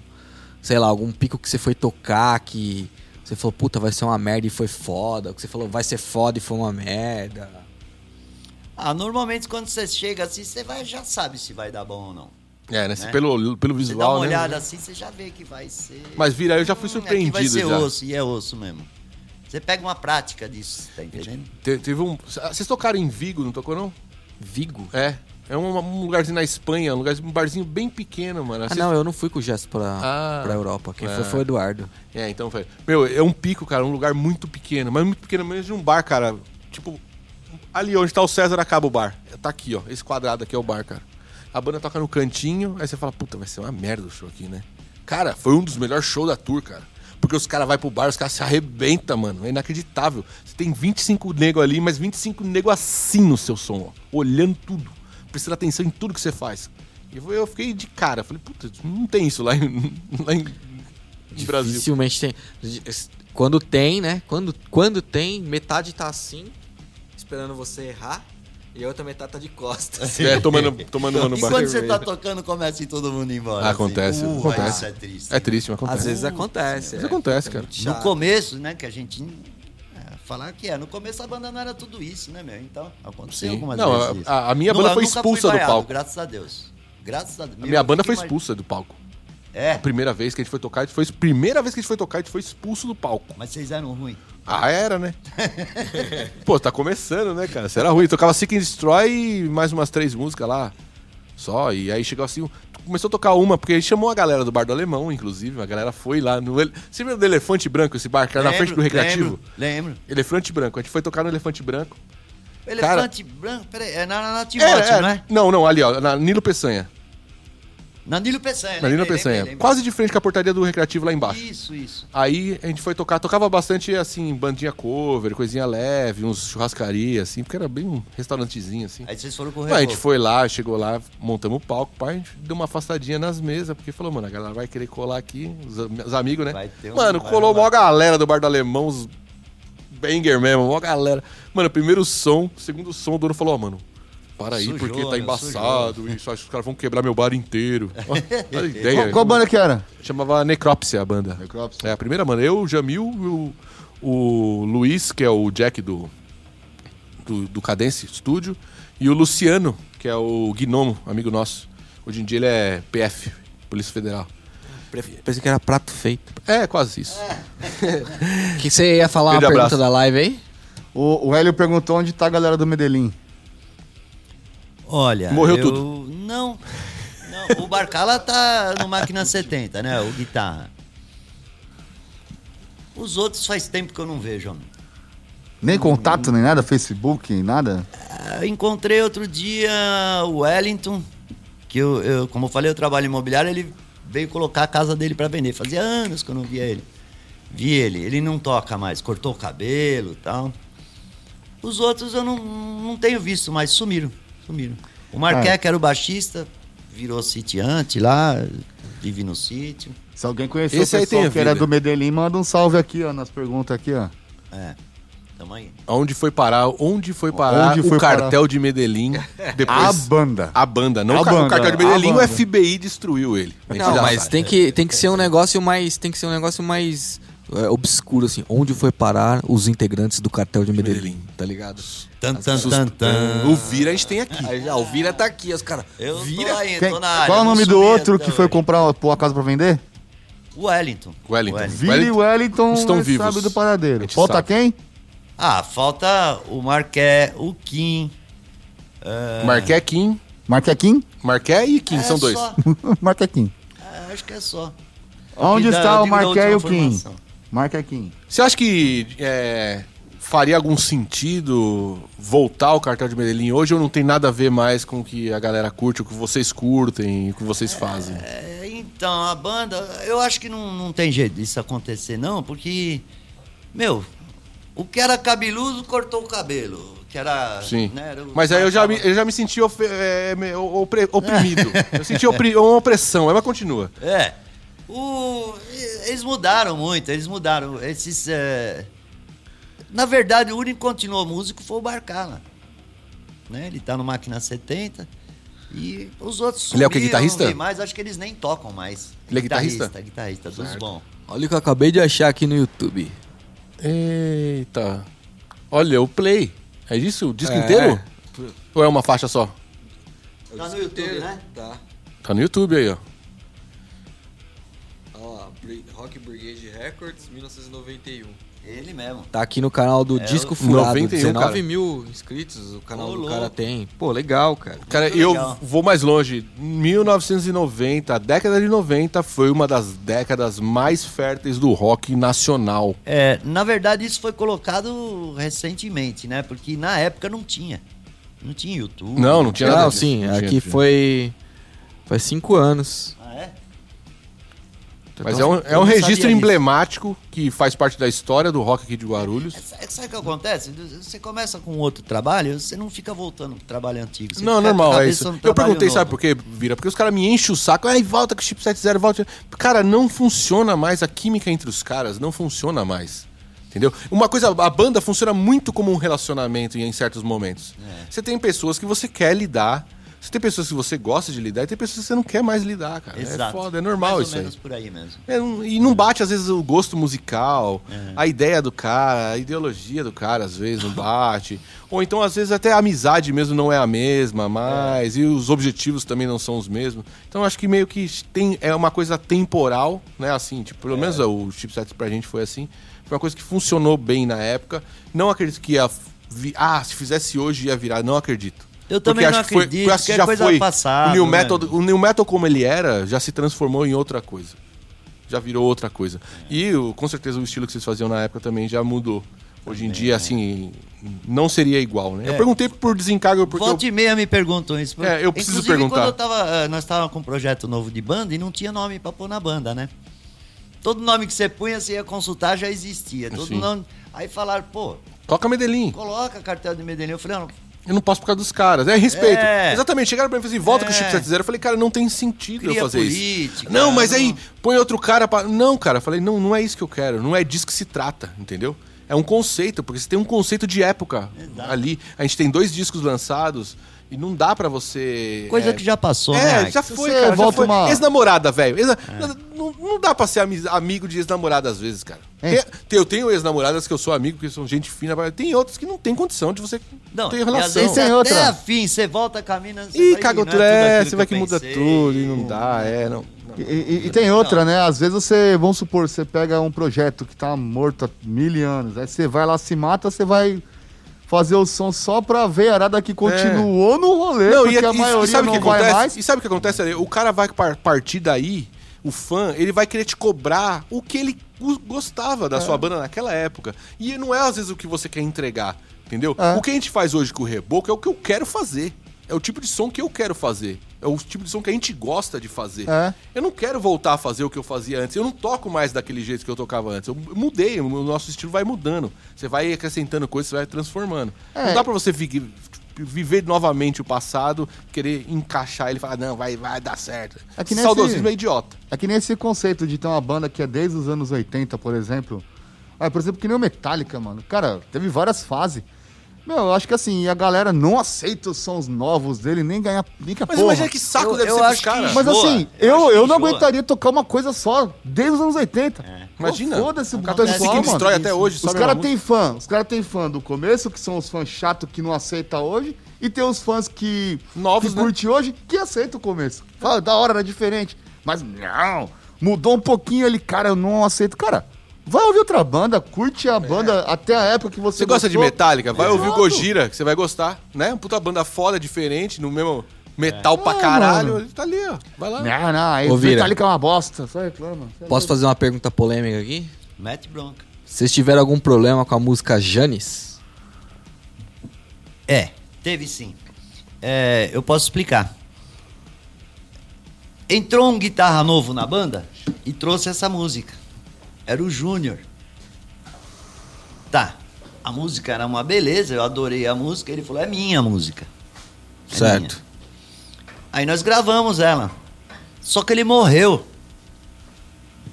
[SPEAKER 2] Sei lá, algum pico que você foi tocar que você falou, puta, vai ser uma merda e foi foda. Ou que você falou, vai ser foda e foi uma merda.
[SPEAKER 4] Ah, normalmente quando você chega assim, você vai, já sabe se vai dar bom ou não.
[SPEAKER 3] É, né? Se
[SPEAKER 4] Né?
[SPEAKER 3] Pelo, pelo
[SPEAKER 4] Você dá
[SPEAKER 3] visual,
[SPEAKER 4] uma olhada
[SPEAKER 3] né?
[SPEAKER 4] assim, você já vê que vai ser.
[SPEAKER 3] Mas vira, eu já fui
[SPEAKER 4] Hum, aqui
[SPEAKER 3] surpreendido
[SPEAKER 4] vai ser
[SPEAKER 3] já.
[SPEAKER 4] osso, e é osso mesmo. Você pega uma prática disso, tá entendendo?
[SPEAKER 3] Te- teve um... Vocês tocaram em Vigo, não tocou, não?
[SPEAKER 2] Vigo?
[SPEAKER 3] É. É um, um lugarzinho na Espanha, um, lugar, um barzinho bem pequeno, mano.
[SPEAKER 2] Ah,
[SPEAKER 3] Vocês-
[SPEAKER 2] não, eu não fui com o Gesso pra,
[SPEAKER 3] Ah.
[SPEAKER 2] pra Europa. Quem
[SPEAKER 3] Ah.
[SPEAKER 2] foi foi o Eduardo.
[SPEAKER 3] É, então, velho. Meu, é um pico, cara, um lugar muito pequeno, mas muito pequeno mesmo de um bar, cara. Tipo, ali onde tá o César acaba o bar. Tá aqui, ó. Esse quadrado aqui é o bar, cara. A banda toca no cantinho, aí você fala, puta, vai ser uma merda o show aqui, né? Cara, foi um dos melhores shows da tour, cara. Porque os caras vão pro bar, os caras se arrebentam, mano. É inacreditável. Você tem 25 nego ali, mas 25 nego assim no seu som, ó. Olhando tudo. Prestando atenção em tudo que você faz. E eu- eu fiquei de cara. Falei, puta, não tem isso lá em, lá em no Brasil.
[SPEAKER 2] Dificilmente tem. Quando tem, né? Quando, quando tem, metade tá assim, esperando você errar, e a outra metade tá de costas.
[SPEAKER 3] É, tomando, tomando uma no
[SPEAKER 4] e
[SPEAKER 3] bar.
[SPEAKER 4] quando você tá tocando, começa e todo mundo ir embora. assim.
[SPEAKER 3] Acontece,
[SPEAKER 4] Uh,
[SPEAKER 3] acontece.
[SPEAKER 4] Isso é triste.
[SPEAKER 3] É triste, mas acontece.
[SPEAKER 2] Às vezes acontece. é.
[SPEAKER 3] Mas acontece, cara.
[SPEAKER 4] No começo, né, que a gente. é, falar que é. No começo a banda não era tudo isso, né, meu? Então, aconteceu
[SPEAKER 3] Sim.
[SPEAKER 4] algumas
[SPEAKER 3] Não,
[SPEAKER 4] vezes.
[SPEAKER 3] a-
[SPEAKER 4] isso.
[SPEAKER 3] a- a minha banda
[SPEAKER 4] eu
[SPEAKER 3] foi
[SPEAKER 4] nunca fui
[SPEAKER 3] expulsa do
[SPEAKER 4] vaiado,
[SPEAKER 3] palco.
[SPEAKER 4] Graças a Deus. Graças a Deus.
[SPEAKER 3] A minha banda foi
[SPEAKER 4] Fiquei mais-
[SPEAKER 3] expulsa do palco. A
[SPEAKER 4] É,
[SPEAKER 3] primeira vez que a gente foi tocar, a gente foi primeira vez que a gente foi tocar, a gente foi expulso do palco.
[SPEAKER 4] mas vocês eram ruins.
[SPEAKER 3] Ah, era, né? Pô, tá começando, né, cara? Será ruim. Tocava Seek and Destroy e mais umas três músicas lá. Só, e aí chegou assim, começou a tocar uma, porque a gente chamou a galera do bar do Alemão, inclusive, a galera foi lá no... ele- Você viu do Elefante Branco, esse bar que era na frente do Recreativo?
[SPEAKER 4] Lembro. lembro.
[SPEAKER 3] Elefante Branco, a gente foi tocar no Elefante Branco,
[SPEAKER 4] Elefante branco, peraí, é na, na, na
[SPEAKER 3] É,
[SPEAKER 4] Timóteo,
[SPEAKER 3] é.
[SPEAKER 4] né?
[SPEAKER 3] Não, não, ali, ó, na Nilo Peçanha.
[SPEAKER 4] Danilo Peçanha.
[SPEAKER 3] Na Nina
[SPEAKER 4] lembrei, lembrei,
[SPEAKER 3] Peçanha.
[SPEAKER 4] lembrei.
[SPEAKER 3] Quase de frente com a portaria do Recreativo lá embaixo.
[SPEAKER 4] Isso, isso.
[SPEAKER 3] Aí a gente foi tocar, tocava bastante assim, bandinha cover, coisinha leve, uns churrascaria, assim, porque era bem um restaurantezinho, assim.
[SPEAKER 4] Aí vocês foram com o
[SPEAKER 3] Não, a gente
[SPEAKER 4] Revolver.
[SPEAKER 3] foi lá, chegou lá, montamos o palco, pai, a gente deu uma afastadinha nas mesas, porque falou, mano, a galera vai querer colar aqui, os, am- os amigos, né?
[SPEAKER 4] Vai ter um-
[SPEAKER 3] mano,
[SPEAKER 4] vai
[SPEAKER 3] colou
[SPEAKER 4] rolar.
[SPEAKER 3] mó galera do Bar do Alemão, os banger mesmo, mó galera. Mano, primeiro som, segundo som, o dono falou, ó, mano, para aí,
[SPEAKER 4] Sujou,
[SPEAKER 3] porque tá
[SPEAKER 4] meu,
[SPEAKER 3] embaçado, isso, acho que os caras vão quebrar meu bar inteiro. Ó, olha a ideia.
[SPEAKER 5] Qual, qual banda que era?
[SPEAKER 3] Chamava Necrópsia a banda.
[SPEAKER 5] Necrópsia.
[SPEAKER 3] É, a primeira banda. Eu, o Jamil e o, o Luiz, que é o Jack do, do, do Cadence Studio, e o Luciano, que é o Gnomo, amigo nosso. Hoje em dia ele é PF, Polícia Federal.
[SPEAKER 2] Pensei que era prato feito.
[SPEAKER 3] É, quase isso.
[SPEAKER 2] Que você ia falar
[SPEAKER 3] Grande
[SPEAKER 2] uma pergunta
[SPEAKER 3] abraço.
[SPEAKER 2] da live aí?
[SPEAKER 5] O, o Hélio perguntou onde tá a galera do Medellín.
[SPEAKER 4] Olha.
[SPEAKER 3] Morreu
[SPEAKER 4] eu-
[SPEAKER 3] tudo.
[SPEAKER 4] Não. Não, O Barcala tá no Máquina 70, né? O guitarra. Os outros faz tempo que eu não vejo, homem. Hum.
[SPEAKER 5] Nem contato, nem nada, Facebook, nada.
[SPEAKER 4] Ah, Encontrei outro dia o Wellington, que eu, eu- como eu falei, eu trabalho imobiliário, ele veio colocar a casa dele para vender. Fazia anos que eu não via ele. Vi ele, ele não toca mais, cortou o cabelo e tal. Os outros eu não, não tenho visto mais, sumiram, sumiram. O Marqué,
[SPEAKER 5] É.
[SPEAKER 4] que era o baixista, virou sitiante lá, vive no sítio.
[SPEAKER 5] Se alguém conheceu
[SPEAKER 3] Esse
[SPEAKER 5] o
[SPEAKER 3] aí
[SPEAKER 5] pessoal
[SPEAKER 3] tem a
[SPEAKER 5] que era
[SPEAKER 3] vida.
[SPEAKER 5] do Medellín, manda um salve aqui, ó, nas perguntas aqui, ó.
[SPEAKER 4] É, tamo aí.
[SPEAKER 3] Onde foi parar? Onde foi parar
[SPEAKER 5] Onde
[SPEAKER 3] o
[SPEAKER 5] foi parar?
[SPEAKER 3] cartel de Medellín depois...
[SPEAKER 5] A banda.
[SPEAKER 3] A banda, não
[SPEAKER 5] A
[SPEAKER 3] o, ca- o
[SPEAKER 5] banda,
[SPEAKER 3] cartel de
[SPEAKER 5] a
[SPEAKER 3] Medellín, o
[SPEAKER 5] banda.
[SPEAKER 3] FBI destruiu ele. A gente
[SPEAKER 2] Não,
[SPEAKER 3] já
[SPEAKER 2] mas
[SPEAKER 3] sabe.
[SPEAKER 2] tem que, tem que ser um negócio mais. Tem que ser um negócio mais é, obscuro, assim. Onde foi parar os integrantes do cartel de Medellín,
[SPEAKER 3] Medellín.
[SPEAKER 2] tá ligado?
[SPEAKER 4] Tan, tan, tan, tan.
[SPEAKER 3] O Vira a gente tem aqui.
[SPEAKER 2] Aí já, o Vira tá aqui, os caras.
[SPEAKER 4] Eu
[SPEAKER 2] Vira.
[SPEAKER 4] tô aí,
[SPEAKER 5] Quem-
[SPEAKER 4] tô Tá na área.
[SPEAKER 5] qual é o
[SPEAKER 4] não
[SPEAKER 5] nome do
[SPEAKER 4] sumi
[SPEAKER 5] outro
[SPEAKER 4] até
[SPEAKER 5] que foi
[SPEAKER 4] hoje.
[SPEAKER 5] comprar a casa pra vender?
[SPEAKER 4] O Wellington.
[SPEAKER 3] Wellington.
[SPEAKER 5] Vili Wellington
[SPEAKER 3] Estão
[SPEAKER 5] ele
[SPEAKER 3] vivos.
[SPEAKER 5] sabe do
[SPEAKER 3] A
[SPEAKER 5] paradeiro.
[SPEAKER 3] gente
[SPEAKER 5] Falta
[SPEAKER 3] sabe.
[SPEAKER 5] quem?
[SPEAKER 4] Ah, falta o Marqué, o Kim. é,
[SPEAKER 3] Marqué, Kim.
[SPEAKER 5] Marquequim?
[SPEAKER 3] Marqué e Kim,
[SPEAKER 4] é
[SPEAKER 3] são dois.
[SPEAKER 4] só.
[SPEAKER 5] Marquequim.
[SPEAKER 4] É, acho que é só.
[SPEAKER 5] Onde
[SPEAKER 4] E da-
[SPEAKER 5] está
[SPEAKER 4] eu
[SPEAKER 5] o
[SPEAKER 4] digo da
[SPEAKER 5] Marqué e o
[SPEAKER 4] última
[SPEAKER 5] Kim?
[SPEAKER 4] formação.
[SPEAKER 5] Marquequim.
[SPEAKER 3] Você acha que é, faria algum sentido voltar ao cartel de Medellín hoje ou não tem nada a ver mais com o que a galera curte, o que vocês curtem, o que vocês fazem?
[SPEAKER 4] É, então, a banda, eu acho que não, não tem jeito disso acontecer, não, porque, meu, o que era cabeludo cortou o cabelo. o Que era.
[SPEAKER 3] Sim.
[SPEAKER 4] né, era o-
[SPEAKER 3] Mas aí eu já, me, eu já me senti ofe- é, me- o- opre- oprimido. Eu senti opri- uma opressão. Aí mas continua.
[SPEAKER 4] É. O- eles mudaram muito, eles mudaram. Esses. é, Na verdade, o único que continuou músico foi o Barcala. Né? Ele tá no Máquina 70. E os outros.
[SPEAKER 3] Ele é o quê,
[SPEAKER 4] sumiram,
[SPEAKER 3] guitarrista?
[SPEAKER 4] não vi mais, acho que eles nem tocam mais.
[SPEAKER 3] Ele é guitarrista?
[SPEAKER 4] Guitarrista, guitarrista dos bons.
[SPEAKER 2] Olha o que eu acabei de achar aqui no YouTube.
[SPEAKER 3] Eita. Olha, o play. É isso? O disco
[SPEAKER 2] É.
[SPEAKER 3] inteiro? Ou é uma faixa só?
[SPEAKER 4] Tá no YouTube, né?
[SPEAKER 2] Tá.
[SPEAKER 3] Tá no YouTube aí, ó.
[SPEAKER 2] Olha lá, Rock Brigade Records, 1991.
[SPEAKER 4] Ele mesmo.
[SPEAKER 2] Tá aqui no canal do
[SPEAKER 4] É,
[SPEAKER 2] Disco
[SPEAKER 4] o- um,
[SPEAKER 2] Furado.
[SPEAKER 3] 91,
[SPEAKER 2] 19
[SPEAKER 3] cara.
[SPEAKER 2] mil um, inscritos o canal
[SPEAKER 4] Ô,
[SPEAKER 2] do cara
[SPEAKER 4] louco.
[SPEAKER 2] tem. Pô, legal, cara.
[SPEAKER 3] Cara,
[SPEAKER 4] Muito
[SPEAKER 3] eu
[SPEAKER 4] legal.
[SPEAKER 3] vou mais longe. 1990, a década de 90 foi uma das décadas mais férteis do rock nacional.
[SPEAKER 4] É, na verdade, isso foi colocado recentemente, né? Porque na época não tinha. Não tinha YouTube.
[SPEAKER 3] Não, não tinha nada.
[SPEAKER 2] Não,
[SPEAKER 3] disso. Não
[SPEAKER 2] sim,
[SPEAKER 3] tinha,
[SPEAKER 2] aqui
[SPEAKER 3] não tinha.
[SPEAKER 2] foi. Faz cinco anos.
[SPEAKER 4] Ah, é?
[SPEAKER 3] Mas é um, é um
[SPEAKER 4] Eu não
[SPEAKER 3] registro
[SPEAKER 4] sabia disso.
[SPEAKER 3] emblemático que faz parte da história do rock aqui de Guarulhos.
[SPEAKER 4] É, Sabe sabe o que acontece? Você começa com outro trabalho, você não fica voltando pro trabalho antigo. Você
[SPEAKER 3] Não,
[SPEAKER 4] fica com a
[SPEAKER 3] normal, é
[SPEAKER 4] cabeça
[SPEAKER 3] isso.
[SPEAKER 4] no
[SPEAKER 3] Eu
[SPEAKER 4] trabalho
[SPEAKER 3] perguntei,
[SPEAKER 4] novo.
[SPEAKER 3] sabe por quê, Vira? Porque os caras me enchem o saco. Aí volta com o chip 70, volta. Cara, não funciona mais. A química entre os caras não funciona mais. Entendeu? Uma coisa, a banda funciona muito como um relacionamento em certos momentos.
[SPEAKER 4] É.
[SPEAKER 3] Você tem pessoas que você quer lidar, você tem pessoas que você gosta de lidar e tem pessoas que você não quer mais lidar, cara. É foda, é normal
[SPEAKER 4] Mais
[SPEAKER 3] isso
[SPEAKER 4] ou
[SPEAKER 3] aí.
[SPEAKER 4] menos por aí mesmo.
[SPEAKER 3] É, não- e não bate, às vezes, o gosto musical,
[SPEAKER 4] É.
[SPEAKER 3] a ideia do cara, a ideologia do cara, às vezes, não bate. Ou então, às vezes, até a amizade mesmo não é a mesma mais,
[SPEAKER 4] É.
[SPEAKER 3] e os objetivos também não são os mesmos. Então, acho que meio que tem, é uma coisa temporal, né? Assim, tipo,
[SPEAKER 4] É.
[SPEAKER 3] pelo menos o Chipset pra gente foi assim. Foi uma coisa que funcionou bem na época. Não acredito que ia. vi- ah, se fizesse hoje ia virar. Não acredito.
[SPEAKER 4] Eu também não
[SPEAKER 3] que foi-
[SPEAKER 4] acredito,
[SPEAKER 3] eu acho
[SPEAKER 4] que é coisa passada,
[SPEAKER 3] O New,
[SPEAKER 4] né?
[SPEAKER 3] Metal, o New Metal, como ele era, já se transformou em outra coisa já virou outra coisa. E o- com certeza o estilo que vocês faziam na época também já mudou. Hoje em
[SPEAKER 4] é.
[SPEAKER 3] dia, assim, não seria igual, né? Eu perguntei por desencargo porque
[SPEAKER 4] Volta
[SPEAKER 3] eu...
[SPEAKER 4] e meia me perguntam isso.
[SPEAKER 3] É, eu preciso
[SPEAKER 4] Inclusive,
[SPEAKER 3] perguntar.
[SPEAKER 4] quando eu tava, eh, nós estávamos com um projeto novo de banda e não tinha nome pra pôr na banda, né? Todo nome que você punha, você ia consultar, já existia. Todo
[SPEAKER 3] Sim.
[SPEAKER 4] nome... Aí falaram, pô,
[SPEAKER 3] Toca Medellín.
[SPEAKER 4] coloca cartel de Medellín. Eu falei, não,
[SPEAKER 3] Eu não posso por causa dos caras. É respeito.
[SPEAKER 4] É.
[SPEAKER 3] Exatamente. Chegaram pra mim e falaram assim, volta com o
[SPEAKER 4] É.
[SPEAKER 3] Chip 70. Eu falei, cara, não tem sentido
[SPEAKER 4] Cria
[SPEAKER 3] eu fazer isso.
[SPEAKER 4] política,
[SPEAKER 3] Não, mas aí
[SPEAKER 4] não.
[SPEAKER 3] põe outro cara pra... Não, cara. Eu falei, não, não é isso que eu quero. Não é disso que se trata, entendeu? É um conceito, porque você tem um conceito de época
[SPEAKER 4] Exato.
[SPEAKER 3] ali. A gente tem dois discos lançados e não dá pra você...
[SPEAKER 4] coisa
[SPEAKER 3] é,
[SPEAKER 4] que já passou,
[SPEAKER 3] É,
[SPEAKER 4] né?
[SPEAKER 3] já
[SPEAKER 5] Se
[SPEAKER 3] foi,
[SPEAKER 5] você
[SPEAKER 3] cara.
[SPEAKER 5] volta
[SPEAKER 3] já foi.
[SPEAKER 5] uma-
[SPEAKER 3] Ex-namorada, velho. Ex-
[SPEAKER 4] É.
[SPEAKER 3] não, não dá pra ser ami- amigo de ex-namorada às vezes, cara.
[SPEAKER 5] É.
[SPEAKER 3] Tem- tem- eu tenho ex-namoradas que eu sou amigo, que são gente fina, mas tem outras que não tem condição de você
[SPEAKER 4] Não,
[SPEAKER 3] ter
[SPEAKER 4] e às
[SPEAKER 3] relação.
[SPEAKER 4] vezes é
[SPEAKER 5] Tem
[SPEAKER 4] até
[SPEAKER 5] outra.
[SPEAKER 4] afim, você volta, caminha... você
[SPEAKER 3] Ih,
[SPEAKER 4] fala,
[SPEAKER 3] caga o
[SPEAKER 4] não é tudo aquilo
[SPEAKER 3] tré, você vai
[SPEAKER 4] eu
[SPEAKER 3] que muda
[SPEAKER 4] pensei.
[SPEAKER 3] tudo e não dá, é, não.
[SPEAKER 5] E, e- e tem outra, né? Às vezes você, vamos supor, você pega um projeto que tá morto há mil anos, aí você vai lá, se mata, você vai fazer o som só pra ver a arada que continuou no rolê,
[SPEAKER 3] É. Não,
[SPEAKER 5] porque
[SPEAKER 3] e,
[SPEAKER 5] a
[SPEAKER 3] e-
[SPEAKER 5] maioria
[SPEAKER 3] e sabe o que
[SPEAKER 5] não vai
[SPEAKER 3] acontece?
[SPEAKER 5] mais.
[SPEAKER 3] E sabe o que acontece? Ale? O cara vai par- partir daí, o fã, ele vai querer te cobrar o que ele gu- gostava
[SPEAKER 5] É.
[SPEAKER 3] da sua banda naquela época. E não é às vezes o que você quer entregar, entendeu?
[SPEAKER 5] É.
[SPEAKER 3] O que a gente faz hoje com o Reboco é o que eu quero fazer. É o tipo de som que eu quero fazer. É o tipo de som que a gente gosta de fazer.
[SPEAKER 5] É.
[SPEAKER 3] Eu não quero voltar a fazer o que eu fazia antes. Eu não toco mais daquele jeito que eu tocava antes. Eu mudei, o nosso estilo vai mudando. Você vai acrescentando coisas, você vai transformando.
[SPEAKER 5] É.
[SPEAKER 3] Não dá pra você vi- viver novamente o passado, querer encaixar ele e falar, não, vai, vai dar certo.
[SPEAKER 5] É que nem
[SPEAKER 3] Saudosismo
[SPEAKER 5] esse-
[SPEAKER 3] é idiota.
[SPEAKER 5] É que nem esse conceito de ter uma banda que é desde os anos 80, por exemplo. Ah, por exemplo, que nem o Metallica, mano. Cara, teve várias fases. Meu, eu acho que assim, a galera não aceita os sons novos dele, nem ganhar, nem que a
[SPEAKER 3] Mas
[SPEAKER 5] porra.
[SPEAKER 3] imagina que saco
[SPEAKER 4] eu-
[SPEAKER 3] deve
[SPEAKER 4] eu
[SPEAKER 3] ser pros
[SPEAKER 4] acho que-
[SPEAKER 3] caras.
[SPEAKER 5] Mas
[SPEAKER 4] Enjoa.
[SPEAKER 5] assim,
[SPEAKER 4] Eu
[SPEAKER 5] eu,
[SPEAKER 4] acho que
[SPEAKER 3] é
[SPEAKER 5] eu não
[SPEAKER 4] enjoa.
[SPEAKER 5] aguentaria tocar uma coisa só desde os anos 80.
[SPEAKER 4] É.
[SPEAKER 5] Pô,
[SPEAKER 3] Imagina.
[SPEAKER 5] Foda-se o
[SPEAKER 3] Acontece
[SPEAKER 5] pessoal,
[SPEAKER 3] que
[SPEAKER 5] mano.
[SPEAKER 3] destrói até hoje,
[SPEAKER 5] Os
[SPEAKER 3] sobe
[SPEAKER 5] caras
[SPEAKER 3] na
[SPEAKER 5] têm fã. Os caras têm fã do começo, que são os fãs chatos que não aceitam hoje. E tem os fãs que,
[SPEAKER 3] Novos,
[SPEAKER 5] que
[SPEAKER 3] né?
[SPEAKER 5] curte hoje, que aceitam o começo. Fala, da hora, era diferente. Mas não, mudou um pouquinho ali, cara, eu não aceito. Cara, vai ouvir outra banda, curte a banda até a época que você
[SPEAKER 3] É. Você gosta de
[SPEAKER 5] gostou.
[SPEAKER 3] Metallica?
[SPEAKER 4] É.
[SPEAKER 3] Vai ouvir o
[SPEAKER 5] Exato.
[SPEAKER 3] Gojira, que você vai gostar, né? Puta banda foda, diferente, no mesmo metal pra
[SPEAKER 5] É,
[SPEAKER 3] caralho.
[SPEAKER 5] mano. Né?
[SPEAKER 3] Ele tá ali, ó. Vai lá.
[SPEAKER 5] Não, não, aí
[SPEAKER 2] Ô, Vira.
[SPEAKER 5] Metallica é uma bosta. Só reclama.
[SPEAKER 2] Posso fazer uma pergunta polêmica aqui?
[SPEAKER 4] Mete bronca.
[SPEAKER 2] Vocês tiveram algum problema com a música Janis?
[SPEAKER 4] É, teve sim. É, eu posso explicar. Entrou um guitarra novo na banda e trouxe essa música. Era o Júnior. Tá. A música era uma beleza, eu adorei a música. Ele falou: é minha música. É minha. Aí nós gravamos ela. Só que ele morreu.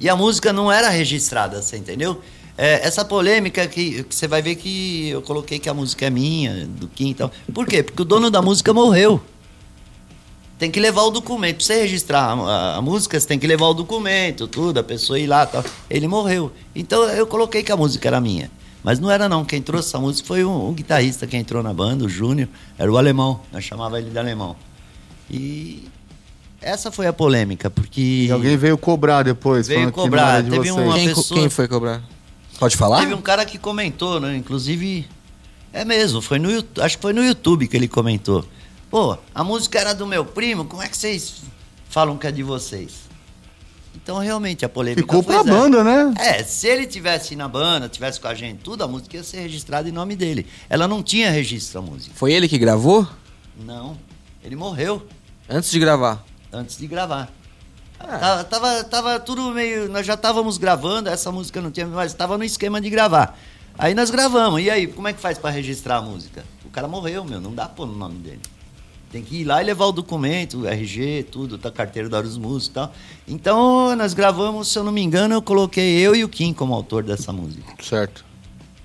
[SPEAKER 4] E a música não era registrada, você entendeu? É, essa polêmica que, que você vai ver que eu coloquei que a música é minha, do Kim e tal. Por quê? Porque o dono da música morreu. Tem que levar o documento. Pra você registrar a, a- a música, você tem que levar o documento, tudo, a pessoa ir lá e tal. Ele morreu. Então eu coloquei que a música era minha. Mas não era não. Quem trouxe essa música foi um, um guitarrista que entrou na banda, o Júnior. Era o alemão. Nós chamava ele de alemão. E essa foi a polêmica, porque.
[SPEAKER 5] E alguém veio cobrar depois.
[SPEAKER 4] Veio
[SPEAKER 5] falando que não
[SPEAKER 4] cobrar,
[SPEAKER 5] era de
[SPEAKER 4] teve um
[SPEAKER 5] vocês.
[SPEAKER 4] uma-
[SPEAKER 2] Quem, co-
[SPEAKER 4] pessoa-
[SPEAKER 2] quem foi cobrar? Pode falar?
[SPEAKER 4] Teve um cara que comentou, né? Inclusive, é mesmo, foi no Yout- acho que foi no YouTube que ele comentou. Pô, a música era do meu primo, como é que vocês falam que é de vocês? Então realmente a polêmica
[SPEAKER 5] Ficou
[SPEAKER 4] foi
[SPEAKER 5] pra
[SPEAKER 4] zero.
[SPEAKER 5] banda, né?
[SPEAKER 4] É, se ele tivesse na banda, tivesse com a gente, tudo, a música ia ser registrada em nome dele. Ela não tinha registro a música.
[SPEAKER 2] Foi ele que gravou?
[SPEAKER 4] Não. Ele morreu
[SPEAKER 2] Antes de gravar.
[SPEAKER 4] antes de gravar.
[SPEAKER 3] Ah.
[SPEAKER 4] Tava, tava, tava tudo meio. Nós já estávamos gravando, essa música não tinha, mas estava no esquema de gravar. Aí nós gravamos, e aí, como é que faz para registrar a música? O cara morreu, meu, não dá pôr no nome dele. Tem que ir lá e levar o documento, o RG, tudo, tá carteira da hora dos músicos e tal. Então, nós gravamos, se eu não me engano, eu coloquei eu e o Kim como autor dessa música.
[SPEAKER 3] Certo.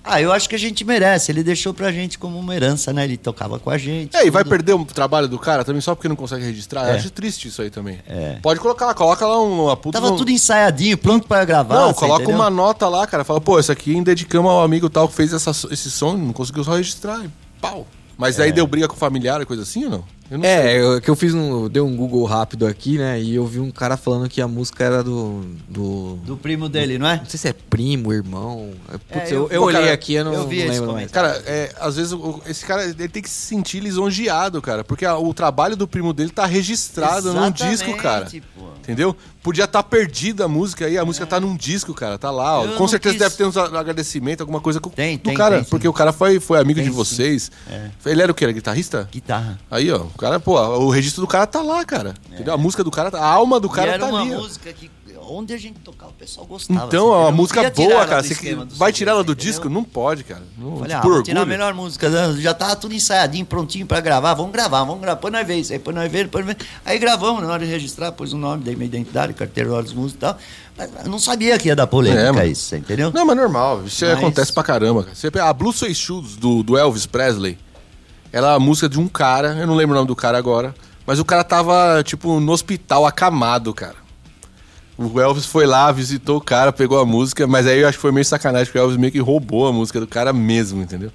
[SPEAKER 4] Ah, eu acho que a gente merece, ele deixou pra gente como uma herança, né? Ele tocava com a gente.
[SPEAKER 3] É, e vai
[SPEAKER 4] tudo.
[SPEAKER 3] perder o trabalho do cara também só porque não consegue registrar? Eu
[SPEAKER 4] É.
[SPEAKER 3] acho triste isso aí também.
[SPEAKER 4] É.
[SPEAKER 3] Pode colocar lá, coloca lá uma puta.
[SPEAKER 4] Tava
[SPEAKER 3] um-
[SPEAKER 4] tudo ensaiadinho, pronto pra gravar.
[SPEAKER 3] Não,
[SPEAKER 4] você
[SPEAKER 3] coloca
[SPEAKER 4] entendeu?
[SPEAKER 3] uma nota lá, cara. Fala, pô, isso aqui dedicamos ao amigo tal que fez essa- esse som, não conseguiu só registrar. E pau. Mas
[SPEAKER 4] É.
[SPEAKER 3] aí deu briga com o familiar e coisa assim ou não? Eu não sei.
[SPEAKER 2] É, eu, que eu fiz um. Dei um Google rápido aqui, né? E eu vi um cara falando que a música era do. do.
[SPEAKER 4] Do primo dele, não é?
[SPEAKER 2] Não sei se é primo, irmão. Putz,
[SPEAKER 4] É, eu-
[SPEAKER 2] eu, eu,
[SPEAKER 3] Pô,
[SPEAKER 2] olhei
[SPEAKER 3] cara,
[SPEAKER 2] aqui, eu não,
[SPEAKER 4] eu vi
[SPEAKER 2] não
[SPEAKER 4] esse
[SPEAKER 2] lembro mais.
[SPEAKER 4] comentário.
[SPEAKER 3] Cara, é, às vezes o- esse cara ele tem que se sentir lisonjeado, cara. Porque a- o trabalho do primo dele tá registrado num
[SPEAKER 4] Exatamente,
[SPEAKER 3] disco, cara.
[SPEAKER 4] pô. É.
[SPEAKER 3] Entendeu? Podia estar perdida a música aí, a música tá num disco, cara, tá lá. ó.
[SPEAKER 4] Eu
[SPEAKER 3] Com
[SPEAKER 4] não
[SPEAKER 3] certeza
[SPEAKER 4] quis-
[SPEAKER 3] deve ter uns a- agradecimento, alguma coisa com,
[SPEAKER 4] Tem,
[SPEAKER 3] do
[SPEAKER 4] tem,
[SPEAKER 3] cara,
[SPEAKER 4] tem, sim.
[SPEAKER 3] porque o cara foi, foi amigo
[SPEAKER 4] Tem,
[SPEAKER 3] de
[SPEAKER 4] sim. É.
[SPEAKER 3] vocês. Ele era o quê? Era guitarrista?
[SPEAKER 4] Guitarra.
[SPEAKER 3] Aí, ó, o cara, pô, o registro do cara tá lá, cara. Entendeu? A música do cara, tá- a alma do
[SPEAKER 4] É. e
[SPEAKER 3] cara
[SPEAKER 4] era
[SPEAKER 3] tá
[SPEAKER 4] uma
[SPEAKER 3] ali. ó.
[SPEAKER 4] música que onde a gente tocava, o pessoal gostava.
[SPEAKER 3] Então,
[SPEAKER 4] assim,
[SPEAKER 3] é
[SPEAKER 4] eu
[SPEAKER 3] uma
[SPEAKER 4] não
[SPEAKER 3] música
[SPEAKER 4] queria tirar
[SPEAKER 3] boa,
[SPEAKER 4] ela
[SPEAKER 3] cara.
[SPEAKER 4] do
[SPEAKER 3] Você que-
[SPEAKER 4] esquema do
[SPEAKER 3] vai
[SPEAKER 4] CD, assim,
[SPEAKER 3] tirar ela do
[SPEAKER 4] entendeu?
[SPEAKER 3] disco? Não pode, cara. Não,
[SPEAKER 4] Falei, ah,
[SPEAKER 3] por
[SPEAKER 4] vamos tirar a
[SPEAKER 3] orgulho.
[SPEAKER 4] melhor música, né? já tava tudo ensaiadinho, prontinho pra gravar, vamos gravar, vamos gravar, depois nós vemos isso aí, depois nós vemos, depois nós vemos. Aí gravamos, na hora de registrar, pôs o nome, dei minha identidade, carteira de horas músicos e tal, mas eu não sabia que ia dar
[SPEAKER 3] É,
[SPEAKER 4] polêmica
[SPEAKER 3] mano.
[SPEAKER 4] isso, você entendeu?
[SPEAKER 3] Não, mas normal. Isso
[SPEAKER 4] Mas-
[SPEAKER 3] acontece pra caramba, cara. Você pega a Blue Soy Shoes do, do Elvis Presley, ela é a música de um cara, eu não lembro o nome do cara agora, mas o cara tava, tipo, no hospital, acamado, cara. O Elvis foi lá, visitou o cara, pegou a música, mas aí eu acho que foi meio sacanagem, porque o Elvis meio que roubou a música do cara mesmo, entendeu?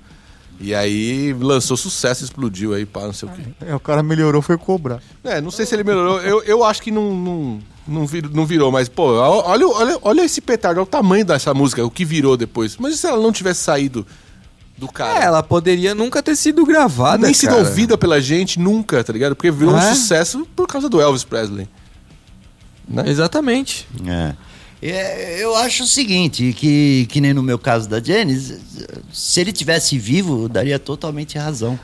[SPEAKER 3] E aí lançou sucesso, explodiu aí, pá, não sei o quê.
[SPEAKER 5] É, o cara melhorou, foi cobrar.
[SPEAKER 3] É, não sei se ele melhorou. Eu, eu acho que não, não, não, vir- não virou, mas, pô, olha, olha, olha esse petardo, olha o tamanho dessa música, o que virou depois. Mas e se ela não tivesse saído do cara?
[SPEAKER 2] É, ela poderia nunca ter sido
[SPEAKER 3] nem
[SPEAKER 2] gravada,
[SPEAKER 3] sido
[SPEAKER 2] cara.
[SPEAKER 3] ouvida pela gente nunca, tá ligado? Porque virou
[SPEAKER 2] É?
[SPEAKER 3] um sucesso por causa do Elvis Presley.
[SPEAKER 2] Exatamente.
[SPEAKER 4] É. É, Eu acho o seguinte, que, que nem no meu caso da Janis, se ele tivesse vivo, eu daria totalmente razão.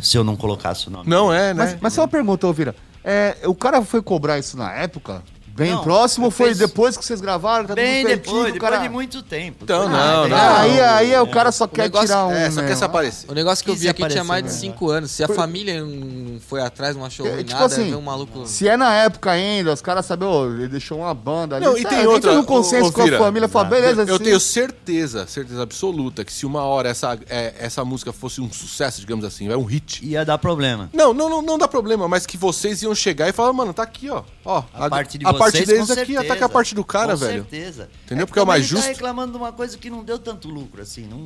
[SPEAKER 4] Se eu não colocasse o nome.
[SPEAKER 3] Não é, né?
[SPEAKER 5] Mas, mas só uma pergunta, Elvira. É, o cara foi cobrar isso na época? Bem
[SPEAKER 4] Não,
[SPEAKER 5] próximo?
[SPEAKER 4] eu
[SPEAKER 5] Foi
[SPEAKER 4] fiz-
[SPEAKER 5] depois que vocês gravaram? Tá
[SPEAKER 4] Bem
[SPEAKER 5] tudo certinho,
[SPEAKER 4] depois,
[SPEAKER 5] o
[SPEAKER 4] depois
[SPEAKER 5] cara...
[SPEAKER 4] de muito tempo.
[SPEAKER 3] Então,
[SPEAKER 4] Ah,
[SPEAKER 3] não,
[SPEAKER 4] tem-
[SPEAKER 3] não.
[SPEAKER 5] Ah, aí, aí é, o cara só quer
[SPEAKER 3] negócio-
[SPEAKER 5] tirar um.
[SPEAKER 3] é, só quer
[SPEAKER 5] mesmo.
[SPEAKER 3] se aparecer.
[SPEAKER 2] O negócio que eu
[SPEAKER 4] Quis
[SPEAKER 2] vi aqui
[SPEAKER 4] aparecer,
[SPEAKER 2] tinha mais de
[SPEAKER 4] né?
[SPEAKER 2] 5 anos. Se a família não foi atrás, não achou
[SPEAKER 5] É,
[SPEAKER 2] ruim
[SPEAKER 5] tipo
[SPEAKER 2] nada,
[SPEAKER 5] assim,
[SPEAKER 2] vê um maluco.
[SPEAKER 5] Se é na época ainda, os caras sabem, ô, ele deixou uma banda ali.
[SPEAKER 3] Não, e
[SPEAKER 5] Isso
[SPEAKER 3] tem
[SPEAKER 5] é,
[SPEAKER 3] outra,
[SPEAKER 5] Entra no
[SPEAKER 3] ô,
[SPEAKER 5] consenso
[SPEAKER 3] ô,
[SPEAKER 5] com a
[SPEAKER 3] Vira. Ah,
[SPEAKER 5] família, fala, beleza, assim.
[SPEAKER 3] Eu
[SPEAKER 5] sim.
[SPEAKER 3] tenho certeza, certeza absoluta, que se uma hora essa, é, essa música fosse um sucesso, digamos assim, é um hit,
[SPEAKER 4] Ia dar problema.
[SPEAKER 3] Não, não, não, não dá problema, mas que vocês iam chegar e falar, mano, tá aqui, ó. ó
[SPEAKER 4] A, parte de
[SPEAKER 3] a
[SPEAKER 4] vocês,
[SPEAKER 3] parte deles
[SPEAKER 4] com
[SPEAKER 3] aqui
[SPEAKER 4] certeza.
[SPEAKER 3] até que a parte do cara,
[SPEAKER 4] com
[SPEAKER 3] velho.
[SPEAKER 4] certeza.
[SPEAKER 3] Entendeu? Porque é o
[SPEAKER 4] também
[SPEAKER 3] mais
[SPEAKER 4] Ele
[SPEAKER 3] justo.
[SPEAKER 4] tá reclamando de uma coisa que não deu tanto lucro, assim. Não,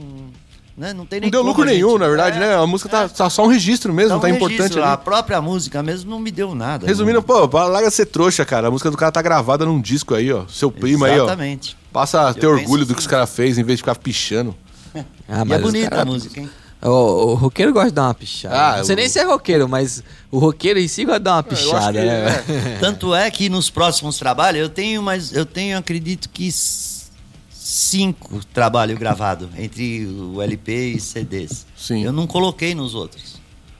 [SPEAKER 4] né? não tem nem
[SPEAKER 3] Não deu
[SPEAKER 4] como
[SPEAKER 3] lucro
[SPEAKER 4] a gente-
[SPEAKER 3] nenhum, na verdade,
[SPEAKER 4] É,
[SPEAKER 3] né? A música tá, tá só um registro mesmo,
[SPEAKER 4] dá um
[SPEAKER 3] tá importante
[SPEAKER 4] registro lá.
[SPEAKER 3] ali.
[SPEAKER 4] A própria música mesmo não me deu nada.
[SPEAKER 3] Resumindo, pô, larga ser trouxa, cara. A música do cara tá gravada num disco aí, ó. Seu
[SPEAKER 4] não.
[SPEAKER 3] primo aí, ó.
[SPEAKER 4] Exatamente.
[SPEAKER 3] Passa a ter
[SPEAKER 4] Eu
[SPEAKER 3] orgulho do
[SPEAKER 4] penso
[SPEAKER 3] que
[SPEAKER 4] assim.
[SPEAKER 3] os caras fez em vez de ficar pichando.
[SPEAKER 2] Ah,
[SPEAKER 4] e é
[SPEAKER 2] os
[SPEAKER 4] bonita
[SPEAKER 2] cara-
[SPEAKER 4] a música, hein?
[SPEAKER 2] O, o roqueiro gosta de dar uma pichada.
[SPEAKER 3] Ah,
[SPEAKER 2] não sei
[SPEAKER 3] o-
[SPEAKER 2] nem se é roqueiro, mas o roqueiro em si gosta de dar uma pichada, né? velho?
[SPEAKER 4] Tanto é que nos próximos trabalhos eu tenho, mas eu tenho, acredito que s- cinco trabalhos gravados entre o LP e CDs.
[SPEAKER 3] Sim.
[SPEAKER 4] Eu não coloquei nos outros.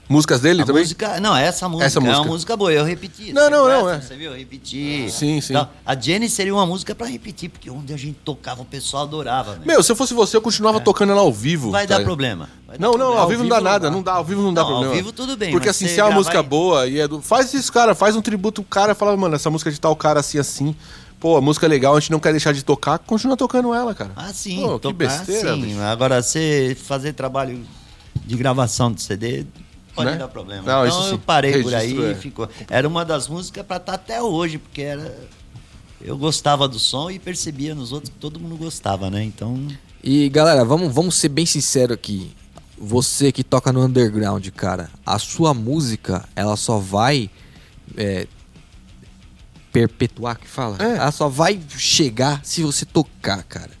[SPEAKER 3] Músicas dele
[SPEAKER 4] a
[SPEAKER 3] também?
[SPEAKER 4] música, não, essa música,
[SPEAKER 3] Essa
[SPEAKER 4] é
[SPEAKER 3] música.
[SPEAKER 4] uma música boa, eu repeti.
[SPEAKER 3] Não,
[SPEAKER 4] Você
[SPEAKER 3] não,
[SPEAKER 4] presta,
[SPEAKER 3] não, é. Ah.
[SPEAKER 4] Você viu, eu repeti. Então,
[SPEAKER 3] Sim, sim.
[SPEAKER 4] a Jenny seria uma música pra repetir, porque onde a gente tocava o pessoal adorava, né?
[SPEAKER 3] Meu, se eu fosse você, eu continuava tocando ela ao vivo.
[SPEAKER 4] É. Vai
[SPEAKER 3] tá
[SPEAKER 4] dar
[SPEAKER 3] ligado?
[SPEAKER 4] problema. Vai dar
[SPEAKER 3] Não, não,
[SPEAKER 4] problema.
[SPEAKER 3] ao vivo não dá nada, não dá, ao vivo não dá
[SPEAKER 4] Não, ao
[SPEAKER 3] problema.
[SPEAKER 4] vivo tudo bem,
[SPEAKER 3] Porque
[SPEAKER 4] mas
[SPEAKER 3] assim,
[SPEAKER 4] você
[SPEAKER 3] se é uma
[SPEAKER 4] gravar
[SPEAKER 3] música
[SPEAKER 4] em-
[SPEAKER 3] boa e é do... Faz isso, cara, faz um tributo pro cara, fala, mano, essa música de tal cara assim, assim. Pô, a música é legal, a gente não quer deixar de tocar, continua tocando ela, cara.
[SPEAKER 4] Ah, sim.
[SPEAKER 3] Pô, que
[SPEAKER 4] tocar,
[SPEAKER 3] besteira,
[SPEAKER 4] sim.
[SPEAKER 3] bicho.
[SPEAKER 4] Agora, você fazer trabalho de gravação de CD pode
[SPEAKER 3] Né?
[SPEAKER 4] dar problema.
[SPEAKER 3] Não,
[SPEAKER 4] então,
[SPEAKER 3] isso
[SPEAKER 4] eu
[SPEAKER 3] sim.
[SPEAKER 4] parei por
[SPEAKER 3] Registro,
[SPEAKER 4] aí
[SPEAKER 3] é.
[SPEAKER 4] e ficou. Era uma das músicas pra estar até hoje, porque era... Eu gostava do som e percebia nos outros que todo mundo gostava, né? Então,
[SPEAKER 2] E galera, vamos, vamos ser bem sincero aqui. Você que toca no underground, cara, a sua música, ela só vai é, perpetuar, que fala?
[SPEAKER 3] É.
[SPEAKER 2] Ela só vai chegar se você tocar, cara.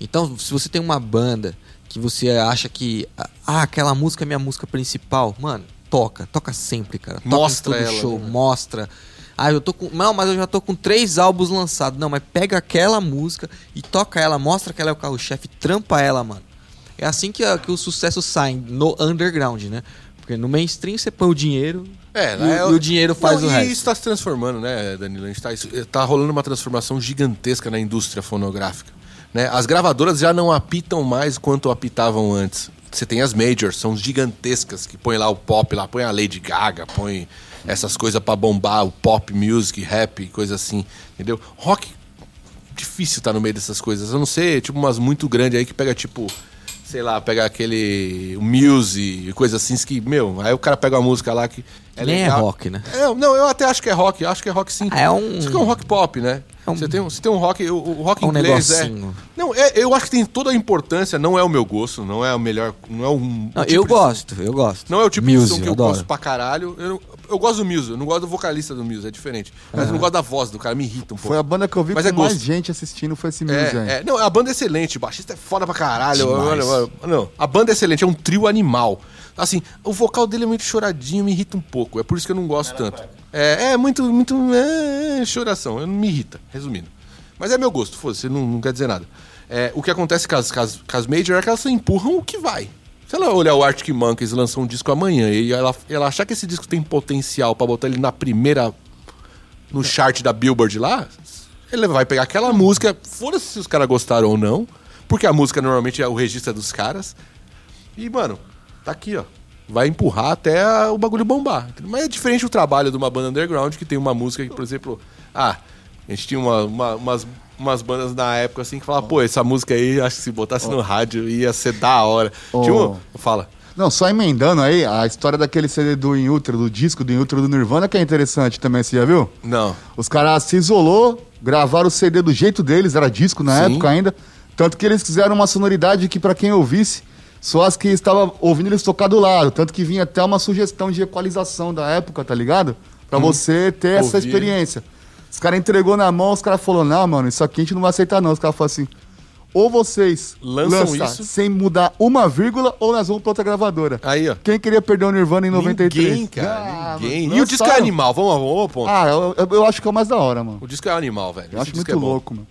[SPEAKER 2] Então, se você tem uma banda que você acha que ah, aquela música é minha música principal, mano, toca, toca sempre, cara. Toca em
[SPEAKER 3] Mostra
[SPEAKER 2] todo
[SPEAKER 3] ela,
[SPEAKER 2] show,
[SPEAKER 3] né?
[SPEAKER 2] mostra. Ah, eu tô com. Não, mas eu já tô com três álbuns lançados. Não, mas pega aquela música e toca ela, mostra que ela é o carro-chefe, trampa ela, mano. É assim que, a- que o sucesso sai no underground, né? Porque no mainstream você põe o dinheiro
[SPEAKER 3] É,
[SPEAKER 2] e,
[SPEAKER 3] né,
[SPEAKER 2] o,
[SPEAKER 3] eu-
[SPEAKER 2] e o dinheiro faz
[SPEAKER 3] Não,
[SPEAKER 2] o
[SPEAKER 3] e
[SPEAKER 2] resto.
[SPEAKER 3] isso tá se transformando, né, Danilo? A gente tá, isso- tá rolando uma transformação gigantesca na indústria fonográfica. Né? As gravadoras já não apitam mais quanto apitavam antes. Você tem as majors, são gigantescas, que põem lá o pop, lá põe a Lady Gaga, põe essas coisas pra bombar, o pop music, rap, coisa assim, entendeu? Rock difícil estar no meio dessas coisas. A não ser, tipo, umas muito grandes aí que pega, tipo, sei lá, pega aquele o Muse e coisa assim, que, meu, aí o cara pega uma música lá que é
[SPEAKER 2] Nem é
[SPEAKER 3] legal.
[SPEAKER 2] rock, né?
[SPEAKER 3] É, não, eu até acho que é rock, acho que é rock sim.
[SPEAKER 2] Ah, é um-
[SPEAKER 3] Isso que é um rock pop, né?
[SPEAKER 2] É um-
[SPEAKER 3] Você, tem, um- você tem um rock, o, o rock
[SPEAKER 2] É um
[SPEAKER 3] inglês
[SPEAKER 2] negocinho.
[SPEAKER 3] é... Não, é, eu acho que tem toda a importância, não é o meu gosto, não é o melhor, não é um...
[SPEAKER 2] Não,
[SPEAKER 3] o tipo
[SPEAKER 2] eu
[SPEAKER 3] de-
[SPEAKER 2] gosto, eu gosto.
[SPEAKER 3] Não é o tipo de
[SPEAKER 2] Muse,
[SPEAKER 3] som que eu gosto pra caralho. Eu, não- eu gosto do Muse, eu não gosto do vocalista do Muse, é diferente. Mas eu não gosto da voz do cara, me irrita um pouco.
[SPEAKER 5] Foi a banda que eu vi
[SPEAKER 3] Mas
[SPEAKER 5] com
[SPEAKER 3] é
[SPEAKER 5] mais
[SPEAKER 3] gosto.
[SPEAKER 5] gente assistindo, foi esse Muse aí.
[SPEAKER 3] É, é. não, a banda é excelente, o baixista é foda pra caralho.
[SPEAKER 2] Demais.
[SPEAKER 3] Olha, olha, não, a banda é excelente, é um trio animal. Assim, o vocal dele é muito choradinho, me irrita um pouco. É por isso que eu não gosto tanto. É, é muito, muito. é, é, choração. Eu não me irrita, resumindo. Mas é meu gosto, foda-se, não, não quer dizer nada. É, o que acontece com as, com, as, com as Major é que elas empurram o que vai. Se ela olhar o Arctic Monkeys lançou um disco amanhã e ela, ela achar que esse disco tem potencial pra botar ele na primeira. no chart da Billboard lá, ele vai pegar aquela música, foda-se se os caras gostaram ou não, porque a música normalmente é o registro dos caras. E, mano, tá aqui, ó. Vai empurrar até a- o bagulho bombar. Mas é diferente o trabalho de uma banda underground que tem uma música que, por exemplo, ah, a gente tinha uma- uma- umas, umas bandas na época assim que falava, pô, essa música aí, acho que se botasse no rádio ia ser da hora.
[SPEAKER 5] Ó.
[SPEAKER 3] Tinha um, fala.
[SPEAKER 5] Não, só emendando aí, a história daquele CD do Inútero, do disco do Inútero do Nirvana, que é interessante também, você já viu?
[SPEAKER 3] Não.
[SPEAKER 5] Os caras se isolou, gravaram o CD do jeito deles, era disco na
[SPEAKER 3] Sim.
[SPEAKER 5] época ainda. Tanto que eles fizeram uma sonoridade que, pra quem ouvisse, só as que estava ouvindo eles tocar do lado. Tanto que vinha até uma sugestão de equalização da época, tá ligado? Pra você ter essa
[SPEAKER 3] Uhum. Ouvir.
[SPEAKER 5] experiência. Os caras entregou na mão, os caras falaram, não, mano, isso aqui a gente não vai aceitar, não. Os caras falaram assim. Ou vocês
[SPEAKER 3] Lançam
[SPEAKER 5] lançam
[SPEAKER 3] isso?
[SPEAKER 5] sem mudar uma vírgula, ou nós vamos pra outra gravadora.
[SPEAKER 3] Aí, ó.
[SPEAKER 5] Quem queria perder o Nirvana em 93?
[SPEAKER 3] Ninguém, cara.
[SPEAKER 5] Ah,
[SPEAKER 3] ninguém.
[SPEAKER 5] mano,
[SPEAKER 3] E o disco é
[SPEAKER 5] lançaram.
[SPEAKER 3] animal, vamos, vamos, vamos ao ponto.
[SPEAKER 5] Ah, eu, eu- eu acho que é o mais da hora, mano.
[SPEAKER 3] O disco é animal, velho.
[SPEAKER 5] Eu
[SPEAKER 3] Esse
[SPEAKER 5] acho
[SPEAKER 3] disco
[SPEAKER 5] muito
[SPEAKER 3] é bom. Ah,
[SPEAKER 5] louco, mano.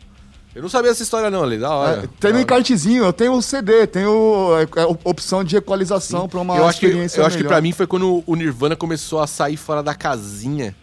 [SPEAKER 3] Eu não sabia essa história, não, ali. Da hora.
[SPEAKER 5] É, tem
[SPEAKER 3] Da
[SPEAKER 5] um
[SPEAKER 3] hora.
[SPEAKER 5] encartezinho, eu tenho o CD, tenho é, é, op- opção de equalização pra uma
[SPEAKER 3] eu acho que
[SPEAKER 5] experiência
[SPEAKER 3] eu acho que
[SPEAKER 5] melhor.
[SPEAKER 3] para mim foi quando o Nirvana começou a sair fora da casinha,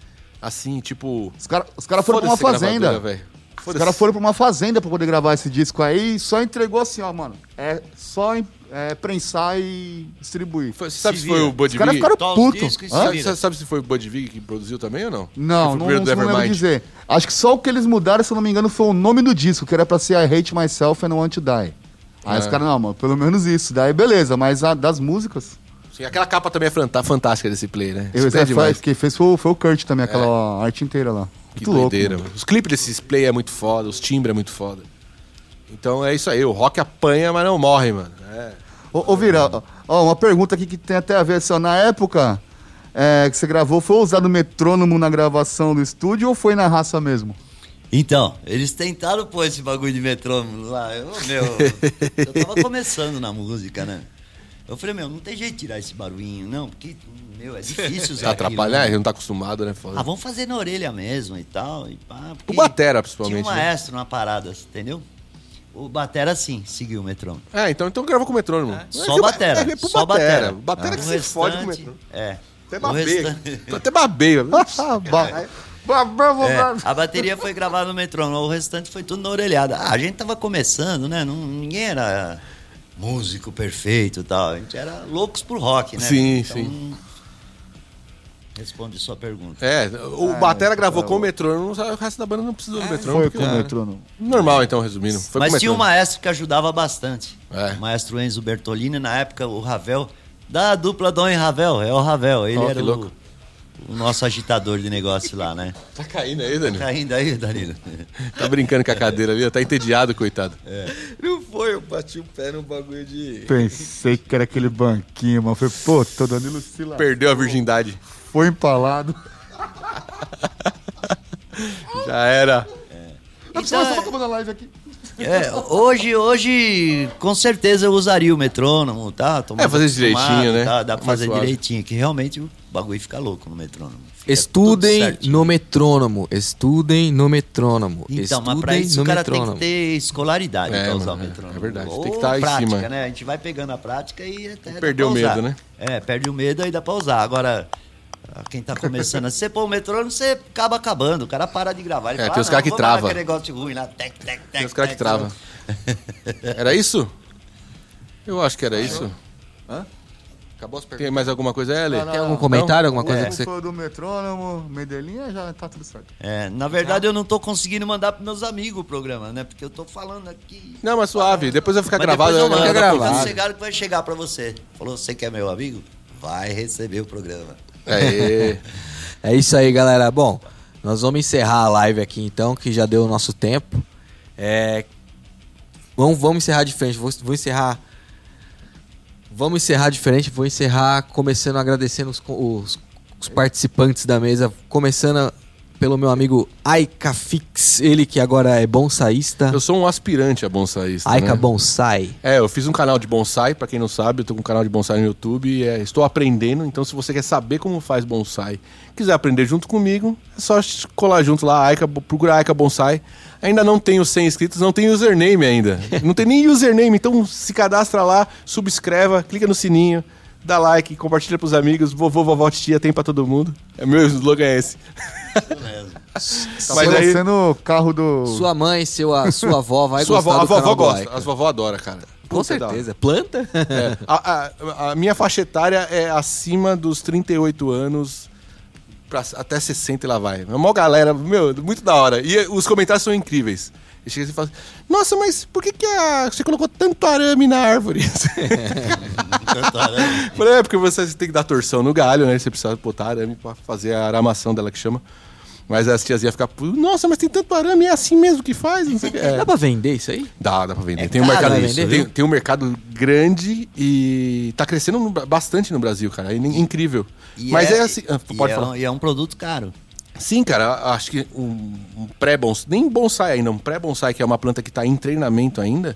[SPEAKER 3] assim, tipo,
[SPEAKER 5] Os caras os cara foram pra uma
[SPEAKER 3] foda-se a gravadora,
[SPEAKER 5] fazenda.
[SPEAKER 3] velho.
[SPEAKER 5] Os
[SPEAKER 3] Foda-se.
[SPEAKER 5] caras foram pra uma fazenda pra poder gravar esse disco aí e só entregou assim, ó, mano. É só em- é, prensar e distribuir.
[SPEAKER 3] Foi- Você sabe
[SPEAKER 4] Se
[SPEAKER 3] se foi
[SPEAKER 4] vira.
[SPEAKER 3] o Bud
[SPEAKER 5] Os caras
[SPEAKER 3] Vig?
[SPEAKER 5] ficaram
[SPEAKER 4] Tá os
[SPEAKER 5] putos.
[SPEAKER 4] discos e
[SPEAKER 5] Hã?
[SPEAKER 4] se
[SPEAKER 3] Sabe,
[SPEAKER 4] vira.
[SPEAKER 3] sabe- sabe se foi o Bud Vig que produziu também ou não?
[SPEAKER 5] Não,
[SPEAKER 3] Que foi o
[SPEAKER 5] não, não,
[SPEAKER 3] primeiro do
[SPEAKER 5] lembro
[SPEAKER 3] Nevermind.
[SPEAKER 5] dizer. Acho que só o que eles mudaram, se eu não me engano, foi o nome do disco, que era pra ser I Hate Myself and I Want to Die. Aí
[SPEAKER 3] É.
[SPEAKER 5] os caras, não, mano, pelo menos isso. Daí beleza, mas a- das músicas...
[SPEAKER 3] Sim, aquela capa também é fanta- fantástica desse play, né?
[SPEAKER 5] Eu,
[SPEAKER 3] Esse play é
[SPEAKER 5] essa foi, quem fez foi, o- foi o Kurt também, aquela arte inteira lá.
[SPEAKER 3] Que
[SPEAKER 5] é Muito louco.
[SPEAKER 3] doideira,
[SPEAKER 5] mano.
[SPEAKER 3] mano. Os clipes desses play é muito foda, os timbres é muito foda. Então é isso aí, o rock apanha, mas não morre, mano. É.
[SPEAKER 5] Ô, ô Vira, ó, ó, uma pergunta aqui que tem até a ver, assim, ó, na época é, que você gravou, foi usado metrônomo na gravação do estúdio ou foi na raça mesmo?
[SPEAKER 4] Então, eles tentaram pôr esse bagulho de metrônomo lá. Eu, meu, eu tava começando na música, né? Eu falei, meu, não tem jeito de tirar esse barulhinho, não, porque, meu, é difícil usar
[SPEAKER 3] Tá
[SPEAKER 4] aquilo,
[SPEAKER 3] atrapalhando,
[SPEAKER 4] né?
[SPEAKER 3] não tá acostumado, né? Foda.
[SPEAKER 4] Ah, vamos fazer na orelha mesmo e tal. E pá, porque
[SPEAKER 3] O batera, principalmente,
[SPEAKER 4] Tinha um
[SPEAKER 3] né?
[SPEAKER 4] maestro na parada, entendeu? O batera, sim, seguiu o metrônomo.
[SPEAKER 3] É, então, então gravou com o metrônomo. É,
[SPEAKER 4] Só
[SPEAKER 3] que o ba-
[SPEAKER 4] batera,
[SPEAKER 3] É, é pro
[SPEAKER 4] só
[SPEAKER 3] batera.
[SPEAKER 4] batera.
[SPEAKER 3] Batera
[SPEAKER 4] Ah.
[SPEAKER 3] que
[SPEAKER 4] O
[SPEAKER 3] se fode com o
[SPEAKER 4] restante,
[SPEAKER 3] metrônomo.
[SPEAKER 4] É.
[SPEAKER 3] Até
[SPEAKER 4] O
[SPEAKER 3] babei.
[SPEAKER 4] restante-
[SPEAKER 3] Tô até babei. É,
[SPEAKER 5] Ah, ba- ba- ba-
[SPEAKER 3] Tá
[SPEAKER 5] ba-
[SPEAKER 4] É,
[SPEAKER 5] ba-
[SPEAKER 4] a bateria foi gravada no metrônomo, o restante foi tudo na orelhada. Ah, a gente tava começando, né? Não, ninguém era músico perfeito e tal. A gente era loucos pro rock, né?
[SPEAKER 3] Sim,
[SPEAKER 4] Então,
[SPEAKER 3] sim.
[SPEAKER 4] Responde sua pergunta.
[SPEAKER 3] É, o
[SPEAKER 5] Ah,
[SPEAKER 3] Batera gravou
[SPEAKER 5] tá
[SPEAKER 3] com o
[SPEAKER 5] bom.
[SPEAKER 3] metrônomo, o resto da banda não precisou
[SPEAKER 4] É.
[SPEAKER 3] do metrônomo.
[SPEAKER 5] Foi
[SPEAKER 3] porque
[SPEAKER 5] com o
[SPEAKER 3] era
[SPEAKER 5] metrônomo.
[SPEAKER 3] Normal, então, resumindo. Foi com
[SPEAKER 4] Mas
[SPEAKER 3] o
[SPEAKER 4] tinha um
[SPEAKER 3] metrônomo.
[SPEAKER 4] maestro que ajudava bastante.
[SPEAKER 3] É.
[SPEAKER 4] O maestro Enzo Bertolini, na época, o Ravel, da dupla Dom e Ravel, é o Ravel. Ele
[SPEAKER 3] Ó, que
[SPEAKER 4] era
[SPEAKER 3] louco.
[SPEAKER 4] o, o nosso agitador de negócio lá, né?
[SPEAKER 3] Tá caindo aí, Dani.
[SPEAKER 4] Tá ainda aí, Danilo?
[SPEAKER 3] Tá brincando com a cadeira ali, ó, tá entediado, coitado.
[SPEAKER 4] É.
[SPEAKER 2] Não foi, eu bati o pé no bagulho de.
[SPEAKER 5] Pensei que era aquele banquinho, mano. Foi, pô, tô Danilo se lá.
[SPEAKER 3] Perdeu a virgindade.
[SPEAKER 5] Foi empalado.
[SPEAKER 3] Já era.
[SPEAKER 5] Eu
[SPEAKER 4] Então,
[SPEAKER 5] só
[SPEAKER 4] é-
[SPEAKER 5] vou tomar na live aqui.
[SPEAKER 4] É, hoje, hoje, com certeza eu usaria o metrônomo, tá? Tô
[SPEAKER 3] É, fazer
[SPEAKER 4] mais acostumado,
[SPEAKER 3] direitinho, né?
[SPEAKER 4] tá? Dá pra
[SPEAKER 3] Mais
[SPEAKER 4] fazer
[SPEAKER 3] suave.
[SPEAKER 4] direitinho, que realmente o bagulho fica louco no metrônomo. Fica tudo
[SPEAKER 2] Estudem
[SPEAKER 4] certinho.
[SPEAKER 2] no metrônomo. Estudem no metrônomo.
[SPEAKER 4] Então,
[SPEAKER 2] estudem
[SPEAKER 4] mas pra isso
[SPEAKER 2] no
[SPEAKER 4] o cara
[SPEAKER 2] metrônomo.
[SPEAKER 4] tem que ter escolaridade
[SPEAKER 3] É,
[SPEAKER 4] pra usar
[SPEAKER 3] mano,
[SPEAKER 4] o
[SPEAKER 3] é,
[SPEAKER 4] metrônomo.
[SPEAKER 3] é verdade,
[SPEAKER 4] Ou
[SPEAKER 3] tem que estar em
[SPEAKER 4] prática,
[SPEAKER 3] cima.
[SPEAKER 4] né? A gente vai pegando a prática e até. dá
[SPEAKER 3] Perdeu
[SPEAKER 4] pra
[SPEAKER 3] o medo,
[SPEAKER 4] usar.
[SPEAKER 3] né?
[SPEAKER 4] É, perde o medo aí dá pra usar. Agora. Quem tá começando, se você pôr o metrônomo, você acaba acabando. O cara para de gravar. Ele
[SPEAKER 3] É,
[SPEAKER 4] fala,
[SPEAKER 3] tem os
[SPEAKER 4] "Ah,
[SPEAKER 3] caras que
[SPEAKER 4] não, vou mandar
[SPEAKER 3] trava.
[SPEAKER 4] aquele negócio ruim lá, tec, tec, tec,
[SPEAKER 3] Tem os caras que
[SPEAKER 4] tec".
[SPEAKER 3] travam. Era isso? Eu acho que era isso.
[SPEAKER 2] Acabou as perguntas.
[SPEAKER 3] Tem mais alguma coisa, Ellie?
[SPEAKER 5] Não,
[SPEAKER 2] Tem algum comentário, alguma coisa
[SPEAKER 5] É.
[SPEAKER 2] que você.
[SPEAKER 5] Foi do metrônomo, Medellín, já tá tudo certo.
[SPEAKER 4] É, na verdade, eu não tô conseguindo mandar pros meus amigos o programa, né? Porque eu tô falando aqui.
[SPEAKER 3] Não, mas suave. Depois vai ficar
[SPEAKER 4] Mas
[SPEAKER 3] gravado. né?
[SPEAKER 4] depois eu mando,
[SPEAKER 3] fica
[SPEAKER 4] porque
[SPEAKER 3] gravado.
[SPEAKER 4] vocês chegaram que vai chegar pra você. Falou, você que é meu amigo? Vai receber o programa.
[SPEAKER 3] Aê.
[SPEAKER 2] É isso aí, galera. Bom, nós vamos encerrar a live aqui então, que já deu o nosso tempo. É, Vamos, vamos encerrar diferente. Vou, vou encerrar. Vamos encerrar diferente. Vou encerrar começando agradecendo os, co- os- os participantes da mesa. Começando pelo meu amigo Aika Fix, ele que agora é bonsaísta.
[SPEAKER 3] Eu sou um aspirante a bonsaísta.
[SPEAKER 2] Aika
[SPEAKER 3] né?
[SPEAKER 2] Bonsai.
[SPEAKER 3] É, eu fiz um canal de bonsai, pra quem não sabe, eu tô com um canal de bonsai no YouTube e é, estou aprendendo, então se você quer saber como faz bonsai, quiser aprender junto comigo, é só colar junto lá, Aika, procurar Aika Bonsai. Ainda não tenho 100 inscritos, não tem username ainda. não tem nem username, então se cadastra lá, subscreva, clica no sininho, dá like, compartilha pros amigos, vovô, vovó, tia, tem pra todo mundo. É meu slogan é esse.
[SPEAKER 5] Tá
[SPEAKER 3] Mas aí-
[SPEAKER 5] parecendo o carro do.
[SPEAKER 2] Sua mãe, seu, a, sua avó vai
[SPEAKER 3] Sua avó,
[SPEAKER 2] gostar
[SPEAKER 3] a
[SPEAKER 2] do
[SPEAKER 3] vovó
[SPEAKER 2] canal do
[SPEAKER 3] gosta, Ah,
[SPEAKER 2] Aika.
[SPEAKER 3] as vovó adora, cara.
[SPEAKER 2] Com
[SPEAKER 3] Puta, é da hora.
[SPEAKER 2] certeza. Planta?
[SPEAKER 3] É. A, a- a minha faixa etária é acima dos 38 anos. pra- até 60 e lá vai. É uma galera, meu, muito da hora. E eh, os comentários são incríveis. E chega assim e fala assim, nossa, mas por que, que a- você colocou tanto arame na árvore?
[SPEAKER 4] Cantarão.
[SPEAKER 3] Falei, é, porque você tem que dar torção no galho, né? Você precisa botar arame pra fazer a aramação dela que chama. Mas as tias iam ficar, "Pô, nossa, mas tem tanto arame, é assim mesmo que faz? Não sei o que. É.
[SPEAKER 2] Dá pra vender isso aí?
[SPEAKER 3] Dá, dá pra vender. tem, um
[SPEAKER 2] caro,
[SPEAKER 3] mercado,
[SPEAKER 2] né, vender?
[SPEAKER 3] tem, tem um mercado grande e tá crescendo no- bastante no Brasil, cara. É in- incrível.
[SPEAKER 4] E
[SPEAKER 3] Mas é, assim. ah,
[SPEAKER 4] e
[SPEAKER 3] Pode
[SPEAKER 4] é
[SPEAKER 3] falar.
[SPEAKER 4] um- e é um produto caro.
[SPEAKER 3] Sim, cara, acho que um, um pré-bonsai, nem bonsai ainda, um pré-bonsai, que é uma planta que tá em treinamento ainda,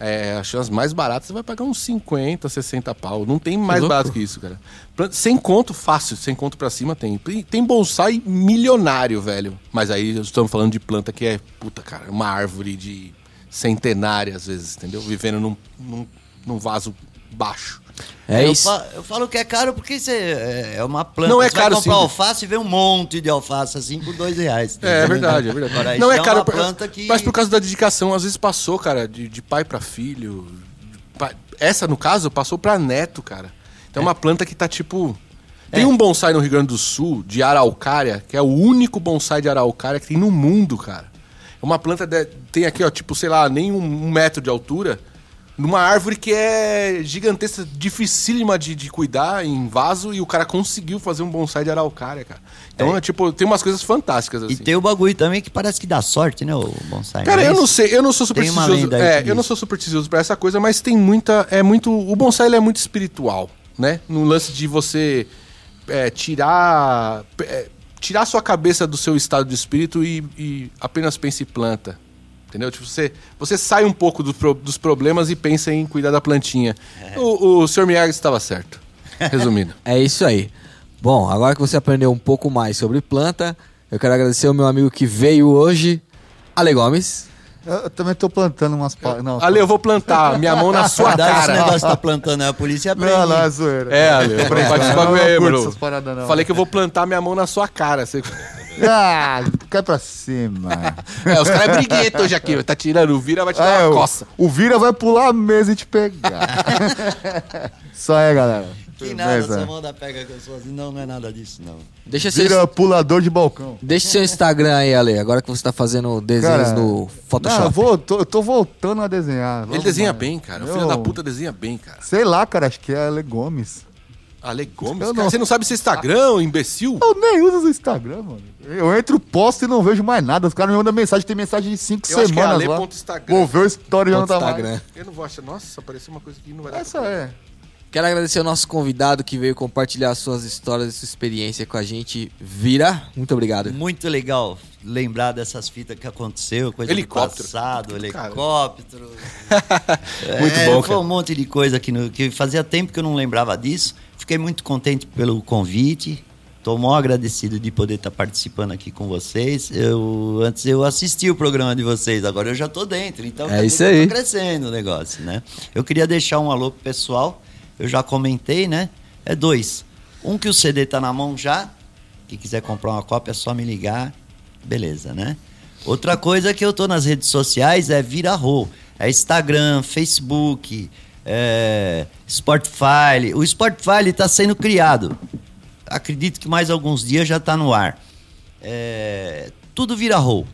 [SPEAKER 3] é, as chances mais baratas você vai pagar uns 50, 60 pau. Não tem mais
[SPEAKER 2] louco.
[SPEAKER 3] barato que isso, cara. Planta- sem conto, fácil, sem conto pra cima tem. E Tem bonsai milionário, velho. Mas aí estamos falando de planta que é, puta, cara, uma árvore de centenária, às vezes, entendeu? Vivendo num, num, num vaso baixo.
[SPEAKER 2] É
[SPEAKER 4] eu,
[SPEAKER 2] isso.
[SPEAKER 4] fa- eu falo que é caro porque você é é uma planta.
[SPEAKER 3] Não é
[SPEAKER 4] Você vai
[SPEAKER 3] caro,
[SPEAKER 4] comprar
[SPEAKER 3] sim.
[SPEAKER 4] alface e vê um monte de alface assim por dois reais.
[SPEAKER 3] É, é verdade, é verdade.
[SPEAKER 4] Né? Agora,
[SPEAKER 3] não
[SPEAKER 4] isso
[SPEAKER 3] é caro
[SPEAKER 4] uma
[SPEAKER 3] pra-
[SPEAKER 4] planta que.
[SPEAKER 3] Mas por causa da dedicação, às vezes passou, cara, de, de pai pra filho. de pa- Essa, no caso, passou pra neto, cara. Então é uma planta que tá tipo.
[SPEAKER 4] É.
[SPEAKER 3] Tem um bonsai no Rio Grande do Sul, de araucária, que é o único bonsai de araucária que tem no mundo, cara. É uma planta de- tem aqui, ó, tipo, sei lá, nem um, um metro de altura, numa árvore que é gigantesca, dificílima de, de cuidar em vaso, e o cara conseguiu fazer um bonsai de araucária, cara. Então, é, tipo, tem umas coisas fantásticas, assim.
[SPEAKER 4] E tem o bagulho também que parece que dá sorte, né, o bonsai?
[SPEAKER 3] Cara, eu
[SPEAKER 4] Mas
[SPEAKER 3] não sei, eu não sou
[SPEAKER 4] Tem uma
[SPEAKER 3] supersticioso.
[SPEAKER 4] lenda aí
[SPEAKER 3] É,
[SPEAKER 4] que
[SPEAKER 3] eu não
[SPEAKER 4] diz.
[SPEAKER 3] sou supersticioso pra essa coisa, mas tem muita, é muito, o bonsai ele é muito espiritual, né? No lance de você é, tirar é, tirar sua cabeça do seu estado de espírito e, e apenas pense em planta. Entendeu? Tipo, você, você sai um pouco do pro- dos problemas e pensa em cuidar da plantinha.
[SPEAKER 4] É.
[SPEAKER 3] O, o Sr. Miyagi estava certo. Resumindo.
[SPEAKER 2] É isso aí. Bom, agora que você aprendeu um pouco mais sobre planta, eu quero agradecer ao meu amigo que veio hoje, Ale Gomes.
[SPEAKER 5] Eu, eu também tô plantando umas. Pa... Não,
[SPEAKER 3] Ale, eu vou plantar minha mão na sua
[SPEAKER 4] guardar esse
[SPEAKER 3] cara.
[SPEAKER 4] negócio tá plantando a polícia prende.
[SPEAKER 5] Não, não, é zoeira.
[SPEAKER 3] É, Ale, eu vou participar
[SPEAKER 5] não,
[SPEAKER 3] com
[SPEAKER 5] eu
[SPEAKER 3] ele,
[SPEAKER 5] não curto
[SPEAKER 3] bro.
[SPEAKER 5] essas paradas, não.
[SPEAKER 3] Falei que eu vou plantar minha mão na sua cara. Você...
[SPEAKER 5] Ah, cai pra cima.
[SPEAKER 3] É, os caras é briguento hoje aqui, tá tirando o vira, vai te dar
[SPEAKER 5] É,
[SPEAKER 3] uma
[SPEAKER 5] o-
[SPEAKER 3] coça.
[SPEAKER 5] O, Vira vai pular a mesa e te pegar. Isso aí, galera.
[SPEAKER 3] assim,
[SPEAKER 4] Que nada,
[SPEAKER 5] Beleza.
[SPEAKER 3] é.
[SPEAKER 4] essa moda pega que eu sou assim. Não, não é nada disso, não.
[SPEAKER 2] Deixa seu,
[SPEAKER 5] Vira pulador de balcão.
[SPEAKER 2] deixa seu Instagram aí, Ale, agora que você tá fazendo desenhos
[SPEAKER 5] Cara,
[SPEAKER 2] no Photoshop.
[SPEAKER 5] Não, eu, vou, tô, eu tô voltando a desenhar.
[SPEAKER 3] Ele
[SPEAKER 5] Vamos
[SPEAKER 3] desenha
[SPEAKER 5] lá.
[SPEAKER 3] bem, cara. O
[SPEAKER 5] Meu-
[SPEAKER 3] filho da puta desenha bem, cara.
[SPEAKER 5] Sei lá, cara, acho que é Ale Gomes.
[SPEAKER 3] Ale Gomes,
[SPEAKER 5] Eu
[SPEAKER 3] cara,
[SPEAKER 5] não- Ah.
[SPEAKER 3] Você não sabe seu Instagram, imbecil?
[SPEAKER 5] Eu nem uso o Instagram, mano. Eu entro, posto e não vejo mais nada. Os caras me mandam mensagem, tem mensagem de cinco
[SPEAKER 3] Eu acho que é
[SPEAKER 5] semanas lá.
[SPEAKER 3] ale.instagram.
[SPEAKER 5] Vou ver o story já não
[SPEAKER 2] Conta
[SPEAKER 5] tá
[SPEAKER 2] o
[SPEAKER 5] Instagram.
[SPEAKER 2] Instagram.
[SPEAKER 3] Eu não vou achar. Nossa, apareceu uma coisa que não vai dar.
[SPEAKER 5] Essa
[SPEAKER 3] pra-
[SPEAKER 5] é.
[SPEAKER 2] Quero agradecer ao nosso convidado que veio compartilhar suas histórias e sua experiência com a gente. Vira, muito obrigado.
[SPEAKER 4] Muito legal lembrar dessas fitas que aconteceu, coisa
[SPEAKER 3] Helicóptero.
[SPEAKER 4] do passado,
[SPEAKER 3] Cara.
[SPEAKER 4] helicóptero.
[SPEAKER 3] Muito
[SPEAKER 4] É,
[SPEAKER 3] bom,
[SPEAKER 4] Foi
[SPEAKER 3] cara.
[SPEAKER 4] um monte de coisa que, no- que fazia tempo que eu não lembrava disso. Fiquei muito contente pelo convite. Estou mó agradecido de poder estar participando aqui com vocês. Eu, antes eu assisti o programa de vocês, agora eu já estou dentro. Então
[SPEAKER 2] É
[SPEAKER 4] quer dizer
[SPEAKER 2] isso
[SPEAKER 4] que
[SPEAKER 2] aí.
[SPEAKER 4] Tá crescendo o negócio, né? Eu queria deixar um alô pro pessoal. Eu já comentei, né? É dois. Um que o CD tá na mão já. Quem quiser comprar uma cópia é só me ligar. Beleza, né? Outra coisa que eu tô nas redes sociais é Vira Roll. É Instagram, Facebook, é Spotify. O Spotify está sendo criado. Acredito que mais alguns dias já está no ar. É, tudo vira roll.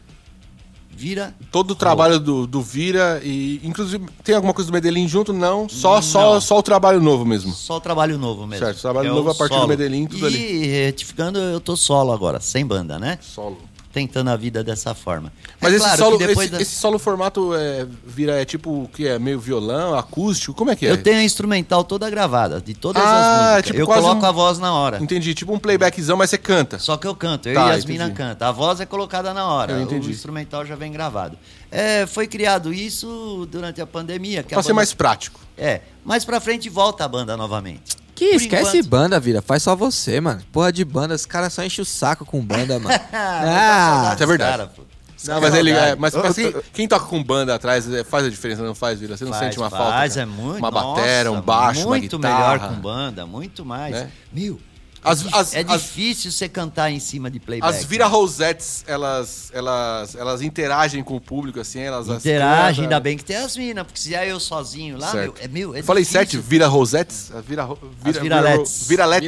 [SPEAKER 4] Vira
[SPEAKER 3] Todo o trabalho do, do Vira e. Inclusive, tem alguma coisa do Medellín junto? Não. Só, Só,
[SPEAKER 4] Não.
[SPEAKER 3] só o trabalho novo mesmo.
[SPEAKER 4] Só o trabalho novo mesmo. É
[SPEAKER 3] Certo, trabalho
[SPEAKER 4] o
[SPEAKER 3] novo a partir do
[SPEAKER 4] solo.
[SPEAKER 3] Medellín, tudo
[SPEAKER 4] e, retificando, eu tô solo agora, sem banda, né?
[SPEAKER 3] Solo.
[SPEAKER 4] tentando a vida dessa forma.
[SPEAKER 3] Mas
[SPEAKER 4] é
[SPEAKER 3] esse,
[SPEAKER 4] claro
[SPEAKER 3] solo,
[SPEAKER 4] que depois
[SPEAKER 3] esse,
[SPEAKER 4] da-
[SPEAKER 3] esse solo formato é, vira, é tipo, o que é meio violão, acústico, como é que é?
[SPEAKER 4] Eu tenho a instrumental toda gravada, de todas
[SPEAKER 3] Ah,
[SPEAKER 4] as
[SPEAKER 3] é
[SPEAKER 4] músicas.
[SPEAKER 3] tipo
[SPEAKER 4] eu
[SPEAKER 3] quase
[SPEAKER 4] coloco
[SPEAKER 3] um-
[SPEAKER 4] a voz na hora.
[SPEAKER 3] Entendi, tipo um playbackzão, mas você canta.
[SPEAKER 4] Só que eu canto, eu
[SPEAKER 3] Tá,
[SPEAKER 4] e as minas
[SPEAKER 3] entendi.
[SPEAKER 4] cantam. A voz é colocada na hora,
[SPEAKER 3] Eu
[SPEAKER 4] o
[SPEAKER 3] entendi.
[SPEAKER 4] instrumental já vem gravado. É, foi criado isso durante a pandemia. Que a
[SPEAKER 3] Pra ser
[SPEAKER 4] banda-
[SPEAKER 3] mais prático.
[SPEAKER 4] É, mais pra frente volta a banda novamente.
[SPEAKER 2] Que
[SPEAKER 4] Por
[SPEAKER 2] esquece
[SPEAKER 4] enquanto-
[SPEAKER 2] banda, vira. Faz só você, mano. Porra de banda, os caras só enchem o saco com banda, mano. ah,
[SPEAKER 3] isso é verdade.
[SPEAKER 4] Cara, pô.
[SPEAKER 3] Não, mas ele, é, mas
[SPEAKER 5] Eu-
[SPEAKER 3] mas
[SPEAKER 5] eu-
[SPEAKER 3] quem, quem toca com banda atrás é, faz a diferença, não faz, Vila? Você não
[SPEAKER 4] Faz,
[SPEAKER 3] sente uma
[SPEAKER 4] faz,
[SPEAKER 3] falta? cara?
[SPEAKER 4] é muito.
[SPEAKER 3] Uma batera, um
[SPEAKER 4] nossa,
[SPEAKER 3] baixo,
[SPEAKER 4] Muito
[SPEAKER 3] uma guitarra.
[SPEAKER 4] melhor com banda, muito mais.
[SPEAKER 3] Né?
[SPEAKER 4] Meu,
[SPEAKER 3] As-
[SPEAKER 4] é,
[SPEAKER 3] as-
[SPEAKER 4] é
[SPEAKER 3] as-
[SPEAKER 4] difícil você cantar em cima de playback. né?
[SPEAKER 3] As vira-rosettes, elas, elas, elas interagem com o público, assim, elas... as
[SPEAKER 4] Interage,
[SPEAKER 3] cantam.
[SPEAKER 4] ainda bem que tem as minas, porque se é eu sozinho lá,
[SPEAKER 3] Certo.
[SPEAKER 4] meu, é meu. É
[SPEAKER 3] Eu Falei
[SPEAKER 4] difícil.
[SPEAKER 3] sete, vira-rosettes? As Vira, vira,
[SPEAKER 4] vira-letes.
[SPEAKER 3] Vira-letes.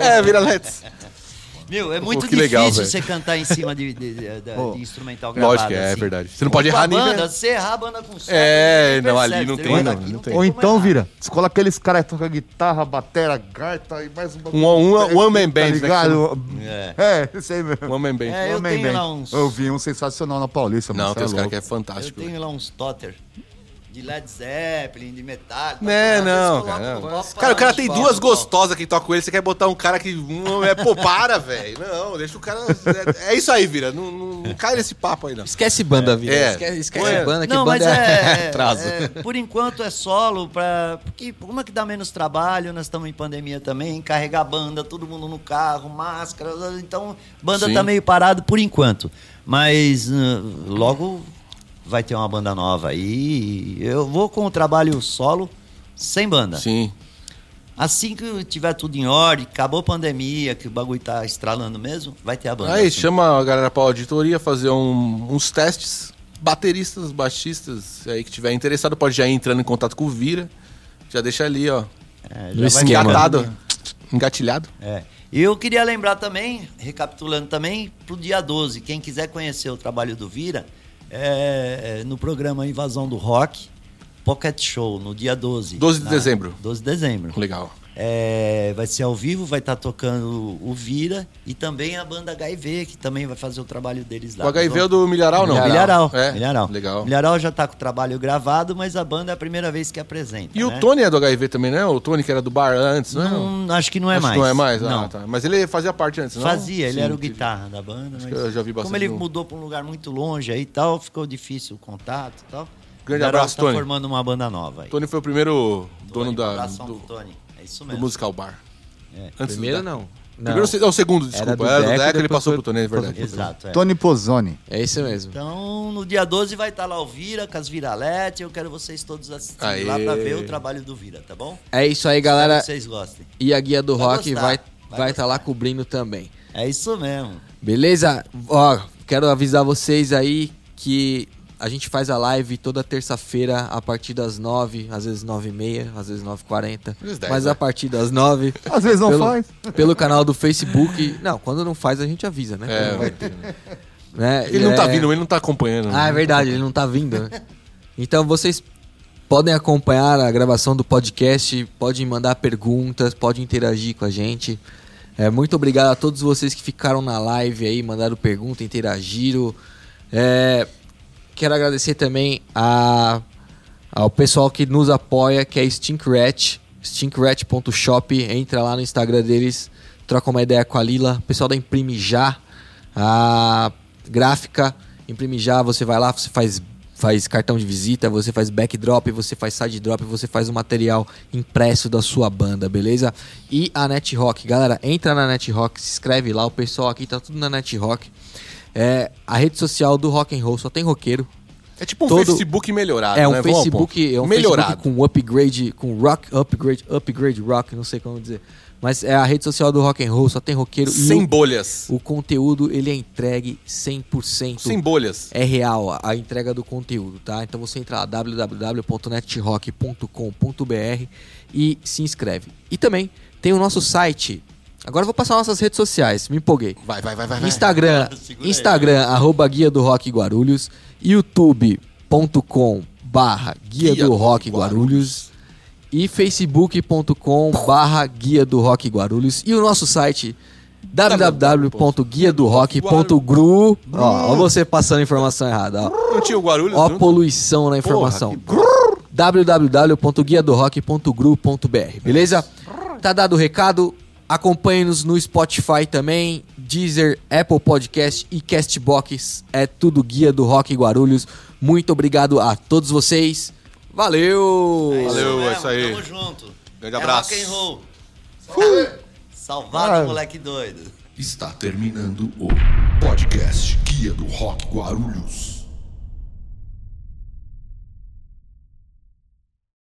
[SPEAKER 3] É, vira-letes.
[SPEAKER 4] Meu, é muito
[SPEAKER 3] que
[SPEAKER 4] difícil
[SPEAKER 3] legal, velho.
[SPEAKER 4] você cantar em cima de, de- de- de-
[SPEAKER 5] Pô,
[SPEAKER 4] de instrumental gravado.
[SPEAKER 3] Lógico que é, é
[SPEAKER 4] assim.
[SPEAKER 3] verdade. Você não pode
[SPEAKER 4] Com
[SPEAKER 3] errar né?
[SPEAKER 4] a
[SPEAKER 3] nem...
[SPEAKER 4] banda, você errar a banda com som.
[SPEAKER 3] É,
[SPEAKER 4] você
[SPEAKER 3] não, ali
[SPEAKER 4] percebe,
[SPEAKER 3] não
[SPEAKER 4] você
[SPEAKER 3] tem,
[SPEAKER 4] olha
[SPEAKER 3] não,
[SPEAKER 4] aqui,
[SPEAKER 3] não tem. é
[SPEAKER 5] Ou
[SPEAKER 4] como
[SPEAKER 5] então,
[SPEAKER 4] errar.
[SPEAKER 5] vira, escola aqueles caras que tocam guitarra, batera, gaita e mais um...
[SPEAKER 3] Um, um, um one man
[SPEAKER 5] Tá
[SPEAKER 3] band, né?
[SPEAKER 5] ligado? É, isso aí mesmo.
[SPEAKER 3] Um one man band.
[SPEAKER 4] É, eu
[SPEAKER 5] Homem
[SPEAKER 4] tenho
[SPEAKER 5] bem.
[SPEAKER 4] lá uns-
[SPEAKER 5] Eu vi um sensacional na Paulista,
[SPEAKER 3] não,
[SPEAKER 5] mano,
[SPEAKER 3] tem
[SPEAKER 5] cê
[SPEAKER 3] uns
[SPEAKER 5] é
[SPEAKER 3] caras
[SPEAKER 5] louco.
[SPEAKER 3] que é
[SPEAKER 4] Eu
[SPEAKER 3] fantástico. velho.
[SPEAKER 4] tenho lá uns totter de Led Zeppelin, de Metallica.
[SPEAKER 3] Né,
[SPEAKER 4] Às vezes
[SPEAKER 3] não,
[SPEAKER 4] coloco
[SPEAKER 3] cara. não.
[SPEAKER 4] um copo
[SPEAKER 3] Cara, o cara
[SPEAKER 4] parado
[SPEAKER 3] tem
[SPEAKER 4] no
[SPEAKER 3] duas
[SPEAKER 4] palco.
[SPEAKER 3] gostosas que tocam com ele, você quer botar um cara que. Hum, é, pô, para, velho. Não, deixa o cara. É, é isso aí, Vira. Não, não, não cai nesse papo aí, não.
[SPEAKER 2] esquece banda, vira.
[SPEAKER 3] É.
[SPEAKER 2] Esquece, esquece
[SPEAKER 3] Ué.
[SPEAKER 2] banda, que
[SPEAKER 4] Não, mas
[SPEAKER 2] banda
[SPEAKER 4] é,
[SPEAKER 2] atraso.
[SPEAKER 4] é, Por enquanto é solo, pra, porque uma que dá menos trabalho, nós estamos em pandemia também, carregar banda, todo mundo no carro, máscara, então banda
[SPEAKER 3] Sim.
[SPEAKER 4] tá meio parado por enquanto. Mas ah, logo vai ter uma banda nova aí, e eu vou com o trabalho solo, sem banda.
[SPEAKER 3] Sim.
[SPEAKER 4] Assim que tiver tudo em ordem, acabou a pandemia, que o bagulho tá estralando mesmo, vai ter a banda.
[SPEAKER 3] Aí
[SPEAKER 4] assim.
[SPEAKER 3] chama a galera pra auditoria fazer um- uns testes. Bateristas, baixistas, aí que tiver interessado, pode já ir entrando em contato com o Vira. Já deixa ali, ó.
[SPEAKER 4] É,
[SPEAKER 2] No
[SPEAKER 4] já vai
[SPEAKER 2] esquema.
[SPEAKER 4] ficando
[SPEAKER 3] Engatado. Engatilhado.
[SPEAKER 4] É. E eu queria lembrar também, recapitulando também, pro dia 12, quem quiser conhecer o trabalho do Vira, é, é, no programa Invasão do Rock, Pocket Show, no dia 12.
[SPEAKER 3] 12 de dezembro.
[SPEAKER 4] 12 de dezembro.
[SPEAKER 3] Legal.
[SPEAKER 4] É, vai ser ao vivo, vai estar tocando o Vira e também a banda HIV, que também vai fazer o trabalho deles lá.
[SPEAKER 3] O HIV é o
[SPEAKER 4] Nós
[SPEAKER 3] do Milharal, não?
[SPEAKER 4] vamos- Milharal.
[SPEAKER 3] É.
[SPEAKER 4] Milharal.
[SPEAKER 3] Legal.
[SPEAKER 4] Milharal já tá com o trabalho gravado, mas a banda é a primeira vez que apresenta.
[SPEAKER 3] E
[SPEAKER 4] né?
[SPEAKER 3] o Tony é do HIV também, né? O Tony que era do bar antes, né?
[SPEAKER 4] Não, acho que não é
[SPEAKER 3] Acho
[SPEAKER 4] mais.
[SPEAKER 3] que Não é mais? Ah,
[SPEAKER 4] Não.
[SPEAKER 3] tá. Mas ele fazia parte antes, não?
[SPEAKER 4] Fazia, ele
[SPEAKER 3] Sim,
[SPEAKER 4] era o
[SPEAKER 3] teve-
[SPEAKER 4] guitarra da banda.
[SPEAKER 3] Acho
[SPEAKER 4] mas
[SPEAKER 3] que eu já vi
[SPEAKER 4] Como
[SPEAKER 3] bastante
[SPEAKER 4] ele
[SPEAKER 3] no-
[SPEAKER 4] mudou para um lugar muito longe aí e tal, ficou difícil o contato e tal.
[SPEAKER 3] Grande
[SPEAKER 4] Agora
[SPEAKER 3] abraço,
[SPEAKER 4] tá
[SPEAKER 3] Tony.
[SPEAKER 4] formando uma banda nova aí.
[SPEAKER 3] Tony foi o primeiro dono
[SPEAKER 4] Tony, um
[SPEAKER 3] da,
[SPEAKER 4] abração
[SPEAKER 3] do,
[SPEAKER 4] pro Tony. É isso
[SPEAKER 3] do
[SPEAKER 4] mesmo.
[SPEAKER 3] musical bar. Antes
[SPEAKER 2] Primeiro
[SPEAKER 3] do Deca.
[SPEAKER 2] não. não.
[SPEAKER 3] É, Primeiro se- é o segundo, desculpa.
[SPEAKER 2] do
[SPEAKER 3] Era do
[SPEAKER 2] Deca,
[SPEAKER 3] Deca, ele
[SPEAKER 2] depois
[SPEAKER 3] passou pro
[SPEAKER 2] foi-
[SPEAKER 3] Tony, é verdade.
[SPEAKER 4] Exato, é.
[SPEAKER 5] Tony Pozzoni.
[SPEAKER 2] É isso mesmo.
[SPEAKER 4] Então, no dia 12 vai estar lá o Vira, com as Viralete. Eu quero vocês todos assistindo
[SPEAKER 3] Aê.
[SPEAKER 4] lá pra ver o trabalho do Vira, tá bom?
[SPEAKER 2] É isso aí,
[SPEAKER 4] Espero
[SPEAKER 2] galera.
[SPEAKER 4] que vocês gostem.
[SPEAKER 2] E a guia do
[SPEAKER 4] Vai
[SPEAKER 2] rock
[SPEAKER 4] gostar,
[SPEAKER 2] vai
[SPEAKER 4] vai
[SPEAKER 2] vai estar lá cobrindo também.
[SPEAKER 4] É isso mesmo.
[SPEAKER 2] Beleza? Ó, quero avisar vocês aí que a gente faz a live toda terça-feira a partir das 9, às vezes 9 e meia, às vezes 9 e 40,
[SPEAKER 3] Às vezes 10,
[SPEAKER 2] mas
[SPEAKER 3] né?
[SPEAKER 2] a partir das 9.
[SPEAKER 5] Às vezes não
[SPEAKER 2] pelo,
[SPEAKER 5] faz.
[SPEAKER 2] Pelo canal do Facebook. Não, quando não faz a gente avisa, né?
[SPEAKER 3] É, vai
[SPEAKER 2] Né?
[SPEAKER 3] Ele não tá
[SPEAKER 2] É-
[SPEAKER 3] vindo, ele não tá acompanhando.
[SPEAKER 2] Ah, é verdade, ele não tá vindo, né? Então vocês podem acompanhar a gravação do podcast, podem mandar perguntas, podem interagir com a gente. É, muito obrigado a todos vocês que ficaram na live aí, mandaram pergunta, interagiram. É, quero agradecer também a, ao Ah, pessoal que nos apoia, que é Stinkrat, stinkrat.shop. Entra lá no Instagram deles, troca uma ideia com a Lila. O pessoal da Imprime Já, a gráfica Imprime Já, você vai lá, você faz, faz cartão de visita, você faz backdrop, você faz side drop, você faz o material impresso da sua banda, beleza? E a NetRock, galera, entra na NetRock, se inscreve lá, o pessoal aqui tá tudo na NetRock. É, a rede social do rock and roll só tem roqueiro,
[SPEAKER 3] É tipo um
[SPEAKER 2] Todo-
[SPEAKER 3] Facebook melhorado,
[SPEAKER 2] é um
[SPEAKER 3] né? Vamos ao
[SPEAKER 2] Facebook,
[SPEAKER 3] ponto.
[SPEAKER 2] é um
[SPEAKER 3] melhorado.
[SPEAKER 2] Facebook com upgrade, com rock, upgrade, upgrade rock, não sei como dizer. Mas é a rede social do rock and roll, só tem roqueiro
[SPEAKER 3] Sem
[SPEAKER 2] e
[SPEAKER 3] bolhas.
[SPEAKER 2] o, o conteúdo ele é entregue 100%.
[SPEAKER 3] Sem bolhas.
[SPEAKER 2] É real a- a entrega do conteúdo, tá? Então você entra lá www.netrock.com.br e se inscreve. E também tem o nosso site. Agora eu vou passar nossas redes sociais, me empolguei.
[SPEAKER 3] Vai, vai, vai, vai. vai.
[SPEAKER 2] Instagram,
[SPEAKER 4] Segura aí.
[SPEAKER 2] Instagram, arroba Guia do Rock Guarulhos, youtube.com barra Guia
[SPEAKER 3] Guia
[SPEAKER 2] do
[SPEAKER 3] do
[SPEAKER 2] Rock Guarulhos e facebook.com barra Guia do Rock Guarulhos e o nosso site www.guiadorock.gru. Ó, ó, você passando a informação errada, ó.
[SPEAKER 3] Não tinha o Guarulhos?
[SPEAKER 2] Ó a
[SPEAKER 3] junto?
[SPEAKER 2] poluição na informação. www.guiadorock.gru.br, beleza? Tá dado o recado. Acompanhe-nos no Spotify também, Deezer, Apple Podcast e Castbox. É tudo Guia do Rock Guarulhos. Muito obrigado a todos vocês. Valeu!
[SPEAKER 3] Valeu,
[SPEAKER 4] mesmo,
[SPEAKER 3] é isso aí.
[SPEAKER 4] Tamo junto.
[SPEAKER 3] Grande abraço.
[SPEAKER 4] É rock and roll. Salve- Salvado,
[SPEAKER 5] Ah.
[SPEAKER 4] moleque doido.
[SPEAKER 1] Está terminando o podcast Guia do Rock Guarulhos.